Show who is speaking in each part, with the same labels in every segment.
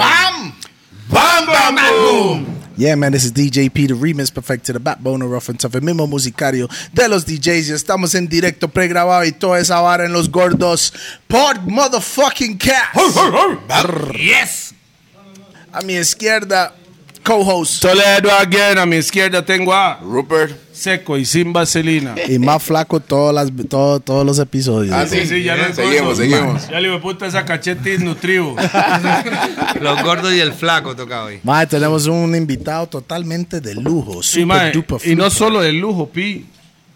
Speaker 1: Bam!
Speaker 2: Bam, bam, boom.
Speaker 3: Yeah, man, this is DJ P, the remix perfecto, the backbone of Rough and Tough, el mismo musicario de los DJs. Estamos en directo, pregrabado y toda esa vara en los gordos. Pod motherfucking cat.
Speaker 1: Yes!
Speaker 3: A mi izquierda, co-host.
Speaker 2: Toledo again. A mi izquierda tengo a
Speaker 4: Rupert.
Speaker 2: Seco y sin vaselina.
Speaker 3: Y más flaco todas las, todo- todos los episodios.
Speaker 4: Ah,
Speaker 2: Sí, sí, ya no es
Speaker 4: Seguimos,
Speaker 2: cosa.
Speaker 4: seguimos.
Speaker 2: Ya le digo, puta esa cachete nutrivo.
Speaker 1: Los gordos y el flaco toca hoy.
Speaker 3: Mae, tenemos un invitado totalmente de lujo.
Speaker 2: Sí,
Speaker 3: Super
Speaker 2: mae,
Speaker 3: duper
Speaker 2: y no
Speaker 3: flipa.
Speaker 2: solo el lujo, Pi.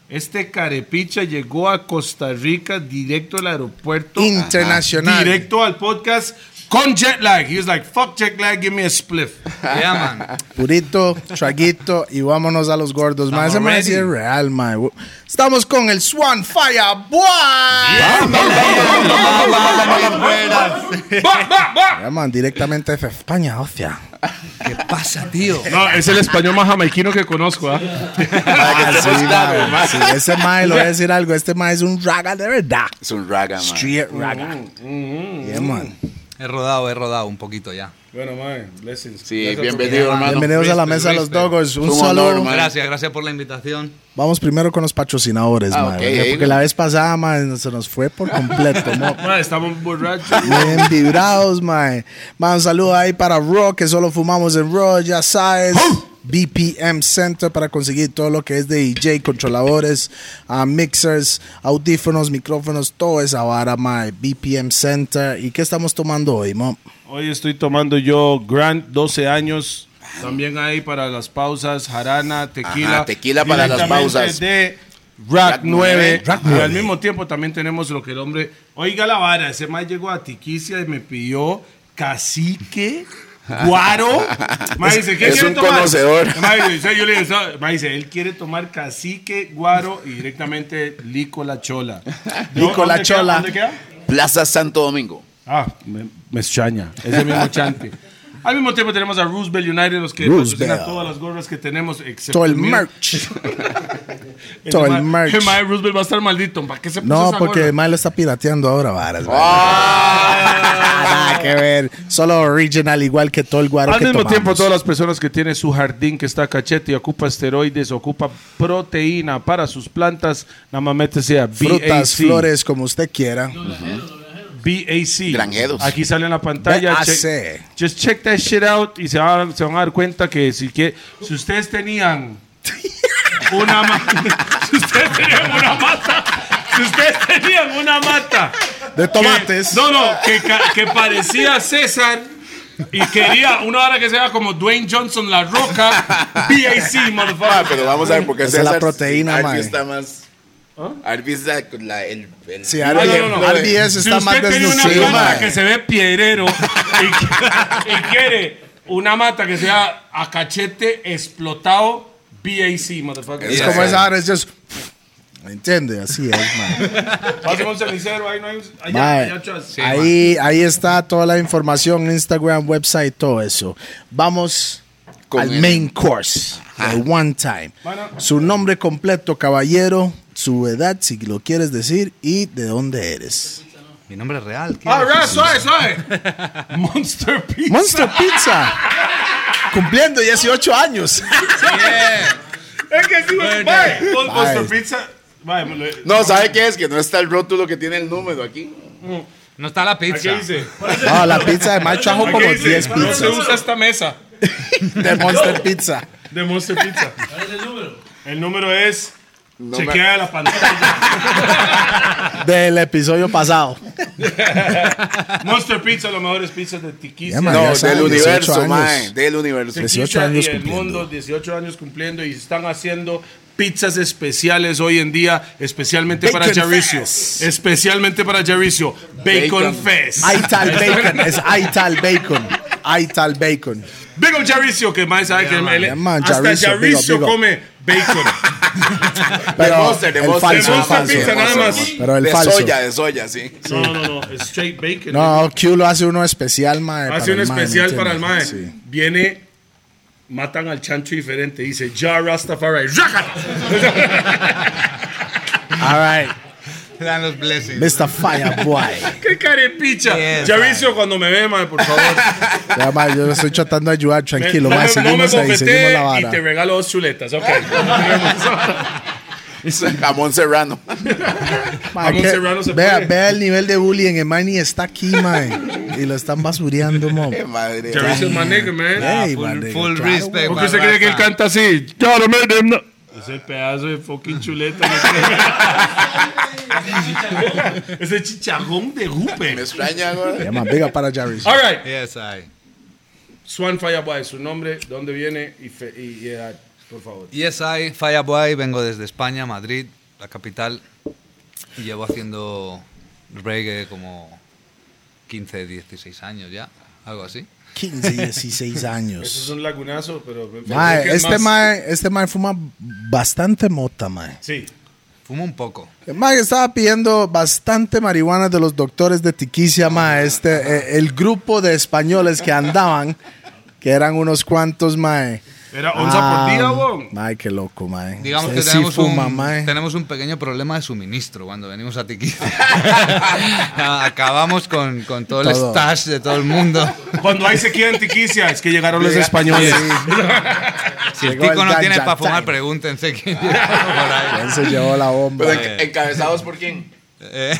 Speaker 2: Este carepicha llegó a Costa Rica directo al aeropuerto.
Speaker 3: Internacional.
Speaker 2: Directo al podcast con jet lag. He was like, fuck jet lag, give me a spliff.
Speaker 1: Yeah, man.
Speaker 3: Purito, traguito y vámonos a los gordos. Mae, ese mae sí es
Speaker 1: ready.
Speaker 3: real, mae. Estamos con el Swan Fire Boy.
Speaker 2: Ba, ba, ba.
Speaker 3: Ya, man, directamente desde España, hostia.
Speaker 1: ¿Qué pasa, tío?
Speaker 2: No, es el español más jamaiquino que conozco, ¿ah?
Speaker 4: Para que estemos
Speaker 3: Sí,
Speaker 4: claros,
Speaker 3: mae,
Speaker 4: man.
Speaker 3: sí, ese mae, le voy a decir algo. Este mae es un raga de verdad.
Speaker 4: Es un raga, Ah, man. Mm,
Speaker 3: Street raga. Yeah, man.
Speaker 4: Ah,
Speaker 1: He rodado, he rodado un poquito ya.
Speaker 2: Bueno, mae, blessings.
Speaker 4: Sí, bienvenido, hermano.
Speaker 3: Bienvenidos a la mesa de los
Speaker 1: Respect,
Speaker 3: dogos. Un
Speaker 4: Sumo honor,
Speaker 3: saludo.
Speaker 4: man.
Speaker 1: Gracias, gracias por la invitación.
Speaker 3: Vamos primero con los patrocinadores,
Speaker 4: Ah,
Speaker 3: mae,
Speaker 4: ok,
Speaker 3: ¿verdad?
Speaker 4: ahí
Speaker 3: Porque
Speaker 4: va.
Speaker 3: la vez pasada, mae, se nos fue por completo. mo.
Speaker 2: Mae, estamos borrachos.
Speaker 3: Bien vibrados, mae. Mae, un saludo ahí para Raw, que solo fumamos en Raw, ya sabes. BPM Center para conseguir todo lo que es de DJ, controladores, ah, mixers, audífonos, micrófonos, todo esa vara, mae. BPM Center. ¿Y qué estamos tomando hoy, mo?
Speaker 2: Hoy estoy tomando yo Grand 12 años. También hay para las pausas, jarana, tequila.
Speaker 4: Ajá, tequila para las
Speaker 2: Directamente
Speaker 4: pausas.
Speaker 2: De Rack
Speaker 4: Rack
Speaker 2: 9.
Speaker 4: nueve.
Speaker 2: Y al mismo tiempo también tenemos lo que el hombre. Oiga la vara, ese más llegó a Tiquicia y me pidió cacique. Guaro, Mae dice, ¿qué
Speaker 4: es
Speaker 2: quiere
Speaker 4: un
Speaker 2: tomar?
Speaker 4: conocedor.
Speaker 2: Mae dice, yo le digo, "So-" Mae dice, él quiere tomar cacique, guaro y directamente licola chola. ¿No?
Speaker 3: Lico la
Speaker 2: ¿Dónde queda?
Speaker 3: chola.
Speaker 2: ¿Dónde queda?
Speaker 4: Plaza Santo Domingo.
Speaker 2: Ah, me, me extraña. Es el mismo chante. Al mismo tiempo tenemos a Roosevelt United, los que
Speaker 3: Roosevelt.
Speaker 2: patrocinan todas las gorras que tenemos, excepto
Speaker 3: Todo el
Speaker 2: mío.
Speaker 3: merch.
Speaker 2: Ese
Speaker 3: todo el
Speaker 2: ma-
Speaker 3: merch.
Speaker 2: ese ma de eh, Roosevelt va a estar maldito. ¿Para qué se puso
Speaker 3: No,
Speaker 2: esa
Speaker 3: porque
Speaker 2: gorra?
Speaker 3: mae lo está pirateando ahora, varas, mae.
Speaker 4: Ah.
Speaker 3: Nada que ver. Solo original, igual que todo el guaro
Speaker 2: Al
Speaker 3: que
Speaker 2: mismo
Speaker 3: tomamos.
Speaker 2: tiempo, todas las personas que tienen su jardín que está cachete y ocupa esteroides, ocupa proteína para sus plantas, nada más métese a
Speaker 3: Frutas,
Speaker 2: BAC.
Speaker 3: flores, como usted quiera.
Speaker 2: BAC.
Speaker 4: Granjeros.
Speaker 2: Aquí sale en la pantalla.
Speaker 3: BAC.
Speaker 2: Check- just check that shit out y se van, a- se van a dar cuenta que si, que si ustedes tenían una mata, si ustedes tenían una mata, si ustedes tenían una mata.
Speaker 3: De
Speaker 2: que-
Speaker 3: tomates.
Speaker 2: no, no, que, ca- que parecía César y quería una hora que sea como Dwayne Johnson, la roca, BAC,
Speaker 4: Ah,
Speaker 2: motherfucker.
Speaker 4: pero vamos a ver porque
Speaker 3: Esa es la proteína, mae.
Speaker 4: está más. Arby está con la, el, el-
Speaker 3: Sí,
Speaker 4: el
Speaker 3: Arby-
Speaker 4: ejemplo de-
Speaker 3: Arby es-
Speaker 2: Si
Speaker 3: está más
Speaker 2: usted tiene una
Speaker 3: desnutrido,
Speaker 2: planta
Speaker 3: mae.
Speaker 2: que se ve piedrero y, y quiere una mata que sea a cachete explotado, BAC, motherfucker.
Speaker 3: Es
Speaker 4: Yeah.
Speaker 3: como esa hora, es just. ¿Me entiende? Así es, man.
Speaker 2: Pásame un cenicero, ahí no hay... Allá,
Speaker 3: Mae,
Speaker 2: allá atrás.
Speaker 3: ahí, ahí está toda la información, Instagram, website, todo eso. Vamos
Speaker 4: Con
Speaker 3: al
Speaker 4: el-
Speaker 3: main course,
Speaker 2: Ah.
Speaker 3: el one time.
Speaker 2: Bueno.
Speaker 3: Su nombre completo, caballero, su edad, si lo quieres decir, y de dónde eres.
Speaker 1: Mi nombre es real. ¿qué?
Speaker 2: Ah, right, suave, suave. Monster Pizza.
Speaker 3: Monster Pizza, cumpliendo 18 años.
Speaker 2: Es que sí, mae, mae, con Monster
Speaker 3: Mae.
Speaker 2: Pizza... mae, me lo-
Speaker 4: No, ¿sabe qué es? Que no está el rótulo que tiene el número aquí.
Speaker 1: No está la
Speaker 2: ¿Qué
Speaker 1: pizza.
Speaker 2: dice?
Speaker 3: No, la pizza de macho trajo como
Speaker 2: ¿Qué dice?
Speaker 3: 10
Speaker 2: No se
Speaker 3: pizzas
Speaker 2: usa esta mesa
Speaker 3: de Monster Pizza.
Speaker 2: de Monster Pizza. ¿Cuál es el número? El número es...
Speaker 4: No me-
Speaker 2: Chequea la pantalla.
Speaker 3: Del episodio pasado.
Speaker 2: Monster Pizza, los mejores pizzas de Tiquicia.
Speaker 3: Ya, man,
Speaker 4: No,
Speaker 3: ya saben,
Speaker 4: del
Speaker 3: 18
Speaker 4: universo,
Speaker 3: años.
Speaker 4: mae. Del universo.
Speaker 3: Sí.
Speaker 2: Tiquicia
Speaker 3: 18 años
Speaker 2: y el
Speaker 3: cumpliendo.
Speaker 2: mundo, 18 años cumpliendo y están haciendo pizzas especiales hoy en día, especialmente
Speaker 3: Bacon
Speaker 2: para Jaricio.
Speaker 3: Fest.
Speaker 2: Especialmente para Jaricio. Bacon,
Speaker 4: Bacon.
Speaker 2: Fest.
Speaker 3: Aital Bacon, es Aital Bacon. Aital Bacon.
Speaker 2: Big up Jaricio, que más sabe que él-
Speaker 3: yeah, man,
Speaker 2: hasta
Speaker 3: Jaricio, big up,
Speaker 2: Jaricio
Speaker 3: big up.
Speaker 2: come bacon.
Speaker 3: Pero
Speaker 4: Monster, de
Speaker 3: el
Speaker 4: Monster.
Speaker 3: falso,
Speaker 2: De
Speaker 3: el
Speaker 2: Monster
Speaker 3: falso.
Speaker 2: Pizza, nada más.
Speaker 3: Pero el
Speaker 4: de
Speaker 3: falso.
Speaker 4: soya, de soya, sí.
Speaker 2: no, no, no, straight bacon.
Speaker 3: No, Q lo hace uno especial, mae. para
Speaker 2: Hace un
Speaker 3: el mae,
Speaker 2: especial
Speaker 3: ¿me
Speaker 2: para el mae.
Speaker 3: entiendes? Sí.
Speaker 2: Viene, matan al chancho diferente. Dice, ya Rastafari. ¡Rájate!
Speaker 3: All right.
Speaker 1: Le dan los blessings.
Speaker 3: Mr. Fireboy.
Speaker 5: ¡Qué carepicha!
Speaker 1: Yes,
Speaker 5: Chavicio, cuando me ve, mae, por favor.
Speaker 3: Ya, ma, yo le estoy tratando de ayudar, tranquilo,
Speaker 5: no,
Speaker 3: ma,
Speaker 5: me- no me
Speaker 3: seguimos ahí,
Speaker 5: bofetee
Speaker 3: seguimos la
Speaker 5: y te
Speaker 3: vara.
Speaker 5: regalo dos chuletas. Ok.
Speaker 4: Jamón serrano.
Speaker 3: Ma,
Speaker 5: Ramón
Speaker 3: que-
Speaker 5: Serrano se
Speaker 3: vea,
Speaker 5: puede.
Speaker 3: vea el nivel de bullying, el man ni está aquí, mae. Y lo están basureando, mo.
Speaker 4: Qué madre.
Speaker 5: Chavicio es my nigga, man.
Speaker 3: Ey,
Speaker 1: full-
Speaker 3: man, nigga,
Speaker 1: full
Speaker 3: claro,
Speaker 1: respect.
Speaker 5: ¿Por qué usted cree que él canta así? Gotta make them know. Ese pedazo de fucking chuleta. ¿no? Ese chicharrón de
Speaker 4: Me
Speaker 5: Rupe.
Speaker 4: extraña, güey.
Speaker 3: Ya, ma, venga para Jarvis.
Speaker 5: All right.
Speaker 1: Yes, I.
Speaker 5: Swan Fireboy, su nombre, dónde viene y, fe- y- y edad, por favor.
Speaker 1: Yes, I, Fireboy, vengo desde España, Madrid, la capital, y llevo haciendo reggae como 15, 16 años ya, algo así.
Speaker 3: 15, 16
Speaker 5: Eso es
Speaker 3: años.
Speaker 5: un lagunazo, pero...
Speaker 3: Mae,
Speaker 5: ¿qué
Speaker 3: este
Speaker 5: más?
Speaker 3: mae, este mae fuma bastante mota, mae.
Speaker 5: Sí.
Speaker 1: Fumo un poco.
Speaker 3: El mae estaba pidiendo bastante marihuana de los doctores de Tiquicia, mae. Este, eh, el grupo de españoles que andaban, que eran unos cuantos, mae. Ah,
Speaker 5: Era onza por día, weón.
Speaker 3: Mae, qué loco, mae.
Speaker 1: Digamos
Speaker 3: Usted
Speaker 1: que
Speaker 3: sí
Speaker 1: tenemos,
Speaker 3: fuma,
Speaker 1: un,
Speaker 3: mae.
Speaker 1: tenemos un pequeño problema de suministro cuando venimos a Tiki. Acabamos con, con todo, el
Speaker 3: Todo.
Speaker 1: stash de todo el mundo.
Speaker 5: Cuando hay sequía en Tiquicia, es que llegaron los españoles.
Speaker 1: Si el
Speaker 3: Llegó el
Speaker 1: tico no tiene
Speaker 3: ganja
Speaker 1: para fumar,
Speaker 3: time.
Speaker 1: pregúntense quién tiene por ahí.
Speaker 3: ¿Quién se llevó la bomba?
Speaker 4: Pero enca- encabezados por quién?
Speaker 1: Eh,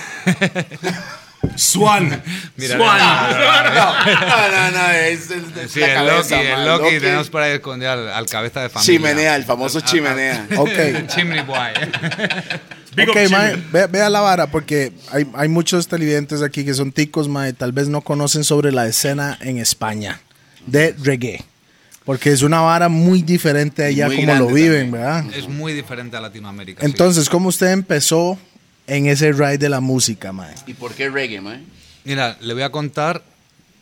Speaker 5: Swan.
Speaker 1: Mira,
Speaker 5: Swan.
Speaker 4: No, no, no, no, es, es- es
Speaker 1: sí,
Speaker 4: la
Speaker 1: el Loki,
Speaker 4: cabeza, man.
Speaker 1: el Loki,
Speaker 4: Loki.
Speaker 1: tenemos para esconder al, al cabeza de familia.
Speaker 4: Chimenea, el famoso chimenea.
Speaker 3: ah. Ok.
Speaker 1: Chimney Boy. eh.
Speaker 5: Big
Speaker 3: Ok,
Speaker 5: up,
Speaker 3: mae,
Speaker 5: Chile.
Speaker 3: ve- vea la vara, porque hay, hay muchos televidentes aquí que son ticos, mae, tal vez no conocen sobre la escena en España de reggae. Porque es una vara muy diferente allá
Speaker 4: Muy
Speaker 3: como lo
Speaker 4: grande
Speaker 3: viven, ¿verdad?
Speaker 1: es muy diferente a Latinoamérica. sí.
Speaker 3: Entonces, ¿cómo usted empezó en ese ride de la música, mae?
Speaker 4: ¿Y por qué reggae, man?
Speaker 1: Mira, le voy a contar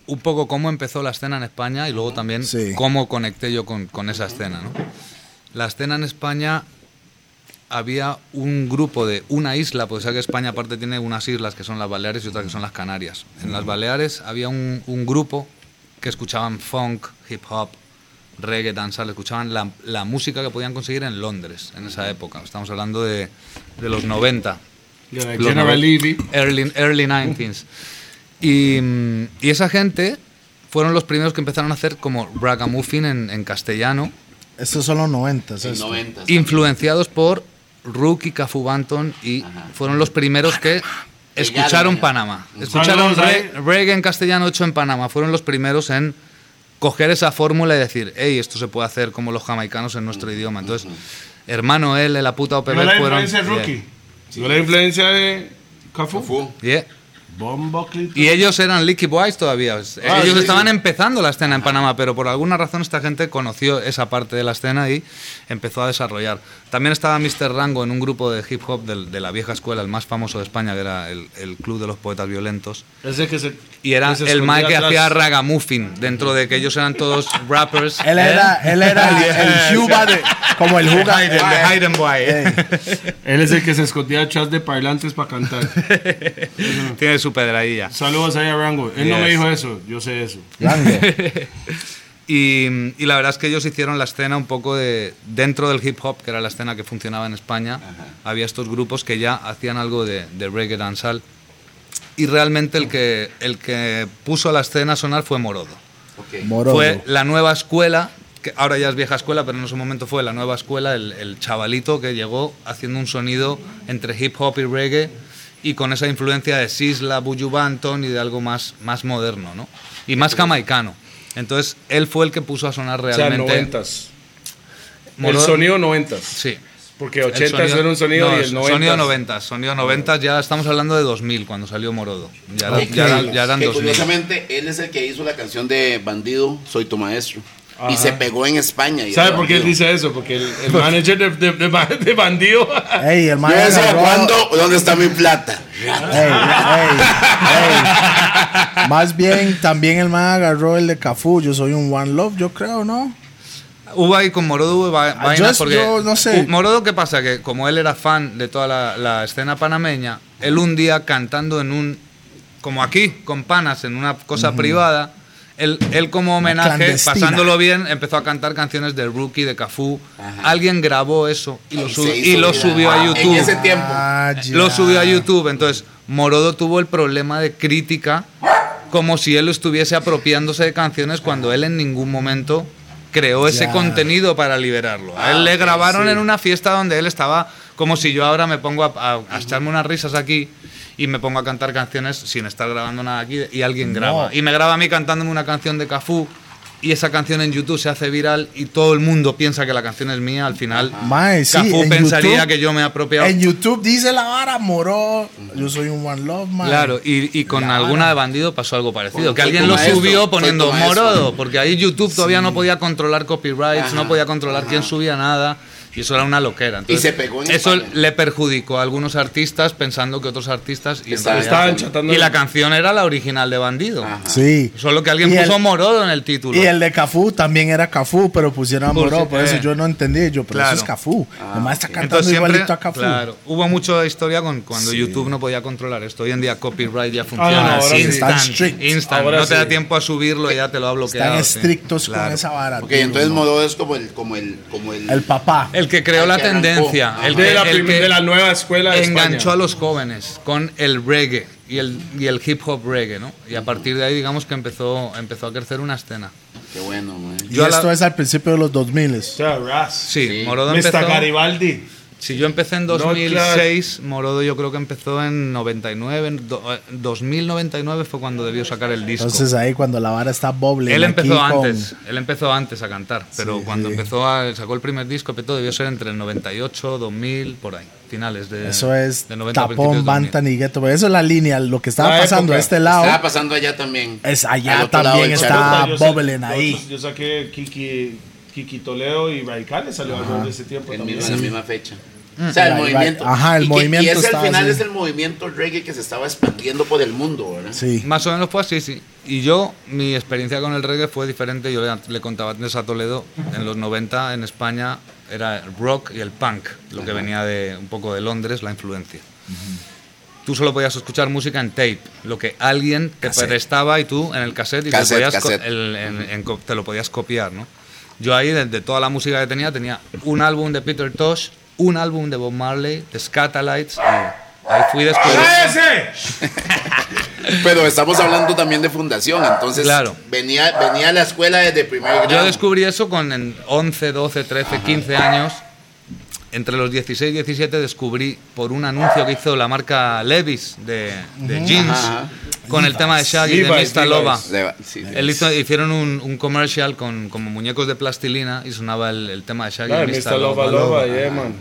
Speaker 1: un poco cómo empezó la escena en España y luego también
Speaker 3: Sí.
Speaker 1: cómo conecté yo con, con esa escena. ¿no? La escena en España había un grupo de una isla, pues ya que España aparte tiene unas islas que son las Baleares y otras que son las Canarias. En las Baleares había un, un grupo que escuchaban funk, hip hop, reggae, danzal, escuchaban la, la música que podían conseguir en Londres en esa época. Estamos hablando de, de los 90. Los
Speaker 5: Eh, General
Speaker 1: noven-
Speaker 5: Levy.
Speaker 1: Early, early 90s. Y, mm, y esa gente fueron los primeros que empezaron a hacer como ragamuffin en, en castellano,
Speaker 3: Estos son los 90.
Speaker 4: En 90.
Speaker 1: influenciados por Rookie, Cafu Banton y fueron los primeros que
Speaker 4: Llegaron,
Speaker 1: escucharon Panamá. Escucharon
Speaker 5: Saludos,
Speaker 1: re- reggae en castellano hecho en Panamá. Fueron los primeros en coger esa fórmula y decir, hey, esto se puede hacer como los jamaicanos en nuestro idioma. Entonces, hermano L, la puta OPB
Speaker 5: Vio la
Speaker 1: fueron...
Speaker 5: influencia de Rookie. Vio la influencia de Cafu.
Speaker 4: Fu.
Speaker 1: Yeah, yeah.
Speaker 5: Bombo Clip.
Speaker 1: Y ellos eran Licky Boys todavía. Ellos
Speaker 5: Ah, sí, sí.
Speaker 1: estaban empezando la escena en Panamá, pero por alguna razón esta gente conoció esa parte de la escena y empezó a desarrollar. También estaba Mr. Rango en un grupo de hip hop del- de, la vieja escuela, el más famoso de España, que era el, el Club de los Poetas Violentos.
Speaker 5: Ese que se.
Speaker 1: Y era
Speaker 5: que se
Speaker 1: el Mike que
Speaker 5: escondía
Speaker 1: hacía
Speaker 5: atrás.
Speaker 1: ragamuffin, dentro de que ellos eran todos rappers. ¿Eh?
Speaker 3: Él era,
Speaker 4: ¿Eh?
Speaker 3: él era el, el Juba de- como el Juga.
Speaker 1: Hayden, de Hayden Boy.
Speaker 5: Él es el que se escondía atrás de parlantes para cantar.
Speaker 1: Tiene su pedradilla.
Speaker 5: Saludos ahí a Rango. Él no
Speaker 1: Yes.
Speaker 5: me dijo eso. Yo sé eso.
Speaker 1: Y, y la verdad es que ellos hicieron la escena un poco de dentro del hip hop, que era la escena que funcionaba en España. Había estos grupos que ya hacían algo de, de reggae dancehall. Y realmente el que, el que puso a la escena a sonar fue Morodo.
Speaker 4: Ok.
Speaker 3: Morodo.
Speaker 1: Fue la nueva escuela, que ahora ya es vieja escuela, pero en ese momento fue la nueva escuela, el, el chavalito que llegó haciendo un sonido entre hip hop y reggae y con esa influencia de Sisla, Buju Banton y de algo más, más moderno, ¿no? Y más jamaicano. Entonces, él fue el que puso a sonar
Speaker 5: O sea,
Speaker 1: realmente.
Speaker 5: noventas. El
Speaker 1: Morodo-
Speaker 5: sonido noventas.
Speaker 1: Sí.
Speaker 5: Porque
Speaker 1: El
Speaker 5: ochentas era un sonido
Speaker 1: no,
Speaker 5: y el noventas.
Speaker 1: Sonido 90, sonido 90, ya estamos hablando de 2000 cuando salió Morodo. Ya, era- ya era- ya eran
Speaker 4: Que
Speaker 1: 2000.
Speaker 4: curiosamente, él es el que hizo la canción de Bandido, Soy tu maestro.
Speaker 5: Ajá.
Speaker 4: Y se pegó en España. y
Speaker 5: ¿Sabe
Speaker 4: era
Speaker 5: por qué él
Speaker 4: Bandido.
Speaker 5: dice eso? Porque el, el
Speaker 1: Pues-
Speaker 5: manager de, de, de ba- de bandido.
Speaker 3: Ey, el mae
Speaker 4: Yo decía,
Speaker 3: agarró-
Speaker 4: ¿cuándo? ¿Dónde está mi plata?
Speaker 3: Ey, ey, ey. Más bien, también el man agarró el de Cafú. Yo soy un One Love, yo creo, ¿no?
Speaker 1: Hubo ahí con Morodo hubo va-
Speaker 3: Ah,
Speaker 1: vainas
Speaker 3: yo-
Speaker 1: porque
Speaker 3: yo no sé.
Speaker 1: U- Morodo qué pasa que como él era fan de toda la, la escena panameña, él un día cantando en un como aquí con panas en una cosa privada, él, él como homenaje
Speaker 3: clandestina.
Speaker 1: pasándolo bien empezó a cantar canciones de Rookie de Cafú. Alguien grabó eso y lo,
Speaker 4: Y
Speaker 1: sub-
Speaker 4: se hizo
Speaker 1: y lo
Speaker 4: viral.
Speaker 1: subió a
Speaker 4: Ah, en
Speaker 1: YouTube.
Speaker 4: ese tiempo.
Speaker 3: Ah, Ah, ya.
Speaker 1: Lo subió a YouTube. Entonces, Morodo tuvo el problema de crítica como si él estuviese apropiándose de canciones cuando él en ningún momento creó ese
Speaker 3: Ya. Ah,
Speaker 1: contenido para liberarlo. A él le grabaron en una fiesta donde él estaba como si yo ahora me pongo a, a- a echarme unas risas aquí y me pongo a cantar canciones sin estar grabando nada aquí y alguien graba. Y me graba a mí cantándome una canción de Cafú y esa canción en YouTube se hace viral y todo el mundo piensa que la canción es mía. Al final,
Speaker 3: Mae, sí,
Speaker 1: Cafú
Speaker 3: en
Speaker 1: pensaría
Speaker 3: YouTube-
Speaker 1: que yo me he apropiado.
Speaker 3: En YouTube dice la vara, moro. Yo soy un One Love, man.
Speaker 1: Claro, y, y con alguna de bandido pasó algo parecido.
Speaker 4: Fue-
Speaker 1: Que
Speaker 4: fue
Speaker 1: alguien
Speaker 4: tu
Speaker 1: lo
Speaker 4: maestro,
Speaker 1: subió
Speaker 4: fue
Speaker 1: poniendo
Speaker 4: tu maestro.
Speaker 1: morodo, porque ahí YouTube todavía no podía controlar copyrights, no podía controlar quién subía nada, y eso era una loquera. Entonces,
Speaker 4: se pegó en
Speaker 1: Eso
Speaker 4: España.
Speaker 1: le perjudicó a algunos artistas pensando que otros artistas. Y, en
Speaker 4: Estaban-
Speaker 1: realidad-
Speaker 5: estaban chatando.
Speaker 1: y la canción era la original de bandido.
Speaker 4: Ajá.
Speaker 3: Sí.
Speaker 1: Solo que alguien
Speaker 3: Y
Speaker 1: puso
Speaker 3: el-
Speaker 1: morodo en el título.
Speaker 3: Y el de Cafú también era Cafú, pero pusieron a
Speaker 1: Por
Speaker 3: Moro,
Speaker 1: si-
Speaker 3: por eso
Speaker 1: eh.
Speaker 3: yo no entendí. Yo, pero
Speaker 1: Claro. Ah,
Speaker 3: eso es Cafú. Además está cantando
Speaker 1: Entonces siempre,
Speaker 3: igualito a Cafú.
Speaker 1: claro, hubo mucha historia con cuando YouTube no podía controlar esto. Hoy en día copyright
Speaker 3: Ah,
Speaker 1: ya
Speaker 5: no,
Speaker 1: funciona.
Speaker 5: ahora sí.
Speaker 1: instant,
Speaker 3: Están strict.
Speaker 1: instant.
Speaker 5: Ahora
Speaker 1: no te
Speaker 5: sí.
Speaker 1: da tiempo a subirlo, ya te lo ha bloqueado.
Speaker 3: Están
Speaker 1: sí.
Speaker 3: estrictos con
Speaker 1: Claro.
Speaker 3: esa vara.
Speaker 4: Ok,
Speaker 3: duro,
Speaker 4: entonces
Speaker 3: ¿no?
Speaker 4: Modo es como el, como el, como el,
Speaker 3: El papá.
Speaker 1: Mm. El que creó
Speaker 4: El
Speaker 1: la
Speaker 4: que arrancó.
Speaker 1: tendencia, el
Speaker 5: de,
Speaker 1: que,
Speaker 5: la
Speaker 1: el
Speaker 5: prim-
Speaker 1: que
Speaker 5: de la nueva escuela de
Speaker 1: enganchó a
Speaker 5: España.
Speaker 1: los jóvenes con el reggae y el, y el hip hop reggae, ¿no? Y a partir de ahí, digamos que empezó, empezó a crecer una escena.
Speaker 4: Qué bueno, man.
Speaker 3: y
Speaker 1: yo a la-
Speaker 3: esto es al principio de los 2000.
Speaker 5: O sea, Ras.
Speaker 1: Sí, Morodo
Speaker 5: Mr.
Speaker 1: empezó.
Speaker 5: Garibaldi.
Speaker 1: Si yo empecé en
Speaker 5: No, claro.
Speaker 1: 2006, Morodo yo creo que empezó en 99, en do- eh, 2099 fue cuando debió sacar el disco.
Speaker 3: Entonces ahí cuando la vara está boble.
Speaker 1: él empezó
Speaker 3: aquí con-
Speaker 1: antes, él empezó antes a cantar, pero
Speaker 3: Sí,
Speaker 1: cuando
Speaker 3: sí.
Speaker 1: empezó a, sacó el primer disco, que todo debió ser entre el 98, 2000, por ahí, finales de
Speaker 3: Eso es
Speaker 1: de 90,
Speaker 3: Tapón,
Speaker 1: principios de 2000.
Speaker 3: Bantan y Gueto. Eso es la línea, lo que estaba
Speaker 5: La
Speaker 3: pasando
Speaker 5: época.
Speaker 3: de este lado.
Speaker 4: Estaba pasando allá también.
Speaker 3: Es
Speaker 4: Al
Speaker 3: allá
Speaker 4: otro lado
Speaker 3: también
Speaker 4: del
Speaker 3: está
Speaker 4: charco.
Speaker 5: Yo sa-
Speaker 3: Bobelen
Speaker 5: yo-
Speaker 3: ahí.
Speaker 5: Yo, saqué Kiki, Kiki Toledo y Radicales salió algo de ese tiempo
Speaker 4: El
Speaker 5: también.
Speaker 4: mismo, en la misma fecha.
Speaker 1: Mm.
Speaker 4: O sea, el
Speaker 3: Right, right.
Speaker 4: movimiento.
Speaker 3: Ajá, el
Speaker 4: y que-
Speaker 3: movimiento
Speaker 4: Y ese al
Speaker 3: estaba
Speaker 4: final
Speaker 3: así.
Speaker 4: es el movimiento reggae que se estaba expandiendo por el mundo, ¿verdad?
Speaker 3: Sí.
Speaker 1: Más o menos fue así, sí. Y yo, mi experiencia con el reggae fue diferente. Yo le, le contaba antes a Toledo, en los 90 en España era el rock y el punk, lo que venía de un poco de Londres, la influencia. Tú solo podías escuchar música en tape, lo que alguien te
Speaker 3: Cassette.
Speaker 1: prestaba y tú en el cassette, y te
Speaker 4: Cassette,
Speaker 1: podías co-
Speaker 4: cassette.
Speaker 1: el- en- en co- te lo podías copiar, ¿no? Yo ahí, de, de toda la música que tenía, tenía un álbum de Peter Tosh, un álbum de Bob Marley, de Scatalites. y ahí fui descubriendo.
Speaker 5: ¡Cállese!
Speaker 4: Pero estamos hablando también de fundación, entonces
Speaker 1: Claro.
Speaker 4: venía, venía a la escuela desde primer grado.
Speaker 1: Yo descubrí eso con en 11, 12, 13, 15 años. Entre los 16 y 17 descubrí por un anuncio que hizo la marca Levis de, de jeans
Speaker 4: Ajá.
Speaker 1: con el tema de Shaggy de
Speaker 5: Levi's,
Speaker 1: Mista Loba.
Speaker 4: De- sí, sí.
Speaker 1: Él hizo- hicieron un, un comercial con como muñecos de plastilina y sonaba el, el tema de Shaggy
Speaker 5: Claro,
Speaker 1: de
Speaker 5: Mr. Loba Loba, yeah, man.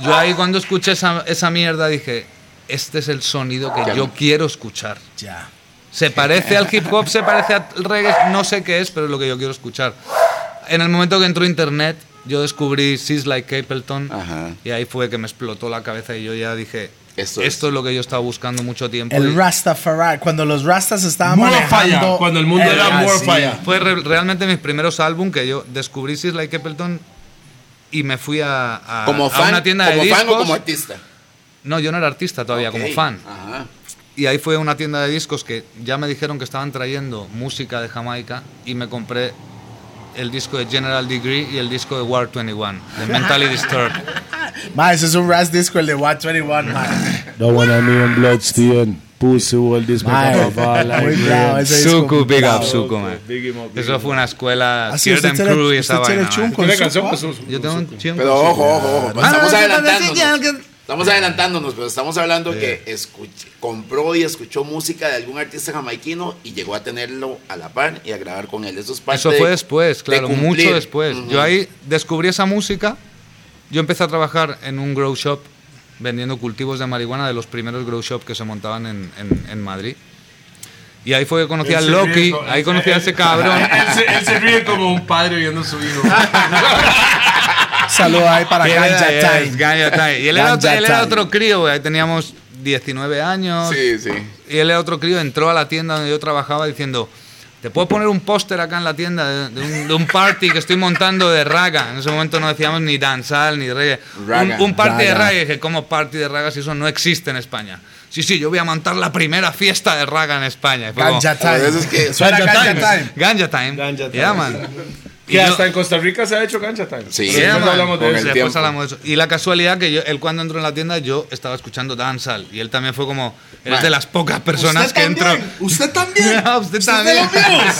Speaker 1: Yo ahí cuando escuché esa, esa mierda dije, este es el sonido que yo quiero escuchar.
Speaker 3: Ya.
Speaker 1: Se parece al hip hop, se parece al reggae, no sé qué es, pero es lo que yo quiero escuchar. En el momento que entró internet, yo descubrí Sis Like Capleton
Speaker 4: Ajá.
Speaker 1: y ahí fue que me explotó la cabeza y yo ya dije,
Speaker 4: Esto
Speaker 1: esto,
Speaker 4: es.
Speaker 1: es. lo que yo estaba buscando mucho tiempo.
Speaker 3: El
Speaker 1: Y
Speaker 3: Rastafari, cuando los Rastas estaban
Speaker 5: Warfire,
Speaker 3: manejando. Eh,
Speaker 5: cuando el mundo era
Speaker 3: así.
Speaker 5: Warfire.
Speaker 1: fue re- realmente mis primeros álbum que yo descubrí Sis Like Capleton y me fui a, a-
Speaker 4: como
Speaker 1: a
Speaker 4: fan,
Speaker 1: una tienda
Speaker 4: como
Speaker 1: de
Speaker 4: fan
Speaker 1: discos.
Speaker 4: o como artista.
Speaker 1: no, yo no era artista todavía,
Speaker 4: Ok,
Speaker 1: como fan.
Speaker 4: Ajá.
Speaker 1: Y ahí fue una tienda de discos que ya me dijeron que estaban trayendo música de Jamaica y me compré el disco de General Degree y el disco de War 21, de Mentally Disturbed.
Speaker 3: Ah, Ma, ese es un Rast Disco, el de Watt 21, ma.
Speaker 6: The one I mean in bloodstain. Pussy all this
Speaker 3: Ma, eh,
Speaker 6: make up a
Speaker 3: muy
Speaker 6: like
Speaker 3: bravo,
Speaker 6: rain.
Speaker 3: ese disco, muy bravo.
Speaker 1: Suku, man. Eso fue una escuela,
Speaker 3: Así
Speaker 1: Scared
Speaker 3: Ah, usted
Speaker 1: and
Speaker 3: tiene-
Speaker 1: Crew y
Speaker 3: usted
Speaker 1: esa
Speaker 3: tiene
Speaker 1: vaina. eh.
Speaker 3: chunco.
Speaker 1: man.
Speaker 5: Tiene
Speaker 3: Suco,
Speaker 5: canción pues,
Speaker 3: ah?
Speaker 5: con su-
Speaker 1: Yo tengo un chingo.
Speaker 4: Pero ojo, ojo, ojo.
Speaker 1: Ah,
Speaker 4: Estamos
Speaker 1: sí,
Speaker 4: adelantándonos.
Speaker 1: sí,
Speaker 4: Estamos adelantándonos, pero estamos hablando que escuch- compró y escuchó música de algún artista jamaiquino y llegó a tenerlo a la par y a grabar con él. Eso es parte
Speaker 1: Eso
Speaker 4: Pues de-
Speaker 1: fue después,
Speaker 4: de
Speaker 1: claro,
Speaker 4: cumplir.
Speaker 1: mucho después.
Speaker 4: Ujú.
Speaker 1: Yo ahí descubrí esa música. Yo empecé a trabajar en un grow shop vendiendo cultivos de marihuana de los primeros grow shop que se montaban en, en- en Madrid. Y ahí fue que conocí a
Speaker 5: Ese
Speaker 1: Loki,
Speaker 5: viejo,
Speaker 1: ahí
Speaker 5: ese-
Speaker 1: conocí a ese cabrón.
Speaker 5: Él se, él se ríe como un padre viendo a su hijo.
Speaker 3: Saludos ahí para
Speaker 1: Que era-
Speaker 3: Ganja
Speaker 1: era-
Speaker 3: Time.
Speaker 1: Ganja Time. Y él era, otro,
Speaker 3: Ganja
Speaker 1: él era
Speaker 3: Time.
Speaker 1: otro crío, güey. Ahí teníamos 19 años.
Speaker 4: Sí, sí.
Speaker 1: Y él era otro crío, entró a la tienda donde yo trabajaba diciendo, ¿te puedo poner un póster acá en la tienda de, de un, de un party que estoy montando de raga? En ese momento no decíamos ni danzal, ni reggae.
Speaker 4: Raga.
Speaker 1: Un, un party de
Speaker 3: Raga.
Speaker 1: raga. Y dije, ¿cómo party de raga si eso no existe en España? Sí, sí, yo voy a montar la primera fiesta de raga en España. Y fue como,
Speaker 3: Ganja Time.
Speaker 4: Por eso es que-
Speaker 3: Suena
Speaker 1: Ganja
Speaker 3: Ganja Time.
Speaker 1: Time. Ganja Time.
Speaker 5: Ganja Time.
Speaker 1: Yeah, man.
Speaker 5: Que
Speaker 1: yo-
Speaker 5: hasta en Costa Rica se ha hecho cancha time.
Speaker 4: Sí.
Speaker 1: Sí,
Speaker 5: Pero después
Speaker 1: man,
Speaker 5: hablamos de
Speaker 4: con
Speaker 1: porque
Speaker 5: eso.
Speaker 4: el
Speaker 1: después
Speaker 4: tiempo.
Speaker 1: hablamos de eso. Y la casualidad que yo, él cuando entró en la tienda, yo estaba escuchando Danzal. Y él también fue como, eres
Speaker 4: Man.
Speaker 1: de las pocas personas que entró.
Speaker 7: Usted también.
Speaker 1: Ah, usted
Speaker 7: es de
Speaker 1: también.
Speaker 7: los míos.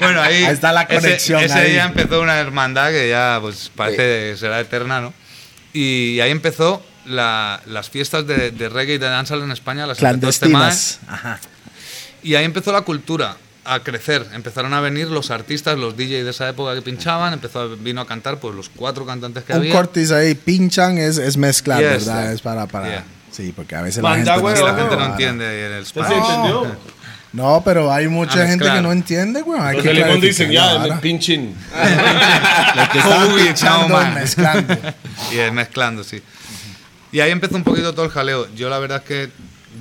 Speaker 1: Bueno, ahí,
Speaker 7: Ahí está la
Speaker 1: ese-
Speaker 7: conexión,
Speaker 1: Ese,
Speaker 7: ahí.
Speaker 1: día empezó una hermandad que ya pues parece será eterna, ¿no? Y ahí empezó la- las fiestas de, de reggae y de dancehall en España, las empezó este mae.
Speaker 7: Clandestinas. Ajá.
Speaker 1: Y ahí empezó la cultura a crecer. Empezaron a venir los artistas, los DJs de esa época que pinchaban. Empezó, a- vino a cantar pues los cuatro cantantes que
Speaker 3: Un
Speaker 1: había.
Speaker 3: cortis ahí, pinchan, es, es mezclar,
Speaker 1: Yes,
Speaker 3: ¿verdad?
Speaker 1: yes.
Speaker 3: Es para, para.
Speaker 1: Yeah.
Speaker 3: Sí, porque a veces
Speaker 5: Manda,
Speaker 3: la gente,
Speaker 5: güey,
Speaker 1: Que
Speaker 3: no,
Speaker 1: la
Speaker 5: Oh,
Speaker 1: gente no
Speaker 5: ahora.
Speaker 1: entiende en el
Speaker 5: ¿Usted
Speaker 1: español.
Speaker 5: se entendió?
Speaker 3: No, pero hay
Speaker 1: A
Speaker 3: mucha gente
Speaker 1: mezclar.
Speaker 3: que no entiende, güey. Hay
Speaker 8: Los
Speaker 3: que
Speaker 8: de Limón dicen,
Speaker 3: clarificar la
Speaker 8: ya,
Speaker 3: vara.
Speaker 8: pinchen.
Speaker 1: Los que estaban Uy,
Speaker 3: Pinchando,
Speaker 1: no, man.
Speaker 3: mezclando.
Speaker 1: Y es mezclando, sí. Y ahí empezó un poquito todo el jaleo. Yo la verdad es que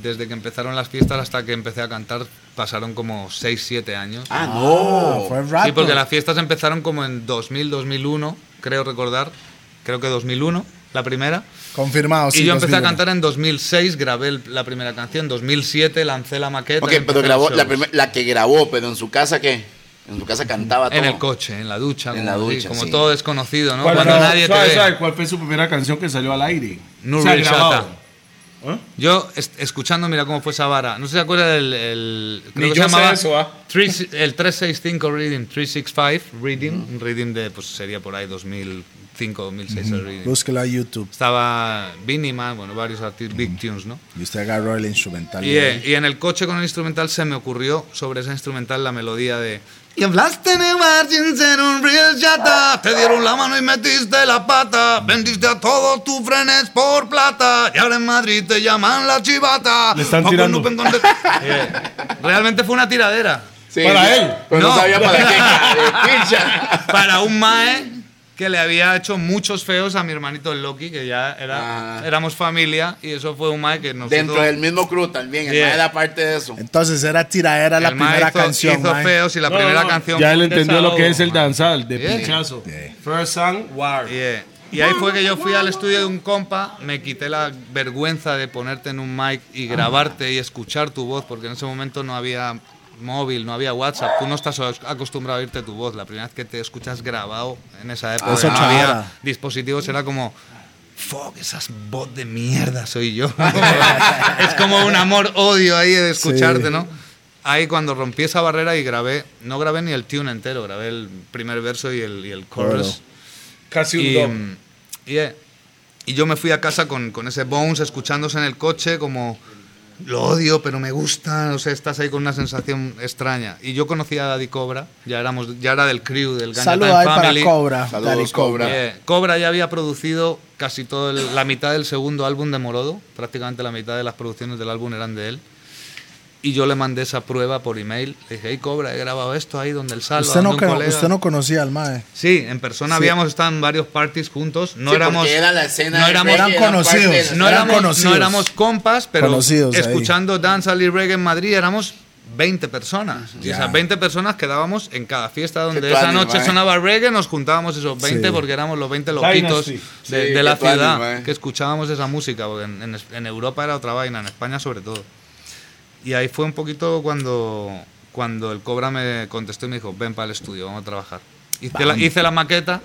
Speaker 1: desde que empezaron las fiestas hasta que empecé a cantar pasaron como 6, 7 años.
Speaker 4: Ah,
Speaker 8: Oh.
Speaker 4: no.
Speaker 3: Fue rato.
Speaker 1: Sí, porque las fiestas empezaron como en 2000, 2001, creo recordar. Creo que 2001, la primera.
Speaker 3: Confirmado, Oh, sí.
Speaker 1: y yo empecé a
Speaker 3: 2001.
Speaker 1: cantar en 2006, grabé el- la primera canción, 2007 lancé la maqueta.
Speaker 4: Ok,
Speaker 1: y empecé
Speaker 4: pero grabó
Speaker 1: los
Speaker 4: la,
Speaker 1: shows.
Speaker 4: primer- la que grabó, pero en su casa, ¿qué? En su casa cantaba todo.
Speaker 1: En el coche, en la ducha,
Speaker 4: En
Speaker 1: como,
Speaker 4: la
Speaker 1: así,
Speaker 4: ducha,
Speaker 1: como
Speaker 4: sí.
Speaker 1: todo desconocido, ¿no?
Speaker 5: ¿Cuál
Speaker 1: Cuando
Speaker 5: fue-
Speaker 1: nadie
Speaker 5: suave,
Speaker 1: te ve.
Speaker 5: suave, ¿Cuál fue su primera canción que salió al aire?
Speaker 1: No
Speaker 5: O sea,
Speaker 1: Real
Speaker 5: grabado.
Speaker 1: Shata.
Speaker 8: ¿Eh?
Speaker 1: Yo, es- escuchando, mira cómo fue esa vara. No sé si se acuerda del. El,
Speaker 8: Ni yo
Speaker 1: que se
Speaker 8: sé
Speaker 1: llamaba
Speaker 8: eso, ah.
Speaker 1: tres- el 365 Reading, 365 Reading, un Reading de, pues sería por ahí 2005, 2006 el Reading.
Speaker 3: Búsquela en YouTube.
Speaker 1: Estaba Biniman, bueno, varios artistas, Big Tunes, ¿no?
Speaker 3: Y usted agarró el instrumental.
Speaker 1: Y, eh, y en el coche con el instrumental se me ocurrió sobre ese instrumental la melodía de. Y hablaste en el mar sin ser un real chata. Te dieron la mano y metiste la pata. Vendiste a todos tus frenes por plata. Y ahora en Madrid te llaman la chivata.
Speaker 5: Le están
Speaker 1: Ojo,
Speaker 5: tirando. Eh,
Speaker 1: no, pues, no, no. Yeah. Realmente fue una tiradera.
Speaker 4: Sí,
Speaker 8: Para
Speaker 4: sí,
Speaker 8: él.
Speaker 4: Pero no,
Speaker 1: No.
Speaker 4: sabía para qué. cabrón, pincha.
Speaker 1: Para un mae que le había hecho muchos feos a mi hermanito el Loki, que ya era,
Speaker 4: Ah.
Speaker 1: éramos familia. Y eso fue un mae que nos
Speaker 4: Dentro
Speaker 1: hizo-
Speaker 4: del mismo crew también. El
Speaker 1: Yeah.
Speaker 4: mae era parte de eso.
Speaker 3: Entonces era tiraera la
Speaker 1: el mae
Speaker 3: primera
Speaker 1: hizo-
Speaker 3: canción.
Speaker 1: hizo
Speaker 3: mae.
Speaker 1: feos y la
Speaker 5: No,
Speaker 1: primera
Speaker 5: no,
Speaker 1: canción.
Speaker 5: Ya él
Speaker 1: fue
Speaker 5: entendió lo que es el
Speaker 1: desahogo, man.
Speaker 5: danzal, de
Speaker 1: Yeah.
Speaker 5: pinchazo.
Speaker 3: Yeah.
Speaker 5: First song, war.
Speaker 1: Yeah. Y ahí fue que yo fui al estudio de un compa, me quité la vergüenza de ponerte en un mic y grabarte y escuchar tu voz, porque en ese momento no había móvil, no había WhatsApp, tú no estás acostumbrado a oírte tu voz. La primera vez que te escuchas grabado en esa época,
Speaker 3: Eso
Speaker 1: no
Speaker 3: chara.
Speaker 1: había dispositivos, era como, fuck, esas voz de mierda soy yo. es como un amor-odio ahí de escucharte,
Speaker 3: Sí.
Speaker 1: ¿no? Ahí cuando rompí esa barrera y grabé, no grabé ni el tune entero, grabé el primer verso y el, y el chorus.
Speaker 3: Coro.
Speaker 5: Casi un
Speaker 1: Y,
Speaker 5: dog.
Speaker 1: mm, yeah. Y yo me fui a casa con, con ese Bones escuchándose en el coche como lo odio pero me gusta, o sea, estás ahí con una sensación extraña. Y yo conocía a Daddy Cobra, ya éramos ya era del crew del Ganja
Speaker 3: Saludos
Speaker 1: Time
Speaker 3: ahí para
Speaker 1: Family.
Speaker 3: Cobra.
Speaker 4: Saludos,
Speaker 3: Daddy Cobra.
Speaker 4: Cobra.
Speaker 1: Yeah. Cobra ya había producido casi toda la mitad del segundo álbum de Morodo, prácticamente la mitad de las producciones del álbum eran de él. Y yo le mandé esa prueba por email. Le dije, hey Cobra, he grabado esto ahí donde el salva.
Speaker 3: Usted, no
Speaker 1: donde un
Speaker 3: cono-
Speaker 1: colega".
Speaker 3: usted no conocía al mae.
Speaker 1: Sí, en persona
Speaker 3: Sí.
Speaker 1: habíamos estado en varios parties juntos. No
Speaker 4: Sí,
Speaker 1: éramos,
Speaker 4: porque era la escena
Speaker 1: no
Speaker 4: del
Speaker 1: éramos,
Speaker 4: reggae,
Speaker 3: eran conocidos,
Speaker 4: parte de la-
Speaker 1: Pues no
Speaker 3: eran
Speaker 1: éramos,
Speaker 3: conocidos.
Speaker 1: no éramos compas, pero
Speaker 3: Conocidos ahí.
Speaker 1: escuchando dancehall y reggae en Madrid éramos 20 personas. Y
Speaker 3: Ya.
Speaker 1: esas 20 personas quedábamos en cada fiesta donde
Speaker 4: Qué
Speaker 1: esa
Speaker 4: tuanis,
Speaker 1: noche
Speaker 4: mae.
Speaker 1: sonaba reggae, nos juntábamos esos 20
Speaker 3: Sí.
Speaker 1: porque éramos los 20 loquitos de,
Speaker 5: Dynasty.
Speaker 1: de
Speaker 4: Sí,
Speaker 1: la
Speaker 4: qué tuanis,
Speaker 1: ciudad
Speaker 4: mae.
Speaker 1: que escuchábamos esa música, porque en- en- en Europa era otra vaina, en España sobre todo. Y ahí fue un poquito cuando, cuando el Cobra me contestó y me dijo, ven para el estudio, vamos a trabajar. Hice, la, hice la maqueta,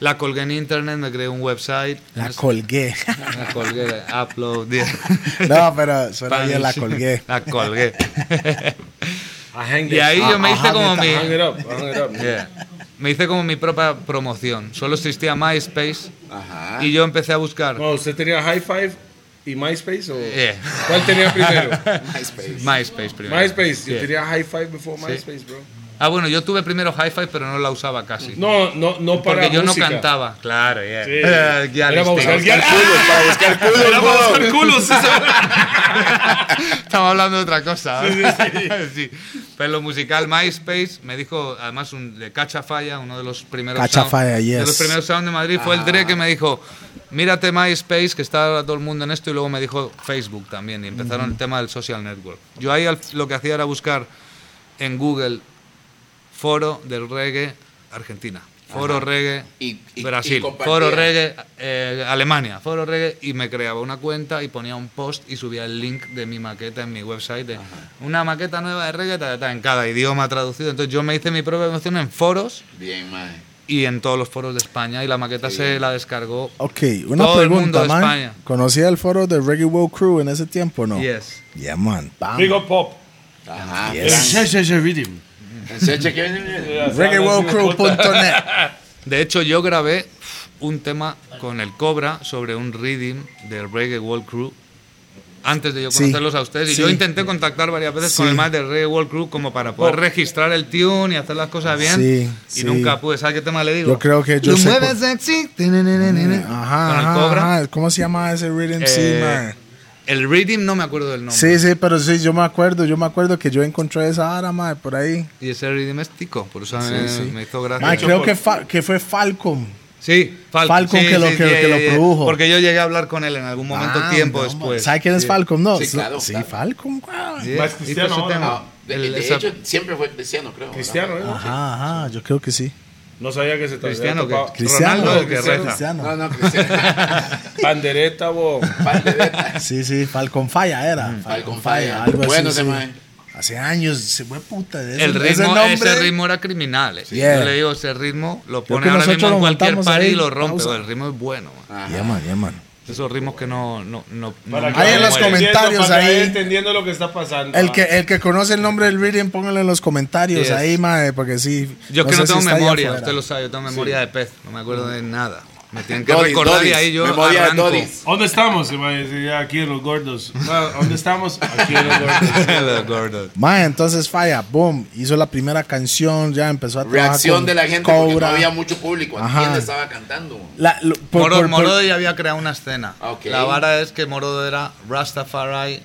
Speaker 1: la colgué en internet, me creé un website.
Speaker 3: La
Speaker 1: Es-
Speaker 3: colgué.
Speaker 1: la colgué, upload.
Speaker 3: No, pero suena bien, la colgué.
Speaker 1: La colgué.
Speaker 5: I hang
Speaker 1: Y
Speaker 5: it.
Speaker 1: ahí yo me hice como mi...
Speaker 5: I hang it up, I hang it up.
Speaker 1: Yeah. Me hice como mi propia promoción. Solo existía MySpace
Speaker 4: Ajá.
Speaker 1: y yo empecé a buscar
Speaker 5: No, ¿Usted tenía High Five y MySpace? O...
Speaker 1: Yeah.
Speaker 5: ¿Cuál tenía primero?
Speaker 4: MySpace.
Speaker 1: MySpace primero.
Speaker 5: MySpace. Yo
Speaker 1: Yeah.
Speaker 5: tenía High Five before MySpace, bro.
Speaker 1: Ah, bueno, yo tuve primero Hi-Fi, pero no la usaba casi.
Speaker 5: No, no, no para
Speaker 1: Porque yo
Speaker 5: música.
Speaker 1: no cantaba. Claro, yeah.
Speaker 5: Sí.
Speaker 1: Eh,
Speaker 5: Era
Speaker 1: ya
Speaker 5: para
Speaker 1: listo.
Speaker 5: buscar guiar-
Speaker 4: Para buscar culos,
Speaker 5: Era para
Speaker 4: weón.
Speaker 5: buscar culos.
Speaker 1: Estaba hablando de otra cosa. ¿verdad? Sí. Pero lo musical MySpace me dijo, además, un, de Cachafaya, uno de los primeros
Speaker 3: Cachafaya,
Speaker 1: sound- de
Speaker 3: yes.
Speaker 1: los primeros sound de Madrid, fue el Dre que me dijo, mírate MySpace, que está ahora todo el mundo en esto, y luego me dijo Facebook también, y empezaron el tema del social network. Yo ahí al- lo que hacía era buscar en Google foro del reggae Argentina. Foro Reggae
Speaker 4: Y- y- y
Speaker 1: Brasil,
Speaker 4: compartía.
Speaker 1: Foro Reggae eh, Alemania, Foro Reggae y me creaba una cuenta y ponía un post y subía el link de mi maqueta en mi website de una maqueta nueva de reggae ta, ta, ta, en cada idioma traducido. Entonces yo me hice mi propia emoción en foros
Speaker 4: Bien, mae.
Speaker 1: y en todos los foros de España y la maqueta se la descargó
Speaker 3: Ok, una
Speaker 1: todo el mundo
Speaker 3: pregunta,
Speaker 1: de
Speaker 3: man.
Speaker 1: España.
Speaker 3: ¿Conocía el foro de Reggae World Crew en ese tiempo o no?
Speaker 1: Yes.
Speaker 3: Yeah, man. Bam.
Speaker 5: Big up pop.
Speaker 4: Ajá.
Speaker 3: ReggaeWorldCrew.net.
Speaker 1: De hecho, yo grabé un tema con el Cobra sobre un reading de Reggae World Crew antes de yo
Speaker 3: Sí,
Speaker 1: conocerlos a ustedes. Y
Speaker 3: sí.
Speaker 1: yo intenté contactar varias veces con
Speaker 3: Sí. Oh.
Speaker 1: el más de Reggae World Crew como para poder registrar el tune y hacer las cosas bien.
Speaker 3: Sí,
Speaker 1: y
Speaker 3: sí.
Speaker 1: nunca pude. ¿Sabes qué tema le digo?
Speaker 3: Yo creo que yo
Speaker 1: Lo
Speaker 3: sé
Speaker 1: mueves
Speaker 3: cu-
Speaker 1: sexy. tenenenenene,
Speaker 3: Ajá,
Speaker 1: con el
Speaker 3: ajá,
Speaker 1: Cobra.
Speaker 3: ajá. ¿Cómo se llama ese rhythm? sí,
Speaker 1: Eh,
Speaker 3: man.
Speaker 1: el reading no me acuerdo del nombre.
Speaker 3: Sí, sí, pero sí, yo me acuerdo. Yo me acuerdo que yo encontré esa ara, man, por ahí.
Speaker 1: Y ese reading es tico, por eso me,
Speaker 3: sí.
Speaker 1: Eh, me hizo gracia.
Speaker 3: Man, creo que, fa- que fue Falcom.
Speaker 1: Sí, Falcon,
Speaker 3: Falcon
Speaker 1: sí,
Speaker 3: que lo-
Speaker 1: sí,
Speaker 3: que-
Speaker 1: sí,
Speaker 3: que lo
Speaker 1: sí, sí.
Speaker 3: produjo.
Speaker 1: Porque yo llegué a hablar con él en algún momento
Speaker 3: Ah,
Speaker 1: tiempo
Speaker 3: no, man.
Speaker 1: después.
Speaker 3: ¿Sabe quién es Falcom? No.
Speaker 4: Sí, claro,
Speaker 3: Sí,
Speaker 4: claro.
Speaker 3: Falcom, wow.
Speaker 1: Sí,
Speaker 5: Más
Speaker 1: hizo
Speaker 5: cristiano
Speaker 1: ese
Speaker 5: ahora,
Speaker 1: tema.
Speaker 4: No, de,
Speaker 1: El-
Speaker 4: de
Speaker 1: esa-
Speaker 4: hecho, siempre fue cristiano, creo. ¿verdad?
Speaker 5: Cristiano, ¿eh?
Speaker 3: Ajá, ajá, yo creo que sí.
Speaker 5: No sabía que se te había
Speaker 1: Cristiano, que,
Speaker 5: tocado.
Speaker 3: Cristiano,
Speaker 1: Ronaldo, el que
Speaker 5: Cristiano.
Speaker 1: reza.
Speaker 3: Cristiano.
Speaker 4: No, no, Cristiano.
Speaker 5: Pandereta, bo.
Speaker 4: Pandereta.
Speaker 3: Sí, sí, Falcon Falla era.
Speaker 4: Falcon Falla. Bueno, ese mae.
Speaker 3: Hace años, se fue puta. ese-
Speaker 1: El
Speaker 3: ese
Speaker 1: ritmo,
Speaker 3: nombre-
Speaker 1: ese ritmo era criminal. eh.
Speaker 3: Yeah.
Speaker 1: Yo le digo, ese ritmo lo
Speaker 3: Creo
Speaker 1: pone
Speaker 3: que
Speaker 1: ahora
Speaker 3: nosotros
Speaker 1: mismo
Speaker 3: lo
Speaker 1: en cualquier
Speaker 3: montamos
Speaker 1: party
Speaker 3: ahí,
Speaker 1: y lo rompe.
Speaker 3: pausa. Ah.
Speaker 1: pero el ritmo es bueno. man.
Speaker 3: Ya, man, ya, man.
Speaker 1: Esos ritmos que no. no, no, no
Speaker 5: Para que
Speaker 3: Ahí
Speaker 5: vayan
Speaker 3: en los
Speaker 5: entendiendo,
Speaker 3: comentarios,
Speaker 5: para que
Speaker 3: ahí.
Speaker 5: vayan entendiendo lo que está pasando.
Speaker 3: El
Speaker 5: ah.
Speaker 3: que, el que conoce el nombre del rhythm, póngalo en los comentarios
Speaker 1: Yes.
Speaker 3: ahí, mae, porque sí.
Speaker 1: Yo es que
Speaker 3: sé
Speaker 1: no
Speaker 3: si
Speaker 1: tengo
Speaker 3: está allá
Speaker 1: memoria,
Speaker 3: afuera.
Speaker 1: usted lo sabe, yo tengo memoria de pez, no me acuerdo de nada. Me tienen que
Speaker 4: Dodis,
Speaker 1: recordar y
Speaker 4: Dodis,
Speaker 1: ahí yo
Speaker 4: memoria de
Speaker 1: arranco.
Speaker 4: Dodis.
Speaker 5: ¿Dónde estamos? Y me dice, ya, Aquí en los gordos. Ah, ¿Dónde estamos? Aquí en los gordos.
Speaker 1: Los gordos.
Speaker 3: Mae, entonces falla, boom, hizo la primera canción, ya empezó a trabajar
Speaker 4: Reacción
Speaker 3: con
Speaker 4: de la gente porque
Speaker 3: Cobra.
Speaker 4: no había mucho público.
Speaker 3: Ajá.
Speaker 4: ¿Quién estaba cantando?
Speaker 3: La- lo- por-
Speaker 1: Moro,
Speaker 3: por- por-
Speaker 1: Morodo ya había creado una escena.
Speaker 4: Ah, ok.
Speaker 1: La vara es que Morodo era Rastafari,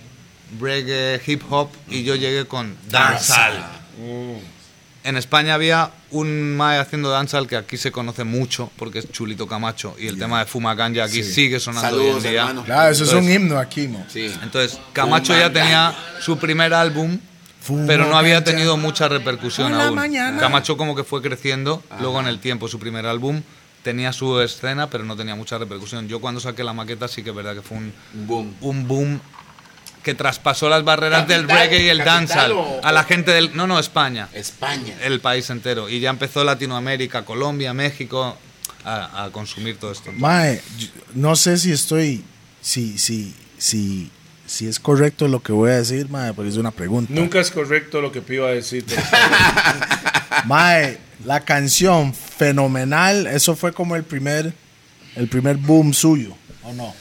Speaker 1: reggae, hip hop y yo llegué con dancehall. Mm. En España había un mae haciendo dancehall que aquí se conoce mucho porque es Chulito Camacho y el tema de Fuma Ganja aquí sigue sonando
Speaker 4: Saludos,
Speaker 1: hoy en día.
Speaker 4: hermano.
Speaker 3: Claro, eso es un
Speaker 1: Entonces-
Speaker 3: himno aquí, mo.
Speaker 4: Sí.
Speaker 1: Entonces, Camacho
Speaker 4: Fuma
Speaker 1: ya tenía su primer álbum,
Speaker 3: Fuma
Speaker 1: pero no había
Speaker 3: Ganja.
Speaker 1: tenido mucha repercusión
Speaker 3: Hola,
Speaker 1: aún.
Speaker 3: mañana.
Speaker 1: Camacho como que fue creciendo,
Speaker 4: Ah.
Speaker 1: luego en el tiempo su primer álbum tenía su escena, pero no tenía mucha repercusión. Yo cuando saqué la maqueta sí que es verdad que fue un,
Speaker 4: Boom.
Speaker 1: un boom que traspasó las barreras del
Speaker 4: Capital,
Speaker 1: reggae y el
Speaker 4: capital
Speaker 1: dancehall
Speaker 4: o-
Speaker 1: a la gente del no, no, España,
Speaker 4: España.
Speaker 1: el país entero y ya empezó Latinoamérica, Colombia, México a, a consumir todo esto.
Speaker 3: Mae, yo- no sé si estoy, si, si, si, si es correcto lo que voy a decir, mae, porque es una pregunta.
Speaker 5: Nunca es correcto lo que Pío va a decir. pero-
Speaker 3: Mae, la canción fenomenal, eso fue como el primer, el primer boom suyo, ¿o no?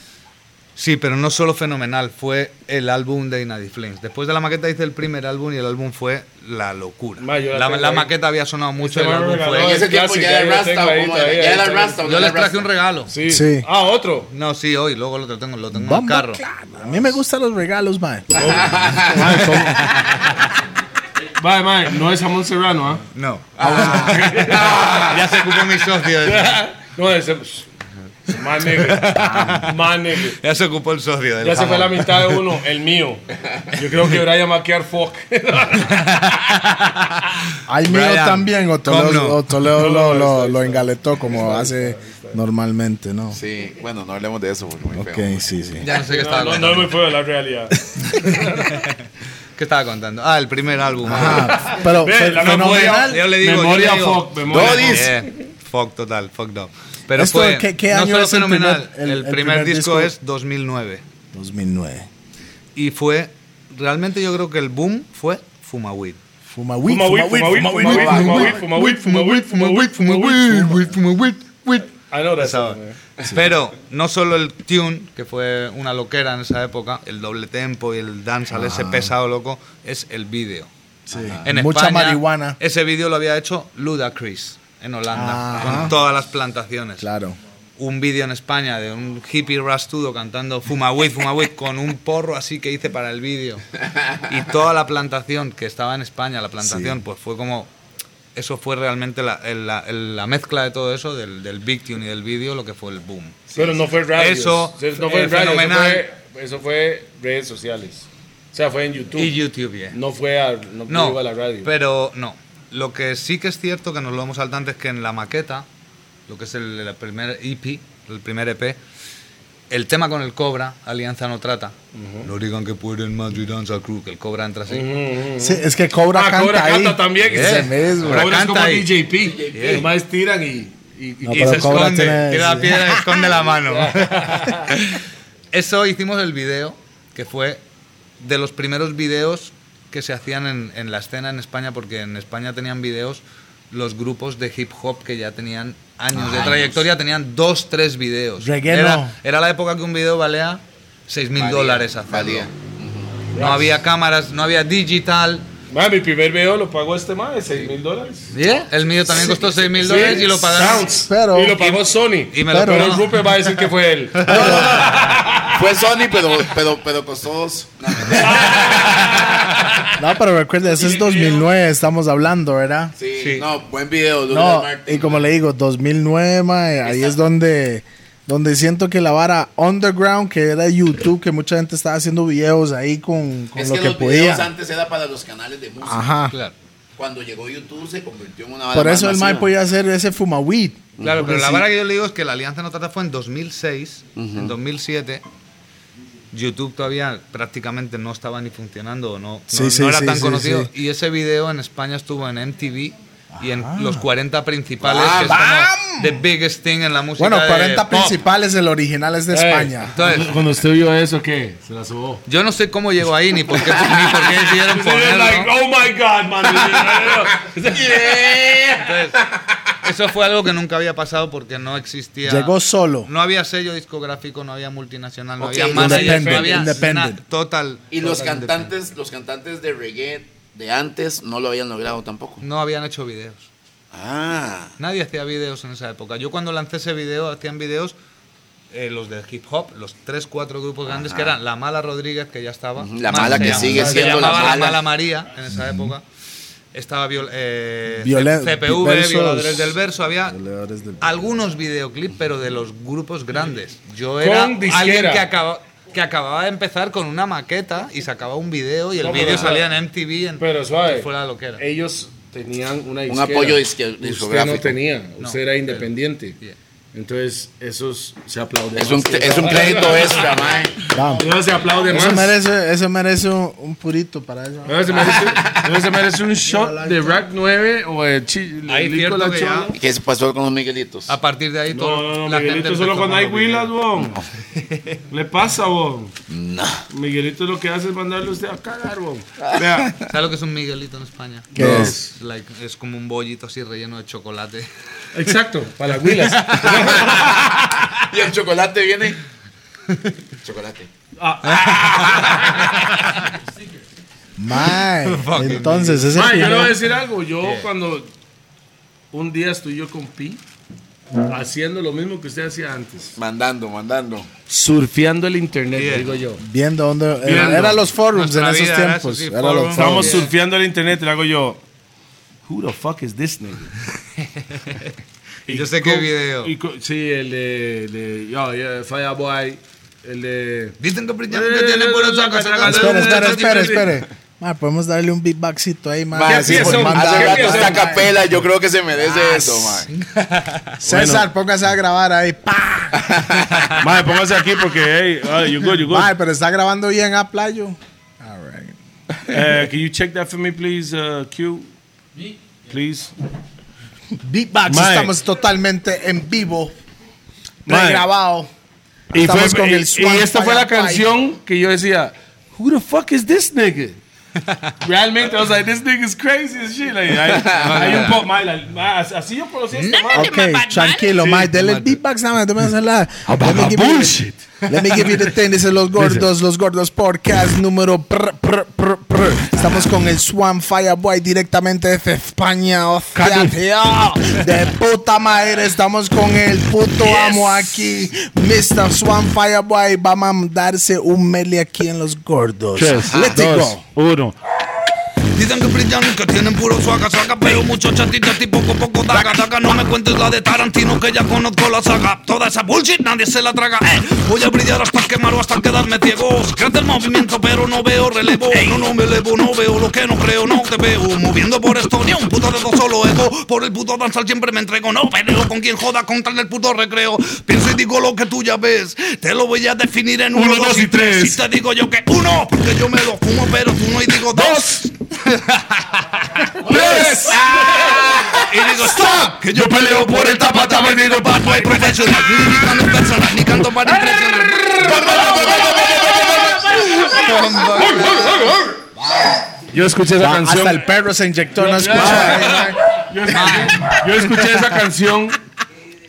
Speaker 1: Sí, pero no solo fenomenal, fue el álbum de Inadi Flames. Después de la maqueta hice el primer álbum y el álbum fue la locura.
Speaker 5: Ma, yo la
Speaker 1: la
Speaker 5: tengo
Speaker 1: la
Speaker 5: ahí.
Speaker 1: maqueta había sonado
Speaker 5: Este
Speaker 1: mucho. el
Speaker 5: me
Speaker 1: álbum
Speaker 5: regaló
Speaker 1: fue-
Speaker 4: En
Speaker 5: el
Speaker 4: ese tiempo
Speaker 5: clásico,
Speaker 4: ya
Speaker 5: ahí
Speaker 4: era
Speaker 5: lo tengo,
Speaker 4: Rasta.
Speaker 5: ahí
Speaker 4: ¿cómo
Speaker 5: está,
Speaker 4: era?
Speaker 5: ahí
Speaker 4: Ya era
Speaker 5: está, ahí
Speaker 4: Rasta.
Speaker 1: Yo les traje un regalo.
Speaker 5: Sí.
Speaker 3: Sí.
Speaker 5: Ah, otro.
Speaker 1: No, sí, hoy, luego lo tengo, lo tengo en el
Speaker 3: Vamos,
Speaker 1: carro.
Speaker 3: claro. A mí me gustan los regalos, mae.
Speaker 5: Vale, vale, no es jamón serrano, ¿ah?
Speaker 1: No. ya se ocupó mi socio. eh. de-
Speaker 5: ¿ah? No, es. Más negro. Más negro.
Speaker 1: Ya se ocupó el socio. del
Speaker 5: Ya se fue
Speaker 1: jamón.
Speaker 5: la mitad de uno, el mío. Yo creo que Brian va a quedar fuck.
Speaker 3: Al mío
Speaker 1: Brian,
Speaker 3: también, o Toledo,
Speaker 1: ¿cómo no?
Speaker 3: o Toledo lo, lo- lo engaletó como hace normalmente, ¿no?
Speaker 4: Sí, bueno, no hablemos de eso porque muy
Speaker 3: Ok,
Speaker 4: feo.
Speaker 3: sí, sí.
Speaker 1: Ya no sé qué estaba
Speaker 5: No, no, no
Speaker 1: contando.
Speaker 5: es muy fuerte la realidad.
Speaker 1: ¿Qué estaba contando? Ah, el primer álbum.
Speaker 3: Ajá, pero
Speaker 5: Ve,
Speaker 3: fe-
Speaker 5: la
Speaker 3: fenomenal.
Speaker 1: Yo le digo, yo
Speaker 5: memoria
Speaker 1: le digo-
Speaker 5: fuck, memoria
Speaker 4: Dodis.
Speaker 5: fuck.
Speaker 1: Eh, fuck total, fuck no. Pero
Speaker 3: Esto,
Speaker 1: fue
Speaker 3: ¿qué- qué
Speaker 1: no
Speaker 3: año
Speaker 1: solo
Speaker 3: es el primer-
Speaker 1: fenomenal.
Speaker 3: el-
Speaker 1: El,
Speaker 3: el
Speaker 1: primer,
Speaker 3: primer
Speaker 1: disco,
Speaker 3: disco?
Speaker 1: es 2009
Speaker 3: 2009.
Speaker 1: y fue realmente yo creo que el boom fue Fumawid.
Speaker 3: Fuma weed,
Speaker 5: Fuma weed,
Speaker 3: fuma weed,
Speaker 5: fuma weed, fuma weed, fuma weed, fuma weed, fuma weed, fuma weed, I know that's
Speaker 1: Esa- Pero no solo el tune, que fue una loquera en esa época, el doble tempo y el dancehall ese
Speaker 3: Ah.
Speaker 1: pesado loco, es el vídeo. En
Speaker 3: Mucha
Speaker 1: España,
Speaker 3: marihuana.
Speaker 1: Ese vídeo lo había hecho Ludacris en Holanda,
Speaker 3: Ah.
Speaker 1: con todas las plantaciones.
Speaker 3: Claro.
Speaker 1: un vídeo en España de un hippie rastudo cantando Fuma Weed, Fuma Weed con un porro así que hice para el vídeo. Y toda la plantación que estaba en España, la plantación, pues fue como... Eso fue realmente la, el- la- el- la mezcla de todo eso, del, del Big Tune y del vídeo, lo que fue el boom.
Speaker 5: Pero no fue radio.
Speaker 1: Eso,
Speaker 5: O sea, no fue
Speaker 1: eh,
Speaker 5: radio,
Speaker 1: fenomenal.
Speaker 5: Eso fue, eso fue redes sociales. O sea, fue en YouTube.
Speaker 1: Y YouTube, yeah.
Speaker 5: No fue a, no,
Speaker 1: No,
Speaker 5: iba a la radio.
Speaker 1: pero no. Lo que sí que es cierto, que nos lo hemos saltado antes, que en la maqueta, lo que es el, el primer EP, el primer EP, el tema con el Cobra, Alianza no trata. No digan que pueden Madrid Danza Crew, que el Cobra entra así.
Speaker 3: Sí, es que Cobra
Speaker 2: Ah,
Speaker 3: canta
Speaker 2: Cobra
Speaker 3: ahí.
Speaker 2: canta también.
Speaker 1: Eh,
Speaker 2: Ese
Speaker 3: mismo.
Speaker 2: Cobra
Speaker 1: Cobra
Speaker 2: es como
Speaker 1: canta ahí.
Speaker 2: DJP. Los más tiran y, y- y-
Speaker 3: No,
Speaker 2: y
Speaker 3: pero
Speaker 2: se
Speaker 3: Cobra
Speaker 2: esconden.
Speaker 3: tiene-
Speaker 1: Tira la
Speaker 3: sí.
Speaker 1: piedra y esconde la mano. Eso hicimos el video, que fue de los primeros videos que se hacían en, en la escena en España, porque en España tenían videos los grupos de hip hop que ya tenían años de trayectoria, tenían dos, tres videos.
Speaker 3: Reggae no.
Speaker 1: Era, era la época que un video valía 6 mil dólares hacerlo.
Speaker 4: valía.
Speaker 1: No había cámaras, no había digital.
Speaker 7: Ma, mi primer video lo pagó este mae, 6 mil dólares.
Speaker 1: El mío también costó 6 mil
Speaker 7: sí.
Speaker 1: dólares y lo pagaron.
Speaker 7: Sounds.
Speaker 3: Pero-
Speaker 7: Y lo pagó Sony.
Speaker 1: Y me lo
Speaker 3: Pero-
Speaker 7: Pero
Speaker 1: pagaron.
Speaker 7: Rupert va a decir que fue él.
Speaker 4: Fue Sony, pero, pero, pero costó dos. No,
Speaker 3: No, pero recuerda, ese es 2009, estamos hablando, ¿verdad?
Speaker 4: sí,
Speaker 1: Sí.
Speaker 4: no, buen video,
Speaker 3: No,
Speaker 4: Douglas Martin.
Speaker 3: y como le digo, 2009, mae, ahí es donde, donde siento que la vara underground, que era YouTube, que mucha gente estaba haciendo videos ahí con, con
Speaker 4: es
Speaker 3: lo
Speaker 4: que,
Speaker 3: que,
Speaker 4: los videos
Speaker 3: podía.
Speaker 4: antes era para los canales de música.
Speaker 3: Ajá.
Speaker 1: Claro.
Speaker 4: Cuando llegó YouTube se convirtió en una banda
Speaker 3: Por eso
Speaker 4: más
Speaker 3: el mae
Speaker 4: masiva.
Speaker 3: podía hacer ese fumaweed.
Speaker 1: Claro, pero
Speaker 3: Porque
Speaker 1: la
Speaker 3: sí.
Speaker 1: vara que yo le digo es que la Alianza No Trata fue en 2006, en 2007. YouTube todavía prácticamente no estaba ni funcionando, o no, no,
Speaker 3: Sí,
Speaker 1: no
Speaker 3: sí,
Speaker 1: era
Speaker 3: sí,
Speaker 1: tan
Speaker 3: sí,
Speaker 1: conocido.
Speaker 3: sí. Ah.
Speaker 1: Y ese video en España estuvo en MTV y en los 40 principales, que es como the biggest thing en la música.
Speaker 3: Bueno,
Speaker 1: de
Speaker 3: 40
Speaker 1: pop.
Speaker 3: principales, el original es de España.
Speaker 1: Entonces,
Speaker 2: Cuando usted vio eso, ¿qué? Se la subó.
Speaker 1: yo no sé cómo llegó ahí ni por qué, ni por qué decidieron
Speaker 7: Se ve
Speaker 1: ponerlo.
Speaker 7: like, oh my god, man.
Speaker 1: Entonces, eso fue algo que nunca había pasado porque no existía.
Speaker 3: Llegó solo.
Speaker 1: No había sello discográfico, no había multinacional, no
Speaker 4: Ok,
Speaker 1: había manager,
Speaker 3: independent,
Speaker 1: no había
Speaker 3: independent.
Speaker 1: na- total.
Speaker 4: Y los
Speaker 1: total
Speaker 4: cantantes, los cantantes de reggae de antes no lo habían logrado tampoco.
Speaker 1: independent. No habían hecho videos.
Speaker 4: Ah,
Speaker 1: Nadie hacía videos en esa época. Yo cuando lancé ese video, hacían videos eh, los de hip hop, los tres, cuatro grupos grandes que eran La Mala Rodríguez, que ya estaba.
Speaker 4: Ujú, La Mala,
Speaker 1: se
Speaker 4: que
Speaker 1: llama-
Speaker 4: sigue
Speaker 1: se
Speaker 4: siendo La
Speaker 1: llamaba
Speaker 4: Mala.
Speaker 1: María en esa época. Estaba viol- eh,
Speaker 3: Violen-
Speaker 1: CPV,
Speaker 3: versos.
Speaker 1: Violadores del Verso, había
Speaker 9: Violadores del Verso.
Speaker 1: algunos videoclips, pero de los grupos grandes. Yo
Speaker 7: Con
Speaker 1: era
Speaker 7: disquera.
Speaker 1: alguien que, acaba- que acababa de empezar con una maqueta y sacaba un video y el
Speaker 7: No, pero
Speaker 1: video
Speaker 7: suave.
Speaker 1: salía en MTV. En,
Speaker 7: Pero suave.
Speaker 1: Fuera lo que era.
Speaker 2: Ellos tenían una
Speaker 4: Un
Speaker 2: disquera.
Speaker 4: apoyo disque-
Speaker 2: Usted
Speaker 4: discográfico.
Speaker 2: no tenía. Usted era
Speaker 1: pero-
Speaker 2: independiente.
Speaker 1: Yeah.
Speaker 2: Entonces, esos se aplauden.
Speaker 4: es un, es un crédito eh. extra, mae.
Speaker 3: Damn.
Speaker 2: Ellos se aplauden
Speaker 3: Eso
Speaker 2: más.
Speaker 3: merece, eso merece un, un purito para eso.
Speaker 2: Luego se merece, luego se merece un shot de Rack 9 o de chi,
Speaker 1: Ahí
Speaker 2: Lico
Speaker 1: cierto
Speaker 2: la
Speaker 1: que
Speaker 2: Chola.
Speaker 4: ¿Y qué se pasó con los Miguelitos?
Speaker 1: A partir de ahí
Speaker 7: No,
Speaker 1: todo-
Speaker 7: no, no,
Speaker 1: la gente
Speaker 7: Miguelito
Speaker 1: empezó
Speaker 7: solo cuando
Speaker 1: con
Speaker 7: hay
Speaker 1: los
Speaker 7: huilas,
Speaker 1: videos.
Speaker 7: weón. Le pasa, weón.
Speaker 4: No.
Speaker 7: Miguelito lo que hace es mandarle a usted a cagar, weón. Vea,
Speaker 1: ¿Sabes lo que es un Miguelito en España?
Speaker 3: ¿Qué
Speaker 1: No.
Speaker 3: es?
Speaker 1: Like, es como un bollito así relleno de chocolate.
Speaker 2: Exacto, para las huilas.
Speaker 4: Y el chocolate viene. Chocolate.
Speaker 3: Mae,
Speaker 1: Fucking
Speaker 3: entonces ese
Speaker 2: Ma, Ah, yo le voy a
Speaker 3: primer-
Speaker 2: decir algo. Yo cuando un día estoy yo con Pi
Speaker 7: Ah.
Speaker 2: haciendo lo mismo que usted hacía antes.
Speaker 4: Mandando, mandando.
Speaker 2: Surfeando el internet,
Speaker 1: Yeah.
Speaker 2: digo yo.
Speaker 3: viendo dónde era-
Speaker 2: Viendo.
Speaker 3: eran los forums en
Speaker 1: Nuestra
Speaker 3: esos
Speaker 1: vida, era eso,
Speaker 3: tiempos.
Speaker 1: sí,
Speaker 3: Era
Speaker 1: forum.
Speaker 3: los
Speaker 7: estamos
Speaker 3: forums.
Speaker 7: surfeando el internet y le hago yo.
Speaker 2: Who the fuck is this nigga?
Speaker 1: Y yo sé qué
Speaker 7: co-
Speaker 1: video.
Speaker 7: y co- sí, el de, de
Speaker 2: oh,
Speaker 7: yo, yo, Fireboy, el de...
Speaker 1: Dicen que
Speaker 3: Eh,
Speaker 1: Brian que tiene buenos sacos.
Speaker 3: Espera, eh, espera, espera, espera. Mae, podemos darle un beatboxito ahí, mae.
Speaker 4: Mae,
Speaker 3: así por
Speaker 7: empiece, hombre,
Speaker 3: mandar.
Speaker 4: Hace rato
Speaker 7: empiece,
Speaker 4: esta capela, yo creo que se merece
Speaker 1: Ah,
Speaker 4: eso, mae.
Speaker 3: César, póngase a grabar ahí. pa.
Speaker 7: Madre, póngase aquí porque, hey, uh, you good, you good.
Speaker 3: Mae, pero está grabando bien a playo. All right.
Speaker 7: Uh, can you check that for me, please, uh, Q? Please.
Speaker 3: Beatbox,
Speaker 7: Mae.
Speaker 3: estamos totalmente en vivo.
Speaker 7: Mae.
Speaker 3: Regrabado.
Speaker 2: Y,
Speaker 3: Estamos
Speaker 2: fue-
Speaker 3: con
Speaker 2: y-
Speaker 3: el
Speaker 2: y
Speaker 3: Swan
Speaker 2: esta fue la
Speaker 3: Firefly.
Speaker 2: canción que yo decía, Who the fuck is this nigga? Realmente, I was like, this nigga is crazy as shit. Like, hay, hay un pop, mae, like, mae, así yo conocí a este mae.
Speaker 3: Ok, tranquilo, Mae. Dele el beatbox nada más. No me hagas hablar. Let me give you-
Speaker 2: bullshit.
Speaker 3: Let me give you the thing. Dice Los Gordos, Los Gordos Podcast número. prr, prr, prr, prr. Estamos con el Swan Fireboy directamente desde España. O sea, tío, de puta madre. Estamos con el puto amo aquí. Mr. Swan Fireboy. Va a
Speaker 7: Ah,
Speaker 3: mandarse un melee aquí en Los Gordos.
Speaker 9: Tres,
Speaker 3: Let's
Speaker 9: dos,
Speaker 3: go.
Speaker 9: uno.
Speaker 1: Dicen que brillanos que tienen puro suaga, saca, pero mucho chatito y poco poco daga, daga. No me cuentes la de Tarantino que ya conozco la saga. Toda esa bullshit nadie se la traga. Eh, voy a brillar hasta quemar o hasta quedarme ciego. Crece el movimiento, pero no veo relevo. No, no me elevo, no veo lo que no creo, no te veo. Moviendo por esto, ni un puto dedo solo ego. Por el puto danzal siempre me entrego, no peleo con quien joda contra el puto recreo. Pienso y digo lo que tú ya ves. Te lo voy a definir en uno, dos y tres. Si te digo yo que uno, porque yo me lo fumo, pero tú no y digo dos. ¡Tres! Y digo, stop, que yo peleo por el tapa, tapa y digo, bad boy profesional. Ni canto personal, ni canto para impresionar.
Speaker 6: Yo escuché esa canción.
Speaker 3: Ah, Hasta el perro se inyectó, no escucha.
Speaker 2: Ah.
Speaker 3: eh, Ah.
Speaker 2: Yo escuché, yo escuché esa canción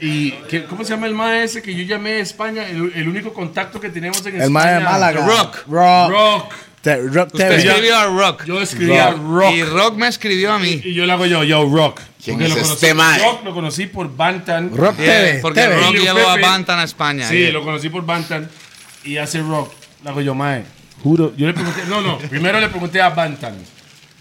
Speaker 2: y ¿qué- ¿cómo se llama el mae ese que yo llamé a España? El, el único contacto que teníamos en
Speaker 3: El mae
Speaker 2: España.
Speaker 3: de Málaga.
Speaker 1: Rock.
Speaker 3: Rock.
Speaker 2: Rock.
Speaker 3: Te- rock
Speaker 1: Te
Speaker 3: Terry.
Speaker 1: escribió a Rock.
Speaker 2: Yo escribía rock.
Speaker 1: Y Rock me escribió a mí.
Speaker 2: Y yo le hago yo, yo, Rock.
Speaker 4: ¿Quién
Speaker 2: Porque
Speaker 4: es
Speaker 2: lo conocí-
Speaker 4: este mae?
Speaker 2: Rock lo conocí por Bantan.
Speaker 3: Rock
Speaker 1: Yeah,
Speaker 3: Terry.
Speaker 1: eh, porque
Speaker 3: Terry.
Speaker 1: Rock
Speaker 2: Yo,
Speaker 1: llevó a
Speaker 2: Pepe.
Speaker 1: Bantan a España.
Speaker 2: Sí,
Speaker 1: yeah.
Speaker 2: lo conocí por Bantan y hace rock. Le hago yo, mae. Juro. Yo le pregunté, no, no. Primero le pregunté a Bantan.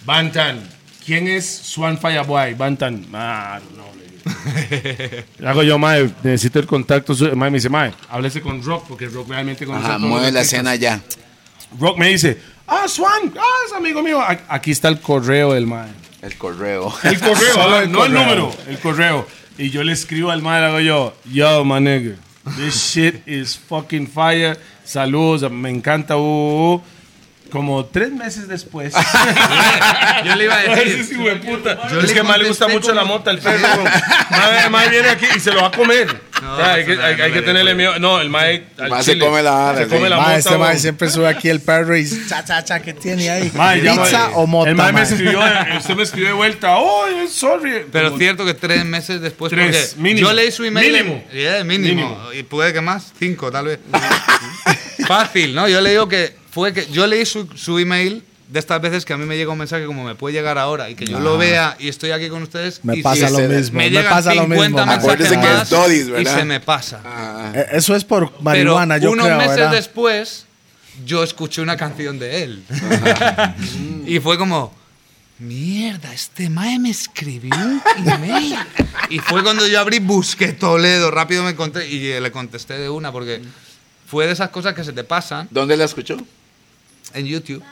Speaker 2: Bantan, ¿quién es Swan Fireboy? Bantan, ah, no. Le hago yo, mae, necesito el contacto. suyo". El Mae me dice, mae, háblese con Rock, porque Rock realmente conoce a
Speaker 4: Ajá,
Speaker 2: todos
Speaker 4: mueve
Speaker 2: los
Speaker 4: la
Speaker 2: artistas".
Speaker 4: escena ya.
Speaker 2: Rock me dice, ah, Swan, ah, es amigo mío. A- Aquí está el correo del mae.
Speaker 4: El correo.
Speaker 2: El correo, ah, no el número, el correo. Y yo le escribo al mal, hago yo, yo, my nigga, this shit is fucking fire. Saludos, me encanta. uh, uh, uh". Como tres meses después.
Speaker 1: Yo le iba a decir.
Speaker 2: Ese hijo de puta.
Speaker 1: Yo
Speaker 2: es
Speaker 1: le
Speaker 2: que mal le gusta
Speaker 1: contesté
Speaker 2: mucho la
Speaker 1: como-
Speaker 2: mota, el perro. Mae- el mae viene aquí y se lo va a comer. O sea, hay
Speaker 1: no,
Speaker 2: que,
Speaker 1: no,
Speaker 2: hay-
Speaker 1: no
Speaker 2: hay
Speaker 1: le
Speaker 2: que
Speaker 1: dé,
Speaker 2: tenerle miedo. No, el mae. al
Speaker 4: mae se
Speaker 2: chile.
Speaker 4: come la vara,
Speaker 2: Se come
Speaker 4: sí.
Speaker 2: la
Speaker 3: Ma,
Speaker 2: mota.
Speaker 3: este mae
Speaker 2: weón.
Speaker 3: siempre sube aquí el perro y cha cha cha que tiene ahí.
Speaker 2: Mae, ya,
Speaker 3: Pizza
Speaker 2: mae.
Speaker 3: o mota.
Speaker 2: El mae me
Speaker 3: mae?
Speaker 2: escribió, eh, usted me escribió de vuelta. Oh, sorry.
Speaker 1: Pero es
Speaker 2: Como-
Speaker 1: cierto que tres meses después.
Speaker 2: Tres,
Speaker 1: porque
Speaker 2: mínimo.
Speaker 1: Yo leí su email.
Speaker 2: Mínimo.
Speaker 1: Yeah, mínimo.
Speaker 2: Mínimo.
Speaker 1: Y puede que más, cinco tal vez. Fácil, ¿no? Yo le digo que fue que. Yo leí su, su email de estas veces que a mí me llega un mensaje como me puede llegar ahora y que yo lo vea y estoy aquí con ustedes.
Speaker 3: Ah. Me
Speaker 1: y
Speaker 3: pasa
Speaker 1: sí,
Speaker 3: lo
Speaker 1: se-
Speaker 3: mismo,
Speaker 1: Me
Speaker 3: me
Speaker 1: llegan
Speaker 3: pasa lo
Speaker 1: 50
Speaker 3: mismo.
Speaker 1: mensajes
Speaker 4: Acuérdese que es
Speaker 1: más
Speaker 4: Dodis,
Speaker 1: y
Speaker 4: ¿verdad?
Speaker 1: se me pasa.
Speaker 3: Eh, Eso es por
Speaker 1: Pero
Speaker 3: marihuana, yo
Speaker 1: unos
Speaker 3: creo,
Speaker 1: meses
Speaker 3: ¿verdad?
Speaker 1: después yo escuché una canción de él. y fue como, mierda, este mae me escribió un email. y fue cuando yo abrí, busqué Toledo, rápido me encontré y eh, le contesté de una porque fue de esas cosas que se te pasan
Speaker 4: ¿Dónde la escuchó?
Speaker 1: en YouTube.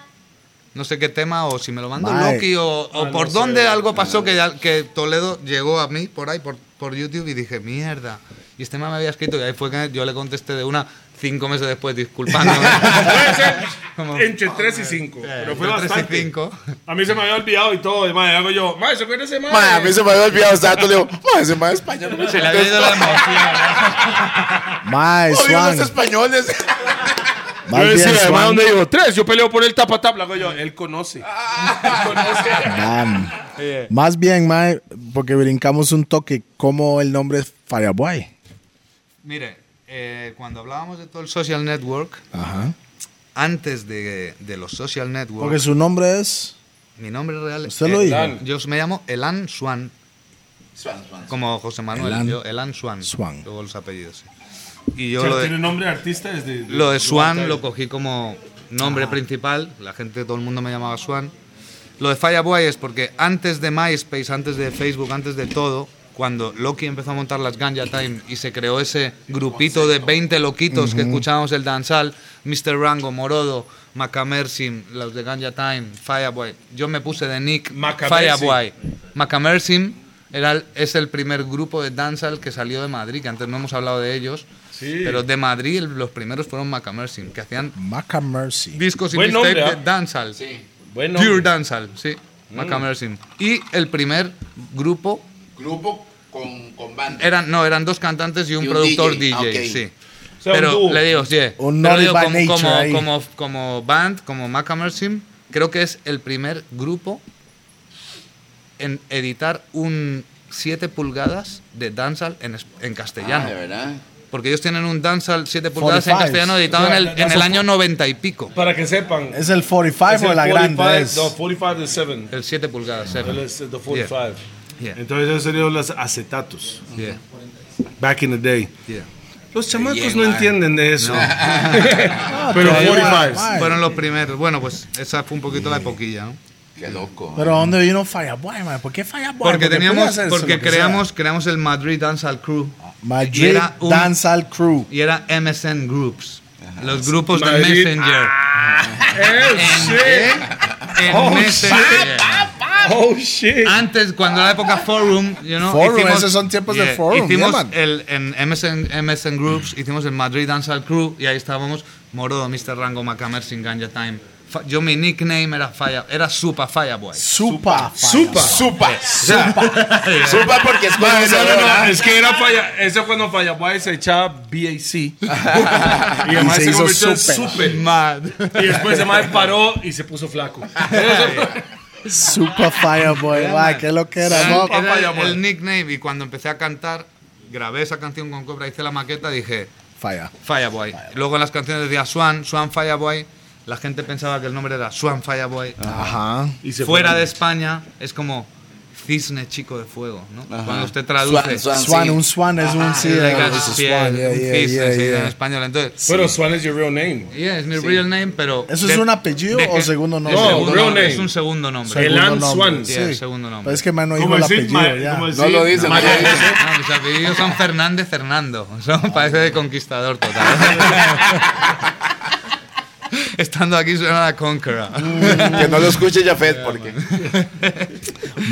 Speaker 1: No sé qué tema, o si me lo mandó
Speaker 3: Mae.
Speaker 1: Loki, o, o por dónde algo pasó que, ya- que Toledo llegó a mí por ahí, por, por YouTube, y dije, mierda. Y este man me había escrito, y ahí fue que yo le contesté de una cinco meses después, disculpándome.
Speaker 2: Puede ser
Speaker 1: Como- "Eh,
Speaker 2: entre 3 y 5. pero fue
Speaker 1: Entre tres y
Speaker 2: bastante.
Speaker 1: cinco.
Speaker 2: A mí se me había olvidado y todo. y, Madre, hago yo. Madre, ¿se acuerda ese
Speaker 4: Mae, a
Speaker 2: madre?
Speaker 4: mí se me había olvidado. O sea, tú le digo, mae, ese mae español. no me
Speaker 1: Se le había ido la
Speaker 4: contesta.
Speaker 1: emoción.
Speaker 3: Mae,
Speaker 4: Odio
Speaker 3: Swan.
Speaker 4: los españoles.
Speaker 3: Más
Speaker 2: Yo
Speaker 3: bien,
Speaker 2: decía, además,
Speaker 3: Swan.
Speaker 2: donde digo tres, yo peleo por el tapa tapa. Hago yo, él conoce.
Speaker 1: Ah.
Speaker 2: Él conoce.
Speaker 3: Damn.
Speaker 1: eh.
Speaker 3: Más bien, mae, porque brincamos un toque, como el nombre es Fireboy.
Speaker 1: Mire, eh, cuando hablábamos de todo el social network, antes de, de los social
Speaker 3: Porque
Speaker 1: networks,
Speaker 3: su nombre es.
Speaker 1: mi nombre real es.
Speaker 3: Usted lo dijo.
Speaker 1: Elan. Yo me llamo Elan Swan. Como José Manuel,
Speaker 3: Elan-
Speaker 1: yo, Elan Swan.
Speaker 3: Swan.
Speaker 1: Luego los apellidos, sí. Y yo
Speaker 2: O sea,
Speaker 1: lo
Speaker 2: Tiene
Speaker 1: de,
Speaker 2: nombre de artista desde.
Speaker 1: lo de Swan
Speaker 2: conoce.
Speaker 1: lo cogí como nombre principal. La gente, todo el mundo me llamaba Swan. Lo de Fireboy es porque antes de MySpace, antes de Facebook, antes de todo, cuando Loki empezó a montar las Ganja Time y se creó ese grupito de 20 loquitos que escuchábamos el danzal, Mr. Rango, Morodo, Macamersim, los de Ganja Time, Fireboy. Yo me puse de Nick
Speaker 2: Macamersim.
Speaker 1: Fireboy. Macamersim era el- es el primer grupo de danzal que salió de Madrid, que antes no hemos hablado de ellos, pero de Madrid el- los primeros fueron Macamersim, que hacían
Speaker 3: Maca Mercy.
Speaker 1: discos y
Speaker 2: Buen nombre,
Speaker 1: mixtape de
Speaker 2: ¿ah?
Speaker 1: danzal.
Speaker 2: Buen
Speaker 1: Pure
Speaker 2: nombre. Mm.
Speaker 1: Dancehall, sí. Macamersin. Y el primer grupo
Speaker 4: Grupo con, con banda.
Speaker 1: eran no eran dos cantantes y un
Speaker 4: Y un
Speaker 1: productor
Speaker 4: DJ,
Speaker 1: DJ,
Speaker 4: ah, ok.
Speaker 1: sí.
Speaker 2: O sea, un
Speaker 1: pero
Speaker 2: dúo.
Speaker 1: le digo, sí.
Speaker 3: Un
Speaker 1: pero
Speaker 3: Naughty
Speaker 1: digo,
Speaker 3: by
Speaker 1: como,
Speaker 3: Nature ahí.
Speaker 1: como, como, como band, como Macamersin, creo que es el primer grupo en editar un 7 pulgadas de dancehall en, es- en
Speaker 4: Ah,
Speaker 1: castellano.
Speaker 4: de verdad.
Speaker 1: porque ellos tienen un dancehall 7 pulgadas en
Speaker 3: 45.
Speaker 1: castellano editado en el, en el año 90 y pico.
Speaker 2: Para que sepan.
Speaker 3: Es el 45
Speaker 2: es el
Speaker 3: o la
Speaker 2: 45,
Speaker 3: grande. Es.
Speaker 2: No, 45 de 7.
Speaker 1: El 7 pulgadas, seven.
Speaker 2: Él es el de 45.
Speaker 1: Yeah, yeah,
Speaker 2: Entonces, esos serían los acetatos.
Speaker 1: yeah,
Speaker 2: Back in the day.
Speaker 1: yeah.
Speaker 2: Los chamacos
Speaker 4: Yeah,
Speaker 2: no
Speaker 4: man.
Speaker 2: entienden de eso.
Speaker 3: Ah,
Speaker 2: Pero
Speaker 3: todavía,
Speaker 2: 45s.
Speaker 3: mae.
Speaker 1: Fueron los primeros. Bueno, pues esa fue un poquito la epoquilla, ¿no?
Speaker 4: Qué loco. ¿eh?
Speaker 3: Pero ¿dónde vino Fireboy, man? ¿Por qué Fireboy?
Speaker 1: Porque teníamos,
Speaker 3: podía hacerse
Speaker 1: porque
Speaker 3: lo que
Speaker 1: creamos, creamos el Madrid Dancehall Crew.
Speaker 3: sea. Madrid
Speaker 1: era un-
Speaker 3: Dancehall Crew.
Speaker 1: Y era MSN Groups. Los grupos de
Speaker 5: Madrid.
Speaker 1: Messenger. En
Speaker 5: Oh,
Speaker 1: Messenger.
Speaker 5: Oh, shit.
Speaker 1: Antes, cuando era la época Forum, you know,
Speaker 3: Forum, esos son tiempos de Forum,
Speaker 1: Hicimos
Speaker 3: yeah, man.
Speaker 1: el, en MSN, MSN Groups, hicimos el Madrid Dancehall Crew y ahí estábamos Morodo, Mr. Rango, Macamer, Sin Ganja Time. Fa- yo, mi nickname era Fire, era Super Fireboy.
Speaker 3: Supa.
Speaker 5: Supa.
Speaker 4: Supa. Supa porque es
Speaker 5: Mae, no, no, no,
Speaker 4: conocedora.
Speaker 5: es que era falla. Eso fue cuando falla. Boy se echaba BAC. y
Speaker 3: Y
Speaker 5: además
Speaker 3: se
Speaker 5: se,
Speaker 3: hizo
Speaker 5: convirtió en
Speaker 3: súper.
Speaker 5: super.
Speaker 1: Mad.
Speaker 5: Y después se mae paró y se puso flaco.
Speaker 3: Supa Fireboy. Guay, qué lo que era, ¿no?
Speaker 1: Era
Speaker 5: papaya,
Speaker 1: el,
Speaker 5: boy.
Speaker 1: el nickname y cuando empecé a cantar, grabé esa canción con Cobra, hice la maqueta y dije
Speaker 3: Fire.
Speaker 1: Fireboy. Luego en las canciones decía Swan, Swan Fireboy. La gente pensaba que el nombre era Swan Fireboy.
Speaker 3: Ah. Ajá.
Speaker 5: Y se
Speaker 1: Fuera
Speaker 5: fue.
Speaker 1: de España es como Cisne Chico de Fuego, ¿no? Cuando usted
Speaker 4: Swan,
Speaker 1: traduce.
Speaker 4: Swan,
Speaker 3: Swan,
Speaker 4: sí.
Speaker 3: un Swan es
Speaker 1: Ah,
Speaker 3: un... Sí,
Speaker 1: like
Speaker 3: eh,
Speaker 1: a
Speaker 3: es un
Speaker 1: ciel,
Speaker 3: Swan. Yeah,
Speaker 1: un
Speaker 3: yeah,
Speaker 1: cisne,
Speaker 3: yeah,
Speaker 1: se dice en
Speaker 3: yeah.
Speaker 1: español. Entonces,
Speaker 5: Pero Swan is your real name.
Speaker 1: yeah, es mi real name, pero.
Speaker 3: ¿Eso es
Speaker 1: de-
Speaker 3: un apellido
Speaker 1: de
Speaker 3: o
Speaker 1: que-
Speaker 3: segundo nombre?
Speaker 5: No,
Speaker 1: segundo
Speaker 5: real
Speaker 1: nombre,
Speaker 5: name.
Speaker 1: Es un segundo nombre.
Speaker 5: Segundo Elan
Speaker 3: nombre,
Speaker 5: Swan.
Speaker 1: Sí,
Speaker 3: sí.
Speaker 1: el segundo nombre.
Speaker 3: Pero es que man no dijo
Speaker 7: ¿Cómo
Speaker 3: el
Speaker 7: decir,
Speaker 3: apellido,
Speaker 7: mae?
Speaker 3: ya.
Speaker 7: ¿Cómo
Speaker 4: No lo dice,
Speaker 7: decir?
Speaker 4: no lo
Speaker 7: Mae,
Speaker 4: dice.
Speaker 1: No, mis apellidos son Fernández Fernando. Son, parece de conquistador total. Estando aquí suena la Conqueror.
Speaker 4: Que no lo escuche Jafet porque.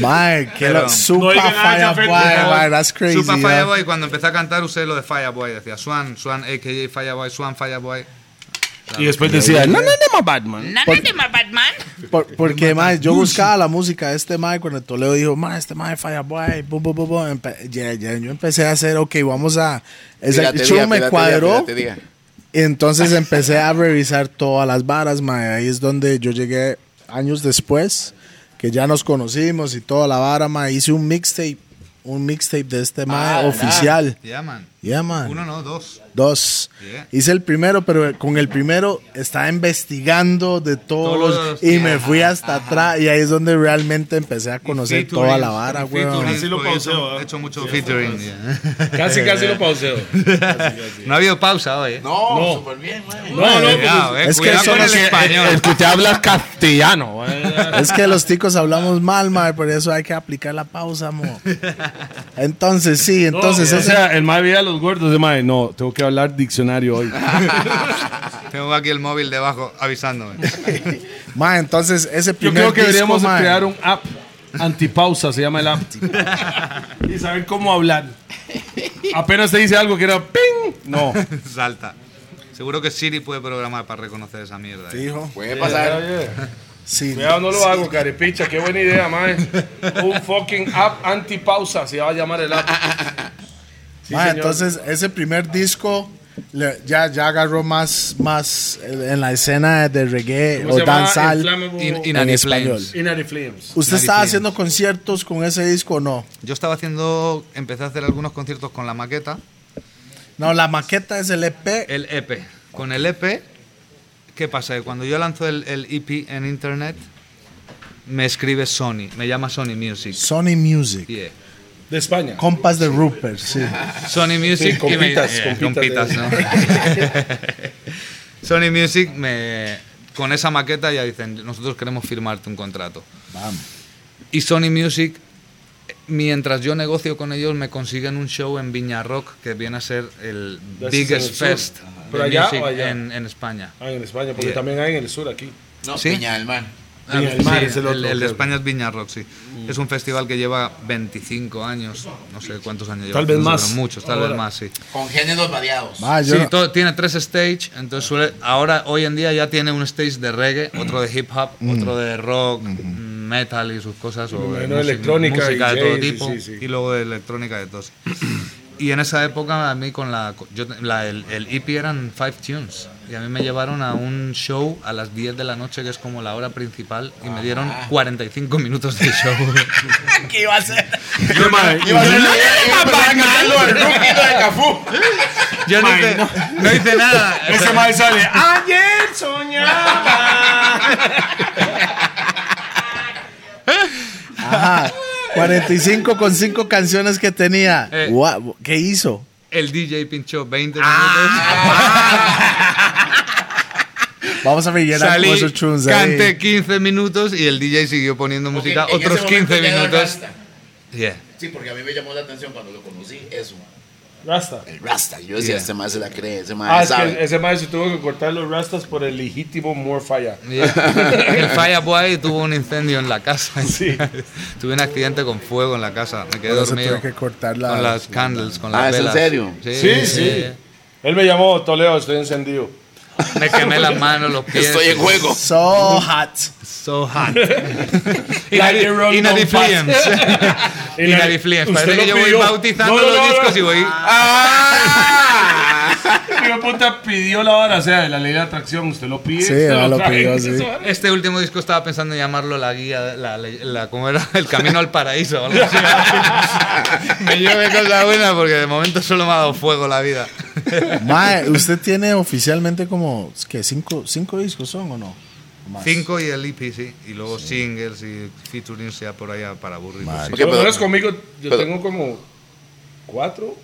Speaker 3: Mae, que lo...
Speaker 1: Pero-
Speaker 7: No
Speaker 3: Supa
Speaker 7: diga nada,
Speaker 3: Fireboy,
Speaker 7: Jafet, por favor.
Speaker 3: mae. That's crazy,
Speaker 1: Supa
Speaker 3: yeah.
Speaker 1: Fireboy, cuando empecé a cantar usé lo de Fireboy. Decía Swan, Swan, a.k.a. Fireboy, Swan, Fireboy.
Speaker 5: Y después decía, no, no, no, my bad man.
Speaker 3: Por- porque, mae, yo buscaba la música de este mae cuando Toledo dijo, mae, este mae Fireboy, bu, bu, bu, bu. Empe- ya, ya, yo empecé a hacer, ok, vamos a... Esa, el
Speaker 4: Piratería,
Speaker 3: show me
Speaker 4: piratería,
Speaker 3: cuadró,
Speaker 4: piratería.
Speaker 3: entonces empecé a revisar todas las varas, mae. Ahí es donde yo llegué años después, que ya nos conocimos y toda la vara, mae. Hice un mixtape, un mixtape de este mae oficial.
Speaker 1: Yeah, man.
Speaker 3: Yeah, man.
Speaker 1: Ah, Uno, no, dos.
Speaker 3: Dos.
Speaker 1: Yeah.
Speaker 3: Hice el primero, pero con el primero estaba investigando de todos,
Speaker 1: Todos
Speaker 3: los.
Speaker 1: los-
Speaker 3: Y me fui hasta atrás. Y ahí es donde realmente empecé a conocer toda la vara, güey.
Speaker 1: Así
Speaker 7: Así lo
Speaker 1: lo
Speaker 7: pauseo,
Speaker 1: pauseo.
Speaker 7: ¿eh?
Speaker 1: He hecho mucho featuring. yeah.
Speaker 5: Casi, casi lo pauseo.
Speaker 1: No ha habido pausa hoy, ¿eh?
Speaker 4: No, súper bien, man.
Speaker 5: No, pues, no,
Speaker 1: Cuidado, eh,
Speaker 3: Es que
Speaker 1: cuidado
Speaker 3: eso
Speaker 1: con
Speaker 3: no
Speaker 1: el
Speaker 3: se-
Speaker 1: español.
Speaker 5: que te habla castellano.
Speaker 7: eh.
Speaker 3: Es que los ticos hablamos mal, mae, por eso hay que aplicar la pausa, mo. Entonces, sí, entonces.
Speaker 5: o
Speaker 3: ese-
Speaker 5: sea, el mae veía a los gordos de mae. No, tengo que hablar diccionario hoy.
Speaker 1: Tengo aquí el móvil debajo avisándome.
Speaker 3: mae, entonces ese
Speaker 5: Yo
Speaker 3: primer.
Speaker 5: creo que
Speaker 3: disco,
Speaker 5: deberíamos
Speaker 3: mae,
Speaker 5: crear un app antipausa, se llama el app. y saber cómo hablar. Apenas te dice algo que era ping. No.
Speaker 1: Salta. Seguro que Siri puede programar para reconocer esa mierda. ¿eh?
Speaker 3: Hijo,
Speaker 4: Puede pasar.
Speaker 3: sí.
Speaker 5: Cuidado, no lo hago, carepicha. Qué buena idea, mae. Un fucking app antipausa se va a llamar el app. Sí,
Speaker 3: Mae,
Speaker 5: señor.
Speaker 3: entonces, ese primer disco. le- ya, ya agarró más, más eh, en la escena de reggae
Speaker 5: ¿Cómo
Speaker 3: o
Speaker 5: se llama?
Speaker 3: danzal
Speaker 5: Inflammable-
Speaker 1: In-
Speaker 3: en
Speaker 1: Inani
Speaker 3: español.
Speaker 1: Flames.
Speaker 5: Inari Flames.
Speaker 3: ¿Usted
Speaker 1: Nadie
Speaker 3: estaba
Speaker 1: tiene.
Speaker 3: haciendo conciertos con ese disco o no?
Speaker 1: Yo estaba haciendo, empecé a hacer algunos conciertos con la maqueta,
Speaker 3: No, la maqueta es el E EP.
Speaker 1: el EP. Con el EP, ¿qué pasa? Que cuando yo lanzo el, el EP en internet, me escribe Sony, me llama Sony Music.
Speaker 3: Sony Music.
Speaker 1: Yeah.
Speaker 5: De España.
Speaker 3: Compas de Rupert, sí.
Speaker 1: Sony Music
Speaker 5: Sí,
Speaker 1: y me-
Speaker 5: compitas,
Speaker 1: eh,
Speaker 5: compitas,
Speaker 1: compitas, ¿no? Sony Music me con esa maqueta ya dicen, nosotros queremos firmarte un contrato. Y Sony Music mientras yo negocio con ellos me consiguen un show en Viña Rock que viene a ser
Speaker 5: Ese
Speaker 1: el
Speaker 5: es en el
Speaker 1: biggest
Speaker 5: sur.
Speaker 1: fest
Speaker 5: ¿Pero
Speaker 1: de
Speaker 5: allá
Speaker 1: music
Speaker 5: o allá?
Speaker 1: En, en España.
Speaker 5: Ah, en España, porque
Speaker 1: Yeah.
Speaker 5: también hay en el sur aquí.
Speaker 4: No,
Speaker 1: ¿Sí?
Speaker 4: Piña del Mar.
Speaker 1: Ah,
Speaker 5: Viña del Mar es el otro,
Speaker 1: de
Speaker 5: creo. Mm.
Speaker 1: España es Viña Rock, sí. Es un festival que lleva 25 años, no sé cuántos años lleva.
Speaker 5: Tal vez
Speaker 1: pero
Speaker 5: más.
Speaker 1: Muchos, tal
Speaker 5: Ahora.
Speaker 1: vez más, sí.
Speaker 4: Con géneros variados.
Speaker 3: Ah, yo
Speaker 1: Sí,
Speaker 3: no-
Speaker 1: todo- tiene tres stage, entonces suele- ahora hoy en día ya tiene un stage de reggae, otro de hip hop, otro de rock, mm, metal y sus cosas, o de
Speaker 5: imagino
Speaker 1: música-
Speaker 5: electrónica
Speaker 1: música
Speaker 5: y
Speaker 1: de todo
Speaker 5: jazz, sí,
Speaker 1: tipo
Speaker 5: sí, sí.
Speaker 1: y luego de electrónica de todos. Y en esa época a mí con la, co- yo te- la- el, el EP eran five tunes y a mí me llevaron a un show a las 10 de la noche que es como la hora principal y me dieron
Speaker 4: Ah.
Speaker 1: 45 minutos de show.
Speaker 4: Iba a ser la- iba a empezar a cantar lo del Rookie, lo de Cafú.
Speaker 1: Yo no hice, no hice nada.
Speaker 5: Ese mae sale. Ayer soñaba.
Speaker 3: 45 con 5 canciones que tenía.
Speaker 1: Eh.
Speaker 3: Gua- ¿Qué hizo?
Speaker 4: Ah.
Speaker 1: El DJ pinchó 20 minutos.
Speaker 3: Vamos a rellenar
Speaker 1: Salí,
Speaker 3: con esos tunes ahí.
Speaker 1: canté 15 minutos y el DJ siguió poniendo música
Speaker 4: Ok, en
Speaker 1: otros
Speaker 4: ese momento
Speaker 1: 15
Speaker 4: ya era
Speaker 1: minutos.
Speaker 4: Rasta.
Speaker 1: Yeah.
Speaker 4: Sí, porque a mí me llamó la atención cuando lo conocí, eso,
Speaker 2: Rasta.
Speaker 4: el Rasta. Yo decía,
Speaker 1: Yeah.
Speaker 4: este más se la cree, ese más
Speaker 2: Ah, es
Speaker 4: sabe.
Speaker 2: que ese maestro tuvo que cortar los rastas por el legítimo Morfalla.
Speaker 1: Yeah. El Fireboy tuvo un incendio en la casa. Tuve un accidente con fuego en la casa. Me quedé
Speaker 3: Por eso
Speaker 1: dormido.
Speaker 3: tuve que cortar la-
Speaker 1: Con las candles, con las
Speaker 4: Ah, ¿es en
Speaker 1: velas.
Speaker 4: serio?
Speaker 2: Sí, sí. Él me llamó Toledo, estoy encendido.
Speaker 1: Me quemé las manos, los pies.
Speaker 4: Estoy en juego.
Speaker 3: So hot.
Speaker 1: So hot.
Speaker 2: Like
Speaker 1: Inadi
Speaker 2: a roll
Speaker 1: Inadi
Speaker 2: down pass.
Speaker 1: Flames. Inadi Flames.
Speaker 2: Usted
Speaker 1: Parece
Speaker 2: lo
Speaker 1: que yo voy
Speaker 2: pidió.
Speaker 1: bautizando
Speaker 2: No, no,
Speaker 1: los
Speaker 2: no, no.
Speaker 1: discos y voy.
Speaker 2: Pero puta pidió la hora, o sea, la ley de atracción, usted lo pide.
Speaker 3: Sí,
Speaker 2: se
Speaker 3: ya lo
Speaker 2: traen.
Speaker 3: pidió, sí.
Speaker 1: Este último disco estaba pensando en llamarlo la guía, la, la- la- ¿cómo era? El camino al paraíso. o algo así. me lleve cosa buena porque de momento solo me ha dado fuego la vida.
Speaker 3: Mae, usted tiene oficialmente como, ¿qué? Cinco, cinco discos son o no? Más.
Speaker 1: Cinco y el EP, sí. Y luego singles y featuring sea por allá para aburrir.
Speaker 3: Madre.
Speaker 1: sí.
Speaker 4: Ok,
Speaker 2: Por lo
Speaker 4: pero-
Speaker 2: menos conmigo, yo
Speaker 4: pero-
Speaker 2: tengo como cuatro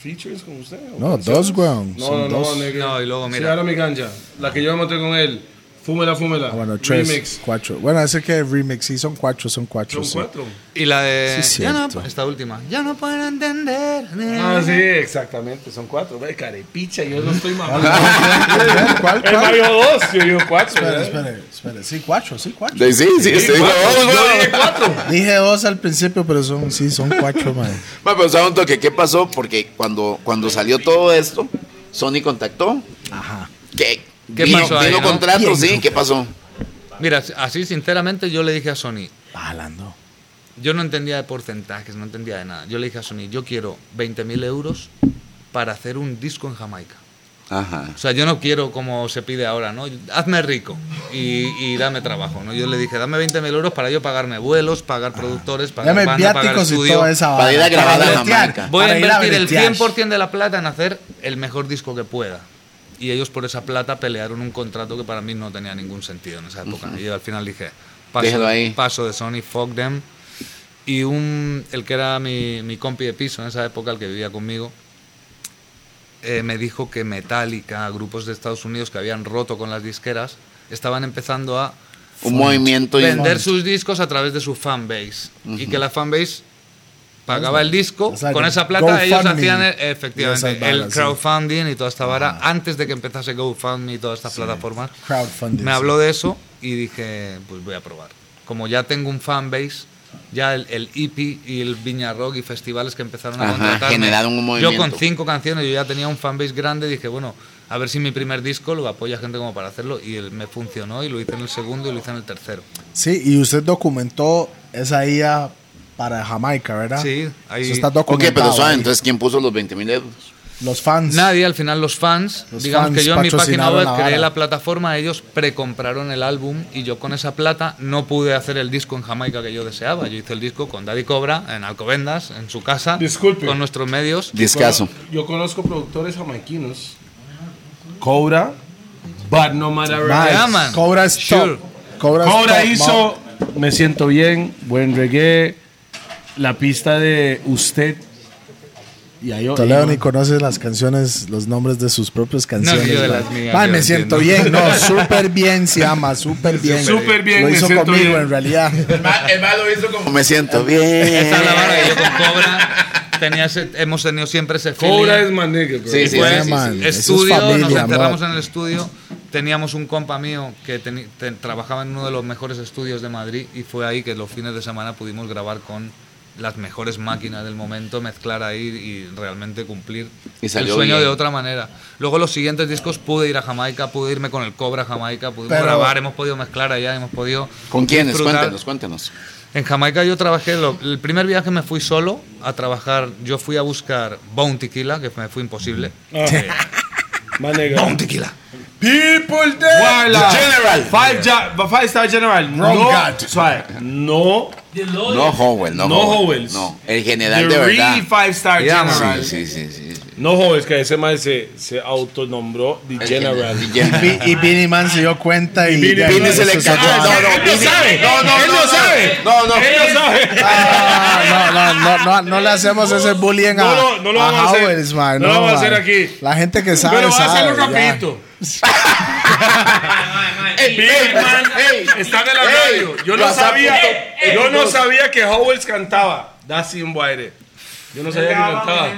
Speaker 2: features con usted. o
Speaker 3: No,
Speaker 2: con
Speaker 3: dos,
Speaker 2: ustedes.
Speaker 3: weón,
Speaker 2: No,
Speaker 3: son
Speaker 2: no, no,
Speaker 3: dos.
Speaker 2: negro.
Speaker 1: No, y luego,
Speaker 2: Sí,
Speaker 1: mira.
Speaker 2: ahora mi ganja. La que yo me monté con él. Fúmela, fúmela.
Speaker 3: Ah, bueno, tres,
Speaker 2: Remix.
Speaker 3: cuatro. Bueno, ese que remix, sí, son cuatro, son cuatro.
Speaker 2: Son
Speaker 3: sí.
Speaker 2: cuatro.
Speaker 1: Y la de.
Speaker 3: Sí,
Speaker 1: ya no-
Speaker 3: cierto.
Speaker 1: esta última. Ya no puedo entender.
Speaker 2: Ah, sí, exactamente. Son cuatro. Ve, carepicha, yo no estoy mamando.
Speaker 3: ¿Cuál, cuál?
Speaker 2: Él me dijo dos, yo digo cuatro.
Speaker 3: Espera,
Speaker 2: ¿verdad?
Speaker 3: espera, espera. Sí, cuatro, sí, cuatro.
Speaker 4: Sí, sí, sí, estoy en juego.
Speaker 2: Yo dije cuatro.
Speaker 3: Dije dos al principio, pero son, sí, son cuatro, mae.
Speaker 4: Bueno, pero sabe un toque, ¿qué pasó? Porque cuando, cuando salió todo esto, Sony contactó.
Speaker 3: Ajá.
Speaker 4: ¿Qué,
Speaker 1: ¿Qué
Speaker 4: vino,
Speaker 1: pasó ahí,
Speaker 4: vino
Speaker 1: no?
Speaker 4: contrato,
Speaker 3: Bien,
Speaker 4: sí, ¿qué pasó?
Speaker 1: Mira, así sinceramente yo le dije a Sony,
Speaker 3: Jalando.
Speaker 1: yo no entendía de porcentajes, no entendía de nada. Yo le dije a Sony, yo quiero 20.000 euros para hacer un disco en Jamaica.
Speaker 4: Ajá.
Speaker 1: O sea, yo no quiero como se pide ahora, ¿no? Hazme rico y, y dame trabajo, ¿no? Yo le dije, dame 20 mil euros para yo pagarme vuelos, pagar productores, pagar
Speaker 3: Ah. Dame
Speaker 1: banda, pagar
Speaker 3: viáticos y
Speaker 1: estudio.
Speaker 3: toda esa
Speaker 4: Para ir a
Speaker 3: vara,
Speaker 4: grabar a
Speaker 3: bretear,
Speaker 4: Jamaica.
Speaker 1: Voy a
Speaker 3: para ir
Speaker 1: invertir el
Speaker 3: bretear.
Speaker 1: 100% de la plata en hacer el mejor disco que pueda. Y ellos por esa plata pelearon un contrato que para mí no tenía ningún sentido en esa época. Y yo al final dije, paso,
Speaker 4: Déjalo ahí.
Speaker 1: paso de Sony, fuck them. Y un, el que era mi, mi compi de piso en esa época, el que vivía conmigo, eh, me dijo que Metallica, grupos de Estados Unidos que habían roto con las disqueras, estaban empezando a
Speaker 4: Un movimiento y
Speaker 1: vender sus discos a través de su fanbase. Y que la fanbase pagaba el disco,
Speaker 3: O sea,
Speaker 1: con
Speaker 3: que
Speaker 1: esa plata ellos
Speaker 3: GoFundMe
Speaker 1: hacían el-
Speaker 3: y
Speaker 1: efectivamente
Speaker 3: esas
Speaker 1: el
Speaker 3: varas, sí.
Speaker 1: crowdfunding y toda esta vara antes de que empezase GoFundMe y todas estas plataformas.
Speaker 3: Crowdfunding.
Speaker 1: Me habló de eso y dije, pues voy a probar. Como ya tengo un fanbase, ya el, el EP y el Viña Rock y festivales que empezaron a
Speaker 4: Ajá,
Speaker 1: contratarme.
Speaker 4: generaron un
Speaker 1: Yo con
Speaker 4: movimiento.
Speaker 1: cinco canciones, yo ya tenía un fanbase grande, dije, bueno, a ver si mi primer disco lo apoya gente como para hacerlo y el- me funcionó y lo hice en el segundo y lo hice en el tercero.
Speaker 3: Sí, y usted documentó esa IA para Jamaica, ¿verdad?
Speaker 1: Sí, ahí-
Speaker 3: Eso está
Speaker 4: Ok,
Speaker 3: documentado.
Speaker 4: pero suave,
Speaker 3: ahí.
Speaker 4: entonces, ¿quién puso los 20 mil euros?
Speaker 3: Los fans.
Speaker 1: Nadie, al final los fans,
Speaker 3: Los
Speaker 1: digamos
Speaker 3: fans
Speaker 1: que yo en mi página
Speaker 3: patrocinaron
Speaker 1: web
Speaker 3: la
Speaker 1: creé
Speaker 3: vara.
Speaker 1: la plataforma, ellos precompraron el álbum y yo con esa plata no pude hacer el disco en Jamaica que yo deseaba. Yo hice el disco con Daddy Cobra en Alcobendas, en su casa,
Speaker 2: Disculpe.
Speaker 1: con nuestros medios.
Speaker 4: Discaso.
Speaker 2: Yo conozco productores jamaiquinos. Cobra, but no matter
Speaker 3: Mae,
Speaker 1: Te aman.
Speaker 3: Cobra es
Speaker 1: Sure.
Speaker 3: top. Cobra, es
Speaker 2: Cobra
Speaker 3: top,
Speaker 2: hizo Me siento bien, buen reggae, la pista de usted. Y ahí
Speaker 3: ma. Toledo ni conoce las canciones, los nombres de sus propias canciones.
Speaker 1: yo de
Speaker 3: ma.
Speaker 1: las mías,
Speaker 3: Ma,
Speaker 1: yo
Speaker 3: me siento
Speaker 1: entiendo.
Speaker 3: bien, no, súper bien se ama, súper bien.
Speaker 2: Súper bien,
Speaker 3: Lo
Speaker 2: me
Speaker 3: hizo
Speaker 2: siento
Speaker 3: conmigo
Speaker 2: bien.
Speaker 3: en realidad.
Speaker 4: El malo hizo como me siento bien.
Speaker 1: Esa es la vara que yo con Cobra tenía ese- hemos tenido siempre ese
Speaker 2: Cobra
Speaker 1: feeling.
Speaker 2: es más negro, bro.
Speaker 4: Sí, sí,
Speaker 1: Fue
Speaker 4: sí,
Speaker 3: Sí, man.
Speaker 4: sí,
Speaker 3: Eso es
Speaker 1: Pues, estudio, nos
Speaker 3: familia,
Speaker 1: enterramos
Speaker 3: ma.
Speaker 1: en el estudio. Teníamos un compa mío que teni- te- trabajaba en uno de los mejores estudios de Madrid y fue ahí que los fines de semana pudimos grabar con las mejores máquinas del momento, mezclar ahí y realmente cumplir
Speaker 4: Y salió
Speaker 1: el sueño
Speaker 4: bien.
Speaker 1: de otra manera. Luego los siguientes discos pude ir a Jamaica, pude irme con el Cobra a Jamaica, pudimos
Speaker 3: Pero-
Speaker 1: grabar, hemos podido mezclar allá, hemos podido
Speaker 4: ¿Con quiénes?
Speaker 1: disfrutar.
Speaker 4: Cuéntanos, cuéntanos.
Speaker 1: En Jamaica yo trabajé, lo- el primer viaje me fui solo a trabajar, yo fui a buscar Bone Tequila, que me fue imposible.
Speaker 2: Más negro.
Speaker 1: Bone Tequila.
Speaker 2: People de
Speaker 4: General.
Speaker 2: Five, ja- five Star General. No,
Speaker 3: God.
Speaker 2: suave, no.
Speaker 4: No Howell, no.
Speaker 2: No Howells.
Speaker 4: No, el
Speaker 2: The
Speaker 4: general de verdad.
Speaker 2: real Five Star
Speaker 1: Yeah,
Speaker 2: General.
Speaker 4: Sí, sí, sí, sí, sí.
Speaker 2: No joder, es que ese man se, se autonombró The
Speaker 4: El
Speaker 2: General.
Speaker 4: general.
Speaker 3: Vi- Y Vinny Man se dio cuenta y.
Speaker 2: Vinny-
Speaker 3: ya,
Speaker 2: Vinny
Speaker 3: no,
Speaker 4: se le
Speaker 3: eso es
Speaker 4: ca-
Speaker 3: otra
Speaker 4: Ah,
Speaker 3: vara.
Speaker 4: no, no.
Speaker 2: Él no sabe.
Speaker 4: No, no, no,
Speaker 2: él
Speaker 4: no. No,
Speaker 2: no, sabe.
Speaker 4: no.
Speaker 2: Él no sabe.
Speaker 3: Ah, no, no, no, no, no le hacemos ese bullying a,
Speaker 2: No, no, no lo vamos a hacer.
Speaker 3: Howells, man,
Speaker 2: No lo vamos a
Speaker 3: man.
Speaker 2: hacer aquí.
Speaker 3: La gente que sabe
Speaker 2: Pero va a
Speaker 3: sabe,
Speaker 2: hacerlo
Speaker 3: ya.
Speaker 2: rapidito.
Speaker 4: Ey,
Speaker 2: Big Man
Speaker 4: ey,
Speaker 2: está en la
Speaker 4: ey,
Speaker 2: radio. Yo no
Speaker 4: WhatsApp
Speaker 2: sabía,
Speaker 4: punto-
Speaker 2: yo no sabía que Howells cantaba. That's in Waire. Yo no sabía que cantaba.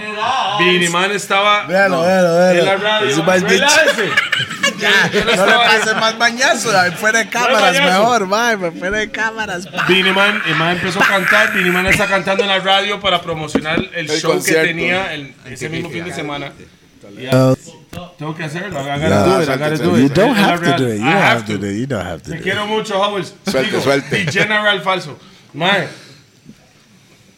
Speaker 2: Big Man estaba
Speaker 3: Véalo, véalo,
Speaker 2: en la
Speaker 3: véalo.
Speaker 2: radio.
Speaker 3: Eso va a decir,
Speaker 2: Relájese.
Speaker 3: No le pases más bañazo. Fuera de cámaras,
Speaker 2: bañazo.
Speaker 3: mejor, mae. Fuera de
Speaker 10: Ah,
Speaker 3: cámaras. pa.
Speaker 2: Biniman, el man empezó a cantar, Biniman está cantando en la radio para promocionar el, show
Speaker 4: concierto.
Speaker 2: que tenía el- ese mismo fin de semana. Tengo que hacerlo, I gotta
Speaker 4: Yeah,
Speaker 2: do it, I gotta
Speaker 10: Uh,
Speaker 2: do it.
Speaker 10: You don't
Speaker 2: Es la
Speaker 10: have to do it. You
Speaker 2: real- I
Speaker 10: don't
Speaker 2: have
Speaker 10: have to
Speaker 2: to.
Speaker 10: do it. You don't have to
Speaker 2: Te
Speaker 10: do it.
Speaker 2: quiero mucho, Howard.
Speaker 4: Suelte, suelte.
Speaker 2: Y General falso. Mae.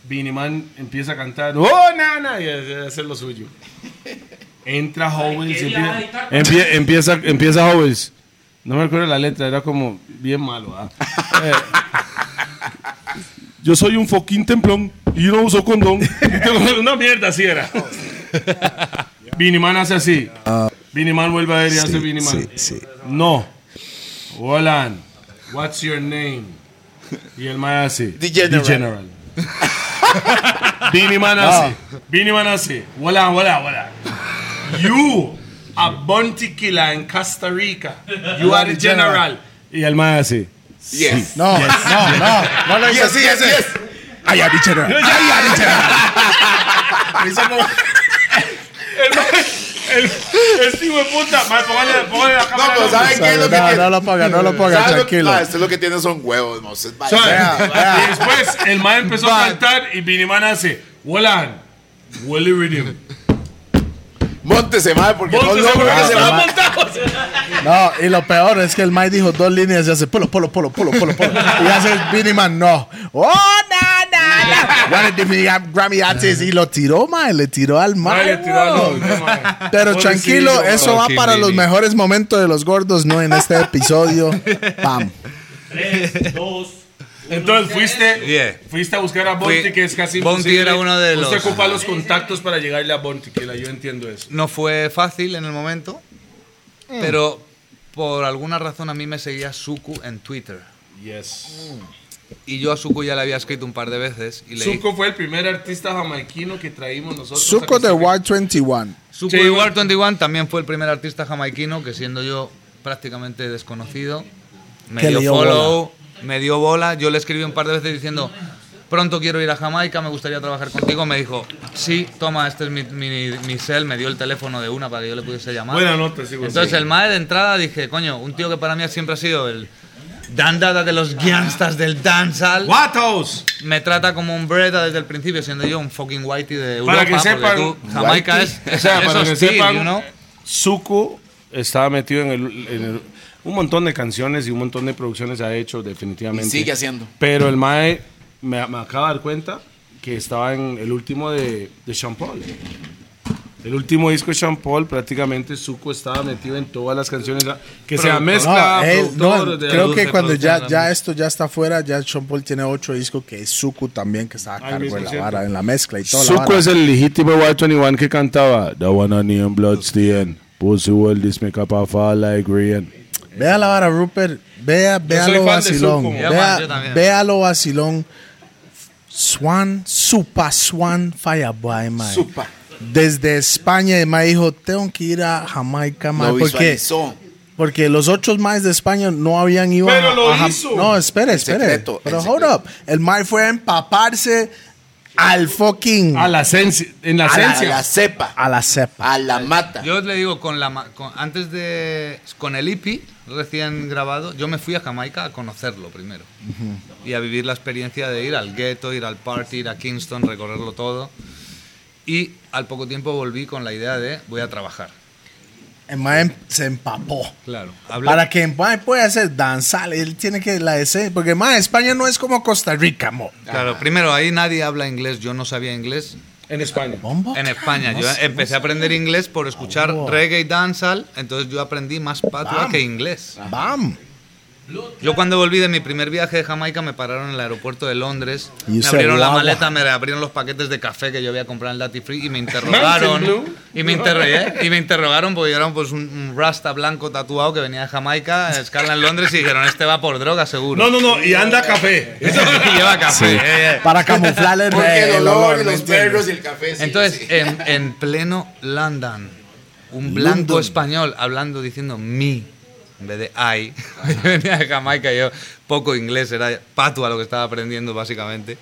Speaker 2: Biniman empieza a cantar. ¡Oh, nana! Y a hacer lo suyo. Entra Howells. Empieza, empie- empieza, empieza Howells. No me acuerdo la letra, era como bien malo. ¿ah? Eh, yo soy un foquín templón y no uso condón. Una mierda así era. Biniman hace así. Biniman vuelve a ver y hace Biniman.
Speaker 10: Ah. Sí, sí.
Speaker 2: No. Roland, what's your name? Y el man hace.
Speaker 4: The General.
Speaker 2: The General. Beanie man hace. Beanie man hace. Roland, Roland, Roland. You, a bounty killer in Costa Rica. You are the General. Y el man hace.
Speaker 4: Yes.
Speaker 3: No, no, no. No lo
Speaker 4: Yes,
Speaker 3: hice.
Speaker 4: yes, yes.
Speaker 10: I am the general.
Speaker 2: El man, el, este hijo de puta. Man, póngale, póngale la cámara.
Speaker 4: pero ¿saben qué es lo que
Speaker 3: No,
Speaker 4: tiene?
Speaker 3: no lo ponga, no lo ponga,
Speaker 4: ¿Saben lo que-
Speaker 3: tranquilo.
Speaker 4: Ah, esto es lo que tiene son huevos, no sé, vaya.
Speaker 2: Suave.
Speaker 3: Vea,
Speaker 2: Y después el man empezó a cantar y Biniman hace. Roland, Willy Rhythm.
Speaker 4: Móntese, madre, porque no
Speaker 2: Póntese,
Speaker 4: logro que
Speaker 2: porque
Speaker 4: se
Speaker 2: se va
Speaker 4: va.
Speaker 2: a montar.
Speaker 3: No, y lo peor es que el Mike dijo dos líneas y hace polo, polo, polo, polo, polo, polo. Y hace el Vinny Man, no. Oh, na, na, na. One of the Grammy- Grammy artists. Y lo tiró, Mike. Le tiró al
Speaker 2: Ay, le
Speaker 3: Mike.
Speaker 2: tiró al
Speaker 3: weón.
Speaker 2: otro, mae.
Speaker 3: Pero
Speaker 2: Pobrecillo,
Speaker 3: tranquilo,
Speaker 2: mae.
Speaker 3: eso va
Speaker 1: Fucking
Speaker 3: para los
Speaker 1: Vinny.
Speaker 3: mejores momentos de los gordos, no en este episodio. Pam.
Speaker 2: Entonces fuiste,
Speaker 1: Yeah.
Speaker 2: fuiste a buscar a Bonti,
Speaker 1: Fui-
Speaker 2: que es casi
Speaker 1: Bonti
Speaker 2: imposible.
Speaker 1: era uno de
Speaker 2: Usted
Speaker 1: los-
Speaker 2: ocupa los contactos para llegarle a Bonti, que la- yo entiendo eso.
Speaker 1: No fue fácil en el momento,
Speaker 2: Mm.
Speaker 1: pero por alguna razón a mí me seguía Suku en Twitter.
Speaker 2: Yes.
Speaker 1: Y yo a Suku ya le había escrito un par de veces y le
Speaker 2: Zuko fue el primer artista jamaiquino que traímos nosotros. a
Speaker 3: Suco de
Speaker 2: Costa Rica.
Speaker 3: War 21.
Speaker 1: Suku
Speaker 2: Sí,
Speaker 1: de
Speaker 2: bueno.
Speaker 1: War 21 también fue el primer artista jamaiquino que siendo yo prácticamente desconocido, me
Speaker 3: Que le
Speaker 1: dio
Speaker 3: dio
Speaker 1: follow, me dio bola. Yo le escribí un par de veces diciendo, pronto quiero ir a Jamaica, me gustaría trabajar contigo. Me dijo, sí, toma, este es mi, mi, mi cel, me dio el teléfono de una para que yo le pudiese llamar.
Speaker 2: Buena nota, sí,
Speaker 1: Entonces el mae de entrada dije, coño, un tío que para mí siempre ha sido el dandada de los gangsters del dancehall,
Speaker 2: ¡Watos!
Speaker 1: me trata como un breda desde el principio, siendo yo un fucking whitey de Europa.
Speaker 2: Para que
Speaker 1: porque
Speaker 2: sepan-
Speaker 1: tú- Jamaica es,
Speaker 2: O sea,
Speaker 1: es
Speaker 2: para que
Speaker 1: hostil,
Speaker 2: sepan,
Speaker 1: you know?
Speaker 2: Zuko estaba metido en el, en el- un montón de canciones y un montón de producciones ha hecho definitivamente.
Speaker 4: Y sigue haciendo.
Speaker 2: Pero el Mae me, me acaba de dar cuenta que estaba en el último de, de Sean Paul. El último disco de Sean Paul, prácticamente Zuko estaba metido en todas las canciones ah, que sea mezcla.
Speaker 3: No, él-
Speaker 2: productor,
Speaker 3: no,
Speaker 2: de-
Speaker 3: creo que
Speaker 1: produce,
Speaker 3: cuando ya,
Speaker 1: produce,
Speaker 3: ya
Speaker 1: ¿no?
Speaker 3: esto ya está fuera, ya Sean Paul tiene ocho discos que es Suku también que está a cargo de la
Speaker 2: 100%.
Speaker 3: vara, en la mezcla y todo.
Speaker 10: Suco es el legítimo Y21 que cantaba The one onion bloodstain Pussy world this make up a fall like rain
Speaker 3: Vea la vara, Rupert. Vea, vea
Speaker 2: soy
Speaker 3: lo
Speaker 2: fan de
Speaker 3: vacilón.
Speaker 2: Suco.
Speaker 1: Ya,
Speaker 3: Vea,
Speaker 1: man, yo también.
Speaker 3: vea lo vacilón. Swan, Supa Swan Fireboy, man.
Speaker 4: Supa.
Speaker 3: Desde España, el mae dijo, tengo que ir a Jamaica, man.
Speaker 4: Lo
Speaker 3: porque,
Speaker 4: visualizó.
Speaker 3: porque los otros más de España no habían ido
Speaker 2: Pero
Speaker 3: a,
Speaker 2: lo
Speaker 3: a Jam-
Speaker 2: hizo.
Speaker 3: No, espere, espere.
Speaker 4: secreto,
Speaker 3: Pero
Speaker 4: el
Speaker 3: hold
Speaker 4: secreto.
Speaker 3: up. El mae fue a empaparse al fucking...
Speaker 2: a la esencia. En la
Speaker 4: A la, a
Speaker 2: esencia.
Speaker 4: la cepa.
Speaker 3: a la cepa.
Speaker 4: A la mata.
Speaker 1: Yo le digo, con la, ma- con- antes de. Con el hippie recién grabado, yo me fui a Jamaica a conocerlo primero. Y a vivir la experiencia de ir al gueto, ir al party, ir a Kingston, recorrerlo todo. Y al poco tiempo volví con la idea de voy a trabajar.
Speaker 3: El mae em- se empapó.
Speaker 1: Claro.
Speaker 3: Para que mae pueda hacer danzar, él tiene que la ese, porque mae, España no es como Costa Rica, mo.
Speaker 1: Claro, primero ahí nadie habla inglés, yo no sabía inglés.
Speaker 2: En España.
Speaker 3: Bombo.
Speaker 1: En España, yo empecé a aprender inglés por escuchar reggae y dancehall, entonces yo aprendí más patua
Speaker 3: Bam.
Speaker 1: que inglés.
Speaker 3: Bam.
Speaker 1: Yo cuando volví de mi primer viaje de Jamaica me pararon en el aeropuerto de Londres,
Speaker 3: Y
Speaker 1: me
Speaker 3: esa
Speaker 1: abrieron la
Speaker 3: guagua.
Speaker 1: maleta, me abrieron los paquetes de café que yo había comprado en Lati Free y me
Speaker 2: Blue.
Speaker 1: interrogaron. y, me interro- ¿eh? y me interrogaron porque yo era pues, un, un rasta blanco tatuado que venía de Jamaica, escala en Londres y dijeron, este va por droga seguro.
Speaker 2: No, no, no. Y anda café.
Speaker 1: y lleva café. eh, eh.
Speaker 3: Para camuflar el,
Speaker 4: Porque
Speaker 3: re-
Speaker 4: el
Speaker 3: el
Speaker 4: olor,
Speaker 3: olor, ¿me
Speaker 4: los
Speaker 3: entiendes?
Speaker 4: perros y el café. sí,
Speaker 1: Entonces,
Speaker 4: sí.
Speaker 1: En, en pleno London, un blanco
Speaker 3: London.
Speaker 1: español hablando, diciendo mi, en vez de I. Yo venía de Jamaica, yo poco inglés, era patua lo que estaba aprendiendo básicamente.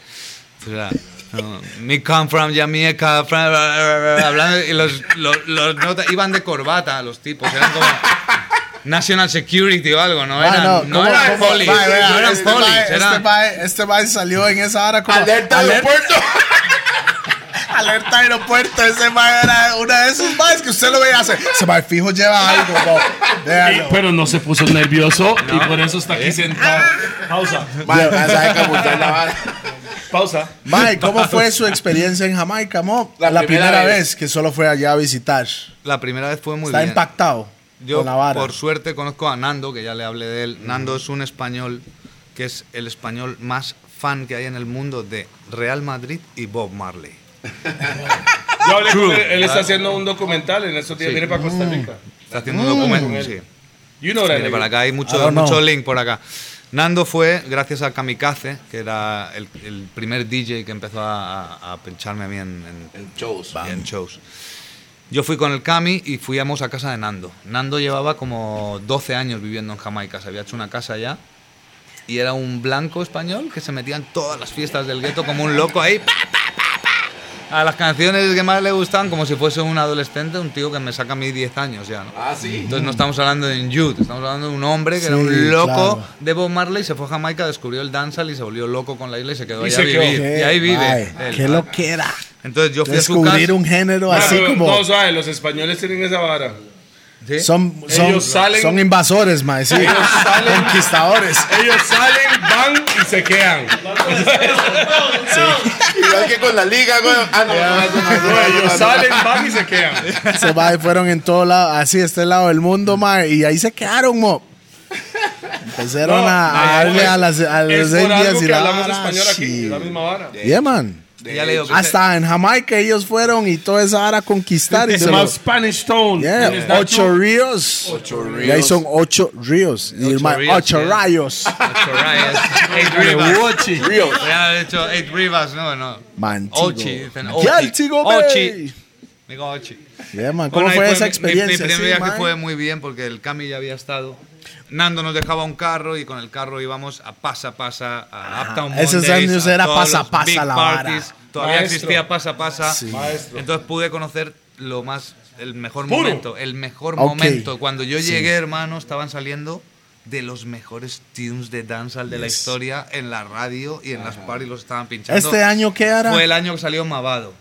Speaker 1: O sea, no, me come from Jamaica, from- hablando, y los, los, los notas- iban de corbata los tipos, eran como National Security o algo, no eran, no,
Speaker 3: Ah, ¿cómo-
Speaker 1: eran
Speaker 3: cómo-
Speaker 1: polis,
Speaker 3: Mae, vea,
Speaker 1: no eran
Speaker 3: este
Speaker 1: polis,
Speaker 3: mae-
Speaker 1: eran-
Speaker 3: Este mae- este mae salió en esa hora como...
Speaker 4: Alerta aeropuerto.
Speaker 3: Alerta aeropuerto, ese mae era uno de esos maes que usted lo ve y hace, ese mae fijo lleva algo, bro. Déjalo.
Speaker 7: Pero no se puso nervioso y por eso está
Speaker 1: Eh.
Speaker 7: aquí sentado. Pausa,
Speaker 4: Mae, mae, sabe que apuntar la vara.
Speaker 7: pausa.
Speaker 3: Mae, ¿cómo fue su experiencia en Jamaica, mo? La,
Speaker 4: La
Speaker 3: primera,
Speaker 4: primera
Speaker 3: vez.
Speaker 4: vez.
Speaker 3: que solo fue allá a visitar.
Speaker 1: La primera vez fue muy
Speaker 3: Está
Speaker 1: bien.
Speaker 3: impactado
Speaker 1: Yo,
Speaker 3: con la vara.
Speaker 1: por suerte, conozco a Nando, que ya le hablé de él. Nando es un español que es el español más fan que hay en el mundo de Real Madrid y Bob Marley.
Speaker 7: Yo hablé con él, él está haciendo un documental en estos días,
Speaker 1: Sí.
Speaker 7: viene para Costa Rica.
Speaker 1: Está haciendo un documento. Sí.
Speaker 7: You know that,
Speaker 1: Viene
Speaker 7: nigga.
Speaker 1: para acá, hay
Speaker 3: I
Speaker 1: mucho,
Speaker 3: don't know.
Speaker 1: mucho link por acá. Nando fue gracias a Kamikaze, que era el, el primer DJ que empezó a, a- a pincharme a mí en- en,
Speaker 4: En shows.
Speaker 1: en shows. Yo fui con el Cami y fuimos a casa de Nando. Nando llevaba como 12 años viviendo en Jamaica, se había hecho una casa allá y era un blanco español que se metía en todas las fiestas del gueto como un loco ahí. pa, pa, pa, pa, a las canciones que más le gustaban, como si fuese un adolescente, un tío que me saca a mí 10 años ya, ¿no?
Speaker 4: Ah, sí.
Speaker 1: Entonces no estamos hablando de un youth, estamos hablando de un hombre que era
Speaker 3: Sí,
Speaker 1: un loco
Speaker 3: claro.
Speaker 1: de Bob Marley, se fue a Jamaica, descubrió el dancehall y se volvió loco con la isla y se quedó
Speaker 7: Y
Speaker 1: allá
Speaker 7: se
Speaker 1: a vivir.
Speaker 7: quedó.
Speaker 1: Y ahí vive.
Speaker 3: Mae,
Speaker 1: él.
Speaker 3: qué loquera.
Speaker 1: Entonces yo fui a su
Speaker 3: Descubrir
Speaker 1: casa.
Speaker 3: un género
Speaker 7: Ah,
Speaker 3: así
Speaker 7: pero
Speaker 3: como...
Speaker 7: No, suave, los españoles tienen esa vara.
Speaker 1: ¿sí?
Speaker 3: Son, son,
Speaker 7: Ellos salen-
Speaker 3: son invasores, mae, sí. Conquistadores.
Speaker 7: Ellos salen, van y se quedan.
Speaker 4: Igual que con la liga, güey. Ah, no, no, no, no, no, no, no, no,
Speaker 7: Ellos
Speaker 4: no.
Speaker 7: salen, van y se quedan.
Speaker 3: Se va, fueron en todo lado, así, este lado del mundo, mae, y ahí se quedaron, mo. Empezaron
Speaker 7: No,
Speaker 3: a, a
Speaker 7: no,
Speaker 3: darle
Speaker 7: es-
Speaker 3: a las, a
Speaker 7: Es
Speaker 3: las
Speaker 7: por algo
Speaker 3: indias y
Speaker 7: que
Speaker 3: la
Speaker 7: hablamos
Speaker 3: vara,
Speaker 7: español aquí,
Speaker 3: sí.
Speaker 7: es la misma vara.
Speaker 3: Yeah, man.
Speaker 1: Y ya le digo que
Speaker 3: Hasta en Jamaica ellos fueron y toda esa vara a conquistar. Y
Speaker 7: Se
Speaker 3: se
Speaker 7: llama
Speaker 3: lo-
Speaker 7: Spanish Town.
Speaker 3: Yeah,
Speaker 7: Is that
Speaker 3: ocho
Speaker 7: true?
Speaker 3: ríos.
Speaker 4: Ocho
Speaker 3: Y ahí
Speaker 4: ríos.
Speaker 3: son ocho ríos. Y el
Speaker 1: Ocho
Speaker 3: mae,
Speaker 1: ríos,
Speaker 3: ocho
Speaker 1: yeah.
Speaker 3: rayos.
Speaker 1: Ocho Rayas, Eight Rivas.
Speaker 4: Ríos.
Speaker 1: Ya he dicho Eight Rivas, no, no.
Speaker 3: Mantigo.
Speaker 1: Ochi, dicen Ochi.
Speaker 3: Mantigo,
Speaker 1: Ochi. Digo Ochi.
Speaker 3: Yeah, man. ¿Cómo
Speaker 1: Bueno, ahí
Speaker 3: fue esa
Speaker 1: mi- Mi,
Speaker 3: experiencia?
Speaker 1: primer
Speaker 3: Sí,
Speaker 1: viaje
Speaker 3: mae.
Speaker 1: fue muy bien porque el Cami ya había estado. Nando nos dejaba un carro y con el carro íbamos a pasa pasa, a Uptown
Speaker 3: esos
Speaker 1: Mondays,
Speaker 3: años
Speaker 1: a
Speaker 3: era
Speaker 1: todos
Speaker 3: pasa,
Speaker 1: los
Speaker 3: pasa
Speaker 1: big
Speaker 3: la vara.
Speaker 1: parties. Todavía
Speaker 7: Maestro.
Speaker 1: existía pasa pasa.
Speaker 3: Sí.
Speaker 7: Maestro.
Speaker 1: Entonces pude conocer lo más, el mejor
Speaker 7: Puro.
Speaker 1: momento, el mejor
Speaker 3: Ok.
Speaker 1: momento. Cuando yo llegué, hermano, estaban saliendo de los mejores tunes de dancehall de la historia en la radio y en las parties los estaban pinchando.
Speaker 3: ¿Este año qué era?
Speaker 1: fue el año que salió Mavado.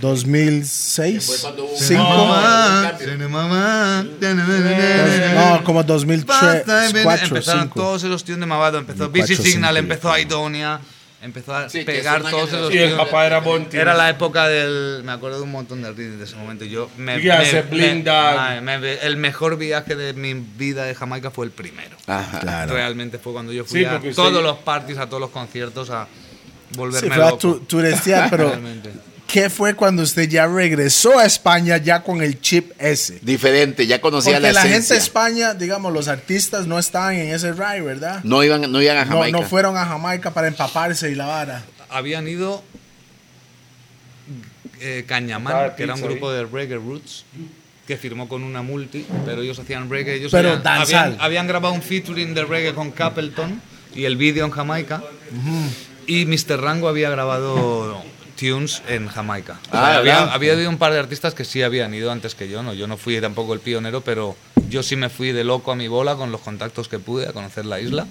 Speaker 3: 2006.
Speaker 4: Fue cuando hubo-
Speaker 3: Cinco.
Speaker 1: Mamá, tiene mamá, tiene-
Speaker 3: No, como 2003,
Speaker 1: Basta, ven-
Speaker 3: 4,
Speaker 1: empezaron
Speaker 3: 5.
Speaker 1: todos esos tíos de Mavado, empezó
Speaker 3: Cuatro,
Speaker 1: BC Signal,
Speaker 3: cinco,
Speaker 1: empezó Aidonia, empezó a
Speaker 4: Sí, que
Speaker 1: pegar
Speaker 4: es una
Speaker 1: todos esos
Speaker 7: Y el
Speaker 1: tíos.
Speaker 7: papá era Bonti.
Speaker 1: Era la época del. Me acuerdo de un montón de artistas de ese momento. Yo me.
Speaker 7: Y que
Speaker 1: me-
Speaker 7: hace
Speaker 1: me-
Speaker 7: Blind Dog.
Speaker 1: ay, me- El mejor viaje de mi vida de Jamaica fue el primero. Realmente fue cuando yo fui
Speaker 7: Sí,
Speaker 1: a
Speaker 7: porque
Speaker 1: todos
Speaker 7: usted-
Speaker 1: los parties, a todos los conciertos, a
Speaker 3: Sí,
Speaker 1: volverme
Speaker 3: fue a
Speaker 1: loco.
Speaker 3: tu, turistear, pero
Speaker 1: Realmente.
Speaker 3: ¿qué fue cuando usted ya regresó a España ya con el chip ese?
Speaker 4: Diferente, ya conocía
Speaker 3: Porque
Speaker 4: la
Speaker 3: la, gente
Speaker 4: esencia.
Speaker 3: de España, digamos, los artistas no estaban en ese ride, ¿verdad?
Speaker 4: No iban, no iban a
Speaker 3: No,
Speaker 4: Jamaica.
Speaker 3: no fueron a Jamaica para empaparse y la vara.
Speaker 1: habían ido eh, Cañamán,
Speaker 7: Ah,
Speaker 1: que era un
Speaker 7: pizza,
Speaker 1: grupo de reggae roots que firmó con una multi, pero ellos hacían reggae, ellos
Speaker 3: Pero
Speaker 1: habían,
Speaker 3: danzal.
Speaker 1: habían- habían grabado un featuring de reggae con Capleton y el vídeo en Jamaica. Y Mr. Rango había grabado tunes en Jamaica. O sea,
Speaker 4: Ah,
Speaker 1: había,
Speaker 4: ¿verdad?
Speaker 1: había habido un par de artistas que sí habían ido antes que yo, no, yo no fui tampoco el pionero, pero yo sí me fui de loco a mi bola con los contactos que pude a conocer la isla.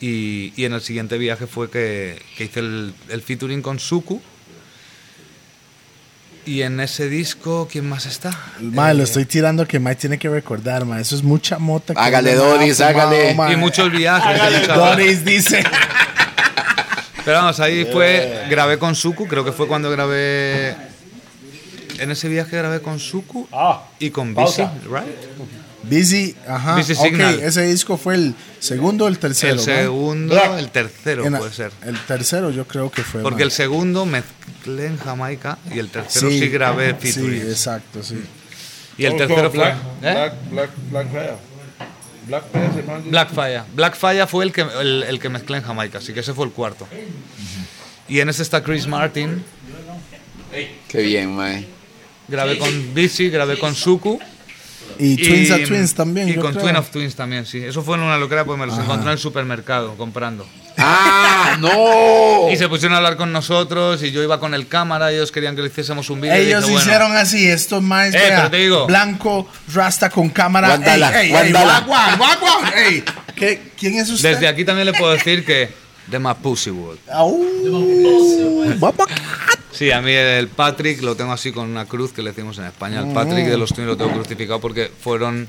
Speaker 1: Y, y en el siguiente viaje fue que, que hice el, el featuring con Suku. Y en ese disco, ¿quién más está?
Speaker 3: Mae, lo estoy tirando que Mae tiene que recordar, Mae. Eso es mucha mota. que
Speaker 4: Hágale,
Speaker 3: uno ha
Speaker 4: Doris,
Speaker 3: fumado,
Speaker 4: hágale.
Speaker 3: mae.
Speaker 1: Y muchos viajes. y muchas cosas.
Speaker 3: Doris dice.
Speaker 1: Pero vamos, ahí fue, grabé con Suku, creo que fue cuando grabé... En ese viaje grabé con Suku
Speaker 7: Ah,
Speaker 1: y con Busy,
Speaker 7: pausa.
Speaker 1: ¿right?
Speaker 3: Busy, ajá.
Speaker 1: Busy
Speaker 3: ok,
Speaker 1: Signal.
Speaker 3: ese disco fue el segundo o el tercero.
Speaker 1: El
Speaker 3: mae?
Speaker 1: segundo,
Speaker 7: Black.
Speaker 1: el tercero
Speaker 3: En la-
Speaker 1: puede ser.
Speaker 3: El tercero yo creo que fue.
Speaker 1: Porque el
Speaker 3: mae.
Speaker 1: segundo mezclé en Jamaica y el tercero sí, grabé
Speaker 3: Sí,
Speaker 1: featuring.
Speaker 3: exacto, sí.
Speaker 1: y el tercero fue...
Speaker 7: Black,
Speaker 1: ¿Eh?
Speaker 7: Black, Black, Black Player. Black Player se llama.
Speaker 1: Blackfire. Blackfire fue el que, el, el que mezclé en Jamaica, así que ese fue el cuarto. Y en ese está Chris Martin.
Speaker 4: Qué bien, mae.
Speaker 1: Grabé con Bici, grabé con Suku.
Speaker 3: Y Twins a Twins también,
Speaker 1: Y
Speaker 3: yo
Speaker 1: con
Speaker 3: creo.
Speaker 1: Twin of Twins también, sí. Eso fue una locura porque me los encontré en el supermercado comprando.
Speaker 4: ¡Ah, no!
Speaker 3: Oh.
Speaker 1: Y se pusieron a hablar con nosotros y yo iba con el cámara, ellos querían que le hiciésemos un vídeo. y
Speaker 3: Ellos
Speaker 1: dije, bueno,
Speaker 3: hicieron así, estos más
Speaker 1: Eh, pero te digo-
Speaker 3: blanco, rasta con cámara.
Speaker 4: Guandala,
Speaker 3: Ey, ey, ey,
Speaker 4: guandala.
Speaker 3: guagua, guagua, ey. ¿Qué- ¿Quién es usted?
Speaker 1: Desde aquí también le puedo decir que de más Pussy World.
Speaker 3: Au, guapa.
Speaker 1: Sí, a mí el Patrick lo tengo así con una cruz que le hicimos en España.
Speaker 3: Mm.
Speaker 1: El Patrick de los Twins lo tengo crucificado porque fueron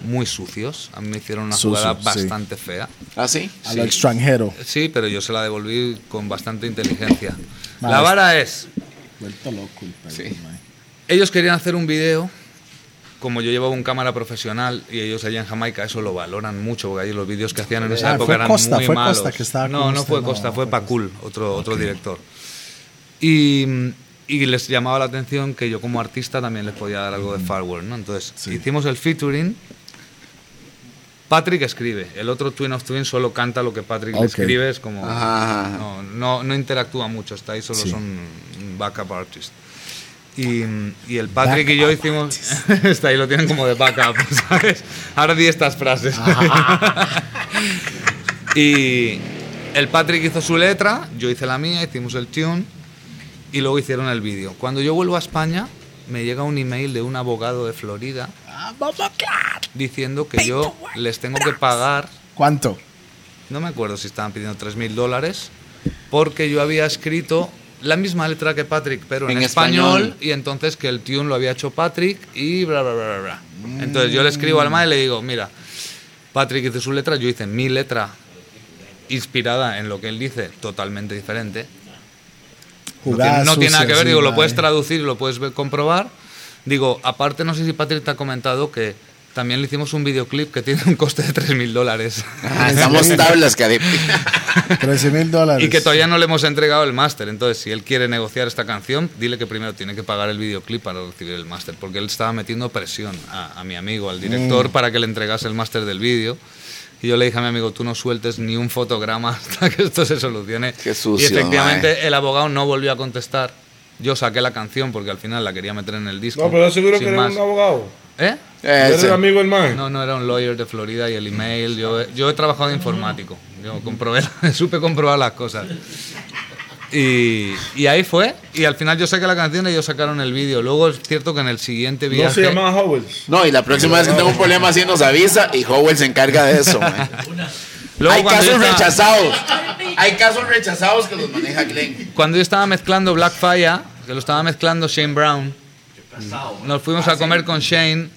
Speaker 1: muy sucios. A mí me hicieron una
Speaker 3: Sucios,
Speaker 1: jugada
Speaker 3: sí.
Speaker 1: bastante fea.
Speaker 4: ¿Ah, sí?
Speaker 3: A lo extranjero.
Speaker 1: Sí, pero yo se la devolví con bastante inteligencia. La vara es,
Speaker 4: Sí.
Speaker 1: ellos querían hacer un video, como yo llevaba un cámara profesional y ellos allá en Jamaica eso lo valoran mucho, porque ahí los vídeos que hacían en esa
Speaker 3: Ah,
Speaker 1: época
Speaker 3: fue
Speaker 1: eran
Speaker 3: Costa,
Speaker 1: muy
Speaker 3: fue
Speaker 1: malos.
Speaker 3: Costa que estaba
Speaker 1: no,
Speaker 3: con
Speaker 1: no
Speaker 3: usted,
Speaker 1: fue
Speaker 3: no,
Speaker 1: Costa,
Speaker 3: fue
Speaker 1: fue Pacul, otro, otro director. Y, y les llamaba la atención que yo como artista también les podía dar algo de firewall, ¿no? Entonces hicimos el featuring. Patrick escribe, el otro Twin of Twin solo canta lo que Patrick le
Speaker 6: Ok.
Speaker 1: escribe, es como...
Speaker 4: Ajá.
Speaker 1: No, no, no interactúa mucho, está ahí solo son un backup artist. Y, y el Patrick y yo hicimos. está ahí, lo tienen como de backup, ¿sabes? Ahora di estas frases. y el Patrick hizo su letra, yo hice la mía, hicimos el tune y luego hicieron el vídeo. Cuando yo vuelvo a España, me llega un email de un abogado de Florida
Speaker 3: Ah,
Speaker 1: diciendo que yo les tengo que pagar
Speaker 3: ¿Cuánto?
Speaker 1: no me acuerdo si estaban pidiendo 3.000 dólares, porque yo había escrito la misma letra que Patrick, pero en,
Speaker 4: En
Speaker 1: español,
Speaker 4: español.
Speaker 1: y entonces que el tune lo había hecho Patrick y bla, bla, bla, bla, bla. Entonces yo le escribo al ma y le digo, mira, Patrick hizo su letra, yo hice mi letra inspirada en lo que él dice, totalmente diferente. No tiene,
Speaker 3: Jugadas
Speaker 1: no tiene nada que
Speaker 3: sucias,
Speaker 1: ver,
Speaker 3: sí,
Speaker 1: digo, lo
Speaker 3: mae.
Speaker 1: puedes traducir y lo puedes ver- comprobar. Digo, aparte, no sé si Patrick te ha comentado que también le hicimos un videoclip que tiene un coste de 3.000 dólares.
Speaker 4: Ah, estamos tablas, Cari.
Speaker 3: 13 mil dólares.
Speaker 1: Y que todavía no le hemos entregado el máster. Entonces, si él quiere negociar esta canción, dile que primero tiene que pagar el videoclip para recibir el máster. Porque él estaba metiendo presión a, a mi amigo, al
Speaker 4: Mm.
Speaker 1: director, para que le entregase el máster del vídeo. Y yo le dije a mi amigo, tú no sueltes ni un fotograma hasta que esto se solucione.
Speaker 4: Qué sucio,
Speaker 1: y efectivamente, el abogado no volvió a contestar. Yo saqué la canción porque al final la quería meter en el disco.
Speaker 5: No, pero seguro
Speaker 1: sin
Speaker 5: que eres
Speaker 1: más.
Speaker 5: un abogado.
Speaker 1: ¿Eh?
Speaker 5: Eres
Speaker 4: Ese.
Speaker 5: amigo del man.
Speaker 1: No, no era un lawyer de Florida y el email. Yo, he- yo he trabajado de informático. Yo comprobé, supe comprobar las cosas. Y, y ahí fue. Y al final yo saqué la canción y ellos sacaron el vídeo. Luego es cierto que en el siguiente
Speaker 5: No se
Speaker 1: viaje.
Speaker 5: llama Howells.
Speaker 4: No, y la próxima vez que tenga un problema así nos avisa y Howell se encarga de eso. man.
Speaker 1: Luego
Speaker 4: Hay
Speaker 1: cuando yo
Speaker 4: casos
Speaker 1: estaba-
Speaker 4: rechazados. Hay casos rechazados que los maneja Glenn.
Speaker 1: cuando yo estaba mezclando Blackfire, que lo estaba mezclando Shane Brown, nos fuimos a comer con Shane,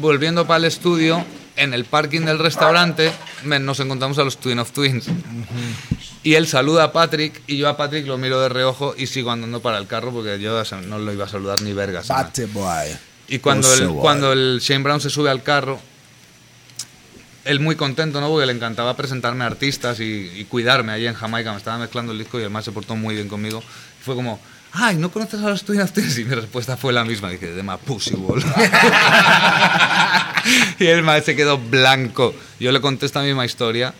Speaker 1: volviendo para el estudio, en el parking del restaurante me- nos encontramos a los Twin of Twins. Y él saluda a Patrick y yo a Patrick lo miro de reojo y sigo andando para el carro porque yo o sea, no lo iba a saludar ni vergas. nada.
Speaker 3: Bate, boy.
Speaker 1: Y cuando,
Speaker 3: No sé,
Speaker 1: el,
Speaker 3: guay.
Speaker 1: cuando el Shane Brown se sube al carro, él muy contento, ¿no? Porque le encantaba presentarme a artistas y, y cuidarme allí en Jamaica. Me estaba mezclando el disco y el más se portó muy bien conmigo. Y fue como, ay, ¿no conoces a los Twin Twins? Y mi respuesta fue la misma. Dije, de my pussy wall". y el más se quedó blanco. Yo le contesto la misma historia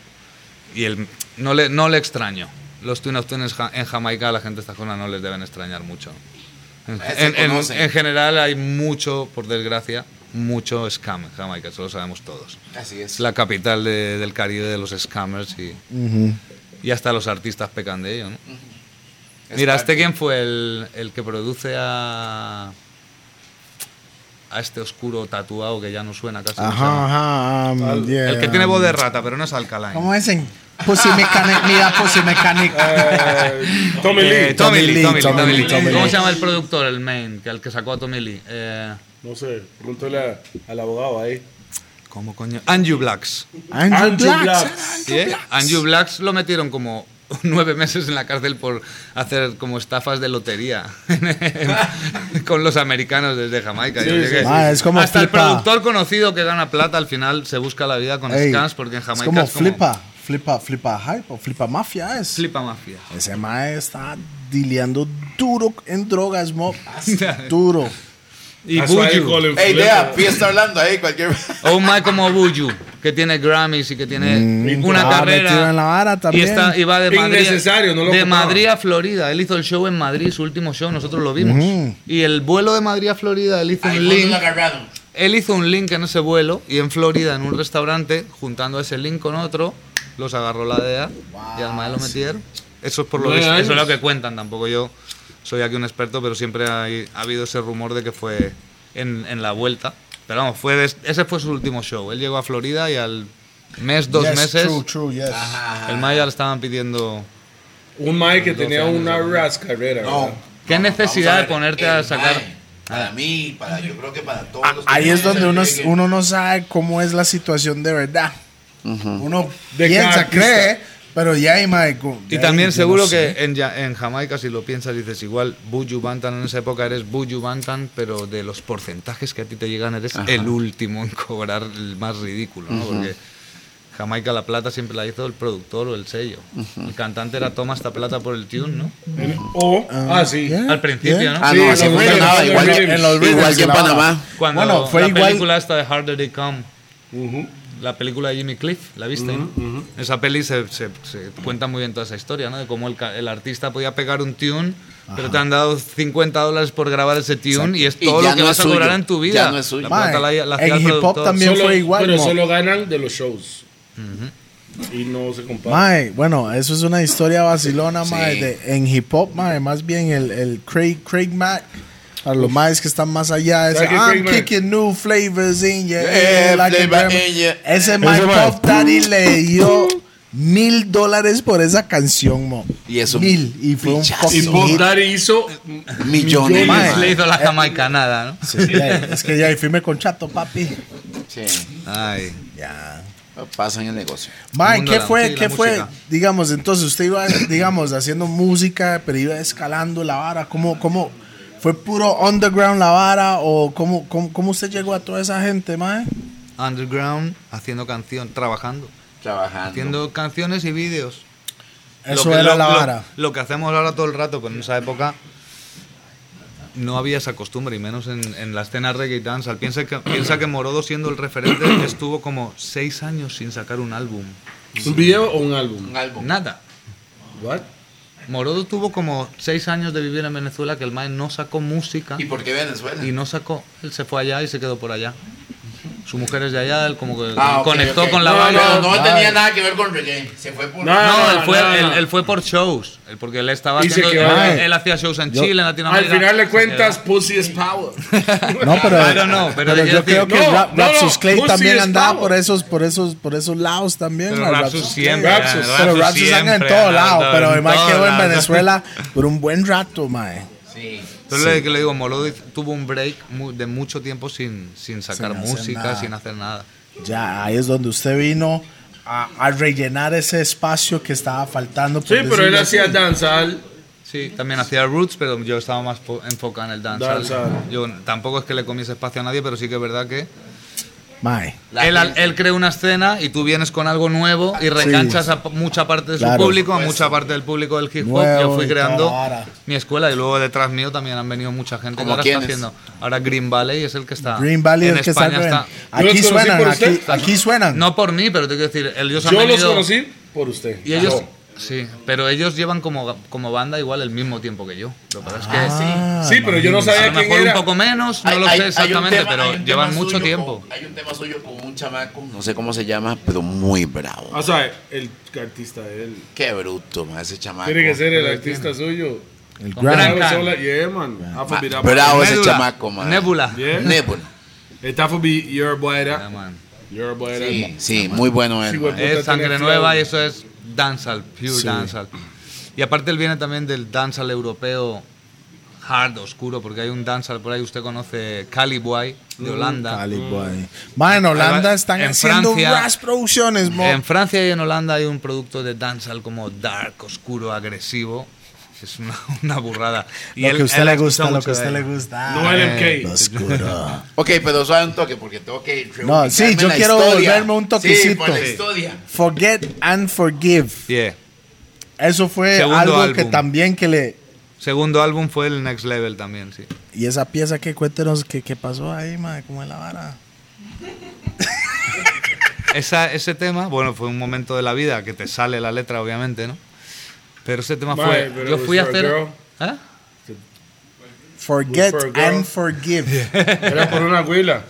Speaker 1: y él, no, le, no le extraño. Los Twin of Twins en Ja- en Jamaica a la gente de esta zona no les deben extrañar mucho. En,
Speaker 4: Eh, se
Speaker 1: en- en-
Speaker 4: conocen.
Speaker 1: en general hay mucho, por desgracia, mucho scam en Jamaica, eso lo sabemos todos.
Speaker 4: Así
Speaker 1: Es la capital de- del Caribe de los scammers y, y hasta los artistas pecan de ello. ¿no? Mira, ¿este quién fue el, el que produce a, a este oscuro tatuado que ya no suena casi? no suena?
Speaker 3: Ajá, ajá. um, yeah,
Speaker 1: el que tiene
Speaker 3: um,
Speaker 1: voz de rata, pero no es Alcalá.
Speaker 3: ¿Cómo dicen? Pussy mechanic, mira, pussy mechanic.
Speaker 1: Eh,
Speaker 5: Tommy Lee.
Speaker 1: Tommy Lee, Tommy
Speaker 3: Tommy
Speaker 1: Lee, Tommy
Speaker 3: Lee,
Speaker 1: Lee.
Speaker 3: Tommy
Speaker 1: ¿Cómo
Speaker 3: Lee.
Speaker 1: se llama el productor, el main, que al que sacó a Tommy Lee? Eh,
Speaker 5: No sé, pregúntale a- al abogado ahí.
Speaker 1: ¿Cómo coño? Andrew Blacks.
Speaker 3: Andrew,
Speaker 5: Andrew
Speaker 3: Blacks.
Speaker 5: Blacks.
Speaker 1: ¿Sí, eh? Andrew Blacks lo metieron como nueve meses en la cárcel por hacer como estafas de lotería con los americanos desde Jamaica. Yo
Speaker 5: Sí,
Speaker 1: llegué-
Speaker 5: sí,
Speaker 3: Ah, es como
Speaker 1: Hasta
Speaker 3: flipa.
Speaker 1: el productor conocido que gana plata al final se busca la vida con
Speaker 3: Ey,
Speaker 1: scams porque en Jamaica
Speaker 3: es como flipa, flipa, flipa hype o flipa mafia es.
Speaker 1: flipa mafia.
Speaker 3: Ese mae está dileando duro en drogas, mo. duro.
Speaker 1: Y
Speaker 5: That's why they
Speaker 1: Buju.
Speaker 5: call him
Speaker 4: Ey,
Speaker 5: Flipper.
Speaker 4: idea, Pi está hablando ahí, cualquier.
Speaker 1: O un Mike como Buju, que tiene Grammys y que tiene una
Speaker 3: Ah, metido
Speaker 1: carrera.
Speaker 3: en la vara también.
Speaker 1: Y, está, y va de Madrid,
Speaker 5: Innecesario, no lo
Speaker 1: de
Speaker 5: ocupaba.
Speaker 1: Madrid a Florida. Él hizo el show
Speaker 3: Mm.
Speaker 1: en Madrid, su último show, nosotros lo vimos. Y el vuelo de Madrid a Florida, él hizo un link.
Speaker 4: agarraron.
Speaker 1: Él hizo un link en ese vuelo y en Florida, en un restaurante, juntando ese link con otro, los agarró la DEA y al mae lo metieron. Eso es por lo
Speaker 7: Nueve
Speaker 1: visto- eso es
Speaker 7: años.
Speaker 1: lo que cuentan, tampoco yo soy aquí un experto, pero siempre hay- ha habido ese rumor de que fue en, en la vuelta. Pero vamos, fue des- ese fue su último show. Él llegó a Florida y al mes, dos
Speaker 8: Yes,
Speaker 1: meses,
Speaker 8: True, true, yes.
Speaker 1: el mae ya le estaban pidiendo...
Speaker 2: Un mae que tenía
Speaker 1: 12 años,
Speaker 2: una
Speaker 1: ¿no?
Speaker 2: ras carrera.
Speaker 4: No.
Speaker 2: ¿verdad?
Speaker 1: ¿Qué
Speaker 4: no,
Speaker 1: necesidad de
Speaker 4: vamos ver,
Speaker 1: ponerte a
Speaker 4: el
Speaker 1: sacar-
Speaker 4: mae, Para mí, para, yo creo que para todos los que
Speaker 3: Ah, Ahí es
Speaker 4: tienen
Speaker 3: donde uno,
Speaker 4: ese reggae,
Speaker 3: uno no sabe cómo es la situación de verdad. Uno
Speaker 2: De cada
Speaker 3: piensa,
Speaker 2: artista.
Speaker 3: cree, pero ya hay mae, co-
Speaker 1: Y
Speaker 3: ya
Speaker 1: también
Speaker 3: yo
Speaker 1: seguro
Speaker 3: no sé.
Speaker 1: que en, Ja- en Jamaica, si lo piensas, dices igual, Buju Bantan en esa época eres Buju Bantan, pero de los porcentajes que a ti te llegan eres el último en cobrar el más ridículo, ¿no? Porque Jamaica la plata siempre la hizo el productor o el sello. El cantante era toma esta plata por el tune, ¿no?
Speaker 2: O, ah, sí.
Speaker 3: Yeah,
Speaker 1: Al principio,
Speaker 3: yeah.
Speaker 1: ¿no?
Speaker 4: Ah, no,
Speaker 2: Sí,
Speaker 4: así
Speaker 2: los
Speaker 4: funcionaba,
Speaker 2: Williams,
Speaker 4: igual,
Speaker 2: los
Speaker 4: que-
Speaker 2: Williams.
Speaker 4: igual
Speaker 3: Williams
Speaker 4: que en
Speaker 3: la
Speaker 4: Panamá.
Speaker 1: Cuando
Speaker 8: Bueno, fue
Speaker 1: la
Speaker 8: igual-
Speaker 1: película esta de Harder They Come, la película de Jimmy Cliff, ¿la viste? no? En Esa peli se, se- se cuenta muy bien toda esa historia, ¿no? De cómo el, ca- el artista podía pegar un tune, pero te han dado 50 dólares por grabar ese tune y es
Speaker 4: Y
Speaker 1: todo
Speaker 4: ya
Speaker 1: lo que
Speaker 4: no
Speaker 1: vas
Speaker 4: es
Speaker 1: a cobrar
Speaker 4: suyo,
Speaker 1: en tu vida.
Speaker 4: ya no es suyo.
Speaker 1: La
Speaker 3: Mae,
Speaker 1: plata la, la hacía
Speaker 3: en
Speaker 1: el
Speaker 3: hip hop
Speaker 1: productor.
Speaker 3: también-
Speaker 7: Solo-
Speaker 3: fue igual,
Speaker 7: Pero
Speaker 3: mo.
Speaker 7: solo ganan de los shows. Y no se compara.
Speaker 3: Mae, bueno, eso es una historia vacilona, mae, de- en hip hop, mae, más bien el, el Craig, Craig Mack. Para los maes que están más allá, es
Speaker 7: ¿Sabe qué Craig
Speaker 3: I'm
Speaker 7: Mack?
Speaker 3: kicking new flavors in your
Speaker 4: Eh,
Speaker 3: air, like a
Speaker 4: flavor
Speaker 3: berm".
Speaker 4: in your-
Speaker 3: Ese mae
Speaker 6: mae.
Speaker 3: Puff Daddy le dio mil dólares por esa canción, mo.
Speaker 4: Y eso-
Speaker 3: Mil. Y fue un
Speaker 4: Pichazo.
Speaker 7: Y
Speaker 3: fucking
Speaker 7: Bob
Speaker 3: hit.
Speaker 7: Daddy hizo.
Speaker 1: Eh,
Speaker 4: Millones.
Speaker 3: Mae.
Speaker 4: mae.
Speaker 1: Le hizo la jamaicanada, ¿no?
Speaker 3: Sí, ya, es que ya y firme con chato, papi.
Speaker 4: Sí,
Speaker 1: Ay.
Speaker 3: Ya.
Speaker 4: pasa en el negocio.
Speaker 3: Mae,
Speaker 1: mundo
Speaker 3: ¿qué
Speaker 1: de la- sí,
Speaker 3: fue?
Speaker 1: la
Speaker 3: ¿Qué fue?
Speaker 1: música.
Speaker 3: Digamos, entonces usted iba, digamos, haciendo música, pero iba escalando la vara. ¿Cómo, cómo? ¿Fue puro underground la vara? ¿O cómo, cómo, cómo usted llegó a toda esa gente, mae?
Speaker 1: Underground, haciendo canción, trabajando.
Speaker 4: Trabajando.
Speaker 1: Haciendo canciones y vídeos.
Speaker 3: Eso
Speaker 1: que-
Speaker 3: era la vara.
Speaker 1: Lo, que hacemos ahora todo el rato, pero en esa época no había esa costumbre, y menos en, en la escena reggae y dancehall. Piensa que, piensa que Morodo, siendo el referente, estuvo como seis años sin sacar un álbum.
Speaker 7: ¿Un video o un álbum?
Speaker 4: Un álbum.
Speaker 1: Nada.
Speaker 7: What?
Speaker 1: Morodo tuvo como seis años de vivir en Venezuela que el mae no sacó música
Speaker 4: ¿Y por qué Venezuela?
Speaker 1: y no sacó. Él se fue allá y se quedó por allá. Su mujer es de allá, él como que
Speaker 4: Ah, ok,
Speaker 1: conectó
Speaker 4: ok.
Speaker 1: con la
Speaker 4: no,
Speaker 1: banda.
Speaker 4: No, no, tenía nada que ver con reggae. Se fue por.
Speaker 7: No,
Speaker 1: No,
Speaker 7: Ah,
Speaker 1: él fue,
Speaker 7: no,
Speaker 1: él,
Speaker 7: no.
Speaker 1: él fue por shows, él- porque él estaba
Speaker 7: Y se
Speaker 1: haciendo,
Speaker 7: quedó
Speaker 1: él,
Speaker 3: ahí.
Speaker 1: él hacía shows en Chile, en
Speaker 7: Al
Speaker 1: Latinoamérica.
Speaker 7: final le
Speaker 1: se
Speaker 7: cuentas, pussy is power.
Speaker 3: Ah, No, pero,
Speaker 1: I don't know, Ah, pero
Speaker 3: pero,
Speaker 1: yo
Speaker 3: yo creo
Speaker 1: decía-
Speaker 3: que
Speaker 7: No,
Speaker 3: Rap-
Speaker 7: no,
Speaker 3: Rapsus
Speaker 7: no,
Speaker 3: Clay
Speaker 7: Pussy
Speaker 3: también
Speaker 7: es
Speaker 3: andaba
Speaker 7: bravo.
Speaker 3: por esos, por esos, por esos lados también.
Speaker 1: Pero
Speaker 3: ¿no?
Speaker 1: Rapsus siempre,
Speaker 7: Rapsus.
Speaker 1: Rapsus
Speaker 3: Pero Rapsus anda en
Speaker 1: siempre,
Speaker 3: todo
Speaker 1: anda
Speaker 3: lado,
Speaker 1: en
Speaker 3: pero el
Speaker 1: todo
Speaker 3: mae quedó en
Speaker 1: lado.
Speaker 3: Venezuela por un buen rato, mae.
Speaker 4: Sí.
Speaker 1: Entonces le- que le digo, Morodo tuvo un break mu- de mucho tiempo sin, sin sacar
Speaker 3: Sin hacer
Speaker 1: música,
Speaker 3: nada.
Speaker 1: sin hacer nada.
Speaker 3: Ya, ahí es donde usted vino a, a rellenar ese espacio que estaba faltando. por
Speaker 7: Sí, pero él
Speaker 3: decirlo
Speaker 7: hacía
Speaker 3: así.
Speaker 7: danzal.
Speaker 1: Sí, también hacía roots, pero yo estaba más fo- enfocado en el dancehall.
Speaker 7: Dancehall.
Speaker 1: Yo tampoco es que le comiese espacio a nadie, pero sí que es verdad que
Speaker 3: Mae,
Speaker 4: La
Speaker 1: él,
Speaker 4: gente.
Speaker 1: él crea una escena y tú vienes con algo nuevo y reganchas a p- mucha parte de su
Speaker 3: Claro.
Speaker 1: público, a mucha parte del público del hip hop.
Speaker 3: Nuevo
Speaker 1: Yo fui
Speaker 3: y toda
Speaker 1: creando
Speaker 3: vara.
Speaker 1: mi escuela y luego detrás mío también han venido mucha gente que
Speaker 4: ¿Como
Speaker 1: ahora está
Speaker 4: quiénes?
Speaker 1: haciendo. Ahora Green Valley es el que está.
Speaker 3: Green Valley
Speaker 1: en
Speaker 3: es el que está,
Speaker 1: España
Speaker 7: Yo
Speaker 3: Aquí
Speaker 7: los conocí
Speaker 3: suenan,
Speaker 7: por
Speaker 3: aquí,
Speaker 7: usted.
Speaker 3: aquí suenan.
Speaker 1: No por mí, pero te quiero decir, ellos han
Speaker 7: Yo los
Speaker 1: venido-
Speaker 7: conocí por usted. Ah,
Speaker 1: Y ellos.
Speaker 7: No.
Speaker 1: Sí, pero ellos llevan como, como banda igual el mismo tiempo que yo. Lo que pasa es que
Speaker 3: Ah,
Speaker 7: Sí, pero yo no
Speaker 1: a
Speaker 7: sabía
Speaker 1: lo
Speaker 7: quién
Speaker 1: mejor un
Speaker 7: era.
Speaker 1: poco menos, no
Speaker 4: Hay-
Speaker 1: lo
Speaker 4: hay-
Speaker 1: sé
Speaker 4: hay un
Speaker 1: exactamente,
Speaker 4: tema- hay un
Speaker 1: pero
Speaker 4: tema
Speaker 1: llevan mucho
Speaker 4: suyo
Speaker 1: tiempo.
Speaker 4: con- hay un tema suyo con un chamaco, no sé cómo se llama, pero muy bravo.
Speaker 2: Ah.
Speaker 7: O sea, el artista de él.
Speaker 4: Qué bruto, ma, ese chamaco.
Speaker 7: Tiene que ser el artista suyo.
Speaker 3: el
Speaker 1: Con Gran
Speaker 3: Grand.
Speaker 1: Can.
Speaker 7: Sola- Yeah, man.
Speaker 4: Ma,
Speaker 7: Afrobeat, Afrobeat.
Speaker 4: Ah, bravo ese
Speaker 1: Nebula.
Speaker 4: chamaco, man.
Speaker 1: Nebula.
Speaker 4: ¿Eh?
Speaker 7: Yeah.
Speaker 4: Nebula.
Speaker 7: It's Afrobeat, your boy
Speaker 1: Yeah,
Speaker 7: era.
Speaker 1: man.
Speaker 7: Your boy era.
Speaker 4: Sí, sí, muy bueno él.
Speaker 7: Sí,
Speaker 4: ma.
Speaker 7: güey.
Speaker 1: Es
Speaker 7: Puta,
Speaker 1: sangre
Speaker 7: tiene flow.
Speaker 1: nueva y eso es dancehall, pure dancehall. Y aparte él viene también del dancehall europeo hard, oscuro, porque hay un dancehall por ahí, usted conoce Cali Boy de
Speaker 7: Mm,
Speaker 1: Holanda.
Speaker 3: Cali, boy. Mae, en Holanda están
Speaker 1: En
Speaker 3: haciendo
Speaker 1: Francia-
Speaker 3: ras producciones, mo.
Speaker 1: En Francia y en Holanda hay un producto de dancehall como dark, oscuro, agresivo. Es una, una burrada. Y
Speaker 3: lo
Speaker 1: él-
Speaker 3: que a usted
Speaker 1: él
Speaker 3: le
Speaker 1: escucha
Speaker 3: gusta, lo
Speaker 1: mucho
Speaker 3: que a usted
Speaker 1: de
Speaker 3: le
Speaker 1: él.
Speaker 3: gusta.
Speaker 7: No LMK.
Speaker 3: Lo oscuro.
Speaker 4: Ok, pero suave un toque porque tengo que.
Speaker 3: No,
Speaker 4: reubicarme
Speaker 3: sí, yo
Speaker 4: en la
Speaker 3: quiero
Speaker 4: historia.
Speaker 3: volverme un
Speaker 4: Sí, por la
Speaker 3: toquecito.
Speaker 4: historia.
Speaker 3: Forget and Forgive.
Speaker 1: Yeah.
Speaker 3: Eso fue
Speaker 1: Segundo
Speaker 3: algo que
Speaker 1: álbum.
Speaker 3: también que le...
Speaker 1: Segundo álbum fue el Next Level también, sí.
Speaker 3: Y esa pieza que cuéntenos qué qué pasó ahí, mae, cómo es la vara.
Speaker 1: Esa- ese tema, bueno, fue un momento de la vida que te sale la letra, obviamente, ¿no? Pero ese tema
Speaker 7: Vale,
Speaker 1: fue.
Speaker 7: pero
Speaker 1: yo
Speaker 7: it
Speaker 1: fui a
Speaker 7: was for a
Speaker 1: hacer. ¿Eh?
Speaker 3: Forget
Speaker 2: forgot.
Speaker 3: and forgive.
Speaker 2: Era por una huila.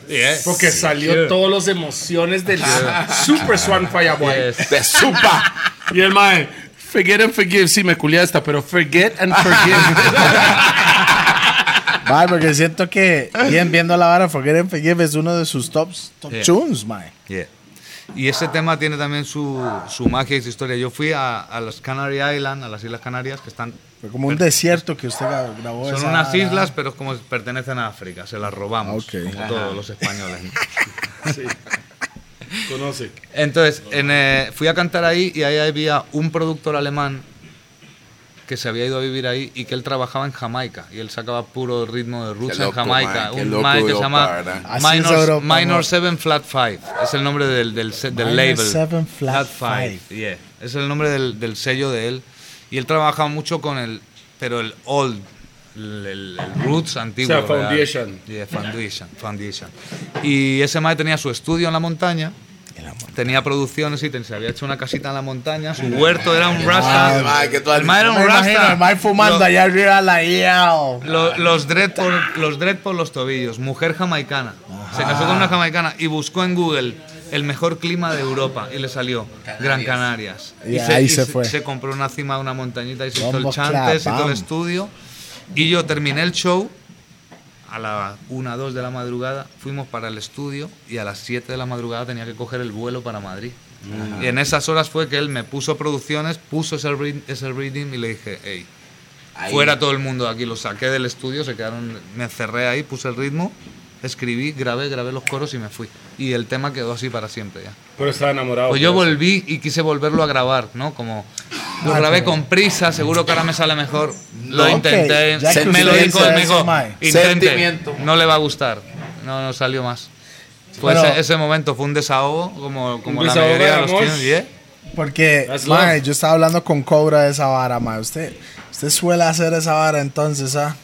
Speaker 7: Porque salió todas las emociones del Super Swan Fireboy.
Speaker 4: De supa.
Speaker 7: Y el mae, forget and forgive. Sí, me culé esta, pero forget and forgive.
Speaker 3: Mae, porque siento que bien viendo la vara, Forget and Forgive es uno de sus tops top
Speaker 1: Yeah.
Speaker 3: tunes, mae.
Speaker 1: Yeah. Y ese tema tiene también su, su magia y su historia. Yo fui a, a las Canary Island, a las Islas Canarias, que están
Speaker 3: Fue como un desierto que usted gra- grabó.
Speaker 1: son
Speaker 3: Oh, esa
Speaker 1: unas
Speaker 3: vara.
Speaker 1: islas, pero como pertenecen a África, se las robamos,
Speaker 3: Ah, Ok.
Speaker 1: como todos los españoles. ¿no?
Speaker 2: Conoce.
Speaker 1: Entonces, en, eh, fui a cantar ahí y ahí había un productor alemán que se había ido a vivir ahí y que él trabajaba en Jamaica y él sacaba puro ritmo de roots
Speaker 4: Qué
Speaker 1: en
Speaker 4: loco,
Speaker 1: Jamaica.
Speaker 4: man, qué
Speaker 1: un
Speaker 4: loco
Speaker 1: man que se
Speaker 4: Europa,
Speaker 1: llama
Speaker 4: ¿verdad?
Speaker 3: Así es
Speaker 1: Minor,
Speaker 3: Europa,
Speaker 1: Minor
Speaker 3: man.
Speaker 1: 7 Flat 5. Es el nombre del, del, se- del
Speaker 3: Minor
Speaker 1: label.
Speaker 3: Seven Flat
Speaker 1: Five, yeah. Es el nombre del, del sello de él. Y él trabajaba mucho con el, pero el old, el, el- el roots antiguo.
Speaker 2: sea,
Speaker 1: real.
Speaker 2: Foundation.
Speaker 1: Yeah, foundation, foundation. Y ese mae tenía su estudio en la montaña. Tenía producciones y ten- se había hecho una casita en la montaña. Su huerto era un
Speaker 4: El
Speaker 1: rasta.
Speaker 4: mae que tú has
Speaker 1: El mae era
Speaker 3: No
Speaker 1: un
Speaker 3: me imagino,
Speaker 1: rasta.
Speaker 3: el mae fumando
Speaker 1: Lo-
Speaker 3: allá arriba la IA. o-
Speaker 1: lo- los, dread por, los dread por los tobillos. Mujer jamaicana. Se casó con una jamaicana y buscó en Google el mejor clima de Europa y le salió Gran Canarias.
Speaker 3: Y ahí se fue.
Speaker 1: compró una cima de una montañita y se hizo
Speaker 3: Bombo
Speaker 1: el chantes, se
Speaker 3: clap,
Speaker 1: hizo el
Speaker 3: bam.
Speaker 1: estudio. Y yo terminé el show a las 1, 2 de la madrugada, fuimos para el estudio y a las 7 de la madrugada tenía que coger el vuelo para Madrid. Y en esas horas fue que él me puso producciones, puso ese, read- ese reading y le dije, hey,
Speaker 4: Ahí.
Speaker 1: fuera todo el mundo de aquí, lo saqué del estudio, se quedaron, me encerré ahí, puse el ritmo, escribí, grabé, grabé los coros y me fui. Y el tema quedó así para siempre ya.
Speaker 2: Pero estaba enamorado.
Speaker 1: Pues yo volví y quise volverlo a grabar, ¿no? Como lo grabé con prisa, seguro que ahora me sale mejor. Lo
Speaker 4: No,
Speaker 1: intenté,
Speaker 3: Ah, ok, ya
Speaker 1: se-
Speaker 4: que
Speaker 1: me lo
Speaker 4: usted
Speaker 1: dijo,
Speaker 4: hizo
Speaker 1: me
Speaker 3: eso,
Speaker 1: dijo,
Speaker 3: mae.
Speaker 1: "Intente,
Speaker 4: Sentimiento.
Speaker 1: no le va a gustar. No, no salió más. Pues
Speaker 3: Pero-
Speaker 1: ese, ese momento fue un desahogo, como, como la
Speaker 2: desahogo
Speaker 1: mayoría
Speaker 2: de
Speaker 1: de los
Speaker 2: amor.
Speaker 1: tíos. ¿yeah?
Speaker 3: Porque,
Speaker 2: That's
Speaker 3: mae,
Speaker 2: love.
Speaker 3: yo estaba hablando con Cobra de esa vara, mae. Usted, usted suele hacer esa vara entonces, ¿ah?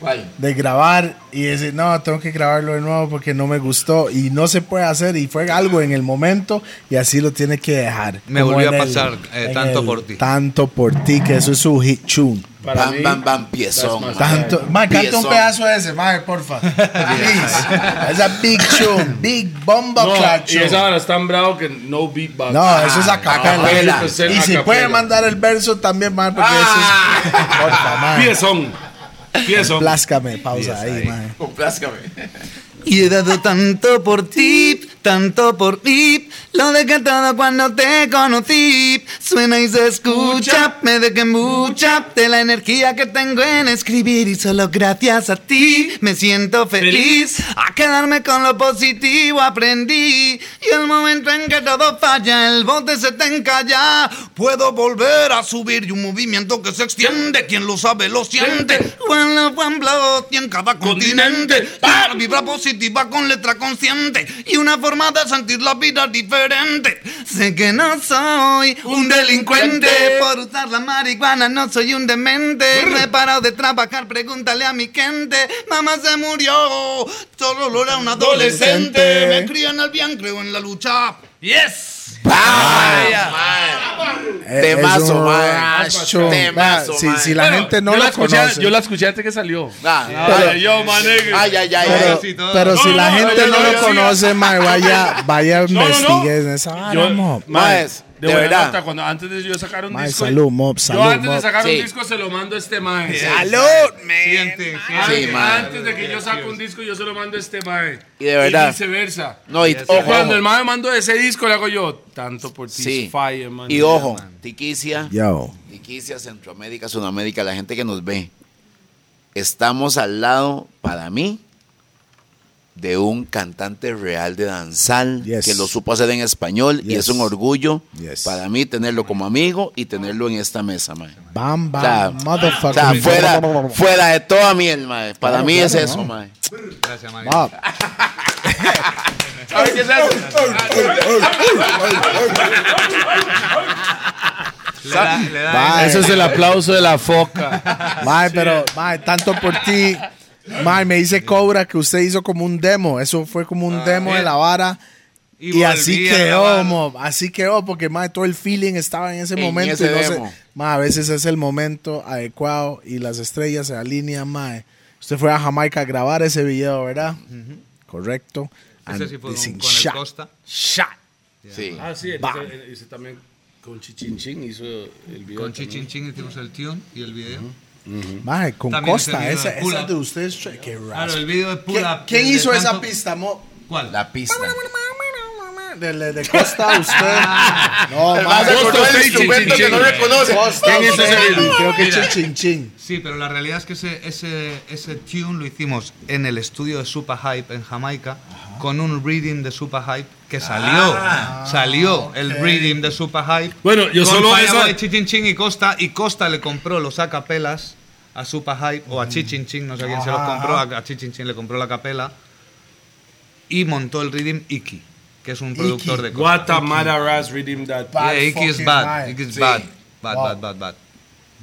Speaker 4: ¿Cuál?
Speaker 3: De grabar y decir, no, tengo que grabarlo de nuevo porque no me gustó. Y no se puede hacer y fue algo en el momento y así lo tiene que dejar.
Speaker 1: Me
Speaker 3: Como
Speaker 1: volvió
Speaker 3: en
Speaker 1: a pasar, eh,
Speaker 3: en
Speaker 1: Tanto por ti.
Speaker 3: Tanto por ti, que eso es su hit tune.
Speaker 2: Para
Speaker 4: bam,
Speaker 2: mí,
Speaker 4: bam, bam, piezón.
Speaker 2: that's my-
Speaker 3: Tanto, mae, canta un
Speaker 4: Piezón.
Speaker 3: pedazo de ese, mae, porfa. Please. Esa big tune, big bomba
Speaker 2: No,
Speaker 3: clap
Speaker 2: y
Speaker 3: tune.
Speaker 2: esa hora es tan bravo que no beatbox.
Speaker 3: No, eso es a capela.
Speaker 2: Ah, no, eso es
Speaker 3: y si
Speaker 2: a
Speaker 3: puede
Speaker 2: capela. Ah.
Speaker 3: mandar el verso también, man, porque eso es. Porfa, man.
Speaker 2: Piezón. Piezón.
Speaker 3: Pláscame, pausa ahí, man.
Speaker 4: Complázcame.
Speaker 1: Y he dado tanto por ti, tanto por ti, lo dejé todo cuando te conocí. Suena y se escucha, me dejé mucha de la energía que tengo en escribir y solo gracias a ti me siento feliz. A quedarme con lo positivo aprendí y el momento en que todo falla, el bote se te encalla. Puedo volver a subir y un movimiento que se extiende, quien lo sabe lo siente. One love, one blood, y en cada continente. Una vibra positiva con letra consciente y una forma de sentir la vida diferente. Sé que no soy un delincuente por usar la marihuana, no soy un demente. No he parado de trabajar, pregúntale a mi gente. Mamá se murió, solo lo era un adolescente.
Speaker 3: Adolescente.
Speaker 1: Me crío en el bien, creo en la lucha. Yes.
Speaker 3: Eh,
Speaker 4: Temazo,
Speaker 3: es un
Speaker 4: man.
Speaker 3: rash tune.
Speaker 4: Temazo,
Speaker 3: Man, si,
Speaker 4: man.
Speaker 3: si la gente no
Speaker 2: yo
Speaker 3: lo
Speaker 2: la escuché,
Speaker 3: conoce.
Speaker 2: Yo la escuché antes que salió.
Speaker 4: Ah,
Speaker 2: Ay, yo, manejo.
Speaker 4: Ay, ay, ay.
Speaker 3: pero
Speaker 4: ay.
Speaker 3: pero si
Speaker 2: No,
Speaker 3: la
Speaker 2: no,
Speaker 3: gente
Speaker 2: yo-
Speaker 3: no
Speaker 2: yo-
Speaker 3: lo
Speaker 2: yo-
Speaker 3: conoce, man, vaya, vaya,
Speaker 2: no, no.
Speaker 3: investigue en esa vara, Ah, mo.
Speaker 4: Maes,
Speaker 2: de
Speaker 4: de
Speaker 2: verdad,
Speaker 4: verdad.
Speaker 2: hasta cuando antes de yo sacar un
Speaker 3: Mae,
Speaker 2: disco.
Speaker 3: salud, mob,
Speaker 2: yo
Speaker 3: salud,
Speaker 2: antes
Speaker 3: mob.
Speaker 2: de sacar
Speaker 4: Sí.
Speaker 2: un disco se lo mando a este mae.
Speaker 4: Sí,
Speaker 2: Antes-
Speaker 4: mae.
Speaker 2: antes de que yo saque un disco, yo se lo mando a este mae.
Speaker 4: Y de verdad.
Speaker 2: Y viceversa.
Speaker 4: No, y
Speaker 2: O
Speaker 4: ojo,
Speaker 2: cuando el
Speaker 4: ojo.
Speaker 2: mae mandó ese disco, le hago yo. Tanto por ti,
Speaker 4: Sí.
Speaker 2: fire, man.
Speaker 4: Y ojo, Tiquicia,
Speaker 3: Yo.
Speaker 4: Tiquicia, Centroamérica, Sudamérica, la gente que nos ve. Estamos al lado, para mí, de un cantante real de danzal
Speaker 3: Yes.
Speaker 4: que lo supo hacer en español y
Speaker 3: Yes.
Speaker 4: es un orgullo
Speaker 3: Yes.
Speaker 4: para mí tenerlo como amigo y tenerlo en esta mesa, mae.
Speaker 3: Bam,
Speaker 4: O sea,
Speaker 3: bam,
Speaker 4: O sea,
Speaker 3: motherfucker.
Speaker 4: fuera, fuera de toda miel, mae. Para
Speaker 3: Claro,
Speaker 4: mí es
Speaker 3: claro,
Speaker 4: eso,
Speaker 3: no.
Speaker 4: mae.
Speaker 3: Bam.
Speaker 4: ¿Sabe qué es eso?
Speaker 3: Bye.
Speaker 6: Ese es el aplauso de la foca.
Speaker 3: Mae, pero, mae, tanto por ti. Mae, me dice Cobra que usted hizo como un demo. Eso fue como un demo de la vara. Y, así quedó, mo, así quedó, porque mae, todo el feeling estaba en ese
Speaker 4: En
Speaker 3: momento.
Speaker 4: ese
Speaker 3: y no sé,
Speaker 4: demo.
Speaker 3: mae, a veces es el momento adecuado y las estrellas se alinean, mae. Se fue a Jamaica a grabar ese video, ¿verdad? Correcto.
Speaker 1: Ese sí
Speaker 3: And
Speaker 1: fue
Speaker 3: this
Speaker 1: con,
Speaker 3: in
Speaker 1: con el
Speaker 3: shot.
Speaker 1: Costa.
Speaker 4: Sí.
Speaker 2: Ah, sí, él
Speaker 3: Bam.
Speaker 2: hizo, él hizo también con Chichinchín hizo el video. también.
Speaker 1: Con Chichin Chin hicimos el tune y el video.
Speaker 3: Maje, con
Speaker 1: También ese
Speaker 3: Costa,
Speaker 1: video
Speaker 3: esa,
Speaker 1: de
Speaker 3: esa
Speaker 1: Pula.
Speaker 3: de ustedes, che, qué
Speaker 1: Claro,
Speaker 3: rasp.
Speaker 1: el video de
Speaker 3: ¿Quién,
Speaker 1: pura.
Speaker 3: quién
Speaker 1: de
Speaker 3: hizo esa
Speaker 1: tanto-
Speaker 3: pista? mo?
Speaker 1: ¿Cuál?
Speaker 4: La pista.
Speaker 3: De, de- de Costa, usted. No,
Speaker 4: El más
Speaker 3: maje,
Speaker 4: acordó del instrumento que no reconoce.
Speaker 3: Costa,
Speaker 4: ¿Quién hizo ese
Speaker 3: usted,
Speaker 4: video?
Speaker 3: Creo que
Speaker 1: Mira.
Speaker 3: Chichinchín.
Speaker 1: Sí, pero la realidad es que ese, ese, ese tune lo hicimos en el estudio de Super Hype en Jamaica con un reading de Super Hype que salió.
Speaker 3: Ah,
Speaker 1: salió el reading de Super Hype.
Speaker 11: Bueno, yo
Speaker 1: con
Speaker 11: solo
Speaker 1: Fireboy,
Speaker 11: esa-
Speaker 1: Chichin Chin y Costa. Y Costa le compró los acapelas a Super Hype o a
Speaker 3: Mm.
Speaker 1: Chichin Chin, no sé quién se los compró. A, a Chichin Chin le compró la capela y montó el reading Iki, que es un productor de Costa.
Speaker 2: Guatemala Ras Redeem That.
Speaker 3: Bad
Speaker 1: Yeah, Iki is
Speaker 3: fucking
Speaker 1: bad.
Speaker 3: guy.
Speaker 1: Iki is
Speaker 2: Sí.
Speaker 1: bad. Bad,
Speaker 3: Wow.
Speaker 1: bad, bad, bad.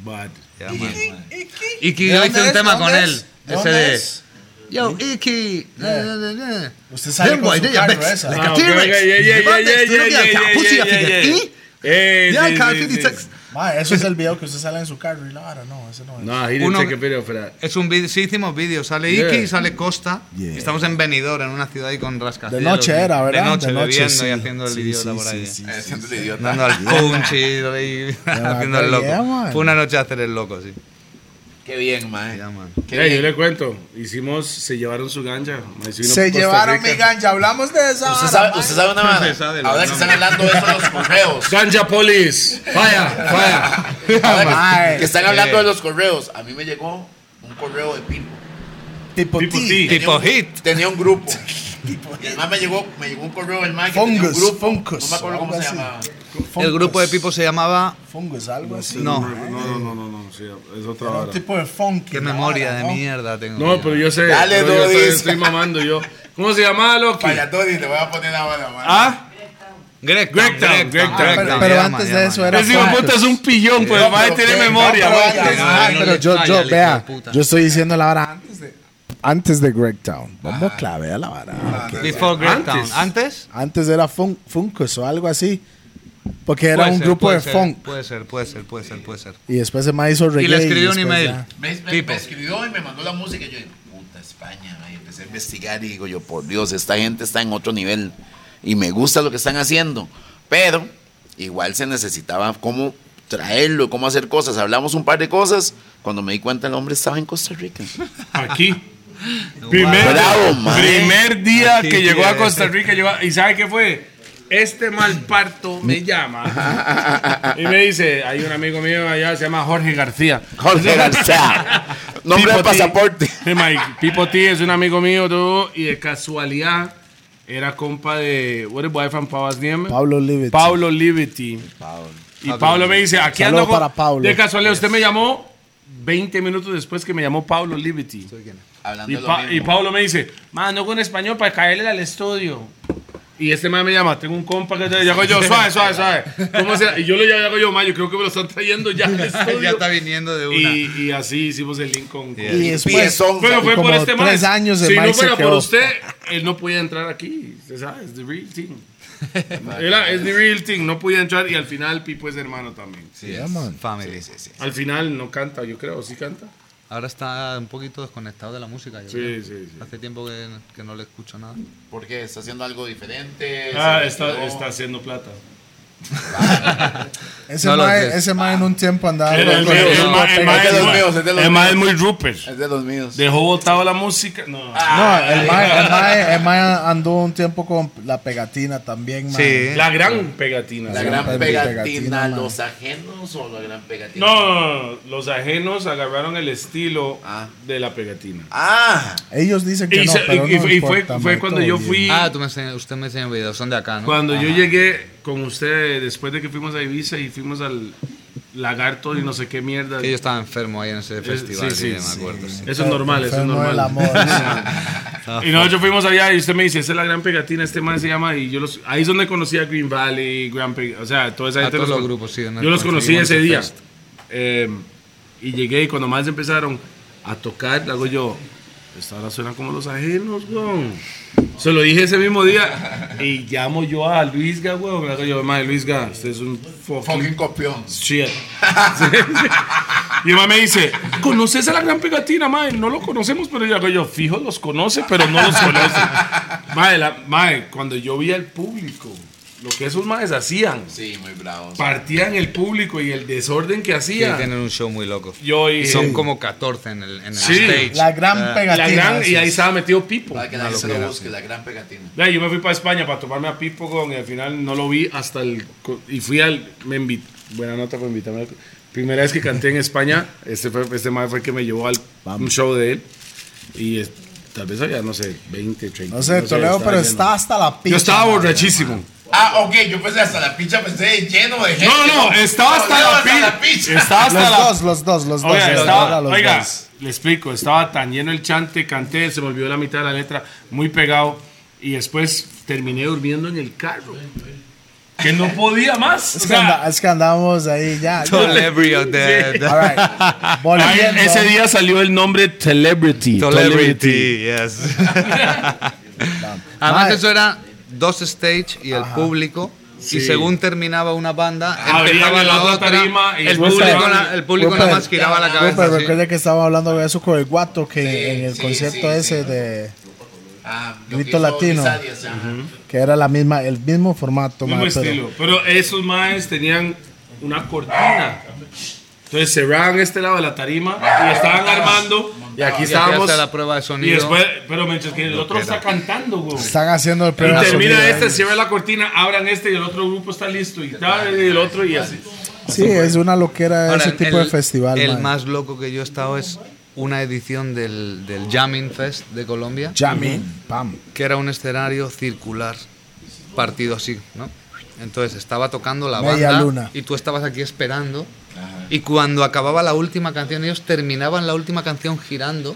Speaker 2: Bad.
Speaker 1: Yeah, man.
Speaker 3: Iki.
Speaker 1: Iki,
Speaker 3: ¿De
Speaker 1: yo
Speaker 3: dónde
Speaker 1: hice un
Speaker 3: es?
Speaker 1: tema
Speaker 3: ¿Dónde
Speaker 1: con él.
Speaker 3: es? ¿De
Speaker 1: Ese
Speaker 3: dónde
Speaker 1: de.
Speaker 3: es?
Speaker 1: Yo, Iki. na, na, na, na.
Speaker 3: Usted sale
Speaker 1: Them
Speaker 3: con
Speaker 1: boy,
Speaker 3: su
Speaker 1: they are
Speaker 3: carro
Speaker 1: best.
Speaker 3: esa.
Speaker 1: Like
Speaker 2: Ah,
Speaker 1: a
Speaker 2: okay,
Speaker 1: T-Rex.
Speaker 2: okay, yeah, yeah,
Speaker 1: The
Speaker 2: yeah,
Speaker 1: band next to
Speaker 2: yeah,
Speaker 1: them,
Speaker 2: yeah,
Speaker 1: they are
Speaker 2: yeah,
Speaker 1: pussy,
Speaker 2: yeah,
Speaker 1: I figure.
Speaker 2: yeah,
Speaker 1: Eh?
Speaker 2: Hey,
Speaker 1: They are
Speaker 2: sí,
Speaker 1: car
Speaker 2: sí,
Speaker 1: 56.
Speaker 2: sí.
Speaker 3: Maje, eso es el video que usted sale en su carro y la no, ese no es.
Speaker 2: No, he didn't
Speaker 1: Uno-
Speaker 2: take a video for that.
Speaker 1: Es un vídeo, sí hicimos vídeo, sale Iki
Speaker 2: Yeah.
Speaker 1: y sale Costa. Y Estamos en Benidorm, en una ciudad ahí con rascacielos.
Speaker 3: De noche era, ¿verdad?
Speaker 1: De noche,
Speaker 3: De noche,
Speaker 1: bebiendo
Speaker 3: sí.
Speaker 1: y haciendo el
Speaker 3: Sí,
Speaker 1: idiota
Speaker 3: sí,
Speaker 1: por
Speaker 3: sí,
Speaker 1: ahí.
Speaker 3: sí.
Speaker 4: Eh, siendo el idiota.
Speaker 1: Dando al punch y ahí haciendo el
Speaker 3: yeah,
Speaker 1: loco.
Speaker 3: man.
Speaker 1: Fue una noche a hacer el loco, sí.
Speaker 4: Qué bien, mae.
Speaker 1: Ya, man.
Speaker 4: Qué
Speaker 2: Hey, yo
Speaker 4: bien.
Speaker 2: le cuento. Hicimos, se llevaron su ganja. mae, vino
Speaker 3: Se
Speaker 2: por Costa
Speaker 3: llevaron
Speaker 2: Rica.
Speaker 3: mi ganja, hablamos de esa.
Speaker 4: Usted
Speaker 3: vara,
Speaker 4: sabe,
Speaker 3: maje.
Speaker 4: usted sabe una vara.
Speaker 1: Se sabe,
Speaker 4: Ahora
Speaker 1: no,
Speaker 4: que
Speaker 1: no.
Speaker 4: están hablando de eso los correos.
Speaker 2: Ganja Police. Falla, falla.
Speaker 4: Ahora que,
Speaker 3: Mae.
Speaker 4: que están hablando de los correos. A mí me llegó un correo de Pipo.
Speaker 3: Tipo
Speaker 2: Tipo
Speaker 3: T.
Speaker 2: T.
Speaker 1: Tipo
Speaker 4: un-
Speaker 1: hit.
Speaker 4: Tenía un grupo. Y además me llegó, me llegó un correo del man que tenía un
Speaker 3: Fungus,
Speaker 4: grupo.
Speaker 3: Fungus,
Speaker 4: No me acuerdo cómo
Speaker 3: algo
Speaker 4: se
Speaker 3: así.
Speaker 4: llamaba.
Speaker 1: El grupo de Pipo se llamaba.
Speaker 3: Fungus, algo así.
Speaker 1: No.
Speaker 2: No, no, no, no, no. sí, es otra
Speaker 3: Era
Speaker 2: hora.
Speaker 3: un tipo de funky.
Speaker 1: Qué
Speaker 3: la
Speaker 1: memoria
Speaker 3: vara,
Speaker 1: de
Speaker 3: ¿no?
Speaker 1: mierda tengo.
Speaker 2: No, pero yo sé.
Speaker 4: Dale,
Speaker 2: pero yo
Speaker 4: Dodis.
Speaker 2: todavía estoy mamando yo. ¿Cómo se llamaba, Loki?
Speaker 4: Vaya, Tony, te voy a poner ahora, man.
Speaker 2: Ah,
Speaker 1: Greg
Speaker 2: Greg Town, Greg Town.
Speaker 3: Ah, Pero, pero antes de eso era.
Speaker 2: ese hijo de
Speaker 3: funky.
Speaker 2: puta es un pillón, pues el mae tiene
Speaker 3: No,
Speaker 2: memoria.
Speaker 3: pero
Speaker 2: mae.
Speaker 3: antes-
Speaker 1: no,
Speaker 3: ah,
Speaker 1: no
Speaker 3: pero
Speaker 1: le
Speaker 3: yo,
Speaker 1: falla
Speaker 3: yo,
Speaker 1: el hijo
Speaker 3: vea,
Speaker 1: de puta.
Speaker 3: yo estoy diciendo la vara antes de, antes de Greg Town. Vamos a clavear la vara.
Speaker 1: Ah.
Speaker 3: ok.
Speaker 1: Before Greg
Speaker 2: Antes.
Speaker 1: Town. Antes.
Speaker 3: Antes era fun, Funkus o algo así. Porque era
Speaker 1: Puede
Speaker 3: un
Speaker 1: ser,
Speaker 3: grupo
Speaker 1: puede
Speaker 3: de
Speaker 1: ser,
Speaker 3: funk.
Speaker 1: Puede ser, puede ser, puede ser, puede ser.
Speaker 3: Y después se me hizo reggae.
Speaker 1: Y le escribió un
Speaker 3: después
Speaker 1: email.
Speaker 3: ya.
Speaker 4: Me, me-
Speaker 1: Pipo.
Speaker 4: me escribió y me mandó la música y yo dije, puta España, mae. empecé a investigar y digo yo, por Dios, esta gente está en otro nivel y me gusta lo que están haciendo, pero igual se necesitaba cómo traerlo, cómo hacer cosas, hablamos un par de cosas, cuando me di cuenta el hombre estaba en Costa Rica.
Speaker 2: Aquí. Primer,
Speaker 4: Bravo, mae.
Speaker 2: primer día
Speaker 1: Aquí
Speaker 2: que llegó a
Speaker 1: tiene.
Speaker 2: Costa Rica, llegó- ¿y sabe qué fue? Este mal parto me llama y me dice, hay un amigo mío allá, se llama Jorge García.
Speaker 4: Jorge García, nombre de
Speaker 2: Pipo T.
Speaker 4: pasaporte.
Speaker 2: Sí, Mike, Pipo T es un amigo mío todo, y de casualidad era compa de what is boy from Pavas Nieves?
Speaker 3: Pablo Livet.
Speaker 2: Pablo Liberty. Y Pablo me dice, aquí
Speaker 3: Saludo
Speaker 2: ando con-
Speaker 3: para Pablo.
Speaker 2: De casualidad, usted me llamó 20 minutos después que me llamó Pablo Liberty.
Speaker 4: Hablando
Speaker 2: Y,
Speaker 4: de lo
Speaker 2: Pa-
Speaker 4: mismo.
Speaker 2: y Pablo me dice, man, no con español para caerle al estudio. Y este man me llama, tengo un compa que te y hago yo, suave, suave, suave. ¿Cómo se- Y yo le llamo, yo, man, yo creo que me lo están trayendo ya al estudio.
Speaker 1: ya está viniendo de una.
Speaker 2: y, y así hicimos el link con...
Speaker 1: Yeah.
Speaker 3: Y después.
Speaker 4: Piezón.
Speaker 2: Pero
Speaker 3: Y
Speaker 2: fue
Speaker 3: como
Speaker 2: por este
Speaker 3: tres
Speaker 2: man.
Speaker 3: años el
Speaker 2: si
Speaker 3: man
Speaker 2: no
Speaker 3: se
Speaker 2: fuera por
Speaker 3: quedó.
Speaker 2: usted, él no podía entrar aquí. Usted sabe, es the real thing. Era, es the real thing, no podía entrar y al final Pipo es hermano también.
Speaker 1: Sí,
Speaker 3: Yeah,
Speaker 1: es
Speaker 3: man.
Speaker 1: Family.
Speaker 2: Al final no canta, yo creo, ¿sí canta?
Speaker 1: Ahora está un poquito desconectado de la música. yo creo.
Speaker 2: Sí, sí, sí.
Speaker 1: Hace tiempo que, que no le escucho nada.
Speaker 4: Porque está haciendo algo diferente.
Speaker 2: Ah,
Speaker 4: se
Speaker 2: está,
Speaker 4: retiró.
Speaker 2: está haciendo plata.
Speaker 3: Ese
Speaker 1: No lo
Speaker 3: mae-
Speaker 1: sé.
Speaker 3: ese mae en un tiempo andaba.
Speaker 2: El
Speaker 3: con-
Speaker 2: el-
Speaker 3: con-
Speaker 2: el-
Speaker 3: con-
Speaker 2: el- el-
Speaker 4: Es de los míos, es de los
Speaker 2: el- el
Speaker 4: míos.
Speaker 2: más es muy Rupert.
Speaker 4: Es de los míos.
Speaker 2: Dejó botado la música. No.
Speaker 3: No, el mae, el mae- el mae andó un tiempo con la pegatina también, mae.
Speaker 1: Sí.
Speaker 2: La gran pegatina.
Speaker 4: La
Speaker 2: sí.
Speaker 4: gran
Speaker 3: Gran
Speaker 4: pegatina,
Speaker 3: pegatina, man.
Speaker 4: los ajenos o la gran pegatina.
Speaker 2: No, no, no, no, los ajenos agarraron el estilo
Speaker 4: Ah.
Speaker 2: de la pegatina.
Speaker 4: Ah,
Speaker 3: Ellos dicen que
Speaker 2: Y,
Speaker 3: no,
Speaker 2: se-
Speaker 3: pero
Speaker 2: y- y
Speaker 3: no
Speaker 2: fue-
Speaker 3: importa,
Speaker 2: fue, fue
Speaker 3: mae,
Speaker 2: cuando
Speaker 3: todo
Speaker 2: yo
Speaker 3: bien.
Speaker 2: fui.
Speaker 1: Ah, tú me enseñó- usted me enseñó videos. Son de acá, ¿no?
Speaker 2: Cuando yo llegué con ustedes, después de que fuimos a Ibiza y fuimos al lagarto y no sé qué mierda.
Speaker 1: Que yo estaba enfermo ahí en ese festival.
Speaker 2: Eh, sí,
Speaker 1: Sí,
Speaker 2: sí,
Speaker 1: me
Speaker 2: sí.
Speaker 1: acuerdo. sí.
Speaker 2: Eso es normal, eso es
Speaker 3: Enfermo del
Speaker 2: normal.
Speaker 3: amor,
Speaker 2: Y nosotros fuimos allá y usted me dice, esa es la gran pegatina, este man se llama, y yo los... Ahí es donde conocí a Green Valley, Gran Pe- o sea, toda esa
Speaker 1: A
Speaker 2: gente...
Speaker 1: todos los
Speaker 2: con-
Speaker 1: grupos, sí, en el-
Speaker 2: Yo los conocí
Speaker 1: conseguimos
Speaker 2: ese
Speaker 1: el
Speaker 2: día.
Speaker 1: fest.
Speaker 2: Eh, y llegué y cuando más empezaron a tocar, le hago yo, esta ahora suena como los ajenos, weón. Se lo dije ese mismo día y llamo yo a Luisga, weón. Le hago yo, madre, Luisga, usted es un fucking
Speaker 4: fucking copión.
Speaker 2: shit. Y mamá me dice, ¿conoces a la gran pegatina, mae? No lo conocemos, pero yo hago yo, fijo, los conoce, pero no los conoce. mae, la- mae, cuando yo vi al público, lo que esos maes hacían,
Speaker 4: Sí, muy bravo.
Speaker 2: partían el público y el desorden que
Speaker 1: Que
Speaker 2: hacían.
Speaker 1: tienen un show muy loco.
Speaker 2: Yo dije,
Speaker 1: Son como 14 en el, en el
Speaker 2: Sí.
Speaker 1: stage.
Speaker 3: La gran
Speaker 1: O sea,
Speaker 3: pegatina.
Speaker 2: la gran, y ahí estaba metido Pipo.
Speaker 4: Para que la
Speaker 1: Una
Speaker 4: gente
Speaker 1: locura,
Speaker 4: lo busque, la gran pegatina.
Speaker 2: Vea, yo me fui para España para tomarme a Pipo con, y al final no lo vi hasta el. co- Y fui al. Me invit, buena nota por invitarme. al- Primera vez que canté en España, este, fue, este mae fue el que me llevó al un show de él. Y es- tal vez había, no sé, 20, 30.
Speaker 3: No sé, Toledo,
Speaker 2: estaba
Speaker 3: pero
Speaker 2: lleno.
Speaker 3: está hasta la pinta.
Speaker 2: Yo estaba borrachísimo.
Speaker 4: Ah, ok, yo pensé hasta la picha, pensé lleno de gente.
Speaker 2: No, no, estaba hasta la Eh, pi- Estaba
Speaker 3: Los
Speaker 2: hasta la
Speaker 3: dos, los dos, los dos.
Speaker 2: Oiga,
Speaker 3: los
Speaker 2: estaba-
Speaker 3: dos, los
Speaker 2: oiga,
Speaker 3: dos.
Speaker 2: le explico, estaba tan lleno el chante, canté, se me olvidó la mitad de la letra, muy pegado, y después terminé durmiendo en el carro. Que no podía más. o
Speaker 3: Es que,
Speaker 2: sea,
Speaker 3: anda- es que andamos ahí ya. ya.
Speaker 1: Tolebri of the-
Speaker 3: All right.
Speaker 2: ahí
Speaker 3: Volviendo.
Speaker 2: ese día salió el nombre Celebrity.
Speaker 1: Celebrity, yes. Además,
Speaker 3: Mae.
Speaker 1: eso era dos stage y el público. Y según terminaba una banda,
Speaker 2: Abrían la
Speaker 1: empezaba la
Speaker 2: otra
Speaker 1: otra.
Speaker 2: tarima y
Speaker 1: el,
Speaker 2: después
Speaker 1: público,
Speaker 3: se
Speaker 1: na-
Speaker 2: van.
Speaker 1: el público
Speaker 3: Rupert,
Speaker 1: nada más giraba la cabeza.
Speaker 3: Rupert,
Speaker 1: así.
Speaker 3: recuerda que estaba hablando de eso con el guato que en el concierto ese de
Speaker 4: Ah,
Speaker 3: Grito Latino. que era la misma el mismo formato,
Speaker 2: Mismo
Speaker 4: Ah,
Speaker 3: mae, pero-
Speaker 2: estilo. Pero esos maes tenían una cortina. Entonces cerraban este lado de la tarima y estaban armando. Y aquí
Speaker 1: Y
Speaker 2: estábamos.
Speaker 1: hacía la prueba de
Speaker 2: Y
Speaker 1: sonido.
Speaker 2: después, pero mientras que el otro está cantando, güey.
Speaker 3: están haciendo el
Speaker 2: Y
Speaker 4: Ah,
Speaker 3: primer
Speaker 2: termina
Speaker 3: sonido,
Speaker 2: este,
Speaker 3: ¿eh?
Speaker 2: cierra la cortina, abran este y el otro grupo está listo y tal, y el otro y así.
Speaker 3: Sí, es una loquera
Speaker 1: Ahora,
Speaker 3: ese tipo de festival,
Speaker 1: El
Speaker 3: mae.
Speaker 1: más loco que yo he estado es una edición del, del Jamming Fest de Colombia,
Speaker 3: Jamming, pam.
Speaker 1: que era un escenario circular, partido así, ¿no? Entonces estaba tocando la
Speaker 3: Media
Speaker 1: banda
Speaker 3: luna.
Speaker 1: y tú estabas aquí esperando. Y cuando acababa la última canción, ellos terminaban la última canción girando.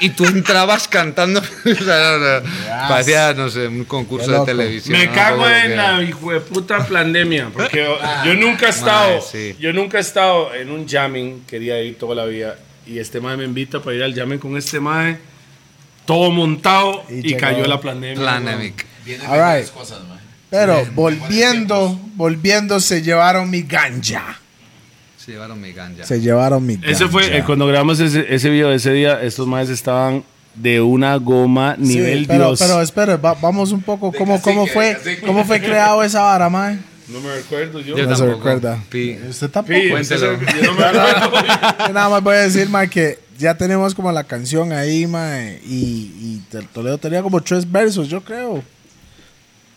Speaker 1: Y tú entrabas cantando. O sea, era- Parecía, no sé, un concurso
Speaker 3: Qué
Speaker 1: de
Speaker 3: loco.
Speaker 1: televisión.
Speaker 2: Me
Speaker 1: ¿no?
Speaker 2: cago
Speaker 1: Como lo que
Speaker 2: en
Speaker 1: era.
Speaker 2: la hijo de puta pandemia, porque yo nunca he estado,
Speaker 1: Mae, sí.
Speaker 2: yo nunca he estado en un jamming, quería ir toda la vida y este mae me invita para ir al jamming con este mae, todo montado
Speaker 3: Y
Speaker 2: y,
Speaker 3: llegó.
Speaker 2: cayó la pandemia. weón.
Speaker 1: Planemic.
Speaker 3: All right. Pero volviendo, volviendo se llevaron mi ganja.
Speaker 1: Se llevaron mi ganja.
Speaker 3: Se llevaron mi ganja.
Speaker 2: Ese fue eh, cuando grabamos ese, ese video de ese día, estos maes estaban de una goma
Speaker 3: Sí,
Speaker 2: nivel
Speaker 3: pero,
Speaker 2: Dios.
Speaker 3: pero espere, va- vamos un poco cómo
Speaker 4: cacique,
Speaker 3: cómo
Speaker 4: de
Speaker 3: fue
Speaker 4: cacique.
Speaker 3: cómo fue creado esa vara, mae.
Speaker 2: no me recuerdo yo.
Speaker 1: Yo
Speaker 3: No se
Speaker 1: tampoco.
Speaker 3: recuerda.
Speaker 1: Pi.
Speaker 3: Usted tampoco.
Speaker 2: Sí,
Speaker 1: Cuéntelo.
Speaker 2: ese- yo no me acuerdo.
Speaker 3: Yo Nada más voy a decir, mae, que ya tenemos como la canción ahí, mae, y, y el Toledo tenía como tres versos, yo creo,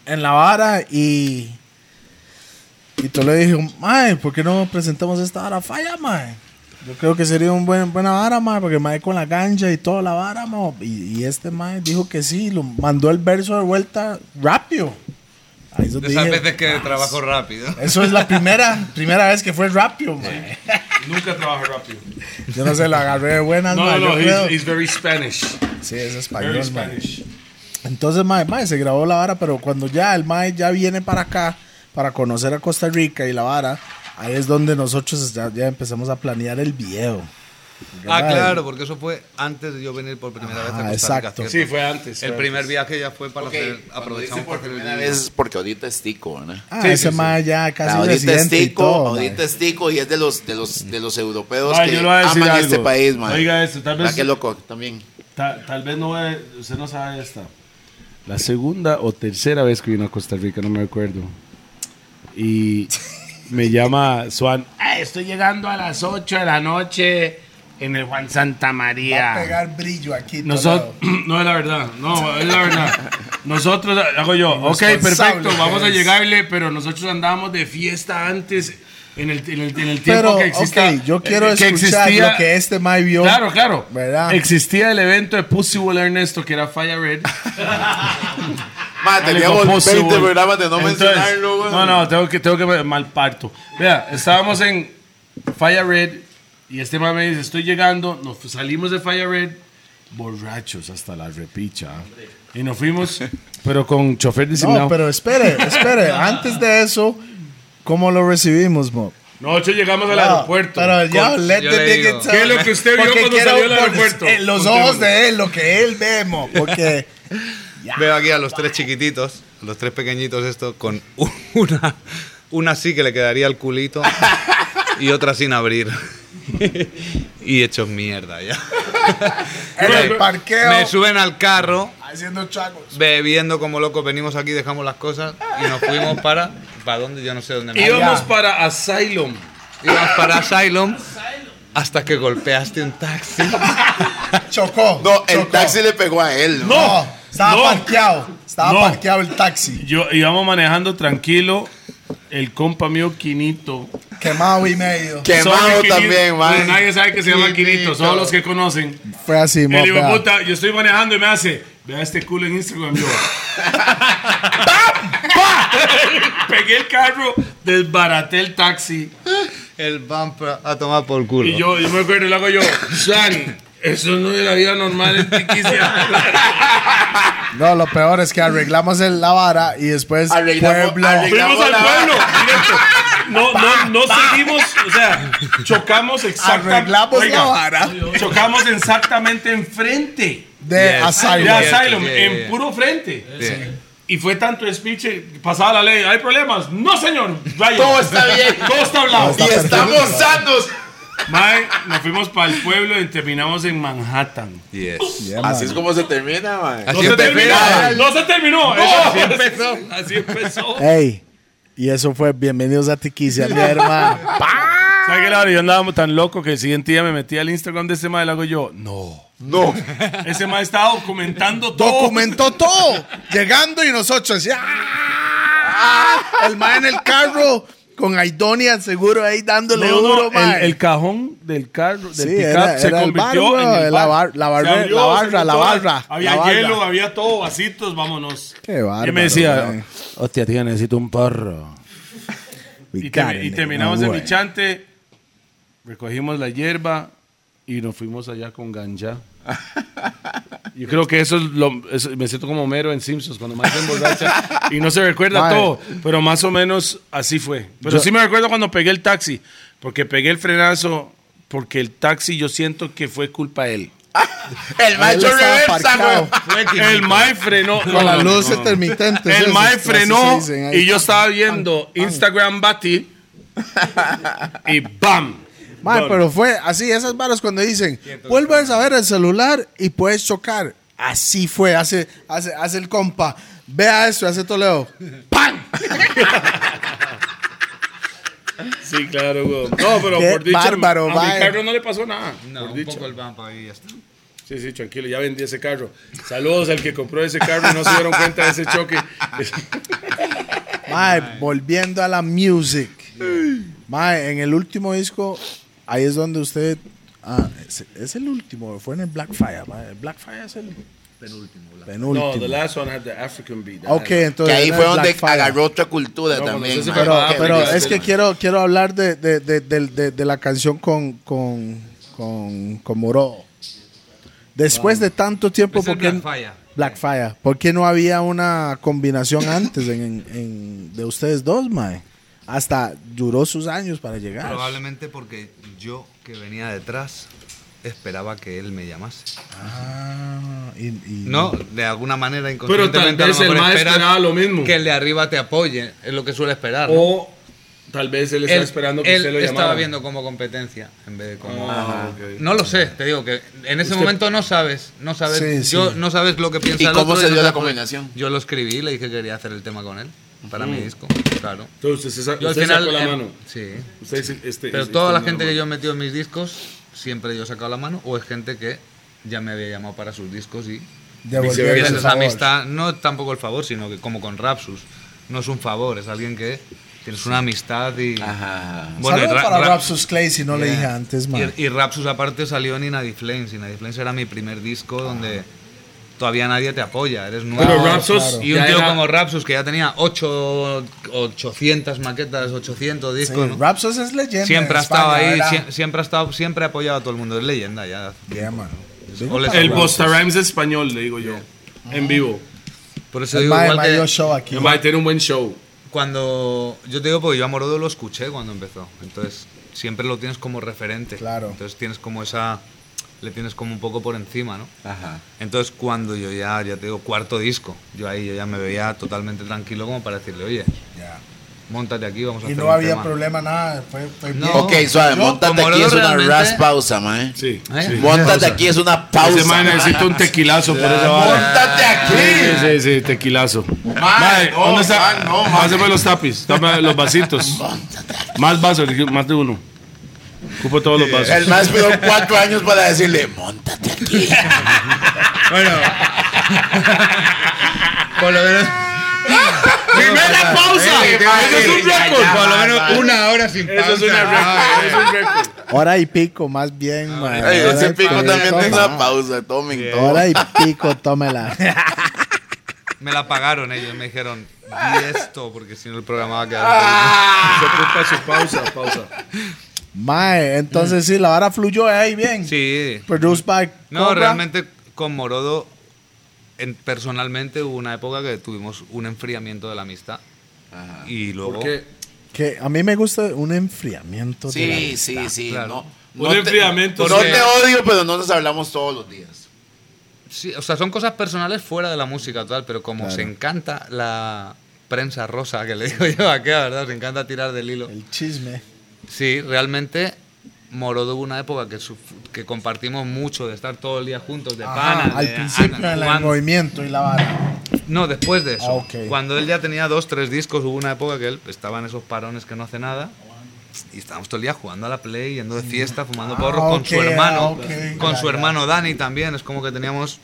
Speaker 3: en la vara, y, y Toledo dijo, mae, ¿por qué no presentamos esta vara falla, mae? Yo creo que sería un buen, buena vara, mae, porque mae con la ganja y toda la vara, mae, y, y este mae dijo que sí, lo mandó el verso de vuelta rápido. Ahí yo
Speaker 1: De esas
Speaker 3: dije,
Speaker 1: veces que trabajo rápido.
Speaker 3: Eso es la primera, primera vez que fue rápido, mae.
Speaker 2: Nunca trabajo rápido.
Speaker 3: Yo no sé, lo agarré de buenas,
Speaker 2: No,
Speaker 3: mae,
Speaker 2: no,
Speaker 3: yo
Speaker 2: no,
Speaker 3: creo.
Speaker 2: he's, he's very Spanish.
Speaker 3: Sí, es
Speaker 2: Very
Speaker 3: español, mae.
Speaker 2: Spanish.
Speaker 3: Entonces, mae, mae, se grabó la vara, pero cuando ya el mae ya viene para acá, para conocer a Costa Rica y la vara, ahí es donde nosotros ya, ya empezamos a planear el video. Porque,
Speaker 1: Ah,
Speaker 3: mae,
Speaker 1: claro, porque eso fue antes de yo venir por primera vez
Speaker 3: Ah,
Speaker 1: a Costa Rica.
Speaker 3: exacto.
Speaker 1: ¿cierto?
Speaker 2: Sí, fue antes.
Speaker 1: El primer viaje ya fue para hacer,
Speaker 4: Aprovechamos
Speaker 1: aprovechamos
Speaker 4: por
Speaker 1: para hacer el
Speaker 4: primera
Speaker 1: video.
Speaker 4: vez porque ahorita es tico, ¿verdad?
Speaker 3: Ah,
Speaker 2: Sí,
Speaker 3: ese
Speaker 2: sí,
Speaker 3: mae ya casi
Speaker 4: ahorita es
Speaker 3: residente y
Speaker 4: tico,
Speaker 3: todo, mae.
Speaker 4: ahorita es tico y es de los de los de los europeos
Speaker 2: Ma,
Speaker 4: que
Speaker 2: yo le voy a decir
Speaker 4: aman
Speaker 2: algo.
Speaker 4: este país, man.
Speaker 2: Oiga esto, tal vez-
Speaker 4: Ah, qué loco también.
Speaker 2: Ta- tal vez no, eh, usted no sabe esta. La segunda o tercera vez que vino a Costa Rica, no me acuerdo. Y me llama Swan. "Ay, Ah, estoy llegando a las 8 de la noche en el Juan Santa
Speaker 3: Va a
Speaker 2: María.
Speaker 3: pegar brillo aquí.
Speaker 2: Nosotros, no es la verdad, no, es la verdad. Nosotros, hago yo, ok, perfecto,
Speaker 3: que
Speaker 2: vamos a
Speaker 3: es.
Speaker 2: llegarle, pero nosotros andábamos de fiesta antes en el, en el- en el tiempo
Speaker 3: Pero,
Speaker 2: que existía. Eh,
Speaker 3: ok, yo quiero
Speaker 2: que
Speaker 3: escuchar
Speaker 2: existía-
Speaker 3: lo que este mae vio.
Speaker 2: Claro, claro.
Speaker 3: ¿Verdad?
Speaker 2: Existía el evento de Pussywall Ernesto, que era Fire Red.
Speaker 4: Ma,
Speaker 2: Ah,
Speaker 4: teníamos
Speaker 2: Con Pussy
Speaker 4: 20
Speaker 2: Wall.
Speaker 4: programas de no
Speaker 2: Entonces,
Speaker 4: mencionarlo, weón.
Speaker 2: No, no, tengo que, tengo que mal parto. Vea, estábamos en Fire Red y este man me dice, estoy llegando, nos fu- salimos de Fire Red, borrachos hasta la repicha. ¿ah? Y nos fuimos, pero con chofer designado.
Speaker 3: No, pero espere, espere. antes de eso, ¿cómo lo recibimos, mo?
Speaker 2: Nosotros llegamos al
Speaker 3: Wow,
Speaker 2: aeropuerto.
Speaker 3: Pero ya,
Speaker 1: Con-
Speaker 3: let
Speaker 1: yo
Speaker 3: the
Speaker 1: le
Speaker 3: nigga
Speaker 1: digo.
Speaker 3: tell.
Speaker 2: ¿Qué es lo que usted vio
Speaker 3: Porque
Speaker 2: cuando
Speaker 3: quiero
Speaker 2: salió del
Speaker 3: por-
Speaker 2: aeropuerto?
Speaker 3: En los ojos de él, lo que él vemos. Porque
Speaker 1: Veo aquí a los tres chiquititos, a los tres pequeñitos estos, con una, una sí que le quedaría el culito y otra sin abrir. y hechos mierda ya.
Speaker 3: En
Speaker 1: Me-
Speaker 3: el parqueo.
Speaker 1: Me suben al carro,
Speaker 3: Haciendo chacos.
Speaker 1: bebiendo como locos, venimos aquí, dejamos las cosas y nos fuimos para. ¿Para dónde? Yo no sé dónde. me-
Speaker 12: Íbamos para Asylum.
Speaker 1: Íbamos para Asylum hasta que golpeaste un taxi.
Speaker 3: Chocó.
Speaker 4: No, el
Speaker 3: chocó.
Speaker 4: taxi le pegó a él. No.
Speaker 3: No, estaba
Speaker 2: No.
Speaker 3: parqueado. Estaba
Speaker 2: No.
Speaker 3: parqueado el taxi.
Speaker 2: Yo íbamos manejando tranquilo. El compa mío, Quinito.
Speaker 3: Quemado y medio.
Speaker 4: Quemado
Speaker 2: Sorry, Quinito,
Speaker 4: también,
Speaker 2: pero
Speaker 4: man.
Speaker 2: Nadie sabe que se llama
Speaker 4: Quinito.
Speaker 2: Quinito, solo los que conocen.
Speaker 3: Fue así,
Speaker 2: El hijo de
Speaker 3: mopa.
Speaker 2: puta, yo estoy manejando y me hace, vea este culo en Instagram, yo. Pegué el carro, desbaraté el taxi.
Speaker 1: El bumper a tomar por culo.
Speaker 2: Y yo, yo me acuerdo y lo hago yo, San, eso no es la vida normal en Tiquicia.
Speaker 3: No, lo peor es que arreglamos el, la vara y después
Speaker 4: Arreglamos-
Speaker 3: pueblo.
Speaker 4: arregla-
Speaker 2: Fuimos al pueblo, directo. No, no, no seguimos, o sea, chocamos exactamente.
Speaker 3: Arreglamos la
Speaker 2: Oiga,
Speaker 3: vara
Speaker 2: Chocamos exactamente enfrente.
Speaker 3: de
Speaker 1: Yes.
Speaker 3: Asylum.
Speaker 2: De
Speaker 1: Yes.
Speaker 2: Asylum,
Speaker 1: yeah,
Speaker 2: en
Speaker 1: yeah.
Speaker 2: puro frente.
Speaker 1: Bien.
Speaker 2: Y fue tanto speech, eh, pasaba la ley, ¿hay problemas? No, señor. Ryan.
Speaker 4: Todo está bien.
Speaker 2: Todo está hablado.
Speaker 4: Y estamos sanos.
Speaker 2: Mae, nos fuimos para el pueblo y terminamos en Manhattan.
Speaker 1: Yes.
Speaker 3: Yeah, man.
Speaker 4: Así es como se termina, man.
Speaker 1: Así
Speaker 2: No se terminó.
Speaker 1: empezó.
Speaker 2: No se terminó.
Speaker 1: Así empezó.
Speaker 2: Así empezó.
Speaker 3: Ey, y eso fue Bienvenidos a Tiquicia, mi hermano.
Speaker 13: ¿Sabes qué, Laura? Yo andaba tan loco que el siguiente día me metí al Instagram de ese mae y le hago yo, no.
Speaker 4: No.
Speaker 2: Ese mae estaba documentando todo.
Speaker 3: Documentó todo. Llegando y nosotros así, ¡ah! El man en el carro con Aidonia seguro ahí
Speaker 13: No,
Speaker 3: dándole
Speaker 13: no,
Speaker 3: duro,
Speaker 13: el,
Speaker 3: man.
Speaker 13: el cajón del carro, del
Speaker 3: Sí,
Speaker 13: pickup,
Speaker 3: era-
Speaker 13: se
Speaker 3: era el
Speaker 13: convirtió
Speaker 3: bar,
Speaker 13: en
Speaker 3: güey,
Speaker 13: el
Speaker 3: la
Speaker 13: bar.
Speaker 3: bar- la
Speaker 13: Se
Speaker 3: barbe-
Speaker 13: abrió,
Speaker 3: la
Speaker 13: se
Speaker 3: barra, la
Speaker 13: juntó,
Speaker 3: barra,
Speaker 2: Había
Speaker 3: la barra.
Speaker 2: hielo, había todo, vasitos, vámonos.
Speaker 3: Qué bárbaro,
Speaker 13: Y me decía,
Speaker 3: man.
Speaker 13: hostia, tío, necesito un porro.
Speaker 3: We
Speaker 13: Y, te-
Speaker 3: got
Speaker 2: y
Speaker 3: it,
Speaker 2: terminamos
Speaker 3: nigga,
Speaker 2: en
Speaker 3: boy.
Speaker 2: Michante, recogimos la hierba y nos fuimos allá con ganja. Yo creo que eso es lo. eso- me siento como Homero en Simpsons cuando más se emborracha y no se recuerda
Speaker 3: Mae.
Speaker 2: todo, pero más o menos así fue. Pero sí me recuerdo cuando pegué el taxi, porque pegué el frenazo, porque el taxi yo siento que fue culpa de él.
Speaker 4: El
Speaker 3: Él
Speaker 4: macho
Speaker 3: estaba
Speaker 4: reversa,
Speaker 3: parqueado.
Speaker 4: güey.
Speaker 2: El mae frenó.
Speaker 3: Con
Speaker 2: No,
Speaker 3: las
Speaker 2: no, no,
Speaker 3: luces
Speaker 2: no.
Speaker 3: intermitentes.
Speaker 2: El
Speaker 3: esas,
Speaker 2: mae
Speaker 3: así se
Speaker 2: frenó
Speaker 3: dicen ahí.
Speaker 2: y yo estaba viendo Instagram Bati y ¡bam!
Speaker 3: Mae, pero fue así, esas varas cuando dicen, vuelves a ver el celular y puedes chocar. Así fue, hace, hace, hace el compa. Vea esto, hace Toledo.
Speaker 2: Sí, claro, güey. No, pero
Speaker 3: Qué
Speaker 2: por dicho,
Speaker 3: bárbaro,
Speaker 2: a
Speaker 3: mae.
Speaker 2: mi carro no le pasó nada.
Speaker 1: No,
Speaker 2: por
Speaker 1: un
Speaker 2: dicho.
Speaker 1: poco el bumper ahí ya está.
Speaker 2: Sí, sí, tranquilo, ya vendí ese carro. Saludos al que compró ese carro y no se dieron cuenta de ese choque.
Speaker 3: Mae, volviendo a la music. Mae, en el último disco, ahí es donde usted. Ah, es, es el último, fue en el Blackfire. Mae. El Blackfire es el penúltimo.
Speaker 2: No, the last one had the African beat.
Speaker 3: ok,
Speaker 4: Que
Speaker 3: entonces.
Speaker 4: ahí
Speaker 3: era
Speaker 4: fue
Speaker 3: el
Speaker 4: donde
Speaker 3: Blackfire.
Speaker 4: agarró otra cultura
Speaker 2: No,
Speaker 4: también.
Speaker 2: cuando se
Speaker 4: man.
Speaker 2: separó,
Speaker 3: Pero,
Speaker 4: Qué
Speaker 3: pero
Speaker 4: rico,
Speaker 3: es que
Speaker 4: man.
Speaker 3: quiero, quiero hablar de, de, de, del- de- de la canción con, con, con, con Moro. Después de tanto tiempo,
Speaker 1: Pues Es el
Speaker 3: ¿por qué-
Speaker 1: Blackfire.
Speaker 3: Blackfire. ¿Por qué no había una combinación antes en, en- en- de ustedes dos, Mae? Hasta duró sus años para
Speaker 1: Ah.
Speaker 3: llegar.
Speaker 1: Probablemente porque yo que venía detrás esperaba que él me llamase.
Speaker 3: Ah, y- y-
Speaker 1: No, de alguna manera inconscientemente
Speaker 12: vez
Speaker 1: a lo
Speaker 12: el
Speaker 1: mejor
Speaker 12: mae
Speaker 1: esperas
Speaker 12: esperaba lo mismo.
Speaker 1: Que el de arriba te apoye, es lo que suele esperar. ¿no?
Speaker 12: O tal vez él estaba esperando que
Speaker 1: él
Speaker 12: usted lo llamara.
Speaker 1: estaba viendo como competencia en vez de como no lo sé te digo Ah, que en ese momento no sabes no sabes
Speaker 3: Sí,
Speaker 1: yo
Speaker 3: sí.
Speaker 1: no sabes lo que piensa
Speaker 4: ¿Y
Speaker 1: el
Speaker 4: cómo
Speaker 1: otro
Speaker 4: se
Speaker 1: no
Speaker 4: dio la
Speaker 1: sabes-
Speaker 4: combinación?
Speaker 1: yo lo escribí le dije que quería hacer el tema con él para mi disco claro
Speaker 12: Entonces, usted, sa-
Speaker 1: yo al
Speaker 12: usted
Speaker 1: final
Speaker 12: sacó la
Speaker 1: eh,
Speaker 12: mano.
Speaker 1: sí
Speaker 12: Usted dice, este,
Speaker 1: pero
Speaker 12: este,
Speaker 1: toda la
Speaker 12: no,
Speaker 1: gente
Speaker 12: no.
Speaker 1: que yo he metido en mis discos siempre yo he sacado la mano o es gente que ya me había llamado para sus discos y
Speaker 3: devolverle el
Speaker 1: Gracias a esa
Speaker 3: favor.
Speaker 1: amistad, no tampoco el favor, sino que como con Rapsus, no es un favor, es alguien que tienes una amistad y...
Speaker 4: Ajá.
Speaker 1: y
Speaker 3: Saludos
Speaker 1: Ra-
Speaker 3: para
Speaker 1: Ra-
Speaker 3: Rapsus Clay, si no le dije
Speaker 1: Yeah.
Speaker 3: antes,
Speaker 1: Y-
Speaker 3: Mae.
Speaker 1: Y, Rapsus aparte salió en Inadi Flames, Inadi Flames era mi primer
Speaker 3: Ah.
Speaker 1: disco donde todavía nadie te apoya, eres nuevo.
Speaker 12: Pero Rapsos
Speaker 3: claro.
Speaker 1: Y un
Speaker 12: ya
Speaker 1: tío
Speaker 12: era-
Speaker 1: como Rapsus que ya tenía ocho- 800 maquetas, 800
Speaker 3: Sí,
Speaker 1: discos, ¿no?
Speaker 3: Rapsus es leyenda.
Speaker 1: Siempre
Speaker 3: en
Speaker 1: ha estado
Speaker 3: España,
Speaker 1: ahí,
Speaker 3: ¿verdad?
Speaker 1: sie- siempre ha estado, siempre ha apoyado a todo el mundo, es leyenda ya.
Speaker 3: Yeah, man.
Speaker 1: O les-
Speaker 2: Pues El Bosta Rhymes Ah, español, le digo yo. En vivo.
Speaker 1: Por eso
Speaker 3: El
Speaker 1: digo,
Speaker 3: mae
Speaker 1: igual que-
Speaker 3: mayor show aquí.
Speaker 12: Va a tener un buen show.
Speaker 1: Cuando yo te digo, porque yo a Morodo lo escuché cuando empezó, entonces siempre lo tienes como referente.
Speaker 3: Claro.
Speaker 1: Entonces tienes como esa, le tienes como un poco por encima, ¿no?
Speaker 4: Ajá.
Speaker 1: Entonces cuando yo ya, ya te digo, cuarto disco, yo ahí yo ya me veía totalmente tranquilo como para decirle, oye,
Speaker 3: Ya.
Speaker 1: montate aquí, vamos a
Speaker 3: Y
Speaker 1: hacer
Speaker 3: no
Speaker 1: un
Speaker 3: había
Speaker 1: tema".
Speaker 3: problema, nada. Fue, fue bien.
Speaker 1: No.
Speaker 4: Ok, suave,
Speaker 1: Yo,
Speaker 4: montate
Speaker 1: como
Speaker 4: aquí
Speaker 1: lo
Speaker 4: es una
Speaker 1: realmente-
Speaker 4: raspausa, mae.
Speaker 2: Sí.
Speaker 1: ¿Eh?
Speaker 4: Montate aquí es una pausa.
Speaker 2: Ese man necesita un tequilazo por esa vara.
Speaker 4: Montate
Speaker 2: Sí,
Speaker 4: aquí.
Speaker 2: sí, sí, tequilazo.
Speaker 4: Mae,
Speaker 2: Mae,
Speaker 4: no,
Speaker 2: ¿dónde está?
Speaker 4: mae, no, mae.
Speaker 2: Hazme los tapis, dame los vasitos. Más vasos, más de uno. Ocupo todos los vasos.
Speaker 4: El más esperó cuatro años para decirle, montate aquí.
Speaker 1: Bueno. Por lo menos.
Speaker 2: ¡Primera pausa!
Speaker 1: Sí,
Speaker 2: ¡Eso es un
Speaker 1: sí,
Speaker 2: récord!
Speaker 4: ya,
Speaker 1: Por lo
Speaker 4: va, va.
Speaker 1: menos una hora sin pausa.
Speaker 2: Eso es una
Speaker 1: Ah,
Speaker 2: récord, eso es un récord.
Speaker 3: Hora y pico, más bien, mae.
Speaker 4: Ay,
Speaker 3: Hora
Speaker 4: ese
Speaker 3: y
Speaker 4: pico
Speaker 3: pico,
Speaker 4: también tiene una
Speaker 3: ma.
Speaker 4: pausa, tomen todo.
Speaker 3: Hora y pico, tómela.
Speaker 1: Me la pagaron ellos, me dijeron, di esto, porque si no el programa va a
Speaker 3: Ah.
Speaker 1: quedar.
Speaker 2: Se ocupa su pausa, pausa.
Speaker 3: Mae, entonces sí, la vara fluyó ahí bien. Pues
Speaker 1: Sí.
Speaker 3: Produced by
Speaker 1: No,
Speaker 3: Cobra.
Speaker 1: realmente con Morodo, en- personalmente hubo una época que tuvimos un enfriamiento de la amistad. Y luego.
Speaker 3: Que a mí me gusta un enfriamiento. de la
Speaker 4: Sí,
Speaker 3: amistad.
Speaker 4: sí, sí.
Speaker 1: claro.
Speaker 4: No,
Speaker 2: Un enfriamiento,
Speaker 4: No
Speaker 2: sí.
Speaker 4: te odio, pero no nos hablamos todos los días.
Speaker 1: Sí, o sea, son cosas personales fuera de la música, tal, pero como se encanta la prensa rosa que le digo yo a qué, ¿verdad? Se encanta tirar del hilo.
Speaker 3: El chisme.
Speaker 1: Sí, realmente Morodo hubo una época que, suf- que compartimos mucho de estar todo el día juntos, de
Speaker 3: Ajá,
Speaker 1: pana.
Speaker 3: al
Speaker 1: de-
Speaker 3: principio
Speaker 1: ah,
Speaker 3: en el
Speaker 1: jugando.
Speaker 3: movimiento y la vara.
Speaker 1: No, después de eso.
Speaker 3: Ah, ok.
Speaker 1: Cuando él ya tenía dos, tres discos, hubo una época que él estaba en esos parones que no hace nada. Y estábamos todo el día jugando a la play, yendo de fiesta, fumando porros con su
Speaker 3: ok, ah,
Speaker 1: hermano.
Speaker 3: ok,
Speaker 1: con
Speaker 3: ya,
Speaker 1: su
Speaker 3: ya.
Speaker 1: hermano Dani también. Es como que teníamos.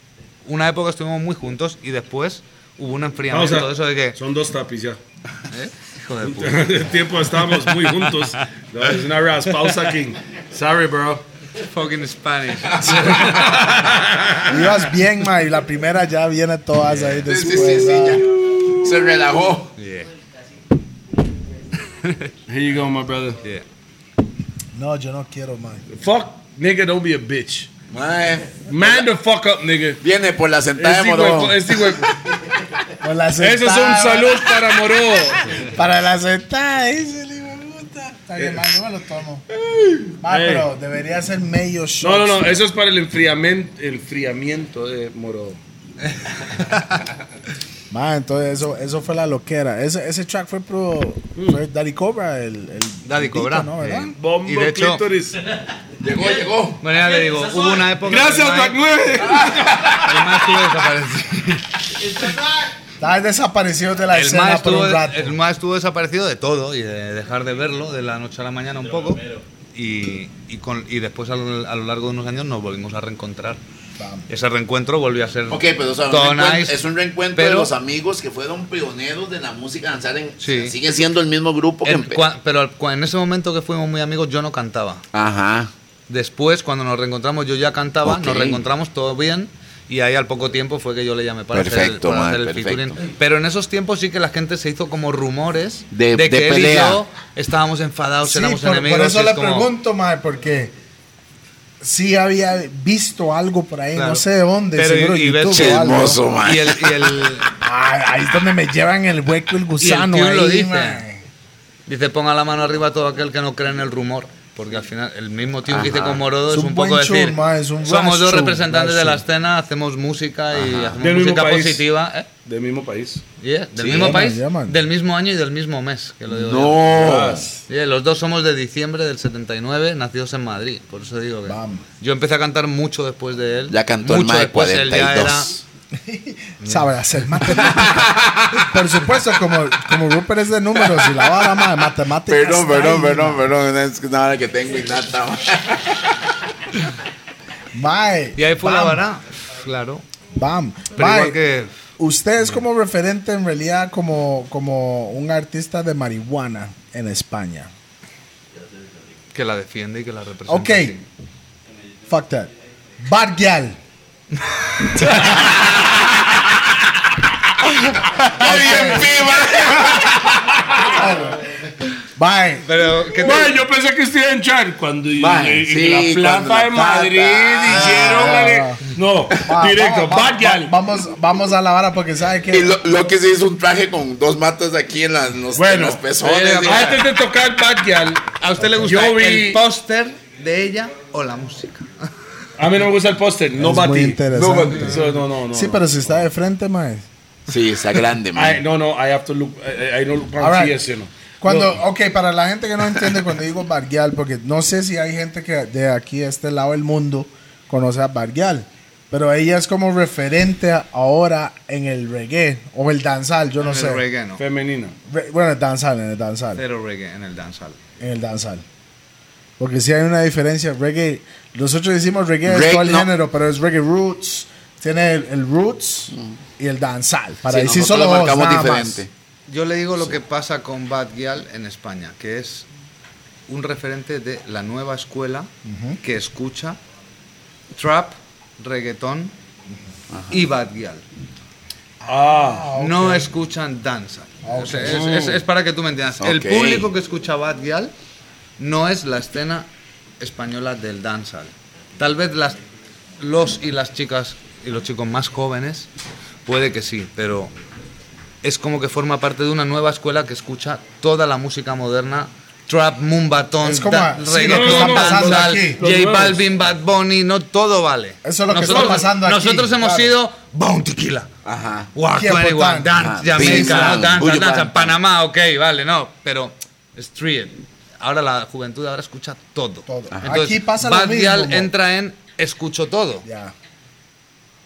Speaker 1: Una época estuvimos muy juntos y después hubo un enfriamiento
Speaker 2: Pausa.
Speaker 1: de eso de que.
Speaker 2: Son dos tapis ya.
Speaker 1: ¿eh? Hijo de puta.
Speaker 2: El tiempo estábamos muy juntos. No, es una ras. Pausa, King. Sorry, bro.
Speaker 1: Fucking Spanish.
Speaker 3: Ibas bien, mae, y la primera ya viene todas ahí
Speaker 4: Sí, sí,
Speaker 3: después.
Speaker 4: sí, sí,
Speaker 3: ah.
Speaker 4: ya. Se relajó.
Speaker 1: Yeah,
Speaker 2: Here you go, my brother.
Speaker 1: yeah.
Speaker 3: No, yo no quiero, mae.
Speaker 2: Fuck, nigga, don't be a bitch.
Speaker 4: Mae,
Speaker 2: Man the fuck up, nigga.
Speaker 4: viene por la sentada de
Speaker 2: Ese hijo
Speaker 4: Morón.
Speaker 2: de- ese hijo de-
Speaker 3: Con la
Speaker 2: Eso es un
Speaker 3: sentada,
Speaker 2: salud para Moró.
Speaker 3: Para la sentada, dice el hijo de puta. Está bien, mae, yo me lo tomo. Mae,
Speaker 2: Eh.
Speaker 3: pero debería ser medio show.
Speaker 2: No, no, no. Eso es para el enfriamiento, el enfriamiento de Moró.
Speaker 3: Mae, entonces eso, eso fue la loquera. Ese, ese track fue pro fue Daddy Cobra, el, el
Speaker 1: Mm. Daddy
Speaker 3: el
Speaker 1: Cobra.
Speaker 3: dito, ¿no, verdad?
Speaker 1: eh, y de hecho,
Speaker 4: Llegó, llegó.
Speaker 1: bueno, ya le digo, hubo una época. que
Speaker 2: Gracias,
Speaker 1: el mae-
Speaker 2: Black 9.
Speaker 1: el mae estuvo desaparecido.
Speaker 3: Estaba desaparecido de la
Speaker 1: el
Speaker 3: escena
Speaker 1: más
Speaker 3: por
Speaker 1: estuvo,
Speaker 3: un rato.
Speaker 1: el mae estuvo desaparecido de todo y de dejar de verlo de la noche a la mañana un poco. Y, y, con- y después al- a lo largo de unos años nos volvimos a reencontrar. Ese reencuentro volvió a ser
Speaker 4: Ok, pero o sea, un
Speaker 1: todo
Speaker 4: reencuentro-
Speaker 1: nice,
Speaker 4: es un reencuentro de
Speaker 1: pero
Speaker 4: los amigos que fueron pioneros de la música danzar en.
Speaker 1: Sí.
Speaker 4: o sea, Sigue siendo el mismo grupo que
Speaker 1: en
Speaker 4: empezó.
Speaker 1: cua- pero al- cua- en ese momento que fuimos muy amigos yo no cantaba.
Speaker 4: Ajá.
Speaker 1: Después cuando nos reencontramos yo ya cantaba,
Speaker 4: Ok.
Speaker 1: nos reencontramos todo bien y ahí al poco tiempo fue que yo le llamé para hacer el,
Speaker 4: Perfecto,
Speaker 1: para
Speaker 4: man,
Speaker 1: hacer el
Speaker 4: perfecto.
Speaker 1: featuring. Pero en esos tiempos sí que la gente se hizo como rumores
Speaker 4: De-
Speaker 1: de,
Speaker 4: de
Speaker 1: que él y
Speaker 4: pelea.
Speaker 1: yo estábamos enfadados,
Speaker 3: Sí,
Speaker 1: éramos
Speaker 3: por, por
Speaker 1: enemigos. y
Speaker 3: eso
Speaker 1: es
Speaker 3: le
Speaker 1: como-
Speaker 3: pregunto, mae, porque sí había visto algo por ahí,
Speaker 1: Claro.
Speaker 3: no sé de dónde,
Speaker 1: Pero y-
Speaker 3: seguro
Speaker 1: y ves
Speaker 3: YouTube o algo.
Speaker 4: Chismoso,
Speaker 1: Y
Speaker 4: mae.
Speaker 1: el, y el-
Speaker 3: Ay, ahí es donde me llevan el hueco el gusano.
Speaker 1: tío
Speaker 3: ahí,
Speaker 1: lo dice.
Speaker 3: mae.
Speaker 1: dice ponga la mano arriba a todo aquel que no cree en el rumor. Porque al final el mismo tío que dice con Morodo
Speaker 3: Es
Speaker 1: es
Speaker 3: un
Speaker 1: un, poco
Speaker 3: buen show,
Speaker 1: decir,
Speaker 3: ma, es un
Speaker 1: somos
Speaker 3: buen
Speaker 1: dos
Speaker 3: show,
Speaker 1: representantes
Speaker 3: buen
Speaker 1: de la
Speaker 3: show".
Speaker 1: escena, hacemos música y hacemos
Speaker 2: Del mismo
Speaker 1: música
Speaker 2: país.
Speaker 1: positiva, ¿eh?
Speaker 2: Del mismo país.
Speaker 1: Yeah, del
Speaker 4: Sí,
Speaker 1: mismo
Speaker 3: ya,
Speaker 1: país,
Speaker 3: ya, man.
Speaker 1: del mismo año y del mismo mes, que lo digo yo.
Speaker 4: No.
Speaker 1: Yeah, los dos somos de diciembre del 79, nacidos en Madrid, por eso digo que
Speaker 3: Bam.
Speaker 1: yo empecé a cantar mucho después de él.
Speaker 4: Ya cantó el
Speaker 1: mucho
Speaker 4: más de
Speaker 1: después, él ya
Speaker 4: 42.
Speaker 3: Sabe hacer matemáticas. Por supuesto, como, como Rupert es de números y la vara, mae, matemáticas.
Speaker 4: Perdón,
Speaker 3: está
Speaker 4: perdón,
Speaker 3: ahí,
Speaker 4: perdón, perdón. Es que nada que tengo innata. mae.
Speaker 3: Mae.
Speaker 1: era- Y ahí fue la
Speaker 3: bam,
Speaker 1: vara, claro.
Speaker 3: Bam.
Speaker 1: Pero
Speaker 3: Mae,
Speaker 1: igual que
Speaker 3: Usted es como referente en realidad como, como un artista de marihuana en España.
Speaker 1: que la defiende y que la representa.
Speaker 3: Ok.
Speaker 1: sí.
Speaker 3: Fuck that. Bad Gyal.
Speaker 4: ¡Qué bien, piba!
Speaker 3: Bye.
Speaker 1: Pero ¿qué te-
Speaker 2: Bueno, yo pensé que estuviera en Chan cuando y-
Speaker 4: Vale,
Speaker 2: y- y
Speaker 4: sí,
Speaker 2: la
Speaker 4: cuando la
Speaker 2: plaza de Madrid
Speaker 4: plata.
Speaker 2: hicieron ale- no,
Speaker 3: Va,
Speaker 2: directo,
Speaker 3: va- va-
Speaker 2: bad gal.
Speaker 3: Vamos, vamos a la vara porque sabe que.
Speaker 4: Y lo, lo que se hizo un traje con dos matas aquí en, las en los, en
Speaker 2: Bueno,
Speaker 4: los pezones.
Speaker 1: eh,
Speaker 4: y-
Speaker 2: Antes de tocar bad gal,
Speaker 1: ¿A usted le gusta
Speaker 2: yo vi
Speaker 1: el póster de ella o la música?
Speaker 2: a mí no me gusta el póster, no
Speaker 3: Es muy
Speaker 2: batí. No,
Speaker 3: interesante.
Speaker 2: batí. So, no, no, no.
Speaker 3: sí, pero si está de frente, mae.
Speaker 4: Sí, está grande,
Speaker 2: I,
Speaker 4: man.
Speaker 2: no, no, I have to look I, I don't look
Speaker 3: All right.
Speaker 2: sí, ese no.
Speaker 3: Cuando, ok, para la gente que no entiende cuando digo barguial, porque no sé si hay gente que de aquí, de este lado del mundo, conoce a barguial, pero ella es como referente a- ahora en el reggae o el danzal, yo no
Speaker 1: en
Speaker 3: sé.
Speaker 1: el reggae, no.
Speaker 2: Femenina.
Speaker 3: Re- bueno, el danzal, en el danzal,
Speaker 1: Cero reggae en el dancehall.
Speaker 3: en el danzal. Porque si hay una diferencia, reggae, nosotros decimos reggae es
Speaker 4: Reg-
Speaker 3: todo el
Speaker 4: no.
Speaker 3: género, pero es reggae roots, tiene el, el roots y el danzal. Para
Speaker 4: Sí,
Speaker 3: decir
Speaker 4: nosotros
Speaker 3: solo
Speaker 4: lo
Speaker 3: dos,
Speaker 4: marcamos
Speaker 3: nada
Speaker 4: diferente.
Speaker 1: Yo le digo lo que pasa con Bad Gyal en España, que es un referente de la nueva escuela que escucha trap, reggaetón y Bad Gyal.
Speaker 2: Ah.
Speaker 3: Ah,
Speaker 1: No escuchan danza. O sea, es, es- es para que tú me entiendas. El
Speaker 4: Ok.
Speaker 1: público que escucha Bad Gyal no es la escena española del dancehall. Tal vez las, los y las chicas y los chicos más jóvenes puede que sí, pero es como que forma parte de una nueva escuela que escucha toda la música moderna. Trap, mumbatón,
Speaker 3: Es como a- sí, lo que
Speaker 1: reggaeton,
Speaker 3: está pasando
Speaker 1: dancehall,
Speaker 3: aquí.
Speaker 1: J Balvin, Bad Bunny, no todo vale.
Speaker 3: Eso es lo que está pasando aquí,
Speaker 1: Nosotros hemos
Speaker 3: claro.
Speaker 1: sido Bounty Killer.
Speaker 4: Ajá.
Speaker 1: Wow,
Speaker 3: Tiempo
Speaker 1: 21,
Speaker 3: tan-
Speaker 1: Dance,
Speaker 4: Ah,
Speaker 1: Jamaica,
Speaker 4: Pisa,
Speaker 1: ¿no? Dance,
Speaker 4: Uyu,
Speaker 1: Dance,
Speaker 4: Pan.
Speaker 1: Panamá, ok, vale, no, pero Street. Ahora la juventud ahora escucha todo.
Speaker 3: Todo. Ajá.
Speaker 1: Entonces,
Speaker 3: Aquí pasa lo
Speaker 1: Bad
Speaker 3: mismo,
Speaker 1: Gyal
Speaker 3: ¿no?
Speaker 1: entra en escucho todo,
Speaker 3: más. Ya.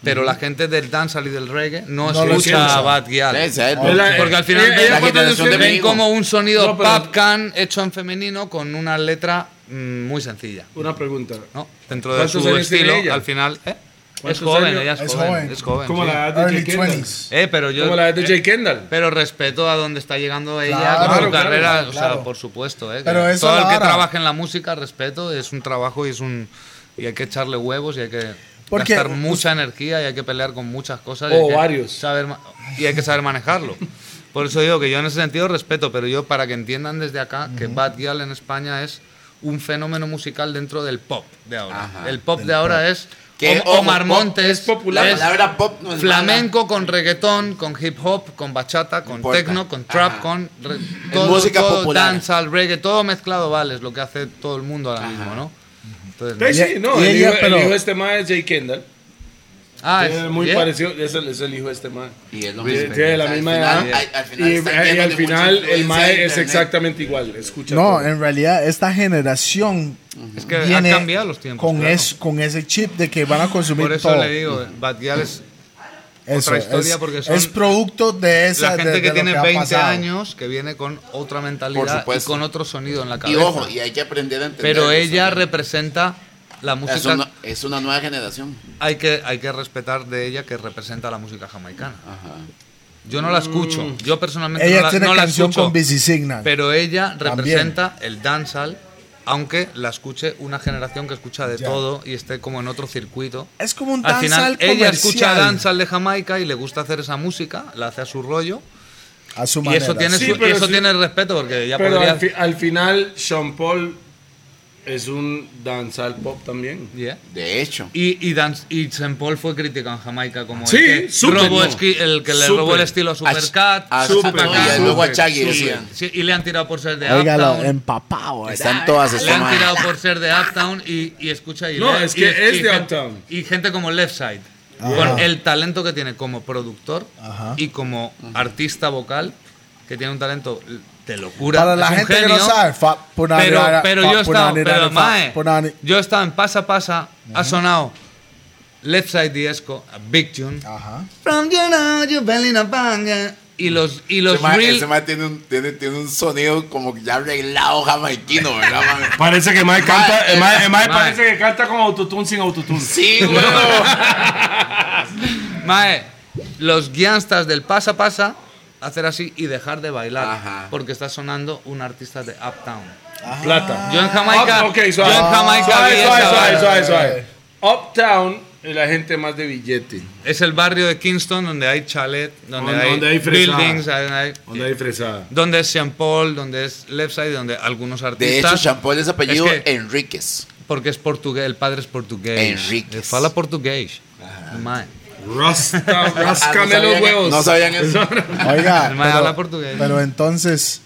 Speaker 1: pero la gente del dancehall y del reggae no,
Speaker 3: No lo
Speaker 1: escucha
Speaker 3: escucha.
Speaker 1: a Bad Gyal.
Speaker 4: Sí, sí, es-
Speaker 1: Porque al final
Speaker 2: Ella-
Speaker 1: ven-
Speaker 2: ella
Speaker 4: La
Speaker 2: cuando
Speaker 4: generación de
Speaker 2: dice-
Speaker 1: ven
Speaker 4: México.
Speaker 1: como un sonido
Speaker 2: Eh, No, pero-
Speaker 1: pop can hecho en femenino con una letra mm, muy sencilla.
Speaker 2: Una pregunta.
Speaker 1: ¿no? Dentro de
Speaker 2: ¿Cuántos
Speaker 1: su
Speaker 2: años tiene
Speaker 1: estilo,
Speaker 2: ella?
Speaker 1: al final. ¿eh? Es
Speaker 2: ¿Cuántos
Speaker 1: joven,
Speaker 2: años?
Speaker 1: ella es,
Speaker 3: Es
Speaker 1: joven,
Speaker 3: joven.
Speaker 1: es joven.
Speaker 2: Como
Speaker 1: sí.
Speaker 2: la edad de
Speaker 3: Early
Speaker 2: J. Kendall.
Speaker 3: 20s.
Speaker 1: Eh, pero yo.
Speaker 2: Como la edad de J. Kendall.
Speaker 1: Pero respeto a donde está llegando ella
Speaker 3: Claro,
Speaker 1: con su
Speaker 2: claro,
Speaker 1: carrera, o sea,
Speaker 3: claro.
Speaker 1: por supuesto. ¿eh?
Speaker 3: Pero
Speaker 1: Que
Speaker 3: eso
Speaker 1: Todo el que
Speaker 3: ahora-
Speaker 1: trabaja en la música, respeto, es un trabajo y es un y hay que echarle huevos y hay que
Speaker 3: Porque-
Speaker 1: gastar mucha energía y hay que pelear con muchas cosas. y
Speaker 2: O
Speaker 1: hay que
Speaker 2: varios.
Speaker 1: Saber, ma- y hay que saber manejarlo. Por eso digo que yo en ese sentido respeto, pero yo para que entiendan desde acá que Bad Gyal en España es un fenómeno musical dentro del pop de ahora.
Speaker 4: Ajá,
Speaker 1: el pop de ahora es
Speaker 4: Que,
Speaker 1: Om-
Speaker 4: ojo,
Speaker 1: Omar
Speaker 4: pop
Speaker 1: Montes,
Speaker 2: es popular.
Speaker 1: es-
Speaker 4: La palabra pop no es
Speaker 1: flamenco con reggaetón, con hip hop, con bachata, con
Speaker 4: importa.
Speaker 1: techno, con trap,
Speaker 4: Ajá.
Speaker 1: con re-
Speaker 4: Es
Speaker 1: todo,
Speaker 4: música
Speaker 1: todo,
Speaker 4: popular.
Speaker 1: dancehall, reggae, todo mezclado, vale, es lo que hace todo el mundo ahora mismo, ¿no? Entonces,
Speaker 2: Ve, sí, no,
Speaker 3: y
Speaker 2: el,
Speaker 3: ella,
Speaker 2: hijo,
Speaker 3: pero-
Speaker 2: el hijo de este mae es J. Kendall.
Speaker 1: ah,
Speaker 2: Es
Speaker 1: es-
Speaker 2: Eh, muy
Speaker 1: yeah.
Speaker 2: parecido, es el, es el hijo de este mae.
Speaker 4: Y es lo
Speaker 2: Tiene-
Speaker 4: mismo.
Speaker 2: Tiene la
Speaker 4: Al
Speaker 2: misma
Speaker 4: final, al-
Speaker 2: edad.
Speaker 4: al
Speaker 2: Y, eh,
Speaker 4: final está
Speaker 2: y
Speaker 4: lleno
Speaker 2: al
Speaker 4: de
Speaker 2: final
Speaker 4: mucha
Speaker 2: el mae
Speaker 4: influencia
Speaker 2: es
Speaker 4: de
Speaker 2: exactamente igual. Escucha.
Speaker 3: No,
Speaker 2: todo.
Speaker 3: en realidad esta generación
Speaker 1: Es que han
Speaker 3: viene
Speaker 1: cambiado los tiempos.
Speaker 3: con,
Speaker 1: claro.
Speaker 3: es- con ese chip de que van a consumir
Speaker 1: Por eso
Speaker 3: todo.
Speaker 1: le digo, Bad Gyal es
Speaker 3: Eso,
Speaker 1: otra historia
Speaker 3: es,
Speaker 1: porque son-
Speaker 3: es producto de esa
Speaker 1: la gente
Speaker 3: de- de
Speaker 1: que
Speaker 3: lo
Speaker 1: tiene
Speaker 3: ha
Speaker 1: 20
Speaker 3: pasado.
Speaker 1: años que viene con otra mentalidad y
Speaker 4: supuesto.
Speaker 1: con otro sonido en la
Speaker 4: Y
Speaker 1: cabeza.
Speaker 4: ojo, y hay que aprender a entender.
Speaker 1: pero
Speaker 4: eso.
Speaker 1: ella representa la
Speaker 4: es
Speaker 1: música
Speaker 4: una, es una nueva generación.
Speaker 1: hay que, hay que respetar de ella que representa la música jamaicana.
Speaker 4: Ajá.
Speaker 1: Yo no la escucho,
Speaker 2: Mm.
Speaker 1: yo personalmente
Speaker 3: Ella
Speaker 1: no la,
Speaker 3: tiene
Speaker 1: no la
Speaker 3: canción
Speaker 1: escucho,
Speaker 3: con Busy Signal.
Speaker 1: pero ella
Speaker 3: También.
Speaker 1: representa el dancehall, aunque la escuche una generación que escucha de todo y esté como en otro circuito.
Speaker 3: es como un
Speaker 1: Al final,
Speaker 3: dancehall
Speaker 1: ella
Speaker 3: comercial.
Speaker 1: escucha dancehall de Jamaica y le gusta hacer esa música, la hace a su rollo,
Speaker 3: a su
Speaker 1: y
Speaker 3: manera.
Speaker 1: eso tiene,
Speaker 2: Sí,
Speaker 1: su- y
Speaker 2: pero
Speaker 1: eso
Speaker 2: sí.
Speaker 1: tiene respeto, porque ella
Speaker 2: Pero
Speaker 1: podría...
Speaker 2: al, fi- al final, Sean Paul es un danzal pop también.
Speaker 1: Yeah.
Speaker 4: De hecho.
Speaker 1: ¿eh? Y, y, Dan- y Sean Paul fue crítico en Jamaica como
Speaker 2: Sí,
Speaker 1: el, que
Speaker 2: súper,
Speaker 1: robó
Speaker 2: no.
Speaker 1: esqui- el que le
Speaker 2: Súper.
Speaker 1: robó el estilo a Supercat,
Speaker 4: a- a-
Speaker 1: Supercat,
Speaker 4: no, y luego a Chaggy
Speaker 1: Súper.
Speaker 4: decían.
Speaker 1: Sí, y le han tirado por ser de
Speaker 3: Óigalo, eh.
Speaker 1: Uptown.
Speaker 3: empapado. ¿verdad?
Speaker 4: Están todas
Speaker 1: Le han tirado
Speaker 4: estas
Speaker 1: por ser de Uptown y, y escucha y
Speaker 2: No,
Speaker 1: le-
Speaker 2: es que
Speaker 1: y-
Speaker 2: es
Speaker 1: y
Speaker 2: de
Speaker 1: gen-
Speaker 2: Uptown.
Speaker 1: Y gente como Leftside. Con el talento que tiene como productor
Speaker 3: Ajá.
Speaker 1: y como artista vocal, que tiene un talento de locura.
Speaker 3: Para
Speaker 1: es
Speaker 3: la
Speaker 1: un
Speaker 3: gente que
Speaker 1: genio,
Speaker 3: no sabe, fa- punani,
Speaker 1: pero,
Speaker 3: rara,
Speaker 1: pero
Speaker 3: fa-
Speaker 1: yo estaba,
Speaker 3: punani,
Speaker 1: pero
Speaker 3: rara, fa-
Speaker 1: mae,
Speaker 3: punani.
Speaker 1: yo estaba en Pasa Pasa, ha sonado Left Side Diesco, a Big Tune.
Speaker 3: Ajá.
Speaker 1: From you know you belly no
Speaker 3: Ah.
Speaker 1: banga. Y los, y los
Speaker 4: Ese ma-
Speaker 1: real-
Speaker 4: ese ma tiene un, tiene, tiene un sonido como que ya arreglado jamaiquino, ¿verdad, man?
Speaker 2: Parece que Mae
Speaker 4: canta- el mae-
Speaker 1: mae. parece
Speaker 2: que canta con autotune sin autotune.
Speaker 4: Sí, güey.
Speaker 1: Mae, los guianstas del pasa pasa, hacer así y dejar de bailar.
Speaker 4: Ajá.
Speaker 1: Porque está sonando un artista de Uptown.
Speaker 2: Plata.
Speaker 1: Ah. Yo en Jamaica.
Speaker 2: Up- ok, suave.
Speaker 1: Yo en Jamaica.
Speaker 2: Suave,
Speaker 1: vi
Speaker 2: suave,
Speaker 1: esa
Speaker 2: suave,
Speaker 1: vaina.
Speaker 2: suave, suave. Eh. Uptown es la gente más de billete.
Speaker 1: Es el barrio de Kingston donde hay chalet, donde,
Speaker 2: Donde-
Speaker 1: hay,
Speaker 2: donde hay fresada.
Speaker 1: buildings, hay- hay-
Speaker 2: Onda hay fresada.
Speaker 1: donde es Sean Paul, donde es Leftside, donde algunos artistas.
Speaker 4: De hecho, Champol es apellido
Speaker 1: Es que-
Speaker 4: Enríquez.
Speaker 1: Porque es portugués, el padre es portugués.
Speaker 4: Enríquez.
Speaker 1: Fala portugués. Mae.
Speaker 2: Rasta,
Speaker 4: Ah, no
Speaker 2: rascame
Speaker 4: sabían-
Speaker 2: los huevos.
Speaker 4: No sabían eso.
Speaker 3: Oiga,
Speaker 4: Ah,
Speaker 1: El mae habla
Speaker 3: pero,
Speaker 1: portugués.
Speaker 3: pero entonces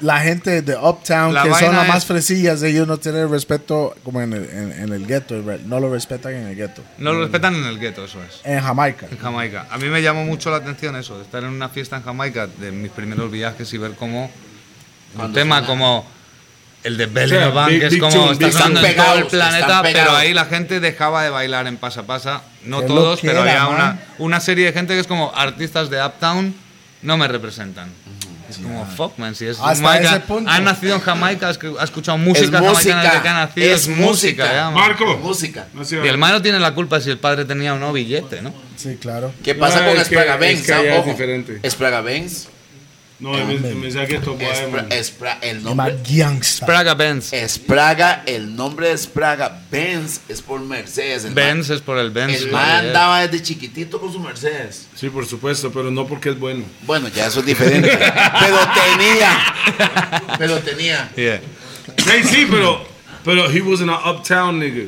Speaker 3: la gente de Uptown,
Speaker 1: La
Speaker 3: que son
Speaker 1: vaina
Speaker 3: las más
Speaker 1: es-
Speaker 3: fresillas, ellos no tienen respeto como en el, en, en el gueto, re- no lo respetan en el gueto.
Speaker 1: No lo respetan en el gueto, eso es.
Speaker 3: En Jamaica.
Speaker 1: En Jamaica. A mí me llamó mucho la atención eso, de estar en una fiesta en Jamaica de mis primeros viajes y ver cómo Un
Speaker 4: Cuando
Speaker 1: tema
Speaker 4: suena-
Speaker 1: como el de Belly in a
Speaker 2: Sí,
Speaker 1: Bank,
Speaker 2: Big-
Speaker 1: que es
Speaker 2: Big
Speaker 1: como
Speaker 2: Tune,
Speaker 1: está
Speaker 2: Big Tune.
Speaker 1: sonando en
Speaker 4: Están
Speaker 1: todo el
Speaker 4: pegados,
Speaker 1: planeta,
Speaker 4: están
Speaker 1: pero
Speaker 4: pegados.
Speaker 1: ahí la gente dejaba de bailar en Pasa Pasa. No
Speaker 3: Qué
Speaker 1: todos, pero
Speaker 3: loquera,
Speaker 1: había una,
Speaker 3: man.
Speaker 1: una serie de gente que es como artistas de Uptown, no me representan. Es como, fuck, man, si es
Speaker 3: Hasta
Speaker 1: Jamaica,
Speaker 3: ese punto.
Speaker 1: ha nacido en Jamaica, es que ha escuchado música jamaicana desde que ha nacido, es, música. ya, man.
Speaker 2: Marco.
Speaker 4: Música.
Speaker 1: Y el man no tiene la culpa si el padre tenía o no billete, ¿no?
Speaker 3: Sí, claro.
Speaker 4: ¿Qué pasa
Speaker 2: No,
Speaker 4: con
Speaker 2: es que-
Speaker 4: Spraga
Speaker 2: es
Speaker 4: Benz?
Speaker 2: que allá
Speaker 4: ah?
Speaker 2: es
Speaker 4: Ojo,
Speaker 2: diferente.
Speaker 4: Spraga Benz,
Speaker 2: No, el men- el mensaje es Toboy,
Speaker 4: Espra-
Speaker 2: man.
Speaker 4: Espra- el
Speaker 3: Es más
Speaker 4: nombre.
Speaker 3: gangsta.
Speaker 1: Praga Benz.
Speaker 4: Spraga, el nombre de Spraga Benz es por Mercedes. El
Speaker 1: Benz
Speaker 4: man-
Speaker 1: es por el Benz.
Speaker 4: El
Speaker 1: ¿no?
Speaker 4: man andaba desde chiquitito con su Mercedes.
Speaker 2: Sí, por supuesto, pero no porque es bueno.
Speaker 4: Bueno, ya eso es diferente. pero tenía. Pero tenía.
Speaker 1: Yeah.
Speaker 2: Sí, sí, pero, pero he was in a uptown nigga.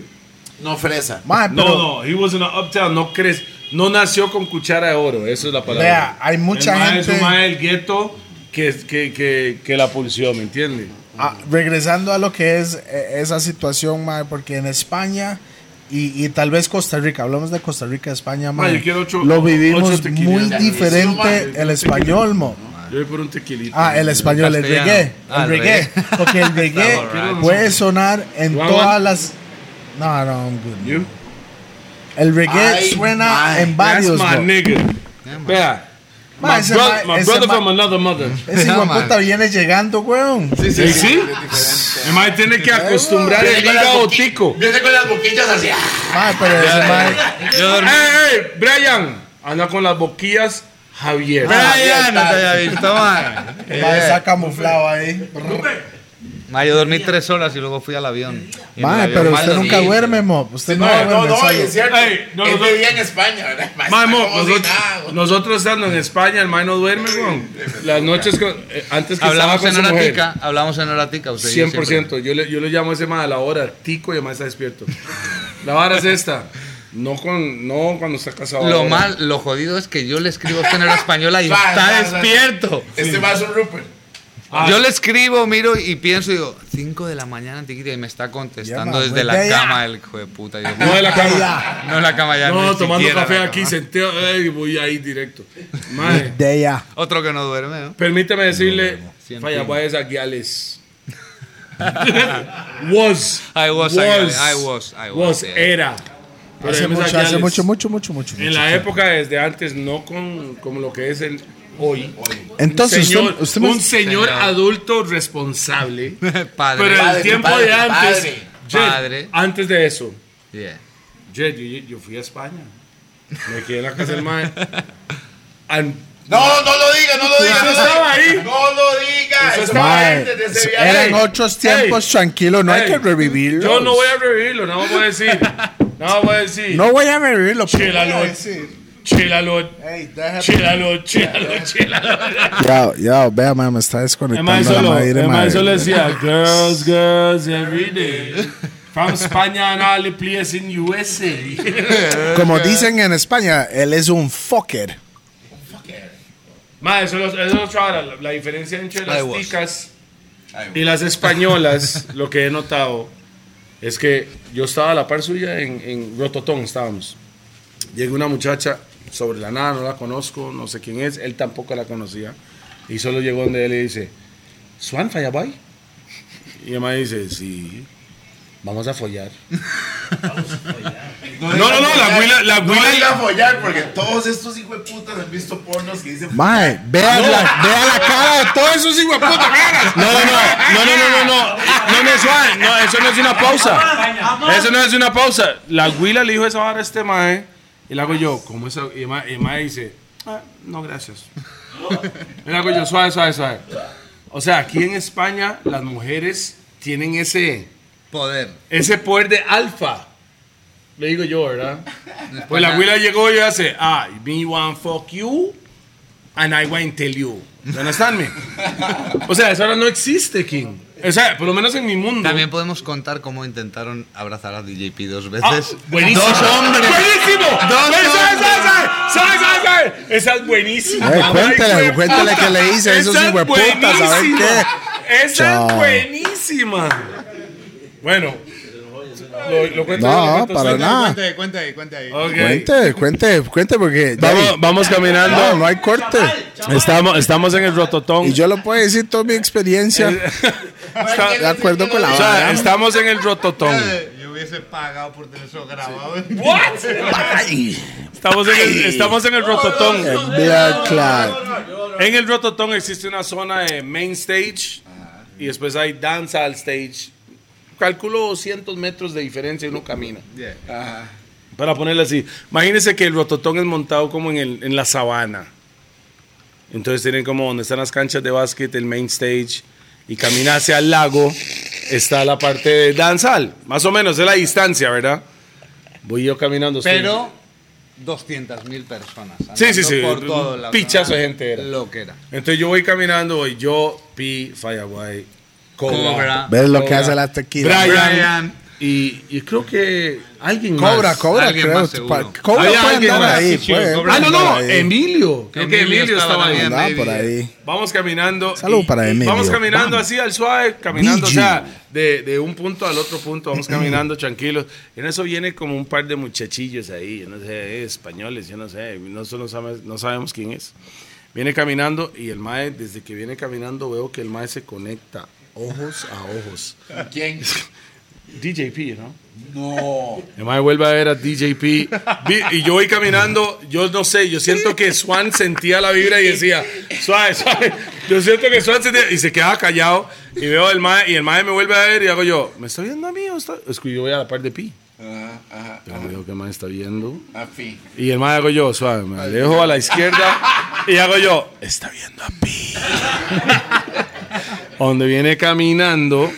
Speaker 4: No fresa.
Speaker 3: Mae,
Speaker 2: No,
Speaker 3: pero
Speaker 2: no, he was in a uptown. No crees, no nació con cuchara de oro. Eso es la palabra.
Speaker 3: Vea, hay mucha
Speaker 2: el mae
Speaker 3: gente-
Speaker 2: Es un mae del gueto que, que, que, que la pulsió, ¿me entiendes?
Speaker 3: ah, regresando a lo que es eh, esa situación, mae, porque en España y, y tal vez Costa Rica, hablamos de Costa Rica, España, mae,
Speaker 2: yo quiero ocho-
Speaker 3: lo
Speaker 2: ocho
Speaker 3: vivimos
Speaker 2: tequilas.
Speaker 3: muy
Speaker 4: Ya, sí, mae,
Speaker 3: diferente
Speaker 4: yo
Speaker 3: el español, mo.
Speaker 2: Yo voy por un tequilito.
Speaker 3: Ah, el español, el
Speaker 1: Castellano.
Speaker 3: reggae.
Speaker 1: Ah,
Speaker 3: El
Speaker 1: el
Speaker 3: reggae.
Speaker 1: reggae.
Speaker 3: Porque el reggae
Speaker 1: Está borracho.
Speaker 3: puede sonar en
Speaker 2: You want
Speaker 3: todas
Speaker 2: one?
Speaker 3: las. No, no, I'm good.
Speaker 2: You?
Speaker 3: El reggae
Speaker 4: Ay,
Speaker 3: suena
Speaker 4: my.
Speaker 3: en
Speaker 2: That's
Speaker 3: varios.
Speaker 2: my
Speaker 3: bro.
Speaker 2: nigga. Vea.
Speaker 3: Ma,
Speaker 2: My,
Speaker 3: ese
Speaker 2: bro-
Speaker 3: ma-
Speaker 2: my
Speaker 3: ese
Speaker 2: brother
Speaker 3: ma-
Speaker 2: from another mother.
Speaker 3: Ese
Speaker 1: No,
Speaker 3: hijo de
Speaker 1: man.
Speaker 3: puta viene llegando, weón.
Speaker 2: Sí, sí, sí. El
Speaker 4: Diferente.
Speaker 2: mae tiene que acostumbrar el
Speaker 4: Viene con las
Speaker 2: hígado
Speaker 4: boqui-
Speaker 2: tico.
Speaker 4: Viene con las boquillas así. ah.
Speaker 3: Ma, pero ese ma-
Speaker 1: Yo
Speaker 2: ¡Ey,
Speaker 1: dormí-
Speaker 2: ey! Brian! Anda con las boquillas Javier.
Speaker 1: Brian, no te había visto, man.
Speaker 3: ma, está camuflado ahí.
Speaker 1: Ma, yo dormí tres horas y luego fui al avión. Y en
Speaker 3: Ma,
Speaker 1: el avión
Speaker 3: pero
Speaker 1: mal
Speaker 3: usted
Speaker 1: dormí.
Speaker 3: nunca duerme, mo. Usted no
Speaker 4: No, no,
Speaker 3: duerme.
Speaker 4: no,
Speaker 3: solo.
Speaker 4: es cierto.
Speaker 2: Ey, no,
Speaker 4: Él
Speaker 2: no,
Speaker 4: vivía en España, ¿verdad? Ma,
Speaker 2: Mae, mo,
Speaker 4: está como si
Speaker 2: nosotros,
Speaker 4: nada, güey.
Speaker 2: nosotros estando en España, el mae no duerme, weón. Las noches que, eh, antes que
Speaker 1: Hablamos en
Speaker 2: estaba con
Speaker 1: hora
Speaker 2: su mujer,
Speaker 1: tica, hablamos en hora tica. Usted y yo siempre.
Speaker 2: 100%. Yo le, yo le llamo a ese mae a la hora tico y el mae está despierto. La vara es esta. No, con, no cuando está casado.
Speaker 1: Lo
Speaker 2: ahora.
Speaker 1: mal, lo jodido es que yo le escribo a usted en hora española y
Speaker 4: Va, va,
Speaker 1: está
Speaker 4: va.
Speaker 1: despierto.
Speaker 4: Este va a ser un Rupert.
Speaker 2: Ah.
Speaker 1: Yo le escribo, miro y pienso y digo, 5 de la mañana, tiquita, y me está contestando
Speaker 3: Llama,
Speaker 1: desde
Speaker 3: vete
Speaker 1: la
Speaker 3: allá.
Speaker 1: cama el hijo de puta. Y yo,
Speaker 2: No de la cama.
Speaker 3: Ya,
Speaker 1: no en la cama ya.
Speaker 2: No,
Speaker 1: ni
Speaker 2: tomando
Speaker 1: siquiera
Speaker 2: café
Speaker 1: en la
Speaker 2: aquí,
Speaker 1: cama.
Speaker 2: sentado. Ey, voy ahí directo. Mae,
Speaker 3: De ya.
Speaker 1: Otro que no duerme, ¿no?
Speaker 2: permíteme decirle,
Speaker 1: Siempre.
Speaker 2: fallaguayas a guiales. was.
Speaker 1: I was, a guiales. I was, I was,
Speaker 2: was,
Speaker 1: yeah.
Speaker 2: era. Pero
Speaker 3: Hace
Speaker 2: hemos a
Speaker 3: mucho, hace
Speaker 2: guiales.
Speaker 3: mucho, mucho, mucho, mucho.
Speaker 2: En la época desde antes, no con como lo que es el hoy.
Speaker 3: Entonces, usted-
Speaker 2: Señor-
Speaker 3: usted me-
Speaker 2: un señor
Speaker 1: Señor.
Speaker 2: adulto responsable.
Speaker 1: Padre.
Speaker 2: Pero el
Speaker 4: Padre,
Speaker 2: tiempo
Speaker 4: padre,
Speaker 2: de antes,
Speaker 4: padre,
Speaker 2: Jed,
Speaker 1: padre.
Speaker 2: antes de eso,
Speaker 1: Yeah.
Speaker 2: Jed, yo, yo fui a España. Me quedé en la casa del mae. And-
Speaker 4: No, no lo diga, no lo diga. no lo
Speaker 2: estaba
Speaker 4: diga.
Speaker 2: ahí.
Speaker 4: No lo diga. Eso
Speaker 2: estaba
Speaker 4: fue
Speaker 3: Mae,
Speaker 4: antes de ese viaje.
Speaker 3: eran
Speaker 2: Ey,
Speaker 3: otros tiempos,
Speaker 2: ey,
Speaker 3: tranquilo, no hay
Speaker 2: ey,
Speaker 3: que revivirlo.
Speaker 2: Yo no voy a revivirlo, no voy a decir. No voy a decir.
Speaker 3: No voy a revivirlo. pero
Speaker 2: la
Speaker 3: voy a
Speaker 2: luz.
Speaker 3: decir.
Speaker 2: Chélalo,
Speaker 3: Ey, deja-
Speaker 2: chélalo, chélalo, chélalo.
Speaker 3: Ya, ya, vea, ma, me está
Speaker 2: El mae
Speaker 3: desconectando la
Speaker 2: solo,
Speaker 3: madre,
Speaker 2: el
Speaker 3: ma.
Speaker 2: mae solo decía, girls, girls, every day. From España and all the place in USA.
Speaker 3: Como dicen en España, él es un fucker.
Speaker 2: mae, eso es eso es otra hora. La, la diferencia entre
Speaker 1: Ahí
Speaker 2: las
Speaker 1: vos.
Speaker 2: ticas
Speaker 4: Ahí vos.
Speaker 2: y las españolas, lo que he notado, es que yo estaba a la par suya en, en Rototón, estábamos. Llega una muchacha sobre la nada, no la conozco, no sé quién es, él tampoco la conocía. Y solo llegó donde él y dice, ¿Swan Fallaboy? Y el mae dice, sí, vamos a follar.
Speaker 4: No,
Speaker 2: No, no, no, la güila- la
Speaker 4: No
Speaker 2: güila-
Speaker 4: diga follar, porque todos estos hijos de putas han visto pornos que dicen.
Speaker 3: Mae, vea, la, vea la cara de todos esos hijos de puta caras.
Speaker 2: No, no, no, no, no, no, no, no, no, no, suave, no, eso no es una pausa. Eso no es una pausa. La güila le dijo esa vara a este mae y le hago yo, ¿cómo esa? Y el mae, y el mae dice, "Ah, no, gracias. Y le hago yo, suave, suave, suave. O sea, aquí en España las mujeres tienen ese,
Speaker 1: Poder.
Speaker 2: ese poder de alfa. Le digo yo, ¿verdad? Pues la
Speaker 1: España-
Speaker 2: güila llegó y hace, ah, me want fuck you and I want tell you. You understand me? o sea, eso ahora no existe, King. O sea, por lo menos en mi mundo.
Speaker 1: También podemos contar cómo intentaron abrazar a DJP dos
Speaker 2: Ah,
Speaker 1: veces.
Speaker 2: buenísimo.
Speaker 1: Dos hombres.
Speaker 2: Buenísimo.
Speaker 1: Dos
Speaker 2: ¿Sabes,
Speaker 1: hombres.
Speaker 2: sabes, sabes, sabes, sabes? Esa es buenísima.
Speaker 3: Eh, cuéntale,
Speaker 2: Ay, güey,
Speaker 3: cuéntale
Speaker 2: puta.
Speaker 3: qué le hice a esos
Speaker 2: Esa es
Speaker 3: hijueputas, a ver
Speaker 2: buenísima.
Speaker 3: qué.
Speaker 2: Esa
Speaker 3: Chao.
Speaker 2: es buenísima. Bueno. Lo, lo cuento
Speaker 3: No,
Speaker 2: yo, lo cuento
Speaker 3: para
Speaker 2: usted.
Speaker 3: nada.
Speaker 8: Cuenta ahí, cuenta ahí, cuenta ahí.
Speaker 2: Ok.
Speaker 3: Cuente, cuente, cuente porque
Speaker 6: Vamos, vamos
Speaker 3: David,
Speaker 6: caminando.
Speaker 3: no, no hay corte.
Speaker 6: Estamos, estamos en el rototón.
Speaker 3: Y yo lo puedo decir toda mi experiencia.
Speaker 2: Eh,
Speaker 3: De acuerdo con la
Speaker 6: O sea,
Speaker 3: vara.
Speaker 6: estamos en el rototón.
Speaker 8: Yo hubiese pagado por tener eso grabado.
Speaker 6: Estamos en el, estamos en el rototón.
Speaker 3: Eh, Vea, claro.
Speaker 2: En el Rototón existe una zona de main stage y después hay danza al stage. Calculo 200 metros de diferencia y uno camina. Ajá. Para ponerlo así, imagínense que el Rototón es montado como en, el- en la sabana. Entonces tienen como donde están las canchas de básquet, el main stage, y camina hacia el lago, está la parte de danzal. Más o menos, es la distancia, ¿verdad? Voy yo caminando. estoy-
Speaker 1: Pero 200.000 personas.
Speaker 2: Sí, sí, sí.
Speaker 1: andando Por todo lado.
Speaker 2: Pichazo de gente era.
Speaker 1: Lo que era.
Speaker 2: Entonces yo voy caminando, voy yo, Pi, Fireway, Cobra.
Speaker 1: Cobra.
Speaker 3: ¿Ves lo que hace la tequila?
Speaker 2: Brian.
Speaker 1: Brian.
Speaker 2: Y, y creo que alguien
Speaker 3: Cobra,
Speaker 2: más.
Speaker 3: cobra,
Speaker 1: Alguien
Speaker 3: creo.
Speaker 1: más seguro.
Speaker 3: Pa- Cobra
Speaker 2: Había
Speaker 3: puede
Speaker 2: alguien
Speaker 3: andar
Speaker 2: más.
Speaker 3: ahí.
Speaker 1: Sí,
Speaker 3: puede
Speaker 1: cobra.
Speaker 2: Ah, no, no,
Speaker 3: andar ahí.
Speaker 2: Emilio. Creo que Emilio estaba ahí.
Speaker 1: también,
Speaker 3: Andaba
Speaker 1: maybe.
Speaker 3: por ahí.
Speaker 2: Vamos caminando.
Speaker 3: Salud
Speaker 2: y-
Speaker 3: para
Speaker 2: y
Speaker 3: Emilio.
Speaker 2: Vamos caminando
Speaker 3: Vamos.
Speaker 2: así al suave, caminando, o
Speaker 3: Biju.
Speaker 2: sea, de, de un punto al otro punto, vamos caminando tranquilos. En eso viene como un par de muchachillos ahí, yo no sé, eh, españoles, yo no sé, nosotros no sabemos, no sabemos quién es. Viene caminando y el mae, desde que viene caminando, veo que el mae se conecta ojos a ojos.
Speaker 4: ¿Quién?
Speaker 2: DJP, ¿no? No. El mae vuelve a ver a DJP. Vi- Y yo voy caminando, yo no sé, yo siento que Swan sentía la vibra y decía, suave, suave. Yo siento que Swan sentía. Y se quedaba callado. Y veo al mae, y el mae me vuelve a ver y hago yo, ¿me está viendo a mí o está? Es que yo voy a la par de Pi.
Speaker 4: Ajá, ajá,
Speaker 2: Pero veo que el mae está viendo.
Speaker 4: a fin.
Speaker 2: Y el mae hago yo, suave, me alejo a la izquierda y hago yo, está viendo a Pi. Donde viene caminando,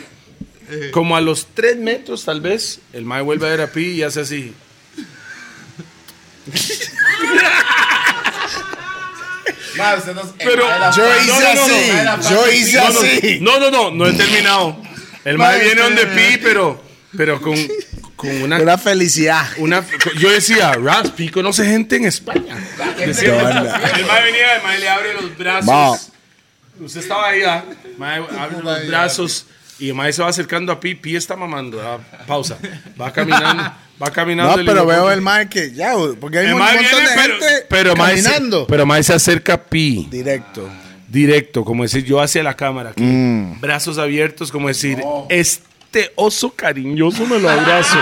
Speaker 2: como a los tres metros tal vez, el mae vuelve a ver a Pi y hace así.
Speaker 4: Ma, usted nos-
Speaker 2: Pero-
Speaker 4: Ma, la-
Speaker 2: Yo
Speaker 4: Ma,
Speaker 2: hice
Speaker 4: no, no, no,
Speaker 2: así,
Speaker 4: ma, la-
Speaker 3: Yo hice
Speaker 2: No, no,
Speaker 3: así.
Speaker 2: no, no, no, no he terminado. El mae
Speaker 4: Mae,
Speaker 2: viene donde
Speaker 4: usted-
Speaker 2: Pi, pero, pero con, con una...
Speaker 3: Una felicidad.
Speaker 2: una yo decía, Ras, Pi conoce gente en España.
Speaker 3: Qué banda.
Speaker 2: El mae venía, el mae le abre los brazos.
Speaker 3: Va.
Speaker 2: Usted estaba ahí, ¿ah? mae, abre los brazos y el mae se va acercando a Pi. Pi está mamando, ah, pausa. Va caminando, va caminando.
Speaker 3: No,
Speaker 2: el
Speaker 3: pero
Speaker 2: hijo-
Speaker 3: veo el mae que ya, porque hay
Speaker 2: El
Speaker 3: un
Speaker 2: mae
Speaker 3: montón
Speaker 2: viene,
Speaker 3: de
Speaker 2: pero-
Speaker 3: gente
Speaker 2: pero mae se-
Speaker 3: caminando.
Speaker 2: pero mae se acerca a Pi
Speaker 3: Directo.
Speaker 2: directo, como decir, yo hacia la cámara, aquí,
Speaker 3: Mm.
Speaker 2: brazos abiertos, como decir, este oso cariñoso me lo abrazo.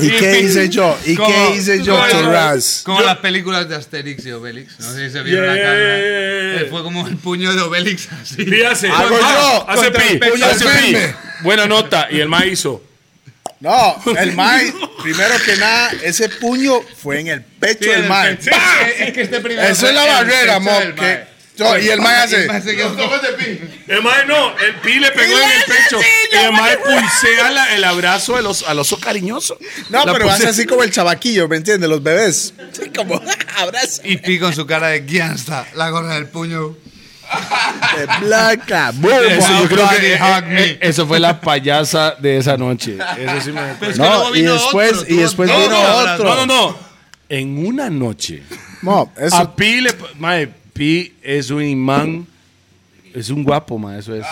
Speaker 3: ¿Y qué hice yo? ¿Y
Speaker 1: Como-
Speaker 3: qué hice yo,
Speaker 1: como-
Speaker 3: Torraz?
Speaker 1: Como las películas de Asterix y Obelix. No sé si se vieron la cámara. Eh, Fue como el puño de Obelix así.
Speaker 2: Y hace, "Ah,
Speaker 3: Hago yo,
Speaker 2: hace
Speaker 3: contra el
Speaker 2: Pi,
Speaker 3: puño
Speaker 2: hace Pi.
Speaker 3: firme.
Speaker 2: Buena nota, y el mae hizo.
Speaker 3: No, el Mae, primero que nada, ese puño fue en el pecho del Mae.
Speaker 2: Sí,
Speaker 3: ¡Pam!
Speaker 2: sí,
Speaker 1: Es que este primero
Speaker 3: Eso
Speaker 1: fue
Speaker 3: es la
Speaker 1: el
Speaker 3: barrera,
Speaker 1: pecho
Speaker 3: mo.
Speaker 1: del
Speaker 3: que-
Speaker 1: mae.
Speaker 3: yo- y el Mae hace.
Speaker 1: Más se quedó
Speaker 2: El mae no, el pi le pegó en el pecho. Y el mae pulsea la- el abrazo al oso, al oso cariñoso.
Speaker 3: No,
Speaker 2: La
Speaker 3: pero
Speaker 2: pulsea.
Speaker 3: hace así como el chavaquillo, ¿me entiendes? Los bebés. Sí, como abrazo.
Speaker 1: Y Pi con su cara de guianza, la gorra del puño.
Speaker 3: De blanca.
Speaker 2: Eso,
Speaker 3: Boom.
Speaker 2: yo creo que,
Speaker 1: Hug me.
Speaker 2: eh, eh, eso fue la payasa de esa noche. Eso sí me acuerdo.
Speaker 1: Es que
Speaker 3: No,
Speaker 1: luego
Speaker 3: y
Speaker 1: vino
Speaker 3: después,
Speaker 1: otro,
Speaker 3: y
Speaker 1: tuvo
Speaker 3: después
Speaker 1: dos
Speaker 3: vino
Speaker 1: abrazos.
Speaker 3: otro.
Speaker 2: No, no, no. En una noche.
Speaker 3: Mo, eso.
Speaker 2: A Pi le. Mae, Pi es un imán. Es un guapo, mae, eso es.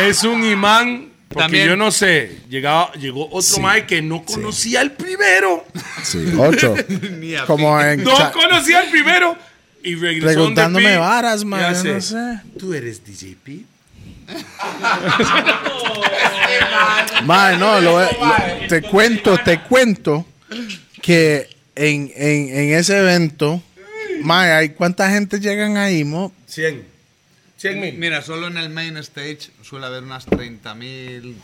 Speaker 2: Es un imán. Porque
Speaker 1: También-
Speaker 2: yo no sé. Llegaba, llegó otro mae que no conocía al primero.
Speaker 3: Sí, otro.
Speaker 1: Ni a
Speaker 3: Como en.
Speaker 2: No
Speaker 3: cha-
Speaker 2: conocía al primero. Y regresó
Speaker 3: Preguntándome "Ah,
Speaker 2: donde Pi.
Speaker 3: varas,
Speaker 2: Y
Speaker 3: man, yo
Speaker 2: hace,
Speaker 3: no sé.
Speaker 2: ¿Tú eres DJ Pi?
Speaker 3: Mae, no, lo- lo- te cuento, te cuento que en, en, en ese evento, mae, hay cuánta gente llegan ahí, mo.
Speaker 2: 100. 100
Speaker 1: Pi.
Speaker 2: mil.
Speaker 1: Mira, solo en el main stage suele haber unas 30.000.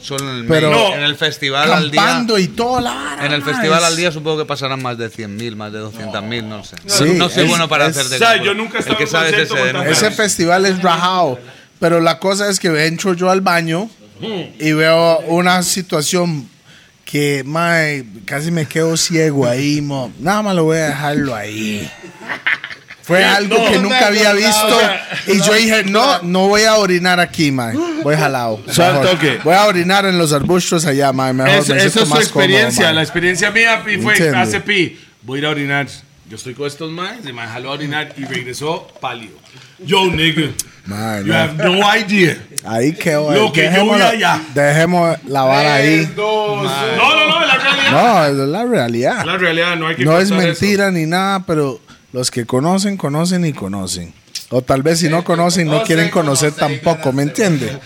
Speaker 1: Solo en el,
Speaker 3: Pero-
Speaker 1: main-
Speaker 2: No.
Speaker 1: en el festival al día.
Speaker 3: Campando y todo la vara,
Speaker 1: En el
Speaker 3: mae,
Speaker 1: festival
Speaker 3: es-
Speaker 1: al día supongo que pasarán más de 100.000, más de 200.000, no sé.
Speaker 3: Sí,
Speaker 1: no soy
Speaker 3: es-
Speaker 1: bueno para
Speaker 3: es-
Speaker 1: hacer de
Speaker 2: O sea,
Speaker 1: cálculo.
Speaker 2: yo nunca he
Speaker 1: El
Speaker 2: estado
Speaker 1: que
Speaker 2: en
Speaker 1: sabe es
Speaker 2: concierto
Speaker 1: ese de
Speaker 2: con
Speaker 1: números.
Speaker 3: Ese festival es rajado. Pero la cosa es que entro yo al baño y veo una situación que, mae, casi me quedo ciego ahí, mo. Nada más lo voy a dejarlo ahí. Fue algo que nunca había visto. Y yo dije, no, no voy a orinar aquí, mae. Voy jalado.
Speaker 6: Suave
Speaker 3: mejor.
Speaker 6: toque.
Speaker 3: Voy a orinar en los arbustos allá, mae. Mejor
Speaker 2: Es-
Speaker 3: me
Speaker 2: esa
Speaker 3: siento
Speaker 2: es su
Speaker 3: más cómodo,
Speaker 2: experiencia.
Speaker 3: mae.
Speaker 2: la experiencia mía Pi, fue
Speaker 3: Entiendo.
Speaker 2: hace Pi. Voy a ir a orinar. Yo estoy con estos maes, y me jaló a orinar y regresó pálido. Yo, nigga,
Speaker 3: Mae,
Speaker 2: you
Speaker 3: no.
Speaker 2: have no idea.
Speaker 3: Ahí quedó.
Speaker 2: Lo
Speaker 3: eh.
Speaker 2: que yo
Speaker 3: Dejémoslo-
Speaker 2: vi allá.
Speaker 3: Dejemos la vara ahí.
Speaker 2: No, no, no, la realidad.
Speaker 3: No, es la realidad.
Speaker 2: La realidad, no hay que
Speaker 3: No es
Speaker 2: contar eso.
Speaker 3: mentira ni nada, pero los que conocen, conocen y conocen. O tal vez si no conocen, no quieren conocer tampoco, ¿me entiende?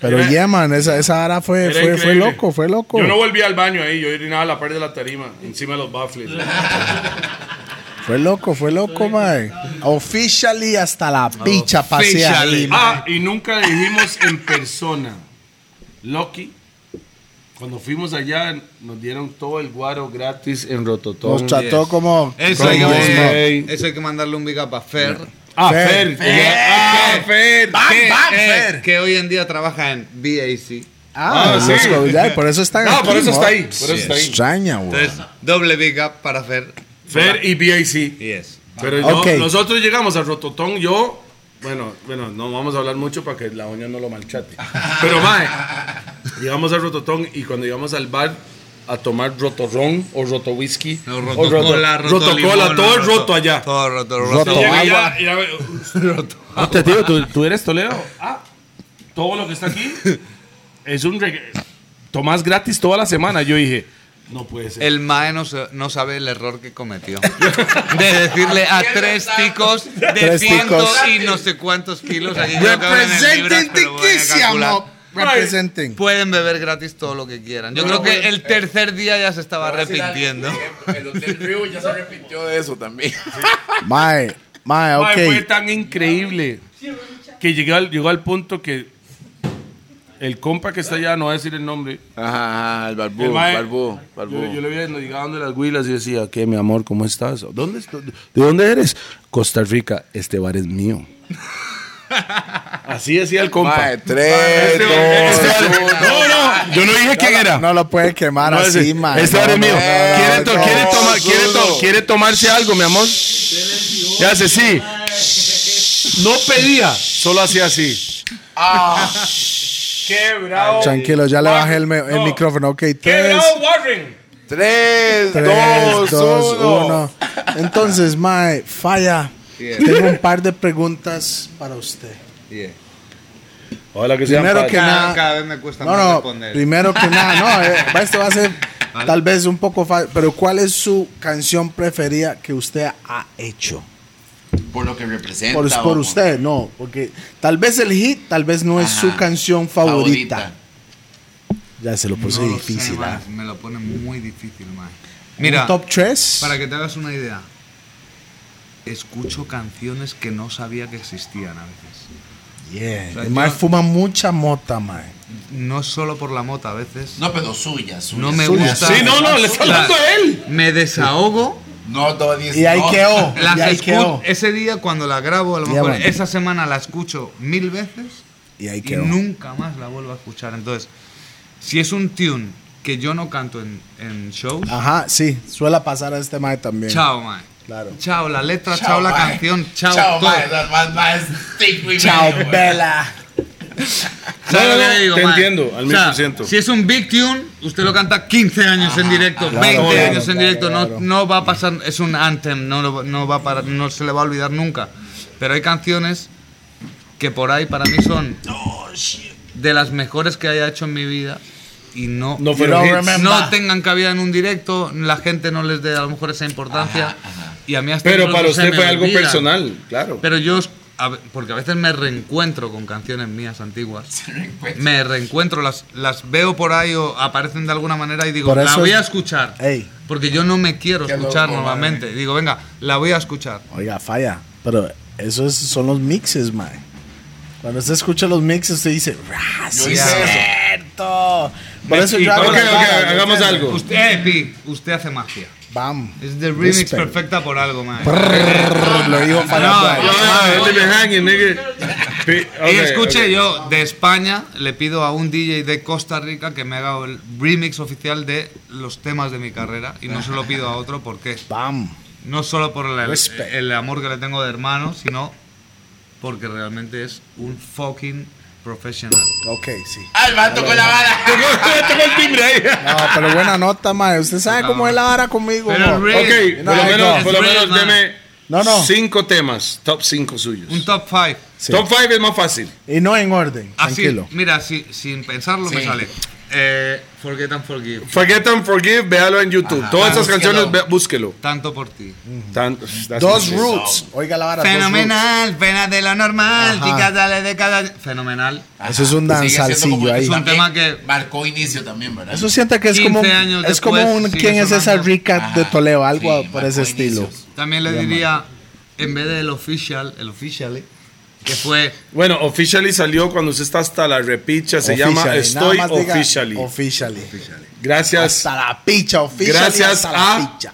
Speaker 3: Pero
Speaker 2: Era-
Speaker 3: yeah, man, esa, esa vara fue,
Speaker 2: Era
Speaker 3: fue, fue
Speaker 2: increíble.
Speaker 3: loco, fue loco.
Speaker 2: Yo no volví al baño ahí, yo orinaba a la parte de la tarima, encima de los baffles.
Speaker 3: Fue loco, fue loco, man. Officially hasta la picha pasé ahí, man.
Speaker 2: Ah, y nunca le dijimos en persona. Lucky, cuando fuimos allá, nos dieron todo el guaro gratis en Rototón.
Speaker 3: Nos trató
Speaker 1: yes.
Speaker 3: como...
Speaker 1: Eso
Speaker 3: como
Speaker 1: hay, que,
Speaker 3: Dios,
Speaker 1: eh,
Speaker 3: man.
Speaker 1: eso hay que mandarle un big up a Fer. Eh,
Speaker 2: ah,
Speaker 3: Fer.
Speaker 2: Fer. Ah, Fer.
Speaker 1: que,
Speaker 4: bam,
Speaker 1: eh,
Speaker 4: Fer.
Speaker 1: que hoy en día trabaja en BAC.
Speaker 3: Ah,
Speaker 2: sí.
Speaker 3: eso- ya, por eso está
Speaker 2: No,
Speaker 3: aquí,
Speaker 2: por eso está
Speaker 3: mo.
Speaker 2: ahí, por eso está ahí.
Speaker 3: Extraña, güey.
Speaker 1: Entonces, doble big up para Fer.
Speaker 2: Fer y BIC.
Speaker 1: Yes.
Speaker 2: Pero yo-
Speaker 3: Ok.
Speaker 2: nosotros llegamos a Rototón, yo, bueno, bueno, no vamos a hablar mucho para que la doña no lo malchate. Pero mae, llegamos a Rototón y cuando íbamos al bar a tomar rotorrón o roto whisky
Speaker 1: No,
Speaker 2: o
Speaker 1: rotocola,
Speaker 2: roto- rotocola,
Speaker 1: rotolimón,
Speaker 2: todo
Speaker 1: roto-
Speaker 2: roto allá.
Speaker 1: Todo roto,
Speaker 3: Roto.
Speaker 1: roto.
Speaker 2: Llega
Speaker 3: agua.
Speaker 2: ya- ya ve-
Speaker 5: Usted, tío, ¿tú, tú eres Toledo.
Speaker 2: ah, todo lo que está aquí es un reggae. Tomás gratis toda la semana, yo dije. No puede ser.
Speaker 1: El mae no, sa- no sabe el error que cometió. De decirle a tres ticos de
Speaker 3: Tres
Speaker 1: ciento
Speaker 3: ticos.
Speaker 1: y no sé cuántos kilos. aquí creo que hablan en libras, pero voy a calcular.
Speaker 3: Representen.
Speaker 1: Pueden beber gratis todo lo que quieran. Yo creo que el tercer día ya se estaba arrepintiendo.
Speaker 4: El Hotel Río ya se arrepintió de eso también.
Speaker 3: Mae, mae,
Speaker 2: Mae, Fue
Speaker 3: Ah, ok.
Speaker 2: tan increíble que llegó al, llegó al punto que el compa que está allá, no voy a decir el nombre,
Speaker 4: Ajá, el barbú,
Speaker 2: El mae-
Speaker 4: barbú, barbú.
Speaker 2: yo, yo le veía le llegaba donde las huilas y decía, ¿qué, mi amor, cómo estás? ¿Dónde, est- ¿De dónde eres? Costa Rica, este bar es mío. Así decía el compa.
Speaker 4: Mae, tres,
Speaker 2: Este bar- este
Speaker 4: dos,
Speaker 2: bar-
Speaker 4: uno.
Speaker 2: no, no, yo no dije quién era.
Speaker 3: No lo puede quemar
Speaker 2: No, ese-
Speaker 3: así, mae.
Speaker 2: este bar es
Speaker 3: No, no,
Speaker 2: mío.
Speaker 3: no,
Speaker 2: ¿Quiere, to-
Speaker 3: no,
Speaker 2: quiere
Speaker 3: no.
Speaker 2: toma- quiere to-
Speaker 4: solo.
Speaker 2: quiere tomarse algo, mi amor? ¿Qué hace? Sí. No pedía, solo hacía así.
Speaker 3: Tranquilo, ya le bajé el, me- el micrófono. Ok, tres,
Speaker 2: Warren!
Speaker 4: Tres,
Speaker 3: tres,
Speaker 4: dos,
Speaker 3: dos,
Speaker 4: uno.
Speaker 3: uno. Entonces, mae, falla. Tengo un par de preguntas para usted.
Speaker 2: Hola, que sean
Speaker 3: Primero
Speaker 2: padres.
Speaker 3: que
Speaker 1: Cada-
Speaker 3: nada.
Speaker 1: cada vez me cuesta
Speaker 3: no,
Speaker 1: más
Speaker 3: no,
Speaker 1: responder.
Speaker 3: Primero que nada, no. eh, esto va a ser tal vez un poco fácil. Pero, ¿cuál es su canción preferida que usted ha hecho?
Speaker 4: Por lo que representa.
Speaker 3: Por, por
Speaker 4: o-
Speaker 3: usted, no. Porque tal vez el hit, tal vez no es
Speaker 4: Ajá.
Speaker 3: su canción favorita. Ya se lo puse
Speaker 1: No lo sé,
Speaker 3: difícil. ah.
Speaker 1: mae, Me lo pone muy difícil, mae.
Speaker 3: ¿Un
Speaker 1: Mira,
Speaker 3: top 3.
Speaker 1: para que te hagas una idea, escucho canciones que no sabía que existían a veces. O sea,
Speaker 3: El mae
Speaker 1: yo-
Speaker 3: fuma mucha mota, mae.
Speaker 1: No es solo por la mota, a veces.
Speaker 4: No, pero suya, suya.
Speaker 1: No me
Speaker 4: suya.
Speaker 1: gusta.
Speaker 2: Sí, no, no, le está hablando a él.
Speaker 1: Me desahogo.
Speaker 4: No, no, dice,
Speaker 3: Y ahí
Speaker 4: no.
Speaker 3: quedó.
Speaker 1: Las
Speaker 3: y ahí
Speaker 1: escu-
Speaker 3: quedó.
Speaker 1: Ese día cuando la grabo, a lo
Speaker 3: Ya,
Speaker 1: mejor
Speaker 3: bueno.
Speaker 1: esa semana la escucho mil veces
Speaker 3: Y ahí
Speaker 1: y
Speaker 3: quedó.
Speaker 1: nunca más la vuelvo a escuchar. Entonces, si es un tune que yo no canto en, en shows,
Speaker 3: Ajá, sí. Suele pasar a este mae también.
Speaker 1: chao, mae.
Speaker 3: Claro.
Speaker 1: Chao la letra, chao, la
Speaker 4: mae.
Speaker 1: canción, chao,
Speaker 4: Chao,
Speaker 1: todo.
Speaker 4: mae, no, más, más, cinco y
Speaker 3: Chao,
Speaker 4: medio, güey.
Speaker 3: Bella.
Speaker 1: ¿Sabes
Speaker 2: No,
Speaker 1: lo
Speaker 2: no,
Speaker 1: que
Speaker 2: no,
Speaker 1: digo,
Speaker 2: te
Speaker 1: mae?
Speaker 2: entiendo, al
Speaker 1: O sea,
Speaker 2: 1000%.
Speaker 1: Si es un big tune, usted lo canta 15 años en directo, 20
Speaker 3: claro,
Speaker 1: años en
Speaker 3: claro,
Speaker 1: directo,
Speaker 3: claro.
Speaker 1: No, no va a pasar, es un anthem, no, lo- no, va a parar, no se le va a olvidar nunca. Pero hay canciones que por ahí para mí son de las mejores que haya hecho en mi vida y no,
Speaker 2: No fueron hits.
Speaker 1: no tengan cabida en un directo, la gente no les dé a lo mejor esa importancia. Y a mí hasta
Speaker 2: Pero
Speaker 1: incluso
Speaker 2: para
Speaker 1: se
Speaker 2: usted
Speaker 1: me
Speaker 2: fue algo
Speaker 1: olvida.
Speaker 2: personal, claro.
Speaker 1: Pero yo, a ve- porque a veces me reencuentro con canciones mías antiguas. Me reencuentro, las, las veo por ahí o aparecen de alguna manera y digo,
Speaker 3: Por
Speaker 1: la
Speaker 3: eso
Speaker 1: voy a
Speaker 3: es-
Speaker 1: escuchar.
Speaker 3: Ey.
Speaker 1: Porque yo no me quiero
Speaker 4: Qué
Speaker 1: escuchar
Speaker 4: loco,
Speaker 1: normalmente. Digo, venga, la voy a escuchar.
Speaker 3: Oiga, falla. Pero esos son los mixes, mae. Cuando usted escucha los mixes, usted dice, ¡Rah, sí
Speaker 1: hice
Speaker 3: es
Speaker 1: eso.
Speaker 3: cierto! Por eso yo hago
Speaker 2: Ok, ok,
Speaker 3: las varas,
Speaker 2: hagamos
Speaker 3: ¿me
Speaker 2: algo.
Speaker 1: Usted, eh, Pi, usted hace magia.
Speaker 3: entiendes? Bam.
Speaker 1: Es the remix
Speaker 3: Respect.
Speaker 1: perfecta por algo, man.
Speaker 3: Prrrr, Lo dijo Firefly.
Speaker 1: No,
Speaker 2: Ah, leave it hanging, nigga. Pi-
Speaker 1: Y
Speaker 2: ok,
Speaker 1: escuche
Speaker 2: ok.
Speaker 1: yo, de España, le pido a un DJ de Costa Rica que me haga el remix oficial de los temas de mi carrera y no se lo pido a otro porque
Speaker 3: Bam.
Speaker 1: no solo por el,
Speaker 3: Respect.
Speaker 1: el amor que le tengo de hermano, sino porque realmente es un fucking Professional.
Speaker 3: Ok, sí.
Speaker 4: Al vato con la vara.
Speaker 3: No, pero buena nota, mae. Usted sabe cómo es la vara conmigo.
Speaker 1: Pero
Speaker 3: mo.
Speaker 1: Rick,
Speaker 2: Ok,
Speaker 3: No,
Speaker 2: por lo
Speaker 3: no,
Speaker 2: menos,
Speaker 3: no.
Speaker 2: por lo
Speaker 1: Ray,
Speaker 2: menos
Speaker 1: man.
Speaker 2: deme
Speaker 3: No, no.
Speaker 2: cinco temas, top cinco suyos.
Speaker 1: un top 5.
Speaker 3: Sí.
Speaker 2: Top five es más fácil.
Speaker 3: Y no en orden.
Speaker 1: Así,
Speaker 3: Tranquilo.
Speaker 1: mira, si- sin pensarlo me sale. Eh, forget and Forgive.
Speaker 2: Forget and Forgive, véalo en YouTube. Todas esas
Speaker 4: búsquelo.
Speaker 2: canciones, ve- búsquelo.
Speaker 1: Tanto por ti.
Speaker 2: Tan- that's
Speaker 3: Dos
Speaker 2: it.
Speaker 3: roots. Oiga la vara. dos
Speaker 1: Fenomenal, pena de lo normal,
Speaker 3: Ajá.
Speaker 1: chicas, dale de cada. Fenomenal.
Speaker 3: roots. Eso es un danzalcillo ahí.
Speaker 1: Es un tema que-
Speaker 4: Marcó inicio también, ¿verdad?
Speaker 3: Eso siente que es como,
Speaker 1: 15 años
Speaker 3: es como
Speaker 1: después,
Speaker 3: un
Speaker 1: sigue
Speaker 3: quién es esa
Speaker 1: sonando.
Speaker 3: rica de
Speaker 1: Ah,
Speaker 4: Ajá,
Speaker 3: Toledo, algo
Speaker 4: sí,
Speaker 3: por ese
Speaker 4: marcó
Speaker 3: estilo.
Speaker 4: inicios.
Speaker 1: También le diría, en vez del official, el official, eh, que fue
Speaker 2: Bueno, Officially salió cuando usted está hasta la repicha. Se llama
Speaker 3: Officially,
Speaker 2: Estoy
Speaker 3: nada más diga
Speaker 2: Officially.
Speaker 3: officially.
Speaker 2: Gracias,
Speaker 3: Hasta la picha, officially.
Speaker 2: Gracias
Speaker 3: hasta la
Speaker 2: a-
Speaker 3: picha.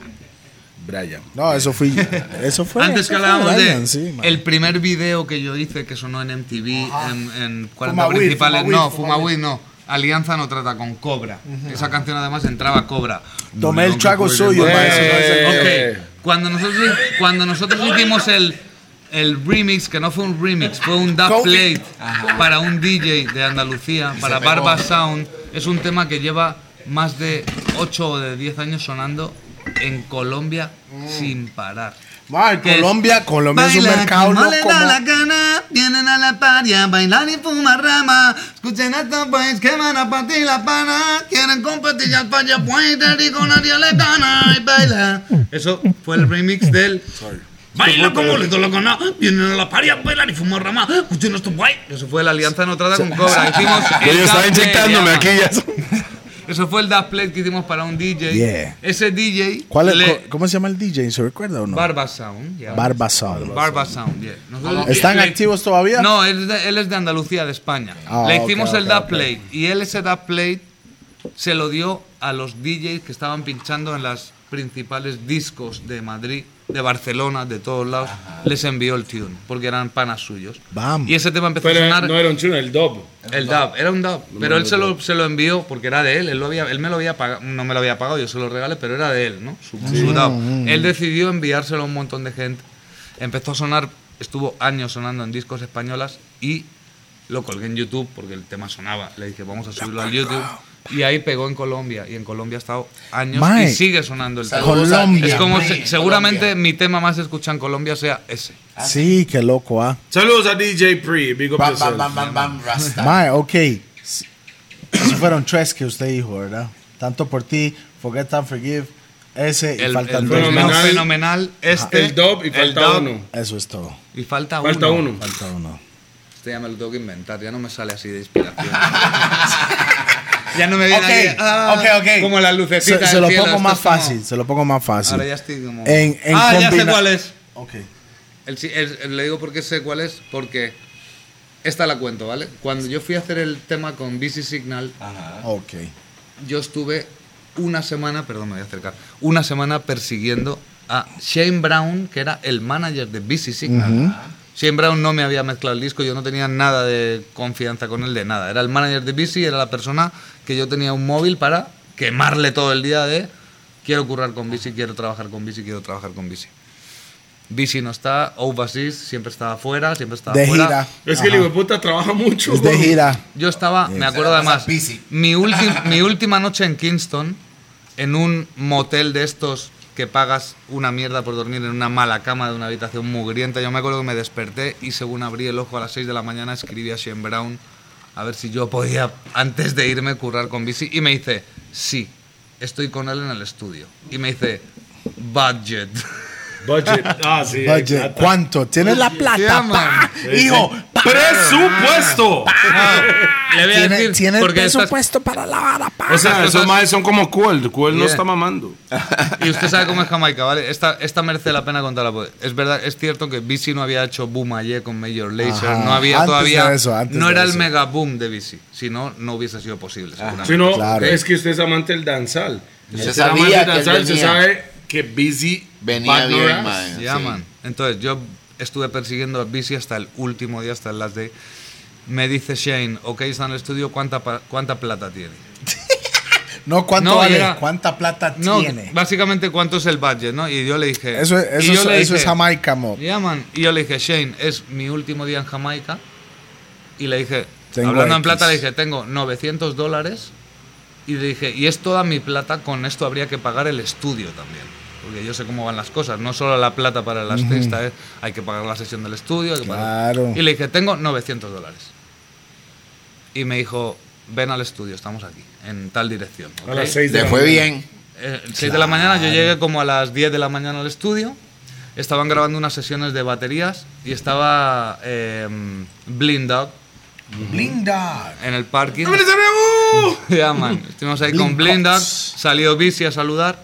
Speaker 2: Brian.
Speaker 3: No, eso fui. Eso fue.
Speaker 1: Antes que
Speaker 3: eso fue
Speaker 1: hablábamos de
Speaker 3: Brian, sí, man.
Speaker 1: el primer video que yo hice que sonó en MTV, en, en 40
Speaker 3: Fumawid,
Speaker 1: principales.
Speaker 3: Fumawid,
Speaker 1: no,
Speaker 3: Fumawid.
Speaker 1: Fumawid no. Alianza no trata con Cobra. Esa canción además entraba Cobra.
Speaker 3: Tomé el trago suyo,
Speaker 1: Ok,
Speaker 3: man, eso no es
Speaker 2: el-
Speaker 1: Cuando nosotros, cuando nosotros hicimos el, el remix, que no fue un remix, fue un dub plate para un DJ de Andalucía, para
Speaker 4: pegó.
Speaker 1: Barba Sound, es un tema que lleva más de 8 o de 10 años sonando en Colombia sin parar.
Speaker 3: Man,
Speaker 1: Que-
Speaker 3: Colombia, Colombia es un
Speaker 1: Baila
Speaker 3: mercado
Speaker 1: como
Speaker 3: loco.
Speaker 1: le da la
Speaker 3: man.
Speaker 1: gana, vienen a la paria, bailar y fumar rama. Escuchen a estos boys que van a partir la pana. Quieren competir al falla, pues de rico nadie le gana y baila. Eso fue el remix del. Baila como le da la gana, vienen a la paria, bailar y fumar rama. Escuchen pues. a estos boys. Eso fue la alianza no trata con Cobra. Hicimos
Speaker 6: Yo
Speaker 1: el
Speaker 6: estaba
Speaker 1: Dub Plate,
Speaker 6: inyectándome
Speaker 1: llama.
Speaker 6: aquí ya.
Speaker 1: Eso fue el Dub Plate que hicimos para un DJ.
Speaker 3: Yeah.
Speaker 1: Ese DJ.
Speaker 3: ¿Cuál es-
Speaker 1: le-
Speaker 3: co- ¿Cómo se llama el DJ? ¿Se recuerda o no?
Speaker 1: Barba Sound. ya.
Speaker 3: Barba Sound.
Speaker 1: Barba Sound, yeah. Nosotros-
Speaker 3: ¿Están
Speaker 1: le-
Speaker 3: activos todavía?
Speaker 1: No, él, es de- él es de Andalucía, de España.
Speaker 3: Ah,
Speaker 1: Le
Speaker 3: ok,
Speaker 1: hicimos el
Speaker 3: ok,
Speaker 1: dub
Speaker 3: ok.
Speaker 1: plate y él ese dub plate se lo dio a los DJs que estaban pinchando en las principales discos de Madrid, de Barcelona, de todos lados. Les envió el tune porque eran panas suyos.
Speaker 3: Vamos.
Speaker 1: Y ese tema empezó a
Speaker 2: Pero
Speaker 1: sonar.
Speaker 2: no era un chuno, el dub.
Speaker 1: El dub, era un dub, pero él se lo, se lo envió porque era de él, él, lo había, él me lo había pagado, no me lo había pagado, yo se lo regalé, pero era de él, ¿no? Su, su dub. Él decidió enviárselo a un montón de gente, empezó a sonar, estuvo años sonando en discos españolas y lo colgué en YouTube porque el tema sonaba, le dije vamos a subirlo al YouTube y ahí pegó en Colombia y en Colombia ha estado años
Speaker 3: Mae.
Speaker 1: y sigue sonando el tema.
Speaker 4: Saludos a-
Speaker 3: Colombia.
Speaker 1: Es como
Speaker 4: Sí,
Speaker 1: se- seguramente
Speaker 4: Colombia.
Speaker 1: mi tema más escuchado en Colombia sea ese.
Speaker 3: Sí, qué loco, ah.
Speaker 2: Saludos a DJ Pre. Big up
Speaker 4: Bam, bam,
Speaker 2: yourself.
Speaker 4: bam, bam, bam, Rasta.
Speaker 3: Mae, ok. Si- Esos fueron tres que usted dijo, ¿verdad? Tanto por ti, Forget and Forgive, ese y
Speaker 1: El,
Speaker 3: faltan
Speaker 1: el
Speaker 3: dos.
Speaker 1: fenomenal,
Speaker 2: Fenomenal.
Speaker 1: fenomenal, este,
Speaker 2: El dub y
Speaker 1: el
Speaker 2: falta
Speaker 1: dub
Speaker 2: uno.
Speaker 3: Eso es todo.
Speaker 1: Y falta,
Speaker 2: Falta
Speaker 1: uno.
Speaker 2: uno.
Speaker 3: Falta uno.
Speaker 1: Este ya me lo tengo que inventar, ya no me sale así de inspiración. ya no me viene
Speaker 3: Ok,
Speaker 1: ahí, ah,
Speaker 3: ok, ok.
Speaker 1: como la lucecita.
Speaker 3: Se, se
Speaker 1: del
Speaker 3: lo
Speaker 1: cielo,
Speaker 3: pongo
Speaker 1: esto
Speaker 3: más
Speaker 1: es como-
Speaker 3: fácil, se lo pongo más fácil.
Speaker 1: Ahora ya estoy como.
Speaker 3: En- en
Speaker 1: ah, ya sé
Speaker 3: combina-
Speaker 1: cuál es.
Speaker 3: Ok.
Speaker 1: El si- el- el- le digo por qué sé cuál es, porque esta la cuento, ¿vale? Cuando yo fui a hacer el tema con BC Signal,
Speaker 3: Ok.
Speaker 1: yo estuve una semana, perdón, me voy a acercar, una semana persiguiendo a Shane Brown, que era el manager de BC Signal. Shane Brown no me había mezclado el disco, yo no tenía nada de confianza con él, de nada. Era el manager de BC, era la persona que yo tenía un móvil para quemarle todo el día de quiero currar con BC, quiero trabajar con BC, quiero trabajar con BC. BC no está, Overseas siempre estaba afuera, siempre estaba
Speaker 3: De
Speaker 1: fuera.
Speaker 3: gira.
Speaker 2: Es que el hijo de puta trabaja mucho.
Speaker 3: Es de gira.
Speaker 1: Yo estaba, me acuerdo
Speaker 4: Se la pasa
Speaker 1: además,
Speaker 4: busy.
Speaker 1: mi, ulti- mi última noche en Kingston, en un motel de estos que pagas una mierda por dormir en una mala cama de una habitación mugrienta, yo me acuerdo que me desperté y según abrí el ojo a las 6 de la mañana escribí a Shane Brown a ver si yo podía, antes de irme, currar con bici y me dice, sí, estoy con él en el estudio. Y me dice, budget.
Speaker 2: Budget. Ah, sí.
Speaker 3: Budget. ¿Cuánto? ¿Tienes la plata?
Speaker 1: Pues Sí,
Speaker 3: pa?
Speaker 1: man.
Speaker 3: Hijo, pa.
Speaker 2: ¡Presupuesto!
Speaker 1: Le voy a
Speaker 3: ¿Tienes,
Speaker 1: decir,
Speaker 3: tienes
Speaker 1: porque estas-
Speaker 3: presupuesto para la vara? pa?
Speaker 2: O sea, esos
Speaker 1: cosas-
Speaker 2: maes son como Cool. Cool no
Speaker 1: Yeah.
Speaker 2: está mamando.
Speaker 1: Y usted sabe cómo es Jamaica, ¿vale? Esta, esta merece la pena contarla. porque Es verdad, es cierto que BC no había hecho boom ayer con Major Lazer.
Speaker 3: Ajá,
Speaker 1: No había
Speaker 3: antes
Speaker 1: todavía.
Speaker 3: de eso, antes
Speaker 1: no
Speaker 3: de
Speaker 1: era el
Speaker 3: eso.
Speaker 1: mega boom de BC. Si no, no hubiese sido posible. seguramente.
Speaker 2: Si no,
Speaker 3: Claro.
Speaker 2: es que usted es amante del danzal. Usted es amante
Speaker 4: sabía
Speaker 2: del
Speaker 4: que él
Speaker 2: danzal, se
Speaker 4: venía.
Speaker 2: sabe que Busy
Speaker 4: Venía
Speaker 2: Bad
Speaker 4: bien,
Speaker 2: Rats.
Speaker 4: mae.
Speaker 1: Ya, man. Entonces, yo estuve persiguiendo a BC hasta el último día, hasta el last day. Me dice Shane, ok, está en el estudio, ¿cuánta, pa- cuánta plata tiene?
Speaker 3: No, ¿cuánto
Speaker 1: No,
Speaker 3: vale?
Speaker 1: era-
Speaker 3: ¿Cuánta plata
Speaker 1: No,
Speaker 3: tiene?
Speaker 1: básicamente, ¿cuánto es el budget? ¿no? Y yo le dije.
Speaker 3: Eso,
Speaker 1: y
Speaker 3: eso,
Speaker 1: yo
Speaker 3: es,
Speaker 1: le
Speaker 3: eso es
Speaker 1: dije,
Speaker 3: Jamaica, mo.
Speaker 1: Me llaman y yo le dije, Shane, es mi último día en Jamaica. Y le dije,
Speaker 3: Tengo
Speaker 1: Hablando en
Speaker 3: X.
Speaker 1: plata, le dije, tengo 900 dólares. Y le dije, y es toda mi plata, con esto habría que pagar el estudio también. Porque yo sé cómo van las cosas. No solo la plata para el artista, ¿eh? hay que pagar la sesión del estudio. hay que pagar-
Speaker 3: Claro.
Speaker 1: Y le dije, tengo 900 dólares. Y me dijo, ven al estudio, estamos aquí, en tal dirección. ¿ok?".
Speaker 4: Le fue bien.
Speaker 1: Eh, 6 de la mañana, yo llegué como a las 10 de la mañana al estudio. Estaban grabando unas sesiones de baterías y estaba eh, Blind Dog
Speaker 3: Linda.
Speaker 1: en el parking. Ya, man. Estuvimos ahí con Blind Dog. Salió Bici a saludar.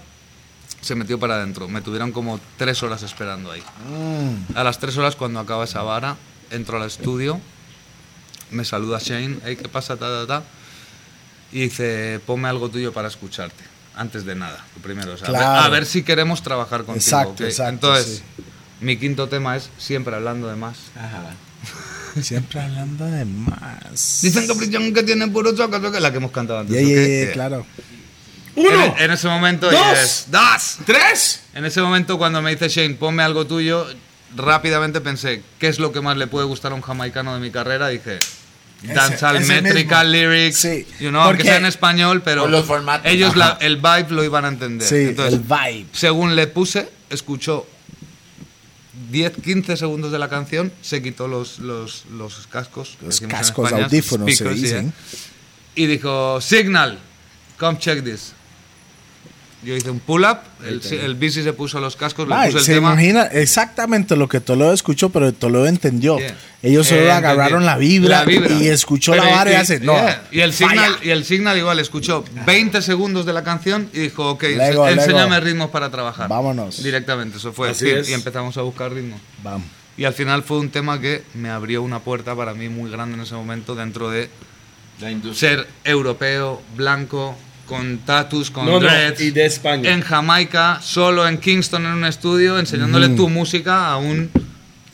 Speaker 1: Se metió para adentro. Me tuvieron como 3 horas esperando ahí.
Speaker 3: Mm.
Speaker 1: A las 3 horas, cuando acaba esa vara, entro al estudio. Me saluda Shane. Hey, ¿Qué pasa? Ta, ta, ta. Y dice, ponme algo tuyo para escucharte. Antes de nada, lo primero. o sea, a ver-
Speaker 3: Claro.
Speaker 1: a, ver, si queremos trabajar contigo.
Speaker 3: Exacto,
Speaker 1: ¿ok?
Speaker 3: exacto,
Speaker 1: Entonces, mi quinto tema es siempre hablando de más.
Speaker 3: Siempre hablando de más.
Speaker 1: Dicen que prisión que tiene puro choca, choca, la que hemos cantado antes.
Speaker 3: Yeah,
Speaker 1: ¿ok?
Speaker 3: yeah, yeah,
Speaker 1: Eh,
Speaker 3: claro.
Speaker 1: En, en ese momento.
Speaker 2: dos,
Speaker 1: yes. ¡Dos!
Speaker 2: tres.
Speaker 1: En ese momento, cuando me dice Shane, ponme algo tuyo, rápidamente pensé, ¿qué es lo que más le puede gustar a un jamaicano de mi carrera? Dije, danzal,
Speaker 3: ese
Speaker 1: métrica,
Speaker 3: mismo.
Speaker 1: lyrics.
Speaker 3: Sí,
Speaker 1: You know, aunque
Speaker 3: porque-
Speaker 1: sea en español, pero
Speaker 4: Por los formatos,
Speaker 1: ellos la-
Speaker 4: ajá.
Speaker 1: el vibe lo iban a entender.
Speaker 3: Sí,
Speaker 1: Entonces,
Speaker 3: el vibe.
Speaker 1: según le puse, escuchó 10, 15 segundos de la canción, se quitó los, los, los cascos.
Speaker 3: Los
Speaker 1: decimos en
Speaker 3: cascos,
Speaker 1: España,
Speaker 3: audífonos se
Speaker 1: speakers, pues, sí,
Speaker 3: dicen.
Speaker 1: ¿eh? Y dijo, Signal, come check this. Yo hice un pull-up, el, el bici se puso los cascos, le
Speaker 3: Ay,
Speaker 1: puso ¿eh? Pues el
Speaker 3: se
Speaker 1: tema.
Speaker 3: imagina exactamente lo que Toledo escuchó, pero Toledo entendió.
Speaker 1: Yeah.
Speaker 3: Ellos solo
Speaker 1: Eh,
Speaker 3: agarraron
Speaker 1: entendí.
Speaker 3: la vibra,
Speaker 1: La vibra.
Speaker 3: y escuchó
Speaker 1: Pero
Speaker 3: la vara y,
Speaker 1: y-
Speaker 3: hace, no.
Speaker 1: yeah. Y el,
Speaker 3: falla".
Speaker 1: signal, y el signal igual escuchó 20 segundos de la canción y dijo, ok, ense-
Speaker 3: Lego, Lego.
Speaker 1: enséñame ritmos para trabajar.
Speaker 3: Vámonos.
Speaker 1: Directamente, eso fue.
Speaker 2: Así
Speaker 1: sí,
Speaker 2: es.
Speaker 1: Y empezamos a buscar ritmos.
Speaker 3: Vamos.
Speaker 1: Y al final fue un tema que me abrió una puerta para mí muy grande en ese momento dentro de
Speaker 4: La industria.
Speaker 1: ser europeo, blanco, con tatus, con
Speaker 2: No, no,
Speaker 1: dreads,
Speaker 2: y de España.
Speaker 1: en Jamaica, solo en Kingston en un estudio, enseñándole tu música a un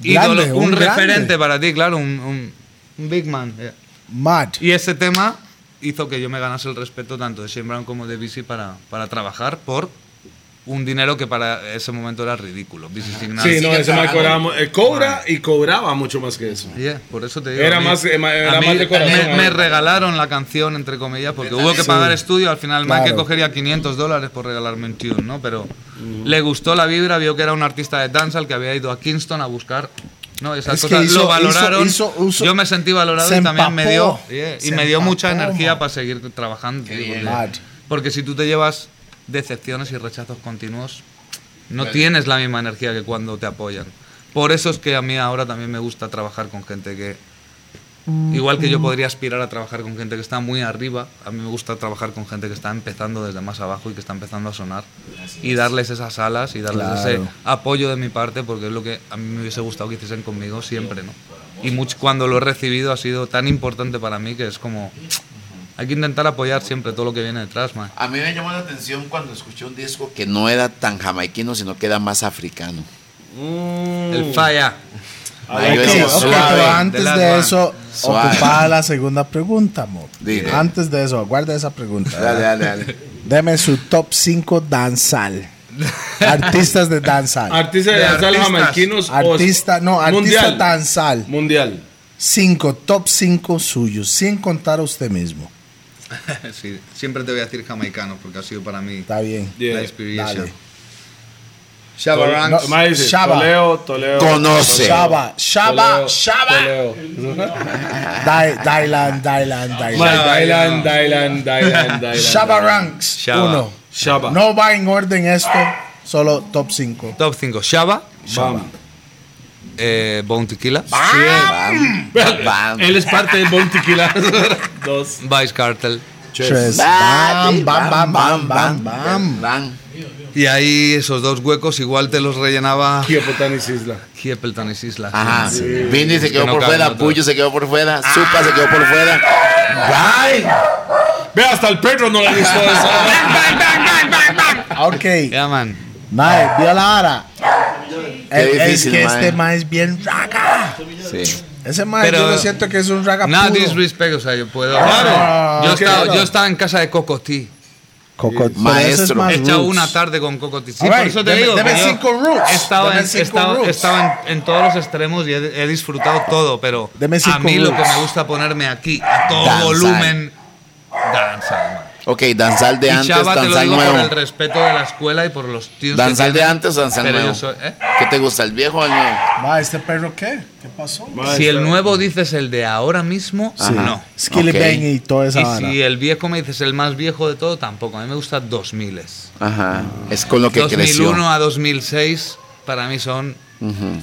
Speaker 3: Mm. Grande,
Speaker 1: ídolo, un,
Speaker 3: un grande.
Speaker 1: referente para ti, claro, un, un- un big man. yeah.
Speaker 3: Mad.
Speaker 1: Y ese tema hizo que yo me ganase el respeto tanto de Shane Brown como de BC para, para trabajar por un dinero que para ese momento era ridículo. BC Signal.
Speaker 2: Sí, no, ese Mike
Speaker 4: trabajando.
Speaker 2: cobraba, mu- eh, cobra y cobraba mucho más que eso.
Speaker 1: Yeah, eh, por eso te digo.
Speaker 2: Era
Speaker 1: a mí-
Speaker 2: más- eh, ma- era
Speaker 1: a mí
Speaker 2: más de corazón,
Speaker 1: me,
Speaker 2: eh.
Speaker 1: me regalaron la canción, entre comillas, porque hubo que pagar estudio. Al final, más que
Speaker 3: Claro.
Speaker 1: cogería 500 dólares por regalarme un tune, ¿no? Pero le gustó la vibra, vio que era un artista de danza, el que había ido a Kingston a buscar. No, esas
Speaker 3: Es que
Speaker 1: cosas
Speaker 3: hizo-
Speaker 1: lo valoraron.
Speaker 3: hizo- hizo- hizo-
Speaker 1: Yo me sentí valorado
Speaker 3: se
Speaker 1: y también me dio.
Speaker 3: empapó.
Speaker 1: yeah, y
Speaker 3: Se
Speaker 1: me dio mucha
Speaker 3: empapó,
Speaker 1: energía
Speaker 3: man.
Speaker 1: para seguir trabajando. digo,
Speaker 4: bien.
Speaker 1: yeah.
Speaker 3: Mad.
Speaker 1: Porque si tú te llevas decepciones y rechazos continuos, no tienes la misma energía que cuando te apoyan. Por eso es que a mí ahora también me gusta trabajar con gente que, igual que yo podría aspirar a trabajar con gente que está muy arriba, a mí me gusta trabajar con gente que está empezando desde más abajo y que está empezando a sonar y darles esas alas y darles ese apoyo de mi parte porque es lo que a mí me hubiese gustado que hiciesen conmigo siempre, ¿no? Y mucho, cuando lo he recibido ha sido tan importante para mí que es como... Hay que intentar apoyar siempre todo lo que viene detrás, man.
Speaker 4: A mí me llamó la atención cuando escuché un disco que no era tan jamaiquino, sino que era más africano.
Speaker 1: El falla. Ah,
Speaker 4: Ahí yo
Speaker 3: Ok,
Speaker 4: decía,
Speaker 3: ok,
Speaker 4: suave.
Speaker 3: pero antes
Speaker 1: The
Speaker 3: de,
Speaker 1: last one.
Speaker 3: eso,
Speaker 4: Suave.
Speaker 3: ocupada la segunda pregunta, amor.
Speaker 4: Dile.
Speaker 3: Antes de eso, guarda esa pregunta.
Speaker 4: Dale, dale, dale.
Speaker 3: Deme su top 5 danzal. Artistas de danzal.
Speaker 2: Artistas de
Speaker 1: De
Speaker 2: danzal
Speaker 1: artistas.
Speaker 2: jamaiquinos. o-
Speaker 3: Artista, no, artista
Speaker 2: mundial.
Speaker 3: danzal.
Speaker 2: Mundial.
Speaker 3: 5, top 5 suyos, sin contar a usted mismo.
Speaker 1: Sí, siempre te voy a decir jamaicano porque ha sido para mí
Speaker 3: Está bien.
Speaker 1: la
Speaker 2: Yeah.
Speaker 1: experiencia.
Speaker 3: Dale.
Speaker 1: Shabba
Speaker 2: Tol-
Speaker 1: Ranks,
Speaker 2: Ma dice,
Speaker 3: Shaba.
Speaker 2: Toleo, Toleo.
Speaker 4: Conoce.
Speaker 3: Shaba, Shaba,
Speaker 2: Toleo,
Speaker 3: Shaba.
Speaker 2: Toleo.
Speaker 3: Dai- Dailan, Dailan,
Speaker 2: Ma,
Speaker 3: Dailan.
Speaker 1: Shaba,
Speaker 2: Dylan,
Speaker 1: no.
Speaker 2: Dylan, Dylan, Dylan.
Speaker 3: Shaba Ranks,
Speaker 1: Shaba.
Speaker 3: 1.
Speaker 2: Shaba.
Speaker 3: No va en orden esto, solo top 5.
Speaker 1: Top 5, Shaba,
Speaker 2: Bam.
Speaker 1: eh, Bone Tequila,
Speaker 4: Bam, bam, bam.
Speaker 2: Él es parte del Bon Tequila. Dos.
Speaker 1: Vice Cartel.
Speaker 3: Tres. Bam, bam, bam, bam, bam, bam.
Speaker 4: bam.
Speaker 1: Y ahí esos dos huecos igual te los rellenaba
Speaker 2: Kiopotanis Isla.
Speaker 1: Kiepelton y Isla.
Speaker 4: Ajá. Vinny se quedó
Speaker 1: no
Speaker 4: por
Speaker 1: caben
Speaker 4: fuera,
Speaker 1: otros.
Speaker 4: Puyo se quedó por fuera, Supa se quedó por fuera. Bye.
Speaker 2: Ve, hasta el perro no le gustó eso.
Speaker 3: Ok.
Speaker 1: Yeah, man.
Speaker 3: Mae, vio la vara.
Speaker 4: Qué
Speaker 3: Es- es
Speaker 4: difícil,
Speaker 3: que
Speaker 4: mae.
Speaker 3: este mae es bien raga.
Speaker 4: Sí.
Speaker 3: Ese mae
Speaker 1: Pero-
Speaker 3: yo lo siento que es un raga
Speaker 1: Nada
Speaker 3: puro.
Speaker 1: disrespect, o sea, yo puedo.
Speaker 3: Claro.
Speaker 1: yo,
Speaker 3: Claro.
Speaker 1: estaba, yo estaba en casa de Cocotí.
Speaker 3: Coco, pero eso
Speaker 4: Maestro.
Speaker 3: es más
Speaker 4: He
Speaker 1: He echado
Speaker 3: roots.
Speaker 1: una tarde con Coco Sí,
Speaker 3: Alright,
Speaker 1: por eso te
Speaker 3: deme-
Speaker 1: digo. que
Speaker 3: deme
Speaker 1: yo
Speaker 3: cinco roots,
Speaker 1: he estado,
Speaker 3: deme
Speaker 1: en,
Speaker 3: cinco
Speaker 1: he estado-
Speaker 3: roots.
Speaker 1: he estado en- en todos los extremos y he, he disfrutado todo, pero
Speaker 3: Deme
Speaker 1: a
Speaker 3: cinco
Speaker 1: mí lo que
Speaker 3: roots.
Speaker 1: me gusta ponerme aquí, a todo
Speaker 4: Danzar.
Speaker 1: volumen, danza.
Speaker 4: Ok, danzar de
Speaker 1: Y
Speaker 4: antes,
Speaker 1: Chava, te lo
Speaker 4: danzar
Speaker 1: digo por el
Speaker 4: nuevo.
Speaker 1: respeto de la escuela y por los tíos. que
Speaker 4: Danzar de
Speaker 1: tienen,
Speaker 4: antes, danzar
Speaker 1: pero yo
Speaker 4: nuevo.
Speaker 1: soy- ¿eh?
Speaker 4: ¿Qué te gusta, el viejo o el nuevo?
Speaker 3: Ma, ¿este perro qué? ¿Qué pasó?
Speaker 1: Si el nuevo dices el de ahora mismo,
Speaker 4: Sí.
Speaker 1: no.
Speaker 3: Skilly
Speaker 4: Ok.
Speaker 3: Bang y toda esa
Speaker 1: Y
Speaker 3: vara.
Speaker 1: si el viejo me dices el más viejo de todo, tampoco. A mí me gusta 2000.
Speaker 4: Ajá, es con lo que
Speaker 1: 2001
Speaker 4: creció.
Speaker 1: a 2006 para mí son
Speaker 4: Ujú.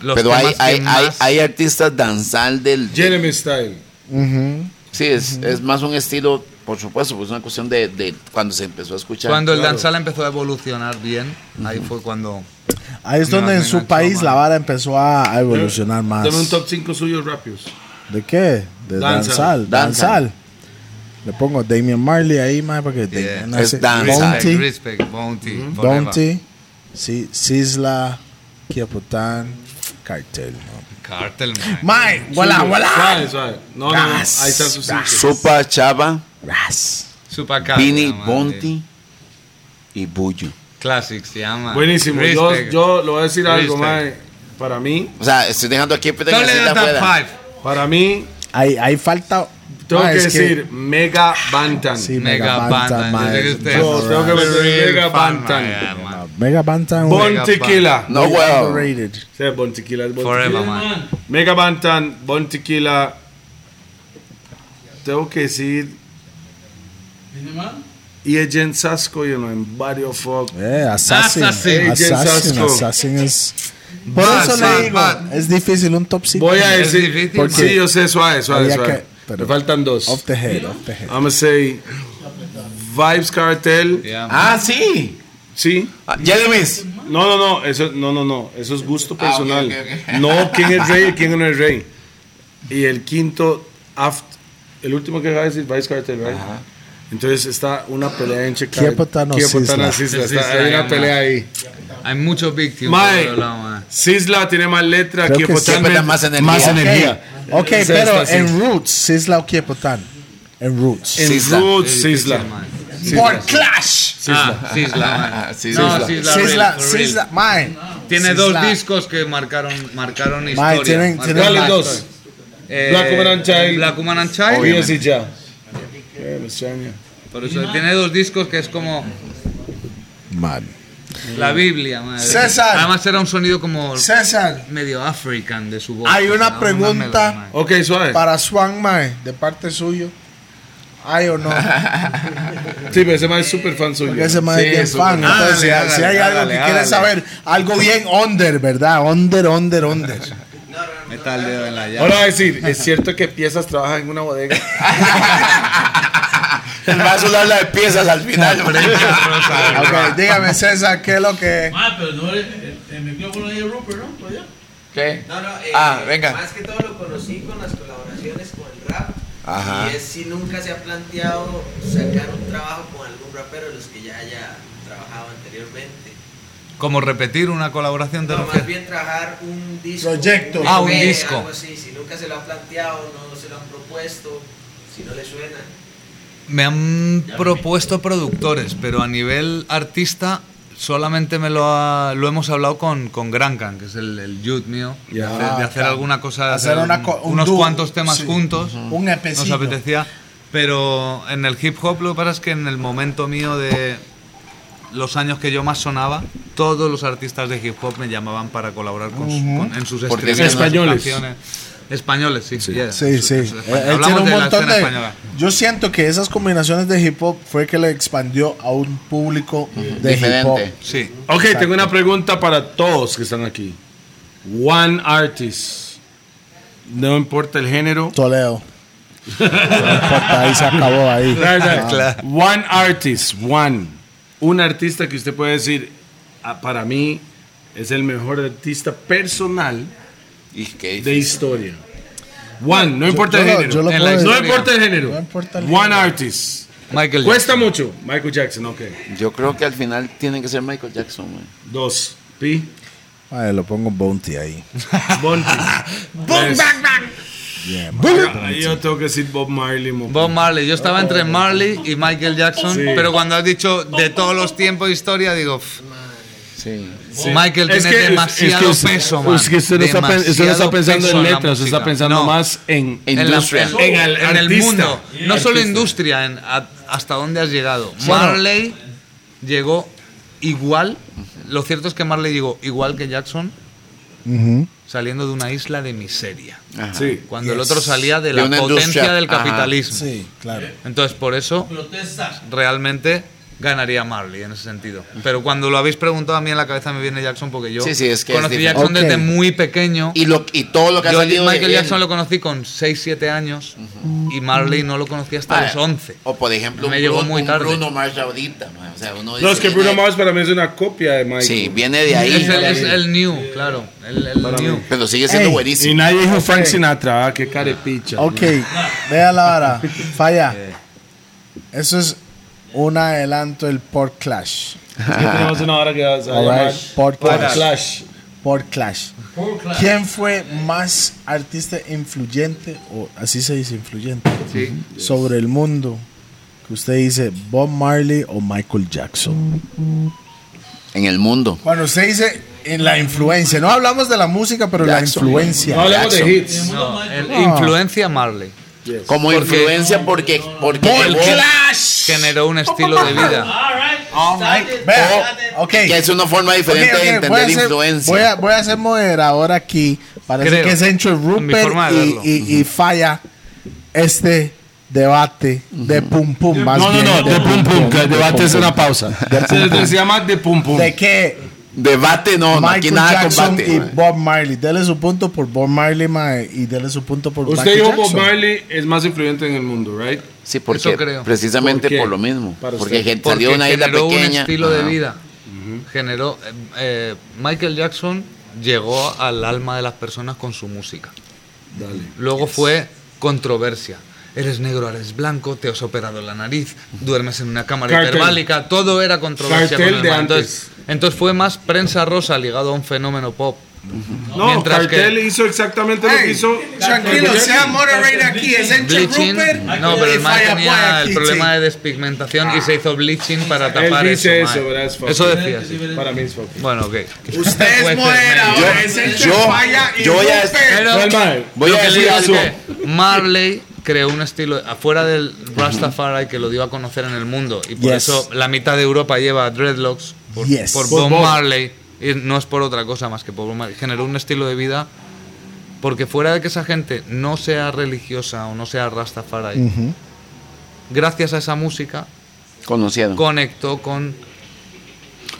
Speaker 1: los
Speaker 4: Pero hay,
Speaker 1: temas que
Speaker 4: hay, hay,
Speaker 1: más-
Speaker 4: hay artistas danzal del...
Speaker 2: Jeremy Style.
Speaker 3: Ujú.
Speaker 4: Sí, es, es más un estilo, por supuesto, pues una cuestión de, de cuando se empezó a escuchar.
Speaker 1: Cuando el
Speaker 4: Claro.
Speaker 1: danzal empezó a evolucionar bien, ahí fue cuando...
Speaker 3: Ahí es
Speaker 1: No,
Speaker 3: donde en
Speaker 1: me
Speaker 3: su
Speaker 1: enganchó,
Speaker 3: país
Speaker 1: ma.
Speaker 3: la vara empezó a a evolucionar más.
Speaker 2: Dame un top 5 suyos rápidos.
Speaker 3: ¿De qué? De danzal.
Speaker 2: Danzal.
Speaker 3: Danzal. Le pongo Damian Marley ahí, ma, porque Damian
Speaker 4: es
Speaker 3: hace-
Speaker 4: danzal.
Speaker 1: Respect,
Speaker 3: Bounty.
Speaker 1: respect, Bounty. forever.
Speaker 3: Bounty. Sí, Sisla. Kiapotán. Cartel.
Speaker 1: Cartel, man.
Speaker 3: Mae,
Speaker 2: Suyo. Suave, suave. No, no, no. Ahí están sus cinco.
Speaker 4: Supa, Chava,
Speaker 1: Supaca.
Speaker 4: Pini,
Speaker 1: man,
Speaker 4: Bonti y Bullo.
Speaker 1: Classics, eh, se llama.
Speaker 2: Buenísimo. Yo,
Speaker 1: Respect.
Speaker 2: yo le voy a decir algo, mae.
Speaker 1: Respect.
Speaker 2: Para mí,
Speaker 4: O sea, estoy dejando aquí pero tengo
Speaker 1: Don't
Speaker 4: cita
Speaker 1: let the top
Speaker 4: afuera.
Speaker 1: five.
Speaker 2: para mí,
Speaker 3: Ahí, ahí falta.
Speaker 2: tengo
Speaker 3: ma,
Speaker 2: que
Speaker 3: es
Speaker 2: decir Mega Bantan.
Speaker 3: Sí,
Speaker 1: Mega
Speaker 3: Mega
Speaker 1: Bantam,
Speaker 3: Bantam, ma,
Speaker 1: desde
Speaker 3: es-
Speaker 1: que usted-
Speaker 2: Yo
Speaker 3: Bantam,
Speaker 2: tengo que
Speaker 3: ma.
Speaker 2: decir Mega
Speaker 1: Fan,
Speaker 2: Bantan.
Speaker 1: man, yeah, man.
Speaker 3: Mega Bantam.
Speaker 2: Bon
Speaker 1: Mega
Speaker 2: Tequila.
Speaker 4: No, weón.
Speaker 3: underrated.
Speaker 2: Sí, Bon Tequila es Bon
Speaker 1: Forever,
Speaker 2: Tequila.
Speaker 1: man.
Speaker 2: Mega Bantan, Bon Tequila. Tengo que decir. Y Agent Sasco, you know, en varios fuck.
Speaker 3: Eh, Assassin.
Speaker 1: Assassin.
Speaker 3: Assassin. Assassin,
Speaker 2: Assassin.
Speaker 3: es. Por
Speaker 1: Bad,
Speaker 3: eso
Speaker 1: bad,
Speaker 3: le digo,
Speaker 1: bad.
Speaker 3: es difícil un top 5.
Speaker 2: Voy a eh.
Speaker 1: Es
Speaker 2: decir.
Speaker 1: difícil,
Speaker 3: man.
Speaker 2: Sí, yo sé, suave, suave,
Speaker 3: Había
Speaker 2: suave.
Speaker 3: que- pero-
Speaker 2: Me faltan dos. Ah,
Speaker 3: Off the head, off the head.
Speaker 2: I'm gonna say Vibes Cartel.
Speaker 1: Yeah, man.
Speaker 4: Ah, sí.
Speaker 2: Sí.
Speaker 4: Ah, Jeremy's.
Speaker 2: No, no, no. Eso, no, no, no. Eso es gusto
Speaker 4: Ah, ok,
Speaker 2: personal.
Speaker 4: ok, ok.
Speaker 2: No, quién es rey y quién no es rey. Y el quinto, aft, el último que acaba de decir, Vice Cartel, ¿verdad? Entonces está una pelea en Chicago.
Speaker 3: Kiepotano Sisla.
Speaker 1: Sisla,
Speaker 2: Hay una
Speaker 1: ya,
Speaker 2: pelea ahí.
Speaker 1: Hay muchos big teams.
Speaker 2: Mae.
Speaker 1: por otro lado, man.
Speaker 2: Sisla tiene más letra,
Speaker 3: Creo que
Speaker 2: Kiepotano
Speaker 4: Siempre da más energía.
Speaker 2: Más
Speaker 4: Ok.
Speaker 2: energía.
Speaker 3: Ok,
Speaker 2: Esa
Speaker 3: pero
Speaker 2: está así.
Speaker 3: en Roots, Sisla o Kiepotán. En Roots.
Speaker 2: En
Speaker 4: Sisla.
Speaker 2: Roots,
Speaker 1: Es difícil,
Speaker 2: Sisla.
Speaker 1: man.
Speaker 3: Por Clash.
Speaker 1: Ah, Sisla,
Speaker 4: Ah,
Speaker 1: Ah, man.
Speaker 4: Sisla.
Speaker 1: No, Sisla.
Speaker 3: Sisla,
Speaker 1: real, for real.
Speaker 3: Sisla, mae.
Speaker 1: Tiene
Speaker 3: Sisla.
Speaker 1: dos discos que marcaron, marcaron historia.
Speaker 3: tienen- tienen-
Speaker 1: marcaron la
Speaker 2: ¿Cuáles dos?
Speaker 1: historia. Eh,
Speaker 2: Black Woman and Child.
Speaker 1: Black Woman and Child.
Speaker 2: Obvio, sí, ya. Eh, me extraña.
Speaker 1: Por eso tiene dos discos que es como
Speaker 3: Man.
Speaker 1: la Biblia, madre.
Speaker 3: César.
Speaker 1: Además era un sonido como
Speaker 3: César,
Speaker 1: medio African de su voz.
Speaker 3: Hay una
Speaker 1: ¿no?
Speaker 3: pregunta.
Speaker 1: melodía, madre.
Speaker 2: Ok, suave.
Speaker 3: para Swan, mae, de parte suyo. Ay o no.
Speaker 2: Sí, pero ese man es súper fan suyo.
Speaker 3: Porque ese mae
Speaker 4: Sí,
Speaker 3: es bien
Speaker 4: eso-
Speaker 3: fan.
Speaker 1: Hágale,
Speaker 3: Entonces, si-
Speaker 1: hágale,
Speaker 3: si hay algo
Speaker 1: hágale,
Speaker 3: que quieres
Speaker 1: hágale.
Speaker 3: saber, algo bien under, ¿verdad? Under, under, under.
Speaker 1: Meta el dedo en la llave.
Speaker 2: Ahora voy a decir, es cierto que piezas trabajan en una bodega.
Speaker 4: El vaso le habla de piezas al final.
Speaker 3: Ok, dígame, César, ¿qué es lo que
Speaker 14: Ah, pero no, el, el micrófono de Rupert, ¿no? Todavía.
Speaker 4: ¿Qué?
Speaker 15: No, no, eh,
Speaker 4: Ah, venga.
Speaker 15: Más que todo lo conocí con las colaboraciones con el rap.
Speaker 4: Ajá.
Speaker 15: Y es si nunca se ha planteado sacar un trabajo con algún rapero de los que ya haya trabajado anteriormente.
Speaker 1: Como repetir una colaboración de
Speaker 15: No, más bien trabajar un disco.
Speaker 3: Proyecto.
Speaker 1: Ah, un
Speaker 15: EP,
Speaker 1: disco.
Speaker 15: algo así. Si nunca se lo han planteado, no se lo han propuesto, si no le suena.
Speaker 1: Me han propuesto productores, pero a nivel artista solamente me lo, ha- lo hemos hablado con, con Grancan, que es el, el youth mío, de hacer, de hacer alguna cosa, de
Speaker 3: Hacer
Speaker 1: hacer
Speaker 3: una
Speaker 1: un-
Speaker 3: co- un
Speaker 1: unos
Speaker 3: dúo,
Speaker 1: cuantos temas
Speaker 3: sí.
Speaker 1: juntos.
Speaker 3: Un
Speaker 1: nos
Speaker 3: epecillo.
Speaker 1: apetecía. Pero en el hip hop lo que pasa es que en el momento mío de los años que yo más sonaba, todos los artistas de hip hop me llamaban para colaborar con su- con- en sus
Speaker 4: Porque
Speaker 1: estrellas.
Speaker 4: es
Speaker 2: españoles.
Speaker 1: Españoles, sí. yeah.
Speaker 3: Sí,
Speaker 1: Su-
Speaker 3: sí. Él-
Speaker 2: Eh,
Speaker 1: su- España.
Speaker 3: él tiene
Speaker 1: Hablamos
Speaker 3: un
Speaker 1: de la
Speaker 3: montón
Speaker 1: escena
Speaker 3: de-
Speaker 1: española.
Speaker 3: Yo siento que esas combinaciones de hip hop fue que le expandió a un público de hip hop.
Speaker 4: Diferente.
Speaker 1: Sí.
Speaker 2: Ok, tengo una pregunta para todos que están aquí. One artist. No importa el género.
Speaker 3: Toleo. Puta, ahí se acabó ahí.
Speaker 2: One artist, one. Un artista que usted puede decir, "Ah, para mí es el mejor artista personal
Speaker 4: Y qué
Speaker 2: de historia. One, no importa
Speaker 3: yo
Speaker 2: el
Speaker 3: lo-
Speaker 2: género.
Speaker 3: yo lo
Speaker 1: En la
Speaker 3: puedo-
Speaker 2: no
Speaker 1: historia.
Speaker 2: importa el género.
Speaker 3: No importa el
Speaker 2: One
Speaker 3: género.
Speaker 2: artist.
Speaker 1: Michael
Speaker 2: Cuesta mucho. Michael Jackson, ok.
Speaker 4: Yo creo que al final tiene que ser Michael Jackson, güey.
Speaker 2: Dos. Pi.
Speaker 3: Ay, lo pongo Bounty ahí.
Speaker 2: Bonti. Tres. Ahí yo tengo que decir Bob Marley. mo-
Speaker 1: Bob Marley, yo estaba entre Marley y Michael Jackson,
Speaker 2: Sí.
Speaker 1: pero cuando has dicho de todos los tiempos de historia, digo, pf,
Speaker 2: Sí.
Speaker 1: Michael
Speaker 2: Es
Speaker 1: tiene
Speaker 2: que-
Speaker 1: demasiado
Speaker 2: es que-
Speaker 1: peso, man.
Speaker 2: es que usted no está pen- usted no está
Speaker 1: Demasiado
Speaker 2: pensando
Speaker 1: peso
Speaker 2: en
Speaker 1: la
Speaker 2: letras, usted está
Speaker 1: música.
Speaker 2: pensando más en-
Speaker 1: la-
Speaker 2: Industria.
Speaker 1: en,
Speaker 2: En el
Speaker 1: en el
Speaker 2: artista.
Speaker 1: mundo,
Speaker 2: Yeah.
Speaker 1: no solo
Speaker 2: Artista.
Speaker 1: industria, en a- hasta dónde has llegado.
Speaker 2: Sí, bueno.
Speaker 1: Marley llegó igual, lo cierto es que Marley llegó igual que Jackson, saliendo de una isla de miseria.
Speaker 4: Ajá.
Speaker 2: Sí.
Speaker 1: Cuando el
Speaker 4: Yes.
Speaker 1: otro salía de
Speaker 4: De
Speaker 1: la
Speaker 4: una
Speaker 1: potencia
Speaker 4: industria,
Speaker 1: del
Speaker 4: ajá.
Speaker 1: capitalismo.
Speaker 3: Sí, claro.
Speaker 1: Entonces, por eso
Speaker 14: Protesta.
Speaker 1: realmente ganaría Marley en ese sentido. Pero cuando lo habéis preguntado a mí en la cabeza me viene Jackson porque yo
Speaker 4: Sí, sí, es que es
Speaker 1: conocí a
Speaker 4: diferente.
Speaker 1: Jackson
Speaker 3: Ok.
Speaker 1: desde muy pequeño.
Speaker 4: Y, lo, y todo lo que ha
Speaker 1: yo a
Speaker 4: salido de
Speaker 1: Michael
Speaker 4: él.
Speaker 1: Jackson lo conocí con 6, 7 años y Marley no lo conocí hasta
Speaker 4: Ah,
Speaker 1: los 11.
Speaker 4: O por ejemplo,
Speaker 1: Me
Speaker 4: un
Speaker 1: llegó
Speaker 4: Bruno-
Speaker 1: muy
Speaker 4: un
Speaker 1: tarde.
Speaker 4: Bruno Mars ahorita. man. O sea, uno dice,
Speaker 2: No, es que
Speaker 4: viene-
Speaker 2: Bruno Mars para mí es una copia de Michael.
Speaker 4: Sí, viene de ahí.
Speaker 1: Es el, es el new, claro. El, el new.
Speaker 4: Pero sigue siendo
Speaker 3: Ey.
Speaker 2: Y
Speaker 4: buenísimo.
Speaker 2: nadie dijo Frank Sinatra, ah, qué carepicha.
Speaker 3: Ok, vea la hora. Falla.
Speaker 1: Eh.
Speaker 3: Eso es un adelanto del Port Clash.
Speaker 2: Aquí tenemos una hora que vas a
Speaker 3: All
Speaker 2: llamar.
Speaker 3: right, Port Clash.
Speaker 2: Clash.
Speaker 3: Port Clash.
Speaker 14: Por clase.
Speaker 3: ¿Quién fue más artista influyente, o así se dice influyente,
Speaker 1: Sí.
Speaker 3: sobre el mundo? Que usted dice Bob Marley o Michael Jackson.
Speaker 4: En el mundo.
Speaker 3: Cuando usted dice en la influencia, no hablamos de la música, pero
Speaker 4: Jackson.
Speaker 3: la influencia.
Speaker 2: No hablemos de
Speaker 4: Jackson.
Speaker 2: hits.
Speaker 1: No, el- influencia Marley.
Speaker 4: Como influencia porque. porque llevó-
Speaker 1: Generó un estilo de vida.
Speaker 14: All right. Started.
Speaker 3: Vea,
Speaker 1: Oh,
Speaker 3: ok.
Speaker 4: Que es una forma diferente
Speaker 3: Ok, ok,
Speaker 4: de
Speaker 3: voy a
Speaker 4: entender
Speaker 3: ser-
Speaker 4: influencia.
Speaker 3: Voy a, voy a ser moderador aquí. Parece
Speaker 1: Creo.
Speaker 3: que es entre
Speaker 1: Mi
Speaker 3: Rupert
Speaker 1: forma de
Speaker 3: y,
Speaker 1: verlo.
Speaker 3: y- y falla este debate de pum pum. Más bien,
Speaker 2: el debate es una pausa. Se, se llama de pum pum.
Speaker 3: De que
Speaker 4: Debate no, no, aquí
Speaker 3: Michael
Speaker 4: nada
Speaker 3: Jackson
Speaker 4: combate.
Speaker 3: y
Speaker 4: man.
Speaker 3: Bob Marley. Dele su punto por Bob Marley, mae, y dele su punto por
Speaker 2: Usted
Speaker 3: Michael
Speaker 2: dijo Bob
Speaker 3: Jackson.
Speaker 2: Marley es más influyente en el mundo, ¿right?
Speaker 4: Sí,
Speaker 1: Eso
Speaker 4: porque
Speaker 1: creo.
Speaker 4: precisamente
Speaker 2: ¿Por qué?
Speaker 4: por lo mismo.
Speaker 2: Para
Speaker 4: Porque
Speaker 2: usted.
Speaker 4: gente
Speaker 1: Porque
Speaker 4: salió de una isla
Speaker 1: generó un
Speaker 4: pequeña.
Speaker 1: estilo de
Speaker 4: Ajá.
Speaker 1: vida. Generó. eh, eh, Michael Jackson llegó al alma de las personas con su música. Luego fue controversia. Eres negro, eres blanco, te has operado la nariz, duermes en una cámara
Speaker 2: Cartel.
Speaker 1: hiperbálica. Todo era controversia.
Speaker 2: Cartel
Speaker 1: con el
Speaker 2: de
Speaker 1: man.
Speaker 2: antes.
Speaker 1: entonces, entonces fue más prensa rosa ligado a un fenómeno pop.
Speaker 2: No,
Speaker 1: Mientras
Speaker 2: Cartel
Speaker 1: que-
Speaker 2: hizo exactamente lo que hizo.
Speaker 8: Tranquilo, sea moderator aquí. Es entre
Speaker 1: Bleaching.
Speaker 8: Rupert.
Speaker 1: No, pero
Speaker 8: y
Speaker 1: el man
Speaker 8: Fireboy
Speaker 1: tenía el
Speaker 8: aquí,
Speaker 1: problema de despigmentación y se hizo bleaching para
Speaker 2: Él
Speaker 1: tapar
Speaker 2: dice
Speaker 1: eso. man.
Speaker 2: eso, ¿verdad? Es fucking-
Speaker 1: Eso decía. sí.
Speaker 2: Para mí es fucking.
Speaker 1: Bueno, ok.
Speaker 8: Usted
Speaker 1: Pues,
Speaker 8: es moderador.
Speaker 4: Yo-
Speaker 8: Es entre
Speaker 4: yo-
Speaker 8: Falla y
Speaker 4: yo voy a-
Speaker 8: Rupert.
Speaker 1: Pero
Speaker 2: No, el mae,
Speaker 4: Voy
Speaker 1: lo
Speaker 4: a
Speaker 1: que le
Speaker 4: decir
Speaker 1: digo es
Speaker 4: algo.
Speaker 1: que Marley creó un estilo afuera del Rastafari que lo dio a conocer en el mundo y por
Speaker 3: Yes.
Speaker 1: eso la mitad de Europa lleva dreadlocks por,
Speaker 3: Yes.
Speaker 1: por
Speaker 3: Por
Speaker 1: Bob
Speaker 2: Bob.
Speaker 1: Marley y no es por otra cosa más que por Bob Marley. Generó un estilo de vida porque fuera de que esa gente no sea religiosa o no sea Rastafari, gracias a esa música
Speaker 4: Conocieron.
Speaker 1: conectó con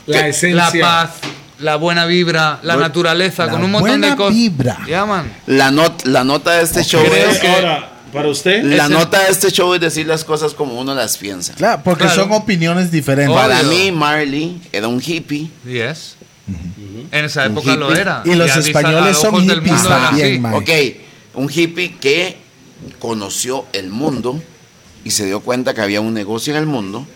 Speaker 2: La
Speaker 1: la
Speaker 2: esencia.
Speaker 1: paz, la buena vibra, la naturaleza,
Speaker 3: la
Speaker 1: con un montón de
Speaker 3: buena
Speaker 1: cosas.
Speaker 3: vibra.
Speaker 1: Ya, man.
Speaker 4: La, not- la nota de este show es.
Speaker 2: Ahora, para usted,
Speaker 4: La
Speaker 1: Ese-
Speaker 4: nota de este show es decir las cosas como uno las piensa.
Speaker 3: Claro, porque
Speaker 1: Claro.
Speaker 3: son opiniones diferentes.
Speaker 1: Obvio.
Speaker 4: Para mí, Marley era un hippie.
Speaker 1: Yes. En esa época lo
Speaker 4: hippie.
Speaker 1: era.
Speaker 3: Y los
Speaker 1: a vista-
Speaker 3: españoles
Speaker 1: a ojos
Speaker 3: son
Speaker 1: del
Speaker 3: hippies
Speaker 1: mundo era
Speaker 3: también,
Speaker 1: así.
Speaker 3: man. Mae.
Speaker 4: Ok, un hippie que conoció el mundo y se dio cuenta que había un negocio en el mundo.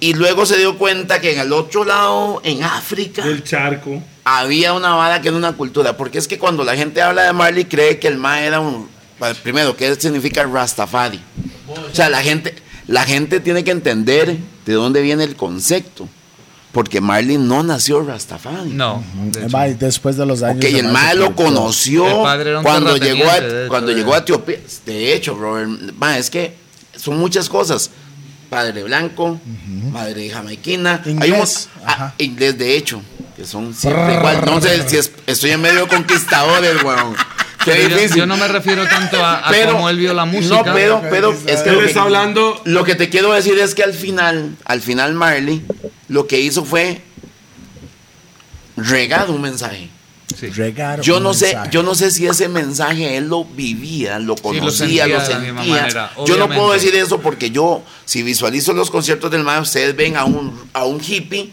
Speaker 4: Y luego se dio cuenta que en el otro lado, en África,
Speaker 2: el charco.
Speaker 4: había una vara que era una cultura. Porque es que cuando la gente habla de Marley, cree que el Ma era un. pa- Primero, ¿qué significa Rastafari? O sea, la gente, la gente tiene que entender de dónde viene el concepto. Porque Marley no nació Rastafari.
Speaker 1: No. de
Speaker 3: Eh,
Speaker 1: hecho.
Speaker 3: mae, después de los años.
Speaker 4: Ok,
Speaker 3: de
Speaker 4: el mae
Speaker 3: Michael
Speaker 4: lo
Speaker 3: Jackson.
Speaker 4: conoció
Speaker 1: El padre era un
Speaker 4: cuando
Speaker 1: terrateniente,
Speaker 4: llegó a,
Speaker 1: de hecho,
Speaker 4: cuando
Speaker 1: era.
Speaker 4: llegó a Etiopía. De hecho, Robert, mae, es que son muchas cosas. Padre blanco, madre jamaiquina, hay un-
Speaker 3: Inglés,
Speaker 4: ah,
Speaker 3: ajá.
Speaker 4: inglés de hecho, que son siempre igual. No sé si es- estoy en medio de conquistadores, weón. Qué
Speaker 1: Pero yo,
Speaker 4: difícil.
Speaker 1: yo no me refiero tanto a, a
Speaker 4: Pero-
Speaker 1: cómo él vio la música.
Speaker 4: No, pero, pero es que
Speaker 2: Él
Speaker 4: lo que-
Speaker 2: está hablando-
Speaker 4: Lo que te quiero decir es que al final, al final Marley, lo que hizo fue regar un mensaje.
Speaker 1: Sí.
Speaker 3: Regar
Speaker 4: Yo
Speaker 3: un
Speaker 4: no sé,
Speaker 3: mensaje.
Speaker 4: yo no sé si ese mensaje él lo vivía, lo
Speaker 1: sentía
Speaker 4: conocía,
Speaker 1: de
Speaker 4: lo
Speaker 1: la
Speaker 4: sentía.
Speaker 1: misma manera,
Speaker 4: yo no puedo
Speaker 1: obviamente.
Speaker 4: decir eso porque yo, si visualizo los conciertos del MAE, ustedes ven a un, a un hippie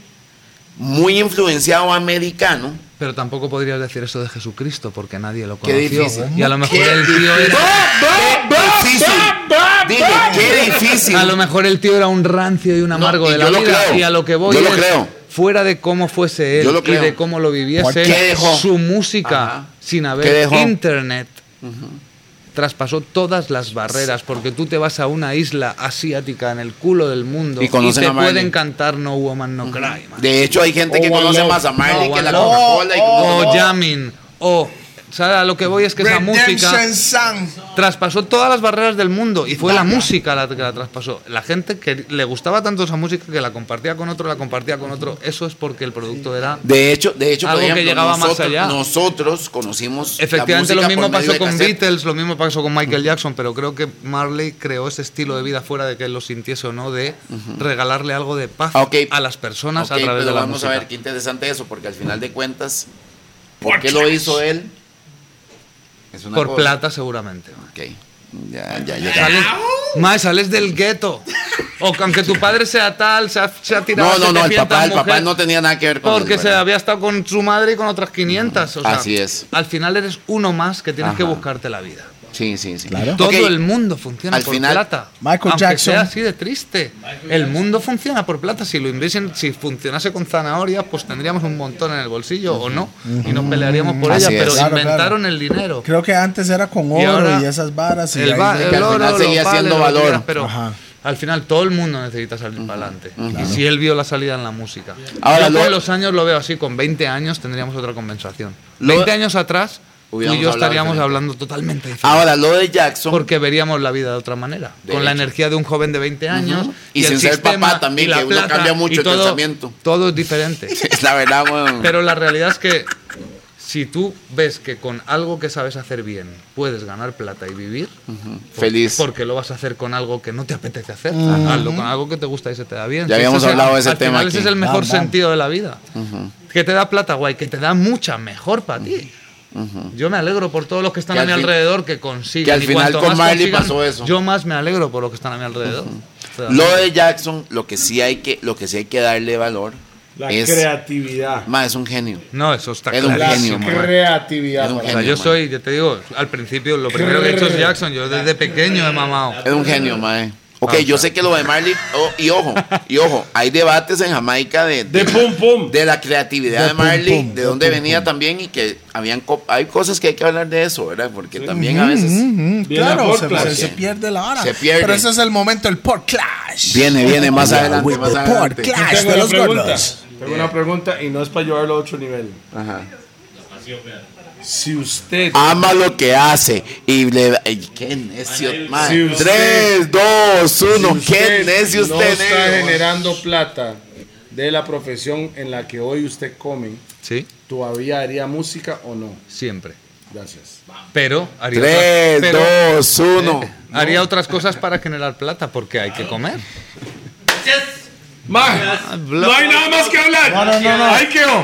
Speaker 4: muy influenciado americano.
Speaker 1: Pero tampoco podrías decir eso de Jesucristo porque nadie lo
Speaker 4: Qué
Speaker 1: conoció.
Speaker 4: difícil.
Speaker 1: Y a lo mejor
Speaker 4: Qué
Speaker 1: el tío
Speaker 4: difícil.
Speaker 1: era.
Speaker 4: ¡Qué difícil! Dije, qué difícil.
Speaker 1: A lo mejor el tío era un rancio y un amargo
Speaker 4: y
Speaker 1: de
Speaker 4: yo
Speaker 1: la
Speaker 4: lo
Speaker 1: vida.
Speaker 4: creo.
Speaker 1: Y a lo que voy
Speaker 4: Yo lo
Speaker 1: es,
Speaker 4: creo.
Speaker 1: fuera de cómo fuese él
Speaker 4: Yo lo
Speaker 1: y
Speaker 4: creo.
Speaker 1: de cómo lo
Speaker 4: ¿Por
Speaker 1: viviese,
Speaker 4: qué dejó?
Speaker 1: su música
Speaker 4: Ajá.
Speaker 1: sin
Speaker 4: ¿Qué
Speaker 1: haber
Speaker 4: dejó?
Speaker 1: internet traspasó todas las barreras, porque tú te vas a una isla asiática en el culo del mundo
Speaker 4: Y
Speaker 1: y,
Speaker 4: conocen
Speaker 1: te
Speaker 4: a Miley.
Speaker 1: pueden cantar No Woman No Cry. man.
Speaker 4: De hecho, hay gente que
Speaker 1: O One
Speaker 4: conoce
Speaker 1: Love.
Speaker 4: más a Marley
Speaker 1: O
Speaker 4: que
Speaker 1: One
Speaker 4: la
Speaker 1: Love.
Speaker 4: Coca-Cola y
Speaker 1: O
Speaker 4: conoce-
Speaker 1: Yamin, o... O sea, Oh, a lo que voy es que esa música
Speaker 8: Redemption Song.
Speaker 1: traspasó todas las barreras del mundo y fue la música la que la traspasó. La gente que le gustaba tanto esa música que la compartía con otro, la compartía con otro. Eso es porque el producto era
Speaker 4: De hecho, de hecho,
Speaker 1: algo
Speaker 4: por ejemplo,
Speaker 1: que llegaba
Speaker 4: nosotros,
Speaker 1: más allá.
Speaker 4: Nosotros conocimos la
Speaker 1: Efectivamente, lo
Speaker 4: música
Speaker 1: mismo
Speaker 4: por medio
Speaker 1: pasó
Speaker 4: de
Speaker 1: con
Speaker 4: cassette. Mm.
Speaker 1: Beatles, lo mismo pasó con Michael Jackson, pero creo que Marley creó ese estilo de vida fuera de que él lo sintiese o no, de regalarle algo de paz
Speaker 4: Ah, ok.
Speaker 1: a las personas
Speaker 4: Ok,
Speaker 1: a través
Speaker 4: pero
Speaker 1: de la
Speaker 4: vamos
Speaker 1: música.
Speaker 4: a ver qué interesante eso, porque al final de cuentas, ¿por qué lo hizo él? Es una
Speaker 1: Por
Speaker 4: cosa.
Speaker 1: plata, seguramente.
Speaker 4: Ok, ya, ya
Speaker 1: Sales,
Speaker 4: llegamos.
Speaker 1: Mae, sales del gueto. O que aunque tu padre sea tal, se ha, se ha tirado
Speaker 4: No, no, no, el
Speaker 1: 700
Speaker 4: papá, el papá
Speaker 1: mujeres
Speaker 4: no tenía nada que ver con
Speaker 1: Porque
Speaker 4: él,
Speaker 1: se
Speaker 4: ¿verdad?
Speaker 1: había estado con su madre y con otras 500. O sea,
Speaker 4: Así es.
Speaker 1: Al final eres uno más que tienes que
Speaker 4: Ajá.
Speaker 1: buscarte la vida.
Speaker 4: Sí, sí, sí.
Speaker 3: Claro.
Speaker 1: Todo
Speaker 4: Ok,
Speaker 1: el mundo funciona
Speaker 4: Al
Speaker 1: por
Speaker 4: final,
Speaker 1: plata.
Speaker 3: Michael
Speaker 1: aunque
Speaker 3: Jackson-
Speaker 1: sea así de triste. El mundo funciona por plata. Si lo inviesen, si funcionase con zanahorias, pues tendríamos un montón en el bolsillo o no. Y nos pelearíamos por
Speaker 4: Así
Speaker 1: ella.
Speaker 4: es.
Speaker 1: Pero
Speaker 3: Claro,
Speaker 1: inventaron
Speaker 3: claro.
Speaker 1: el dinero.
Speaker 3: Creo que antes era con
Speaker 1: Y
Speaker 3: oro
Speaker 1: ahora
Speaker 3: y, esas varas. Y
Speaker 1: el,
Speaker 3: ahí
Speaker 1: va-
Speaker 3: de-
Speaker 1: el
Speaker 4: que al
Speaker 1: oro,
Speaker 4: final
Speaker 1: los
Speaker 4: seguía
Speaker 1: vales,
Speaker 4: siendo
Speaker 1: lo que
Speaker 4: valor.
Speaker 1: quieras, pero
Speaker 3: Ajá.
Speaker 1: al final todo el mundo necesita salir para adelante. Y si él vio la salida en la música.
Speaker 4: Ahora,
Speaker 1: Ahora, yo
Speaker 4: lo-
Speaker 1: con los años lo veo así, con 20 años tendríamos otra conversación.
Speaker 4: Lo-
Speaker 1: 20 años atrás, tú y
Speaker 4: Hubiéramos
Speaker 1: yo
Speaker 4: hablado
Speaker 1: estaríamos
Speaker 4: diferente.
Speaker 1: hablando totalmente diferente.
Speaker 4: Ahora, lo de Jackson.
Speaker 1: porque veríamos la vida de otra manera,
Speaker 4: De
Speaker 1: con la
Speaker 4: hecho.
Speaker 1: energía de un joven de 20 años
Speaker 4: Y sin
Speaker 1: el
Speaker 4: ser
Speaker 1: sistema,
Speaker 4: papá también,
Speaker 1: y la
Speaker 4: que uno
Speaker 1: plata,
Speaker 4: cambia mucho
Speaker 1: y
Speaker 4: el
Speaker 1: todo-
Speaker 4: pensamiento.
Speaker 1: Todo es diferente.
Speaker 4: Es la verdad, weón.
Speaker 1: Pero la realidad es que si tú ves que con algo que sabes hacer bien puedes ganar plata y vivir, ¿por-
Speaker 4: Feliz.
Speaker 1: ¿por qué lo vas a hacer con algo que no te apetece hacer? Hazlo con algo que te gusta y se te da bien.
Speaker 4: Ya
Speaker 1: Si
Speaker 4: habíamos
Speaker 1: ese es el-
Speaker 4: hablado de ese
Speaker 1: al
Speaker 4: tema
Speaker 1: final
Speaker 4: aquí.
Speaker 1: ese es el mejor
Speaker 3: Bam, bam.
Speaker 1: sentido de la vida. Que te da plata, guay, que te da mucha mejor para ti. Yo me alegro por todos los que están
Speaker 4: Que
Speaker 1: a
Speaker 4: al
Speaker 1: mi
Speaker 4: fin-
Speaker 1: alrededor que consiguen.
Speaker 4: que al
Speaker 1: Y
Speaker 4: final
Speaker 1: cuanto
Speaker 4: con
Speaker 1: más
Speaker 4: Miley
Speaker 1: consigan,
Speaker 4: pasó eso.
Speaker 1: Yo más me alegro por los que están a mi alrededor. O sea,
Speaker 4: Lo de Jackson, lo que sí hay que, lo que sí hay que darle valor
Speaker 2: La
Speaker 4: es.
Speaker 2: creatividad.
Speaker 4: Ma, es un genio.
Speaker 1: no, eso está
Speaker 4: Era un
Speaker 1: clarísimo. eh.
Speaker 4: genio, man.
Speaker 2: Creatividad.
Speaker 4: Era un
Speaker 2: para-
Speaker 1: O sea, yo
Speaker 4: man.
Speaker 1: soy, yo te digo, al principio lo primero que he hecho es Jackson, yo desde pequeño he mamado.
Speaker 4: Es un genio, mae. Ok,
Speaker 1: Ah,
Speaker 4: yo
Speaker 1: claro.
Speaker 4: sé que lo de Marley. oh, y ojo, y ojo, hay debates en Jamaica de.
Speaker 2: De pum pum.
Speaker 4: de la creatividad de,
Speaker 3: De pum,
Speaker 4: Marley,
Speaker 3: pum,
Speaker 4: de
Speaker 3: de
Speaker 4: dónde
Speaker 3: pum,
Speaker 4: venía también y que habían co- hay cosas que hay que hablar de eso, ¿verdad? Porque también a veces
Speaker 3: Mm, mm,
Speaker 2: Bien
Speaker 3: claro,
Speaker 2: a
Speaker 3: se,
Speaker 2: podcast.
Speaker 3: se- se pierde la hora.
Speaker 4: Se pierde.
Speaker 3: Pero ese es el momento, el podcast.
Speaker 4: viene, viene más adelante,
Speaker 3: With
Speaker 4: más
Speaker 3: the
Speaker 4: adelante.
Speaker 3: podcast de Ah, los gordos.
Speaker 2: Tengo una pregunta y no es para llevarlo a otro nivel.
Speaker 4: Ajá.
Speaker 2: Si usted.
Speaker 4: Ama lo que hace y le y qué necio, man.
Speaker 2: Si usted-
Speaker 4: Tres, dos,
Speaker 2: si
Speaker 4: uno, qué
Speaker 2: usted
Speaker 4: necio
Speaker 2: no
Speaker 4: usted
Speaker 2: está
Speaker 4: es.
Speaker 2: generando plata de la profesión en la que hoy usted come,
Speaker 1: Sí,
Speaker 2: ¿todavía haría música o no?
Speaker 1: siempre.
Speaker 2: Gracias.
Speaker 1: Pero haría,
Speaker 4: Tres,
Speaker 1: otras, pero
Speaker 4: dos, uno.
Speaker 2: eh,
Speaker 1: haría otras cosas para generar plata, porque hay que comer. Ah,
Speaker 2: No hay nada más que hablar. Ahí quedó.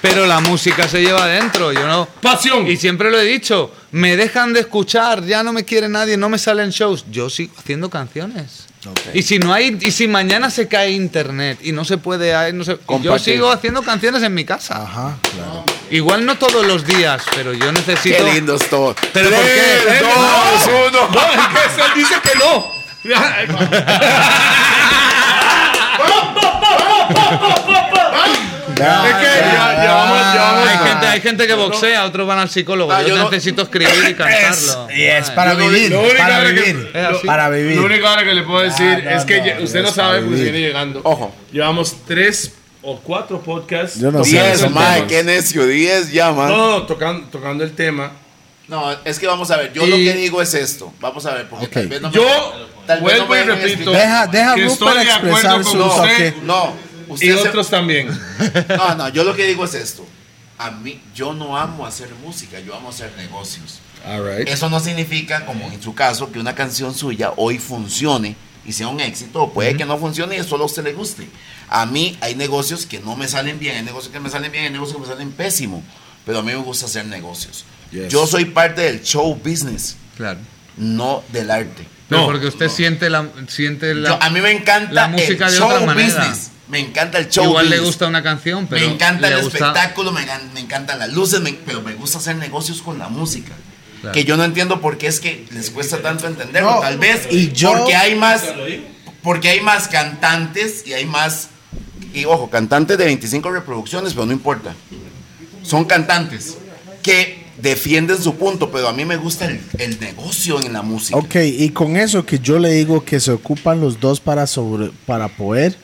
Speaker 1: Pero la música se lleva adentro, yo no.
Speaker 2: Pasión.
Speaker 1: Y siempre lo he dicho, me dejan de escuchar, ya no me quiere nadie, no me salen shows. Yo sigo haciendo canciones. Y si no hay, y si mañana se cae internet y no se puede, hay- no se- y yo
Speaker 4: Compartir.
Speaker 1: sigo haciendo canciones en mi casa.
Speaker 3: Ajá, claro.
Speaker 1: Igual no todos los días, pero yo necesito.
Speaker 4: Qué lindos todos.
Speaker 1: ¿Pero por qué?
Speaker 2: Eh,
Speaker 4: Tres, dos, uno.
Speaker 1: Él dice que no.
Speaker 3: Ya, ya, ya.
Speaker 1: Ah, Hay gente, hay gente que boxea, otros van al psicólogo.
Speaker 4: Ah,
Speaker 1: yo,
Speaker 4: yo no-
Speaker 1: necesito escribir y cantarlo.
Speaker 3: Y es para
Speaker 2: Lo- lo
Speaker 3: vivir,
Speaker 2: único
Speaker 3: para
Speaker 2: ahora que-
Speaker 3: vivir,
Speaker 1: Es así.
Speaker 3: para vivir. Ah,
Speaker 2: Lo único ahora que le puedo decir
Speaker 3: no,
Speaker 2: es que
Speaker 3: no,
Speaker 2: ye- usted no
Speaker 3: es para
Speaker 2: sabe porque
Speaker 3: vivir.
Speaker 2: viene llegando.
Speaker 4: Ojo.
Speaker 2: Llevamos tres o cuatro podcasts.
Speaker 3: Yo no sé,
Speaker 2: tocando
Speaker 3: eso
Speaker 4: Diez,
Speaker 2: el
Speaker 3: mae,
Speaker 2: tema.
Speaker 4: man, qué necio, diez ya, man.
Speaker 2: No, no, tocando, tocando el tema.
Speaker 4: No, es que vamos a ver, yo lo que digo es esto. Vamos a ver, porque
Speaker 3: Ok.
Speaker 4: tal vez no me-
Speaker 2: Yo
Speaker 4: tal vez no
Speaker 2: vuelvo
Speaker 4: me
Speaker 2: y
Speaker 4: dejen
Speaker 2: repito.
Speaker 4: explicar.
Speaker 3: Deja- deja
Speaker 2: que
Speaker 3: Rupert
Speaker 2: estoy de acuerdo
Speaker 3: expresar
Speaker 2: con
Speaker 3: sus-
Speaker 2: usted
Speaker 3: ok.
Speaker 4: No,
Speaker 2: Y
Speaker 4: usted se-
Speaker 2: otros también.
Speaker 4: No, no, yo lo que digo es esto. A mí, yo no amo hacer música, yo amo hacer negocios. Eso no significa, como en su caso, que una canción suya hoy funcione y sea un éxito, o puede que no funcione y solo a usted le guste. A mí hay negocios que no me salen bien, hay negocios que me salen bien, hay negocios que me salen pésimo, pero a mí me gusta hacer negocios. Yo soy parte del show business,
Speaker 1: Claro.
Speaker 4: no del arte.
Speaker 1: Pero porque usted siente la. Siente la
Speaker 4: Yo- a mí me encanta
Speaker 1: la música
Speaker 4: el
Speaker 1: de
Speaker 4: show
Speaker 1: otra manera.
Speaker 4: business. Me encanta el show
Speaker 1: igual le
Speaker 4: business.
Speaker 1: gusta una canción, pero.
Speaker 4: me encanta
Speaker 1: le
Speaker 4: el
Speaker 1: gusta-
Speaker 4: espectáculo, me, gan- me encantan las luces, me- pero me gusta hacer negocios con la música.
Speaker 1: Claro.
Speaker 4: Que yo no entiendo por qué es que les cuesta tanto entenderlo.
Speaker 3: No,
Speaker 4: Tal vez
Speaker 3: y yo-
Speaker 4: porque hay más porque hay más cantantes y hay más y ojo, cantantes de 25 reproducciones, pero no importa. Son cantantes que defienden su punto, pero a mí me gusta el, el negocio en la música.
Speaker 3: Ok, y con eso que yo le digo que se ocupan los dos para, sobre, para poder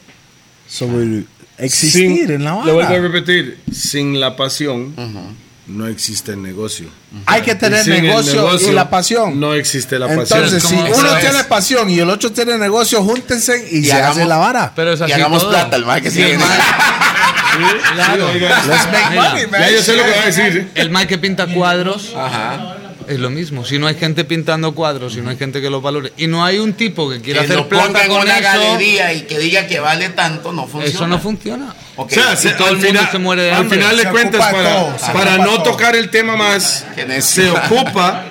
Speaker 3: sobre existir
Speaker 2: Sin-
Speaker 3: en la
Speaker 2: Lo vuelvo a
Speaker 3: vara.
Speaker 2: repetir, sin la pasión no existe el negocio.
Speaker 3: Hay que tener
Speaker 2: Y sin el
Speaker 3: negocio, y la pasión.
Speaker 2: No existe la pasión.
Speaker 3: Entonces, si
Speaker 1: ¿Cómo
Speaker 3: uno
Speaker 1: sabes?
Speaker 3: tiene pasión y el otro tiene negocio, júntense y,
Speaker 4: Y
Speaker 3: se hace
Speaker 4: hagamos-
Speaker 3: la vara.
Speaker 1: Pero es
Speaker 4: Y
Speaker 1: así
Speaker 4: hagamos
Speaker 1: todo.
Speaker 4: plata, el mae que
Speaker 1: Sí,
Speaker 4: sigue.
Speaker 1: el mae- claro.
Speaker 3: Let's make
Speaker 1: Mira,
Speaker 3: money, man.
Speaker 2: ya yo sé lo que va a decir. ¿eh?
Speaker 1: El Mike que pinta cuadros es lo mismo. Si no hay gente pintando cuadros, si no hay gente que los valore y no hay un tipo que
Speaker 4: Que
Speaker 1: quiera
Speaker 4: lo
Speaker 1: hacer
Speaker 4: ponga
Speaker 1: plata
Speaker 4: en
Speaker 1: con
Speaker 4: una
Speaker 1: eso,
Speaker 4: galería y que diga que vale tanto, no funciona.
Speaker 1: eso no funciona.
Speaker 4: Ok,
Speaker 2: O sea,
Speaker 1: si
Speaker 2: se-
Speaker 1: todo
Speaker 2: al
Speaker 1: el mundo
Speaker 2: final-
Speaker 1: se muere de
Speaker 2: Al
Speaker 1: hambre.
Speaker 2: final de
Speaker 3: Se
Speaker 2: cuentas,
Speaker 3: ocupa
Speaker 2: para,
Speaker 3: todo, se
Speaker 2: para
Speaker 3: ocupa
Speaker 2: no
Speaker 3: todo.
Speaker 2: tocar el tema más,
Speaker 4: Que necio.
Speaker 2: se ocupa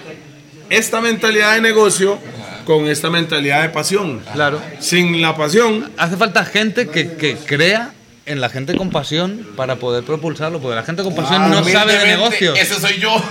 Speaker 2: esta mentalidad de negocio con esta mentalidad de pasión.
Speaker 1: Claro.
Speaker 2: Sin la pasión,
Speaker 1: Hace falta gente que, que crea en la gente con pasión para poder propulsarlo, porque la gente con pasión no sabe de
Speaker 4: Humildemente,
Speaker 1: negocios.
Speaker 4: Ese soy yo.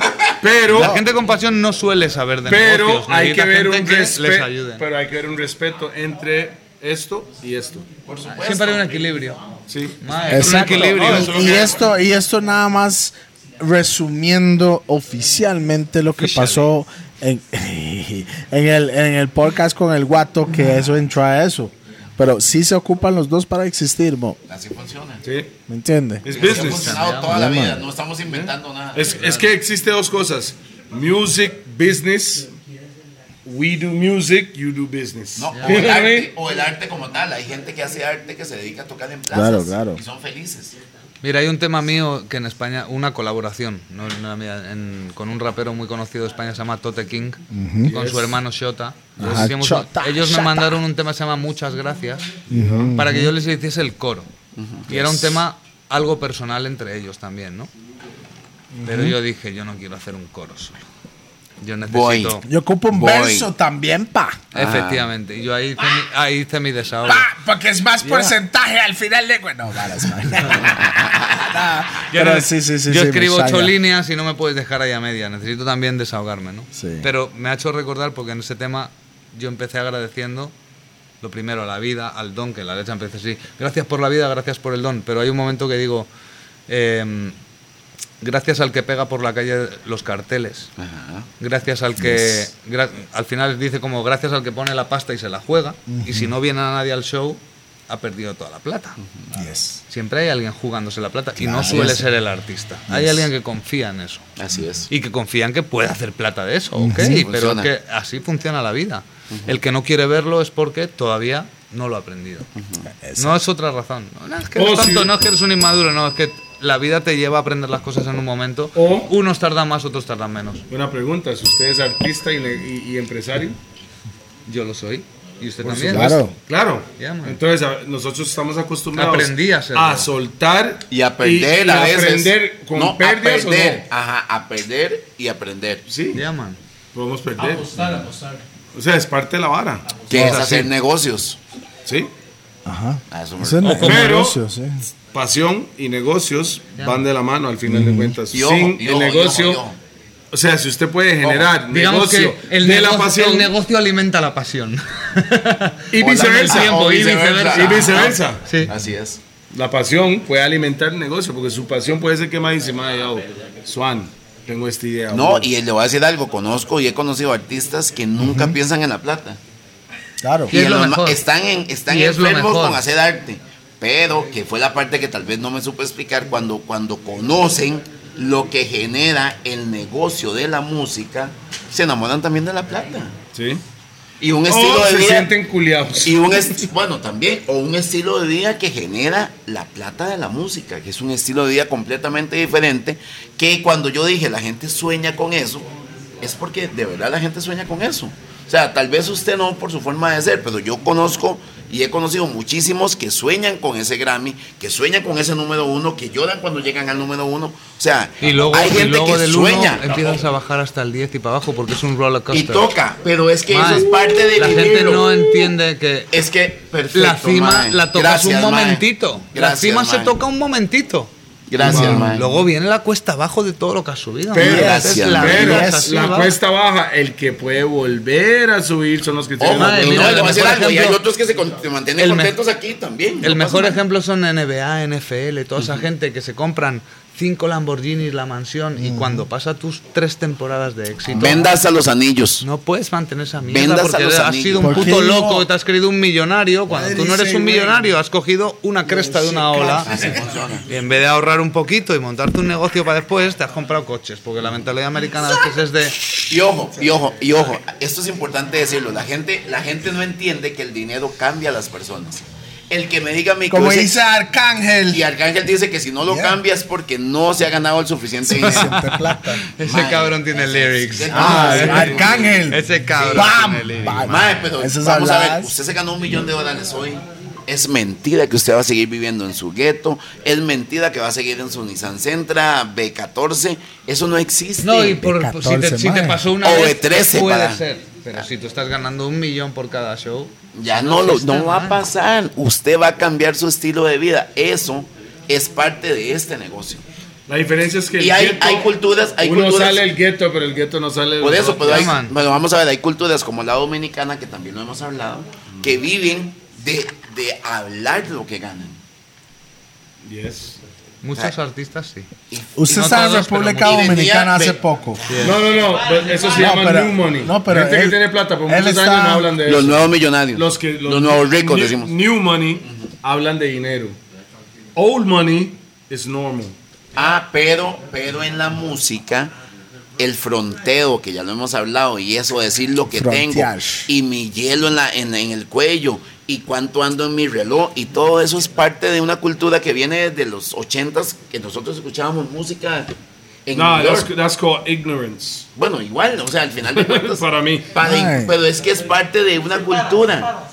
Speaker 2: pero,
Speaker 1: La gente con pasión no suele saber de negocios.
Speaker 2: pero hay que
Speaker 1: necesita
Speaker 2: ver
Speaker 1: gente
Speaker 2: un
Speaker 1: que les
Speaker 2: respeto.
Speaker 1: ayude.
Speaker 2: Pero hay que ver un respeto entre esto y esto. Pues,
Speaker 1: Siempre hay un equilibrio.
Speaker 2: Sí.
Speaker 1: Madre,
Speaker 3: Exacto.
Speaker 1: Un equilibrio.
Speaker 3: No, y, y esto, y esto nada más resumiendo oficialmente lo que pasó en, en, el, en el podcast con el guato, que eso entra a eso. Pero sí se ocupan los dos para existir, mo.
Speaker 4: Así funciona.
Speaker 2: Sí.
Speaker 3: ¿me entiendes?
Speaker 2: Es
Speaker 4: Así ha
Speaker 2: business.
Speaker 4: funcionado toda la
Speaker 3: Ya,
Speaker 4: vida.
Speaker 3: man.
Speaker 4: No estamos inventando nada.
Speaker 2: Es, es que existe dos cosas. Music, business. We do music, you do business.
Speaker 4: No, o, el arte, o el arte como tal. Hay gente que hace arte que se dedica a tocar en plazas
Speaker 3: Claro, claro.
Speaker 4: y son felices.
Speaker 1: Mira, hay un tema mío que en España, una colaboración, no es nada mía, en- con un rapero muy conocido de España, se llama Tote King, con su hermano Shota. Entonces hicimos-
Speaker 3: Ah, Shota,
Speaker 1: ellos
Speaker 3: Shota.
Speaker 1: me mandaron un tema que se llama Muchas Gracias, para que yo les hiciese el coro. Y era un tema algo personal entre ellos también, ¿no? Pero yo dije, yo no quiero hacer un coro solo. Yo
Speaker 4: Voy.
Speaker 1: necesito...
Speaker 3: Yo ocupo un
Speaker 4: Voy.
Speaker 3: verso también, pa.
Speaker 1: Efectivamente, y yo ahí hice, mi, ahí hice mi desahogo.
Speaker 3: porque es más porcentaje al final de. Bueno, varas, man. Nah, pero sí, sí, sí.
Speaker 1: Yo
Speaker 3: sí,
Speaker 1: escribo
Speaker 3: me
Speaker 1: ocho
Speaker 3: salga.
Speaker 1: líneas y no me puedes dejar ahí a media. Necesito también desahogarme, ¿no?
Speaker 3: Sí.
Speaker 1: Pero me ha hecho recordar porque en ese tema yo empecé agradeciendo lo primero a la vida, al don, que la letra empecé así. Gracias por la vida, gracias por el don. Pero hay un momento que digo, em, gracias al que pega por la calle los carteles. Gracias al que. gra- al final dice como gracias al que pone la pasta y se la juega. Y si no viene a nadie al show, ha perdido toda la plata.
Speaker 3: Yes.
Speaker 1: Siempre hay alguien jugándose la plata y
Speaker 3: Claro.
Speaker 1: no suele ser el artista. Hay
Speaker 3: Yes.
Speaker 1: alguien que confía en eso
Speaker 4: Así es.
Speaker 1: y que confían que puede hacer plata de eso, ok,
Speaker 4: Así
Speaker 1: pero
Speaker 4: funciona.
Speaker 1: es que así funciona la vida. El que no quiere verlo es porque todavía no lo ha aprendido. No es otra razón. No es que eres
Speaker 2: O si-
Speaker 1: tonto, no es que eres un inmaduro, no, es que la vida te lleva a aprender las cosas en un momento.
Speaker 2: O-
Speaker 1: Unos tardan más, otros tardan menos.
Speaker 2: Una pregunta, si usted es artista y, ne- y- y empresario.
Speaker 1: Yo lo soy y usted también.
Speaker 3: Claro.
Speaker 2: Claro.
Speaker 1: Ya, man.
Speaker 2: Entonces, a- nosotros estamos acostumbrados
Speaker 1: Aprendí a hacerlo.
Speaker 2: a soltar
Speaker 4: Y a perder
Speaker 2: y
Speaker 4: a veces.
Speaker 2: aprender con
Speaker 4: no,
Speaker 2: pérdidas
Speaker 4: a perder.
Speaker 2: o
Speaker 4: Ajá, a perder y aprender.
Speaker 2: no. Sí,
Speaker 1: Ya, man.
Speaker 2: podemos perder. O sea, es parte de la vara.
Speaker 4: Que es hacer negocios.
Speaker 2: Sí.
Speaker 3: Ajá.
Speaker 4: A eso me
Speaker 3: Eso es
Speaker 4: refiero.
Speaker 3: ne-
Speaker 2: Pero-
Speaker 3: negocio, sí.
Speaker 2: Pasión y negocios van de la mano al final
Speaker 4: Mm.
Speaker 2: de cuentas.
Speaker 4: Y ojo,
Speaker 2: Sin
Speaker 4: y
Speaker 2: el
Speaker 4: ojo,
Speaker 2: negocio.
Speaker 4: y ojo,
Speaker 2: O sea, si usted puede generar
Speaker 1: Digamos
Speaker 2: negocio
Speaker 1: que el,
Speaker 2: de
Speaker 1: negocio,
Speaker 2: la pasión
Speaker 1: el negocio alimenta la pasión.
Speaker 2: y
Speaker 4: O la
Speaker 2: viceversa.
Speaker 4: mesa, o
Speaker 1: y
Speaker 2: Y viceversa.
Speaker 1: Sí.
Speaker 4: Así es.
Speaker 2: La pasión puede alimentar el negocio, porque su pasión puede ser que más dice, "Mae, yo, Swan, tengo esta idea.
Speaker 4: No,
Speaker 2: bro".
Speaker 4: y le voy a decir algo. Conozco y he conocido artistas que nunca piensan en la plata.
Speaker 3: Claro.
Speaker 1: Y
Speaker 4: Y
Speaker 1: es
Speaker 4: en
Speaker 1: lo
Speaker 4: los ma-
Speaker 1: mejor.
Speaker 4: están en, están
Speaker 1: Y es lo
Speaker 4: enfermos
Speaker 1: mejor.
Speaker 4: con hacer arte. Pero que fue la parte que tal vez no me supe explicar cuando, cuando conocen lo que genera el negocio de la música, se enamoran también de la plata.
Speaker 2: Sí.
Speaker 4: Y un
Speaker 2: O
Speaker 4: estilo de
Speaker 2: se
Speaker 4: vida.
Speaker 2: sienten culiados.
Speaker 4: Y un est- bueno, también, o un estilo de vida que genera la plata de la música, que es un estilo de vida completamente diferente, que cuando yo dije la gente sueña con eso, es porque de verdad la gente sueña con eso. O sea, tal vez usted no por su forma de ser, pero yo conozco y he conocido muchísimos que sueñan con ese Grammy, que sueñan con ese número uno, que lloran cuando llegan al número uno. O sea,
Speaker 1: Y luego,
Speaker 4: hay
Speaker 1: y
Speaker 4: gente
Speaker 1: luego
Speaker 4: que
Speaker 1: del 1
Speaker 4: sueña
Speaker 1: empiezas a bajar hasta el 10 y para abajo porque es un roller
Speaker 4: y
Speaker 1: coaster.
Speaker 4: toca, pero es que
Speaker 1: Mae,
Speaker 4: eso es parte de
Speaker 1: La gente
Speaker 4: vivirlo.
Speaker 1: no entiende que
Speaker 4: Es que perfecto.
Speaker 1: la cima
Speaker 4: mae.
Speaker 1: la tocas
Speaker 4: Gracias,
Speaker 1: un
Speaker 4: mae.
Speaker 1: momentito. la
Speaker 4: Gracias,
Speaker 1: cima se
Speaker 4: mae.
Speaker 1: toca un momentito.
Speaker 4: Gracias,
Speaker 1: Wow.
Speaker 4: mae.
Speaker 1: Luego viene la cuesta abajo de todo lo que has subido.
Speaker 2: Pero,
Speaker 1: mae.
Speaker 4: gracias,
Speaker 1: Es
Speaker 2: la,
Speaker 1: la
Speaker 2: pero
Speaker 1: vida, es así,
Speaker 2: la
Speaker 1: va.
Speaker 2: cuesta baja, el que puede volver a subir son los que
Speaker 4: Oh,
Speaker 2: tienen.
Speaker 1: madre,
Speaker 4: no, le
Speaker 1: mira,
Speaker 4: voy a decir
Speaker 1: por
Speaker 4: algo, y hay
Speaker 1: ejemplo,
Speaker 4: otros que se con- se mantienen
Speaker 1: el me-
Speaker 4: contentos aquí también.
Speaker 1: El
Speaker 4: No pasa
Speaker 1: mejor
Speaker 4: nada.
Speaker 1: ejemplo son NBA, NFL, toda esa gente que se compran cinco Lamborghinis, la mansión, y cuando pasa tus tres temporadas de éxito,
Speaker 4: Vendas a los anillos.
Speaker 1: no puedes mantener esa mierda
Speaker 4: Vendas a
Speaker 1: porque
Speaker 4: los
Speaker 1: has
Speaker 4: anillos.
Speaker 1: sido un
Speaker 3: ¿Por qué
Speaker 1: puto
Speaker 3: no?
Speaker 1: loco, te has creído un millonario, cuando
Speaker 3: Madre
Speaker 1: tú no eres
Speaker 3: ese,
Speaker 1: un
Speaker 3: güey.
Speaker 1: millonario, has cogido una
Speaker 4: Pues
Speaker 1: cresta de una ola.
Speaker 4: Así funciona.
Speaker 1: Y en vez de ahorrar un poquito y montarte un negocio para después, te has comprado coches, porque la mentalidad americana a veces es de...
Speaker 4: Y ojo, y ojo, y ojo, esto es importante decirlo, la gente, la gente no entiende que el dinero cambia a las personas. El que me diga mi
Speaker 3: Como dice Arcángel.
Speaker 4: y Arcángel dice que si no lo
Speaker 3: Yeah.
Speaker 4: cambias porque no se ha ganado el suficiente dinero.
Speaker 3: Siempre plata.
Speaker 1: Ese
Speaker 4: Madre,
Speaker 1: cabrón tiene
Speaker 4: ese-
Speaker 1: lyrics.
Speaker 4: ese-
Speaker 3: Ah,
Speaker 1: Ese-
Speaker 3: Arcángel.
Speaker 1: Ese cabrón
Speaker 3: Bam.
Speaker 1: tiene lyrics.
Speaker 3: Bam.
Speaker 4: Mae, pero
Speaker 3: Esas
Speaker 4: vamos a ver,
Speaker 3: habladas.
Speaker 4: usted se ganó un millón de dólares hoy. Es mentira que usted va a seguir viviendo en su gueto. Es mentira que va a seguir en su Nissan Sentra B14. Eso no existe.
Speaker 1: No, y por,
Speaker 3: De
Speaker 1: por- si, te,
Speaker 3: 14,
Speaker 1: si te
Speaker 3: madre.
Speaker 1: pasó una
Speaker 4: O de
Speaker 1: vez,
Speaker 4: 13
Speaker 1: puede
Speaker 4: para-
Speaker 1: ser. Pero si tú estás ganando un millón por cada show,
Speaker 4: Ya no, lo,
Speaker 1: Está
Speaker 4: no va
Speaker 1: mal.
Speaker 4: a pasar. Usted va a cambiar su estilo de vida. Eso es parte de este negocio.
Speaker 2: La diferencia es que el
Speaker 4: Y hay,
Speaker 2: gueto-
Speaker 4: hay culturas, hay
Speaker 2: uno
Speaker 4: culturas.
Speaker 2: sale el gueto, pero el gueto no sale. de
Speaker 4: Por eso,
Speaker 2: nosotros.
Speaker 4: pero hay-
Speaker 1: Llaman.
Speaker 4: bueno, vamos a ver, hay culturas como la dominicana, que también lo hemos hablado, que viven de, de hablar lo que ganan.
Speaker 2: Yes.
Speaker 1: muchos
Speaker 4: Ah.
Speaker 1: artistas sí.
Speaker 3: Usted
Speaker 1: No
Speaker 3: está en
Speaker 1: todos, pero
Speaker 3: República
Speaker 4: muchos.
Speaker 3: Dominicana
Speaker 4: Ve-
Speaker 3: hace poco.
Speaker 2: No, no, no. Eso se
Speaker 3: No,
Speaker 2: llama
Speaker 3: pero-
Speaker 2: new money.
Speaker 3: no, pero
Speaker 2: Gente que
Speaker 3: él-
Speaker 2: tiene plata, por
Speaker 3: él
Speaker 2: muchos
Speaker 3: está-
Speaker 2: años no hablan de
Speaker 4: Los
Speaker 2: eso.
Speaker 4: nuevos millonarios.
Speaker 2: Los, que,
Speaker 4: los, nuevos ricos,
Speaker 2: new,
Speaker 4: decimos.
Speaker 2: New money hablan de dinero. Old money is normal.
Speaker 4: Ah, pero, pero en la música, el fronteo, que ya lo hemos hablado, y eso decir lo que tengo,
Speaker 3: Fronteage.
Speaker 4: y mi hielo en, la, en, en el cuello, y cuánto ando en mi reloj, y todo eso es parte de una cultura que viene desde los ochentas, que nosotros escuchábamos música en
Speaker 2: No,
Speaker 4: New
Speaker 2: that's,
Speaker 4: York.
Speaker 2: that's called ignorance.
Speaker 4: Bueno, igual, o sea, al final de cuentas,
Speaker 2: Para mí.
Speaker 4: para-
Speaker 3: Ay.
Speaker 4: pero es que es parte de una cultura.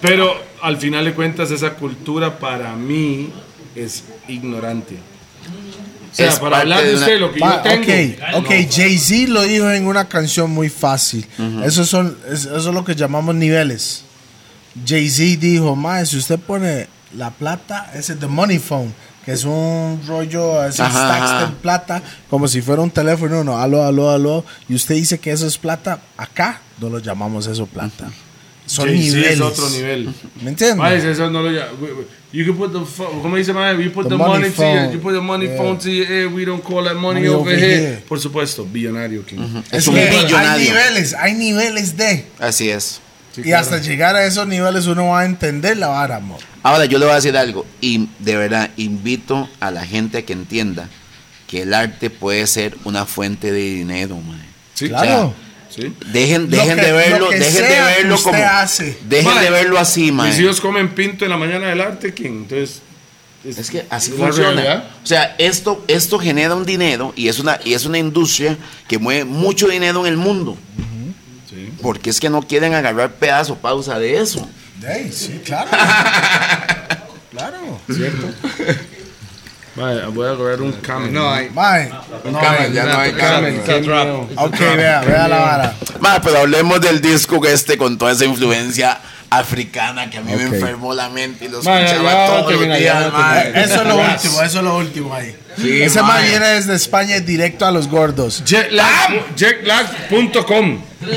Speaker 2: Pero al final de cuentas, esa cultura para mí es ignorante. O sea,
Speaker 4: Es
Speaker 2: para hablar
Speaker 4: parte
Speaker 2: de
Speaker 4: de una-
Speaker 2: usted lo que
Speaker 3: Pa-
Speaker 2: yo tengo.
Speaker 3: Ah, ok, ok, Jay-Z lo dijo en una canción muy fácil. Esos son, es- eso es lo que llamamos niveles. Jay-Z dijo, mae, si usted pone la plata, ese es the money phone, que es un rollo, es un
Speaker 4: Ajá, ajá.
Speaker 3: stacks de plata, como si fuera un teléfono, no, aló, aló, aló. Y usted dice que eso es plata, acá no lo llamamos eso plata. Son
Speaker 2: Jay-Z
Speaker 3: niveles.
Speaker 2: es otro nivel.
Speaker 3: ¿Me entiendes?
Speaker 2: Maes, eso no lo ya- we- we- You can put the pho- ¿Cómo dice mae? You put the,
Speaker 3: The
Speaker 2: money,
Speaker 3: money
Speaker 2: to your,
Speaker 3: phone.
Speaker 2: you put the money
Speaker 3: Yeah.
Speaker 2: phone to your ear. We don't call that money,
Speaker 3: Money
Speaker 2: over,
Speaker 3: over
Speaker 2: here.
Speaker 3: here.
Speaker 2: Por supuesto, billonario king.
Speaker 4: Es
Speaker 3: Es
Speaker 4: un
Speaker 3: que hay
Speaker 4: billonario.
Speaker 3: niveles, hay niveles de.
Speaker 4: Así es.
Speaker 3: y hasta llegar a esos niveles uno va a entender la vara, amor.
Speaker 4: Ahora yo le voy a decir algo y de verdad invito a la gente a que entienda que el arte puede ser una fuente de dinero, mae.
Speaker 3: Claro.
Speaker 2: ¿sí?
Speaker 4: Dejen,
Speaker 3: Lo
Speaker 4: dejen
Speaker 3: que-
Speaker 4: de verlo,
Speaker 3: lo que
Speaker 4: dejen de
Speaker 3: sea que
Speaker 4: verlo
Speaker 3: usted
Speaker 4: como
Speaker 3: hace.
Speaker 4: dejen
Speaker 2: Mae,
Speaker 4: de verlo así, mae.
Speaker 2: Mis hijos comen pinto en la mañana del arte king. Entonces,
Speaker 4: Es que así
Speaker 2: es la
Speaker 4: funciona.
Speaker 2: realidad.
Speaker 4: O sea, esto, esto genera un dinero y es una, y es una industria que mueve mucho dinero en el mundo.
Speaker 2: Sí.
Speaker 4: Porque es que no quieren agarrar pedazo pausa de eso.
Speaker 3: Ey, sí, claro. claro.
Speaker 2: Mae, voy a agarrar un camel.
Speaker 1: No hay.
Speaker 3: Mae.
Speaker 4: Camel, ya no hay camel.
Speaker 1: It's a trap.
Speaker 3: Ok, vea, vea la vara.
Speaker 4: Ma, pero hablemos del disco que este con toda esa influencia africana que a mí me enfermó la mente y lo
Speaker 2: Ma, ya,
Speaker 4: escuchaba
Speaker 2: ya,
Speaker 4: todos los
Speaker 2: termina, ya,
Speaker 4: días,
Speaker 2: ya,
Speaker 4: ma.
Speaker 2: termina.
Speaker 3: Eh, Eso es lo último, eso es lo último ahí.
Speaker 4: Sí,
Speaker 3: Ese mae
Speaker 4: mae.
Speaker 3: viene desde España directo a los gordos.
Speaker 2: Jetlag- Jetlag.com.
Speaker 3: Pero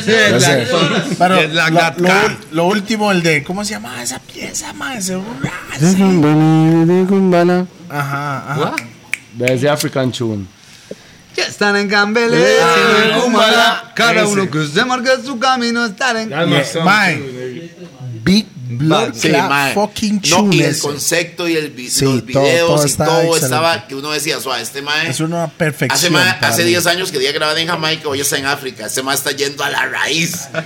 Speaker 1: Es la
Speaker 3: lo,
Speaker 1: gata.
Speaker 3: lo ul- lo último, el de, ¿cómo se llama esa pieza, mae? Ese- ¡ah, Ajá, ajá.
Speaker 2: Desde African Tune.
Speaker 1: Ya están en Cambele, en Kumbala. Cada uno que usted marque su camino estar en...
Speaker 3: mae. Big Blood
Speaker 4: Sí,
Speaker 3: Clap
Speaker 4: ma.
Speaker 3: fucking
Speaker 4: no,
Speaker 3: tune
Speaker 4: y el
Speaker 3: ese.
Speaker 4: concepto y el vi-
Speaker 3: Sí,
Speaker 4: los
Speaker 3: todo-
Speaker 4: videos
Speaker 3: todo
Speaker 4: y
Speaker 3: está
Speaker 4: todo
Speaker 3: excelente.
Speaker 4: estaba que uno decía, suave, este mae
Speaker 3: Es una perfección.
Speaker 4: hace, mae-
Speaker 3: para
Speaker 4: hace
Speaker 3: mí.
Speaker 4: 10 años quería grabar en Jamaica, hoy está en África, este mae está yendo a la raíz.
Speaker 6: Y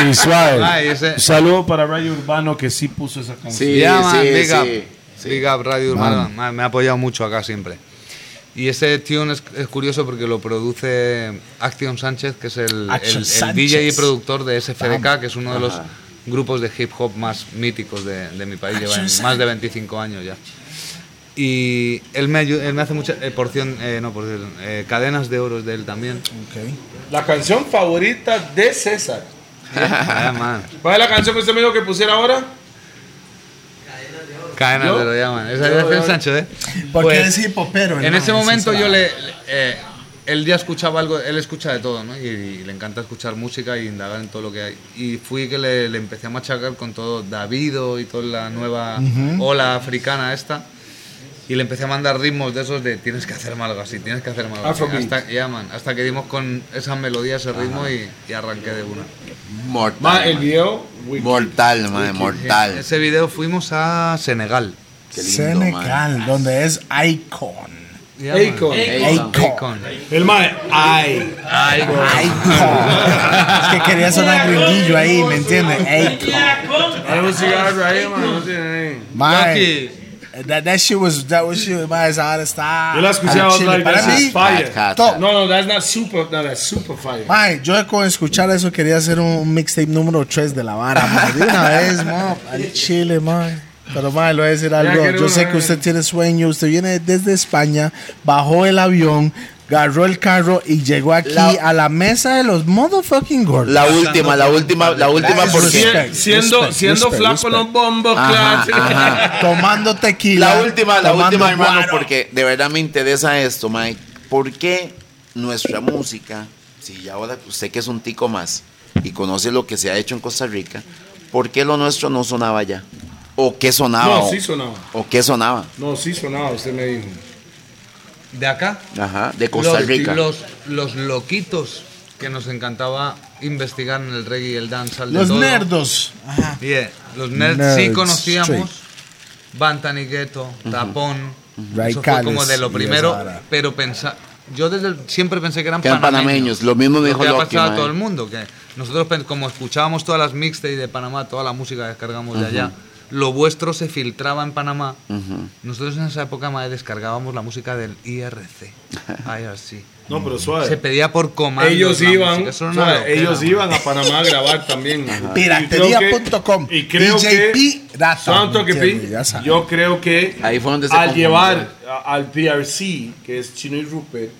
Speaker 1: Ay,
Speaker 6: suave.
Speaker 1: ese...
Speaker 2: Saludo para Rayo Urbano que sí puso esa canción.
Speaker 4: Sí,
Speaker 1: Ya, man,
Speaker 4: sí,
Speaker 1: big
Speaker 4: sí.
Speaker 1: up. Big up, Radio Urbana. Man, Me ha apoyado mucho acá siempre. Y ese tune es, es curioso porque lo produce Action Sánchez, que es el,
Speaker 3: Action
Speaker 1: el- el
Speaker 3: Sánchez.
Speaker 1: DJ y productor de SFDK, que es uno de los grupos de hip hop más míticos de, de mi país. Lleva
Speaker 3: Action
Speaker 1: en- más de 25 años ya. Y él me, ayu- él me hace mucha eh, porción, eh, no porción, eh, cadenas de oros de él también.
Speaker 3: Ok.
Speaker 2: La canción favorita de César.
Speaker 1: Ah, man.
Speaker 2: ¿Cuál es la canción que usted me dijo que pusiera ahora?
Speaker 1: Cadena
Speaker 3: Yo-
Speaker 1: se lo llaman. Esa
Speaker 3: yo-
Speaker 1: es el
Speaker 3: yo-
Speaker 1: Sancho, ¿eh?
Speaker 3: Porque
Speaker 1: Pues,
Speaker 3: es hipopero.
Speaker 1: En ese momento yo le... le- eh, él ya escuchaba algo, él escucha de todo, ¿no? Y, le encanta escuchar música y indagar en todo lo que hay. Y fui que le, le empecé a machacar con todo Davido y toda la nueva
Speaker 16: Ujú.
Speaker 1: ola africana esta. Y le empecé a mandar ritmos de esos de tienes que hacerme algo así, tienes que hacerme algo así.
Speaker 5: Afrobeat.
Speaker 1: Hasta, ya, man, hasta que dimos con esa melodía, ese ritmo y, y arranqué de una.
Speaker 4: Mortal.
Speaker 1: Ma, el
Speaker 4: man.
Speaker 1: video,
Speaker 4: Mortal, man,
Speaker 1: Eh,
Speaker 4: mortal.
Speaker 1: Ese video fuimos a Senegal.
Speaker 3: Senegal, donde es Icon.
Speaker 1: Ya, man.
Speaker 3: Icon. Icon.
Speaker 5: El mae, ay.
Speaker 1: Ay,
Speaker 3: Es que quería sonar gringuillo ahí, ¿me entiendes? Icon.
Speaker 2: Hay un cigarro ahí, man. No tiene ahí.
Speaker 3: My, that, that shit was, that was shit, my, es out of style.
Speaker 2: Yo la escuché, I
Speaker 3: Al
Speaker 2: was
Speaker 3: chile,
Speaker 2: like,
Speaker 3: para
Speaker 2: this
Speaker 3: mí,
Speaker 2: is fire.
Speaker 3: top.
Speaker 2: No, no, that's not super, no, that's super fire.
Speaker 3: Mae, yo con escuchar eso quería hacer un, un mixtape número 3 de la vara, mae. De una vez, mae, al chile, mae. Pero, mae, le voy a decir algo.
Speaker 2: quiero
Speaker 3: Yo sé
Speaker 2: una,
Speaker 3: que usted tiene sueño. Usted viene desde España, bajó el avión, agarró el carro y llegó aquí
Speaker 4: La-
Speaker 3: a la mesa de los motherfucking gordos.
Speaker 4: La última, la última, la última
Speaker 3: Eso sí.
Speaker 4: porque.
Speaker 3: Respect, respect, respect, respect.
Speaker 2: los bombos,
Speaker 4: Ajá,
Speaker 2: claro.
Speaker 4: ajá.
Speaker 3: Tomando tequila.
Speaker 4: La última, la
Speaker 3: tomando
Speaker 4: última, hermano,
Speaker 3: guaro.
Speaker 4: porque de verdad me interesa esto, Mike. ¿Por qué nuestra música, si ya ahora usted que es un tico más y conoce lo que se ha hecho en Costa Rica, ¿por qué lo nuestro no sonaba ya? ¿O qué sonaba?
Speaker 2: No,
Speaker 4: o,
Speaker 2: sí sonaba.
Speaker 4: ¿O qué sonaba?
Speaker 2: No, sí sonaba, usted me dijo.
Speaker 1: De acá,
Speaker 4: Ajá, de Costa
Speaker 1: los,
Speaker 4: Rica.
Speaker 1: Los, los loquitos que nos encantaba investigar en el reggae y el dancehall. de
Speaker 3: Los
Speaker 1: todo.
Speaker 3: nerdos. Ajá.
Speaker 1: Yeah, los nerds, sí
Speaker 3: Nerds,
Speaker 1: conocíamos.
Speaker 3: sí.
Speaker 1: Bantan y Ghetto, Tapón. Eso fue
Speaker 3: Raicales
Speaker 1: como de lo
Speaker 3: y
Speaker 1: primero,
Speaker 3: esa vara.
Speaker 1: pero pensar. Yo desde el- siempre pensé que eran
Speaker 4: Que eran
Speaker 1: panameños.
Speaker 4: panameños, lo mismo me
Speaker 1: Lo
Speaker 4: dijo eh.
Speaker 1: que ha
Speaker 4: Loki,
Speaker 1: pasado a
Speaker 4: mae.
Speaker 1: todo el mundo. Que nosotros, pen- como escuchábamos todas las mixtapes de Panamá, toda la música que descargamos de
Speaker 4: Ujú.
Speaker 1: allá, lo vuestro se filtraba en Panamá.
Speaker 4: Ujú.
Speaker 1: Nosotros en esa época madre, descargábamos la música del IRC. IRC.
Speaker 2: No, pero suave.
Speaker 1: Se pedía por comandos.
Speaker 2: Ellos
Speaker 1: la
Speaker 2: iban,
Speaker 1: música, eso era una
Speaker 2: suave,
Speaker 1: loquera,
Speaker 2: ellos
Speaker 1: man.
Speaker 2: iban a Panamá a grabar también.
Speaker 3: Piratería.com.
Speaker 2: Y creo que.
Speaker 3: DJP Rata,
Speaker 2: Santo
Speaker 3: ¿me
Speaker 2: que
Speaker 3: entiendes?
Speaker 2: pi-
Speaker 3: Ya sabes.
Speaker 2: Yo creo que.
Speaker 4: Ahí fue donde se
Speaker 2: Al
Speaker 4: confundió.
Speaker 2: llevar a- al PRC, que es Chino y Rupert,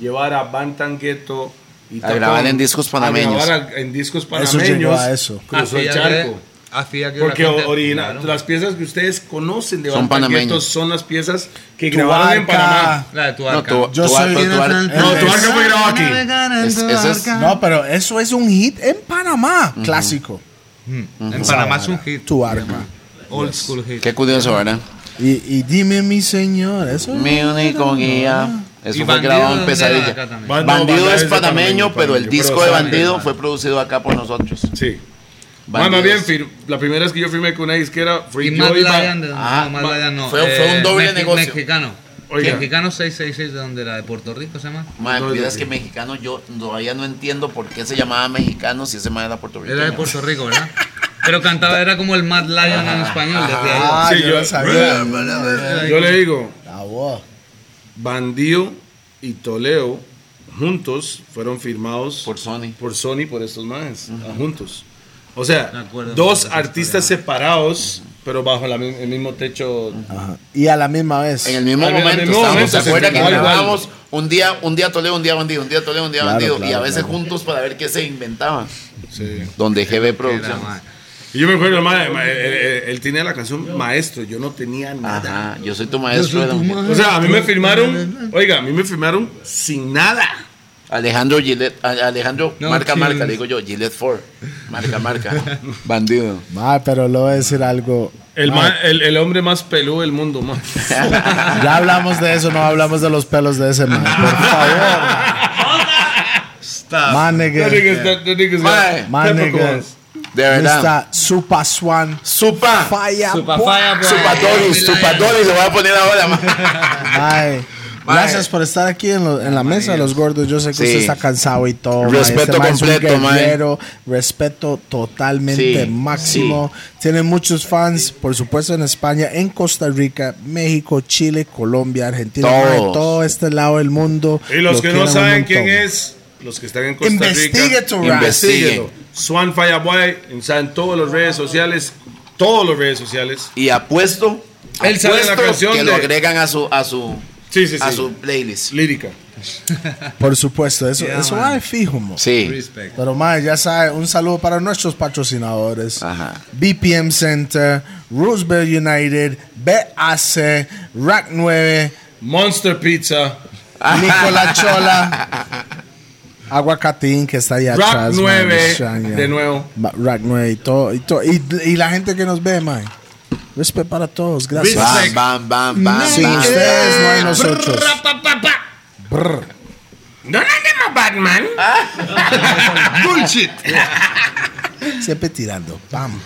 Speaker 2: llevar a Bantan Ghetto y
Speaker 4: A grabar en discos panameños.
Speaker 2: A grabar a- en discos
Speaker 3: llegó
Speaker 2: panameños.
Speaker 3: a eso.
Speaker 2: Cruzó el
Speaker 1: Hacía
Speaker 2: charco.
Speaker 1: que- hacía que la
Speaker 2: Porque
Speaker 1: gente-
Speaker 2: original,
Speaker 1: Claro.
Speaker 2: las piezas que ustedes conocen de
Speaker 4: Son
Speaker 2: Bantan
Speaker 4: panameños.
Speaker 2: Ghetto son las piezas que
Speaker 3: Tu
Speaker 2: grabaron en
Speaker 3: Arca.
Speaker 2: Panamá.
Speaker 1: La de tu
Speaker 4: No,
Speaker 1: arca.
Speaker 4: tu,
Speaker 3: Yo
Speaker 4: tu
Speaker 3: soy
Speaker 4: arco- tu arco-
Speaker 3: Jonathan.
Speaker 2: No, tu
Speaker 3: Empezar
Speaker 2: arca fue grabado aquí.
Speaker 4: Es- eso es-
Speaker 3: No, pero eso es un hit en Panamá. Clásico.
Speaker 1: En Panamá es un hit.
Speaker 3: Tu arma.
Speaker 1: Old school hit.
Speaker 4: Qué curioso, ¿verdad?
Speaker 3: Y, y dime, mi señor, eso
Speaker 4: Mi único guía.
Speaker 1: Y
Speaker 4: Eso fue
Speaker 1: Bandido,
Speaker 4: grabado en
Speaker 1: ¿dónde era de
Speaker 4: Pesadilla.
Speaker 1: acá también?
Speaker 2: Ban- Ah, no,
Speaker 4: Bandido
Speaker 2: Bandido
Speaker 4: es
Speaker 2: es de
Speaker 4: panameño,
Speaker 2: panameño,
Speaker 4: pero el
Speaker 2: panameño,
Speaker 4: disco
Speaker 2: pero
Speaker 4: de
Speaker 2: sabe,
Speaker 4: Bandido
Speaker 2: man.
Speaker 4: fue producido acá por nosotros.
Speaker 2: Sí. Bueno,
Speaker 4: Bandidos.
Speaker 2: más bien, fir- la primera vez que yo firmé con una disquera fue
Speaker 1: Y
Speaker 2: yo
Speaker 1: Mad
Speaker 2: y Ba-
Speaker 1: Lion de
Speaker 4: Ah,
Speaker 1: no, Mad
Speaker 4: ma-
Speaker 1: Lion no. Eh,
Speaker 4: fue- fue un doble negocio.
Speaker 1: Mexicano.
Speaker 2: Oiga.
Speaker 1: Mexicano 666 de donde era, de Puerto Rico se llama.
Speaker 4: Madre,
Speaker 2: No,
Speaker 4: pidas
Speaker 2: yo-
Speaker 4: que mexicano, yo todavía no entiendo por qué se llamaba mexicano si ese man era puertorriqueño.
Speaker 1: Era de Puerto Rico, ¿verdad? Pero cantaba, era como el Mad Lion en español. Decía
Speaker 3: Ah,
Speaker 2: Sí,
Speaker 3: yo
Speaker 2: yo-
Speaker 3: lo sabía.
Speaker 2: Yo le digo,
Speaker 3: La voz.
Speaker 2: Bandido y Toleo juntos fueron firmados
Speaker 4: Por Sony.
Speaker 2: por Sony por estos manes, juntos. O sea,
Speaker 1: Me acuerdo
Speaker 2: dos
Speaker 1: de esa
Speaker 2: artistas separados, pero bajo la mi- el mismo techo.
Speaker 3: Ajá. Y a la misma vez.
Speaker 4: En el mismo
Speaker 2: En el
Speaker 4: momento
Speaker 2: mismo
Speaker 4: estábamos.
Speaker 2: momento
Speaker 4: ¿Se
Speaker 2: se
Speaker 4: acuerda que
Speaker 2: firmó igual.
Speaker 4: grabábamos un día, un día Toledo, un día Bandido, un día Toledo, un día
Speaker 3: Claro,
Speaker 4: Bandido? y a
Speaker 3: claro,
Speaker 4: veces
Speaker 3: claro.
Speaker 4: juntos para ver qué se inventaba. Donde GB Producción.
Speaker 2: Y yo me acuerdo, mae, mae, él, él- él tenía la canción Maestro, yo no tenía nada.
Speaker 4: Ajá, yo soy tu maestro. era un-
Speaker 2: O sea, a mí me firmaron, oiga, a mí me firmaron sin nada.
Speaker 4: Alejandro Gillette, a- Alejandro,
Speaker 1: No,
Speaker 4: marca,
Speaker 1: sí.
Speaker 4: marca, le digo yo, Gillette Ford. Marca, marca. Bandido.
Speaker 3: Ma, pero le voy a decir algo.
Speaker 2: El,
Speaker 3: Ma,
Speaker 2: ma- el, el hombre más peludo del mundo, mae.
Speaker 3: Ya hablamos de eso, no hablamos de los pelos de ese man. Por favor. Ma, nigga.
Speaker 2: That nigga's- that- that nigga's got
Speaker 4: Mae.
Speaker 3: Ma,
Speaker 2: peppercorns.
Speaker 3: nigga.
Speaker 4: De verdad.
Speaker 3: Mr. Supa Swan.
Speaker 4: Supa.
Speaker 3: Fire.
Speaker 1: Supa
Speaker 3: boy.
Speaker 1: Fire Boy.
Speaker 4: Supa Doris, Supa Doris, lo voy a poner ahora. ma.
Speaker 3: Mae, Gracias por estar aquí en, lo- en la mesa de los gordos. Yo sé que
Speaker 4: Sí.
Speaker 3: usted está cansado y todo. mae.
Speaker 4: Respeto
Speaker 3: Este mae es un
Speaker 4: completo, mae.
Speaker 3: guerrero, Respeto totalmente
Speaker 4: Sí,
Speaker 3: máximo. Tiene muchos fans, por supuesto, en España, en Costa Rica, México, Chile, Colombia, Argentina,
Speaker 4: Todos.
Speaker 3: mae, todo este lado del mundo.
Speaker 2: Y
Speaker 3: lo
Speaker 2: los que
Speaker 3: quieren
Speaker 2: no
Speaker 3: un
Speaker 2: saben quién
Speaker 3: montón.
Speaker 2: es, los que están en Costa
Speaker 3: Investigue
Speaker 2: Rica,
Speaker 3: tu
Speaker 4: Investigue.
Speaker 3: rap.
Speaker 2: investíguelo. Ah, Swan Fireboy, está en todas las redes sociales, todas las redes sociales.
Speaker 4: Y apuesto,
Speaker 2: Él sabe la
Speaker 4: apuesto
Speaker 2: canción
Speaker 4: que lo
Speaker 2: de-
Speaker 4: agregan a su, a su,
Speaker 2: Sí, sí, sí.
Speaker 4: a su playlist.
Speaker 2: Lírica.
Speaker 3: Por supuesto, eso, eso
Speaker 1: man.
Speaker 3: es fijo, mo.
Speaker 4: Sí.
Speaker 1: Respect.
Speaker 3: Pero más, ya sabe, un saludo para nuestros patrocinadores.
Speaker 4: Ajá.
Speaker 3: BPM Center, Roosevelt United, BAC, Rack 9,
Speaker 2: Monster Pizza.
Speaker 3: Nicola Chola, Aguacatín, que está allá
Speaker 2: Rack
Speaker 3: atrás. man, me
Speaker 2: 9.
Speaker 3: extraña.
Speaker 2: De nuevo.
Speaker 3: Ma- Rack 9 y todo. Y, todo. Y, y la gente que nos ve, man. Respeto para todos, gracias.
Speaker 4: Bam, bam, bam, bam.
Speaker 3: Sin
Speaker 4: bam,
Speaker 3: ustedes no hay
Speaker 4: bam.
Speaker 3: nosotros. Brr.
Speaker 7: No andemos Batman.
Speaker 3: Siempre tirando. Pam.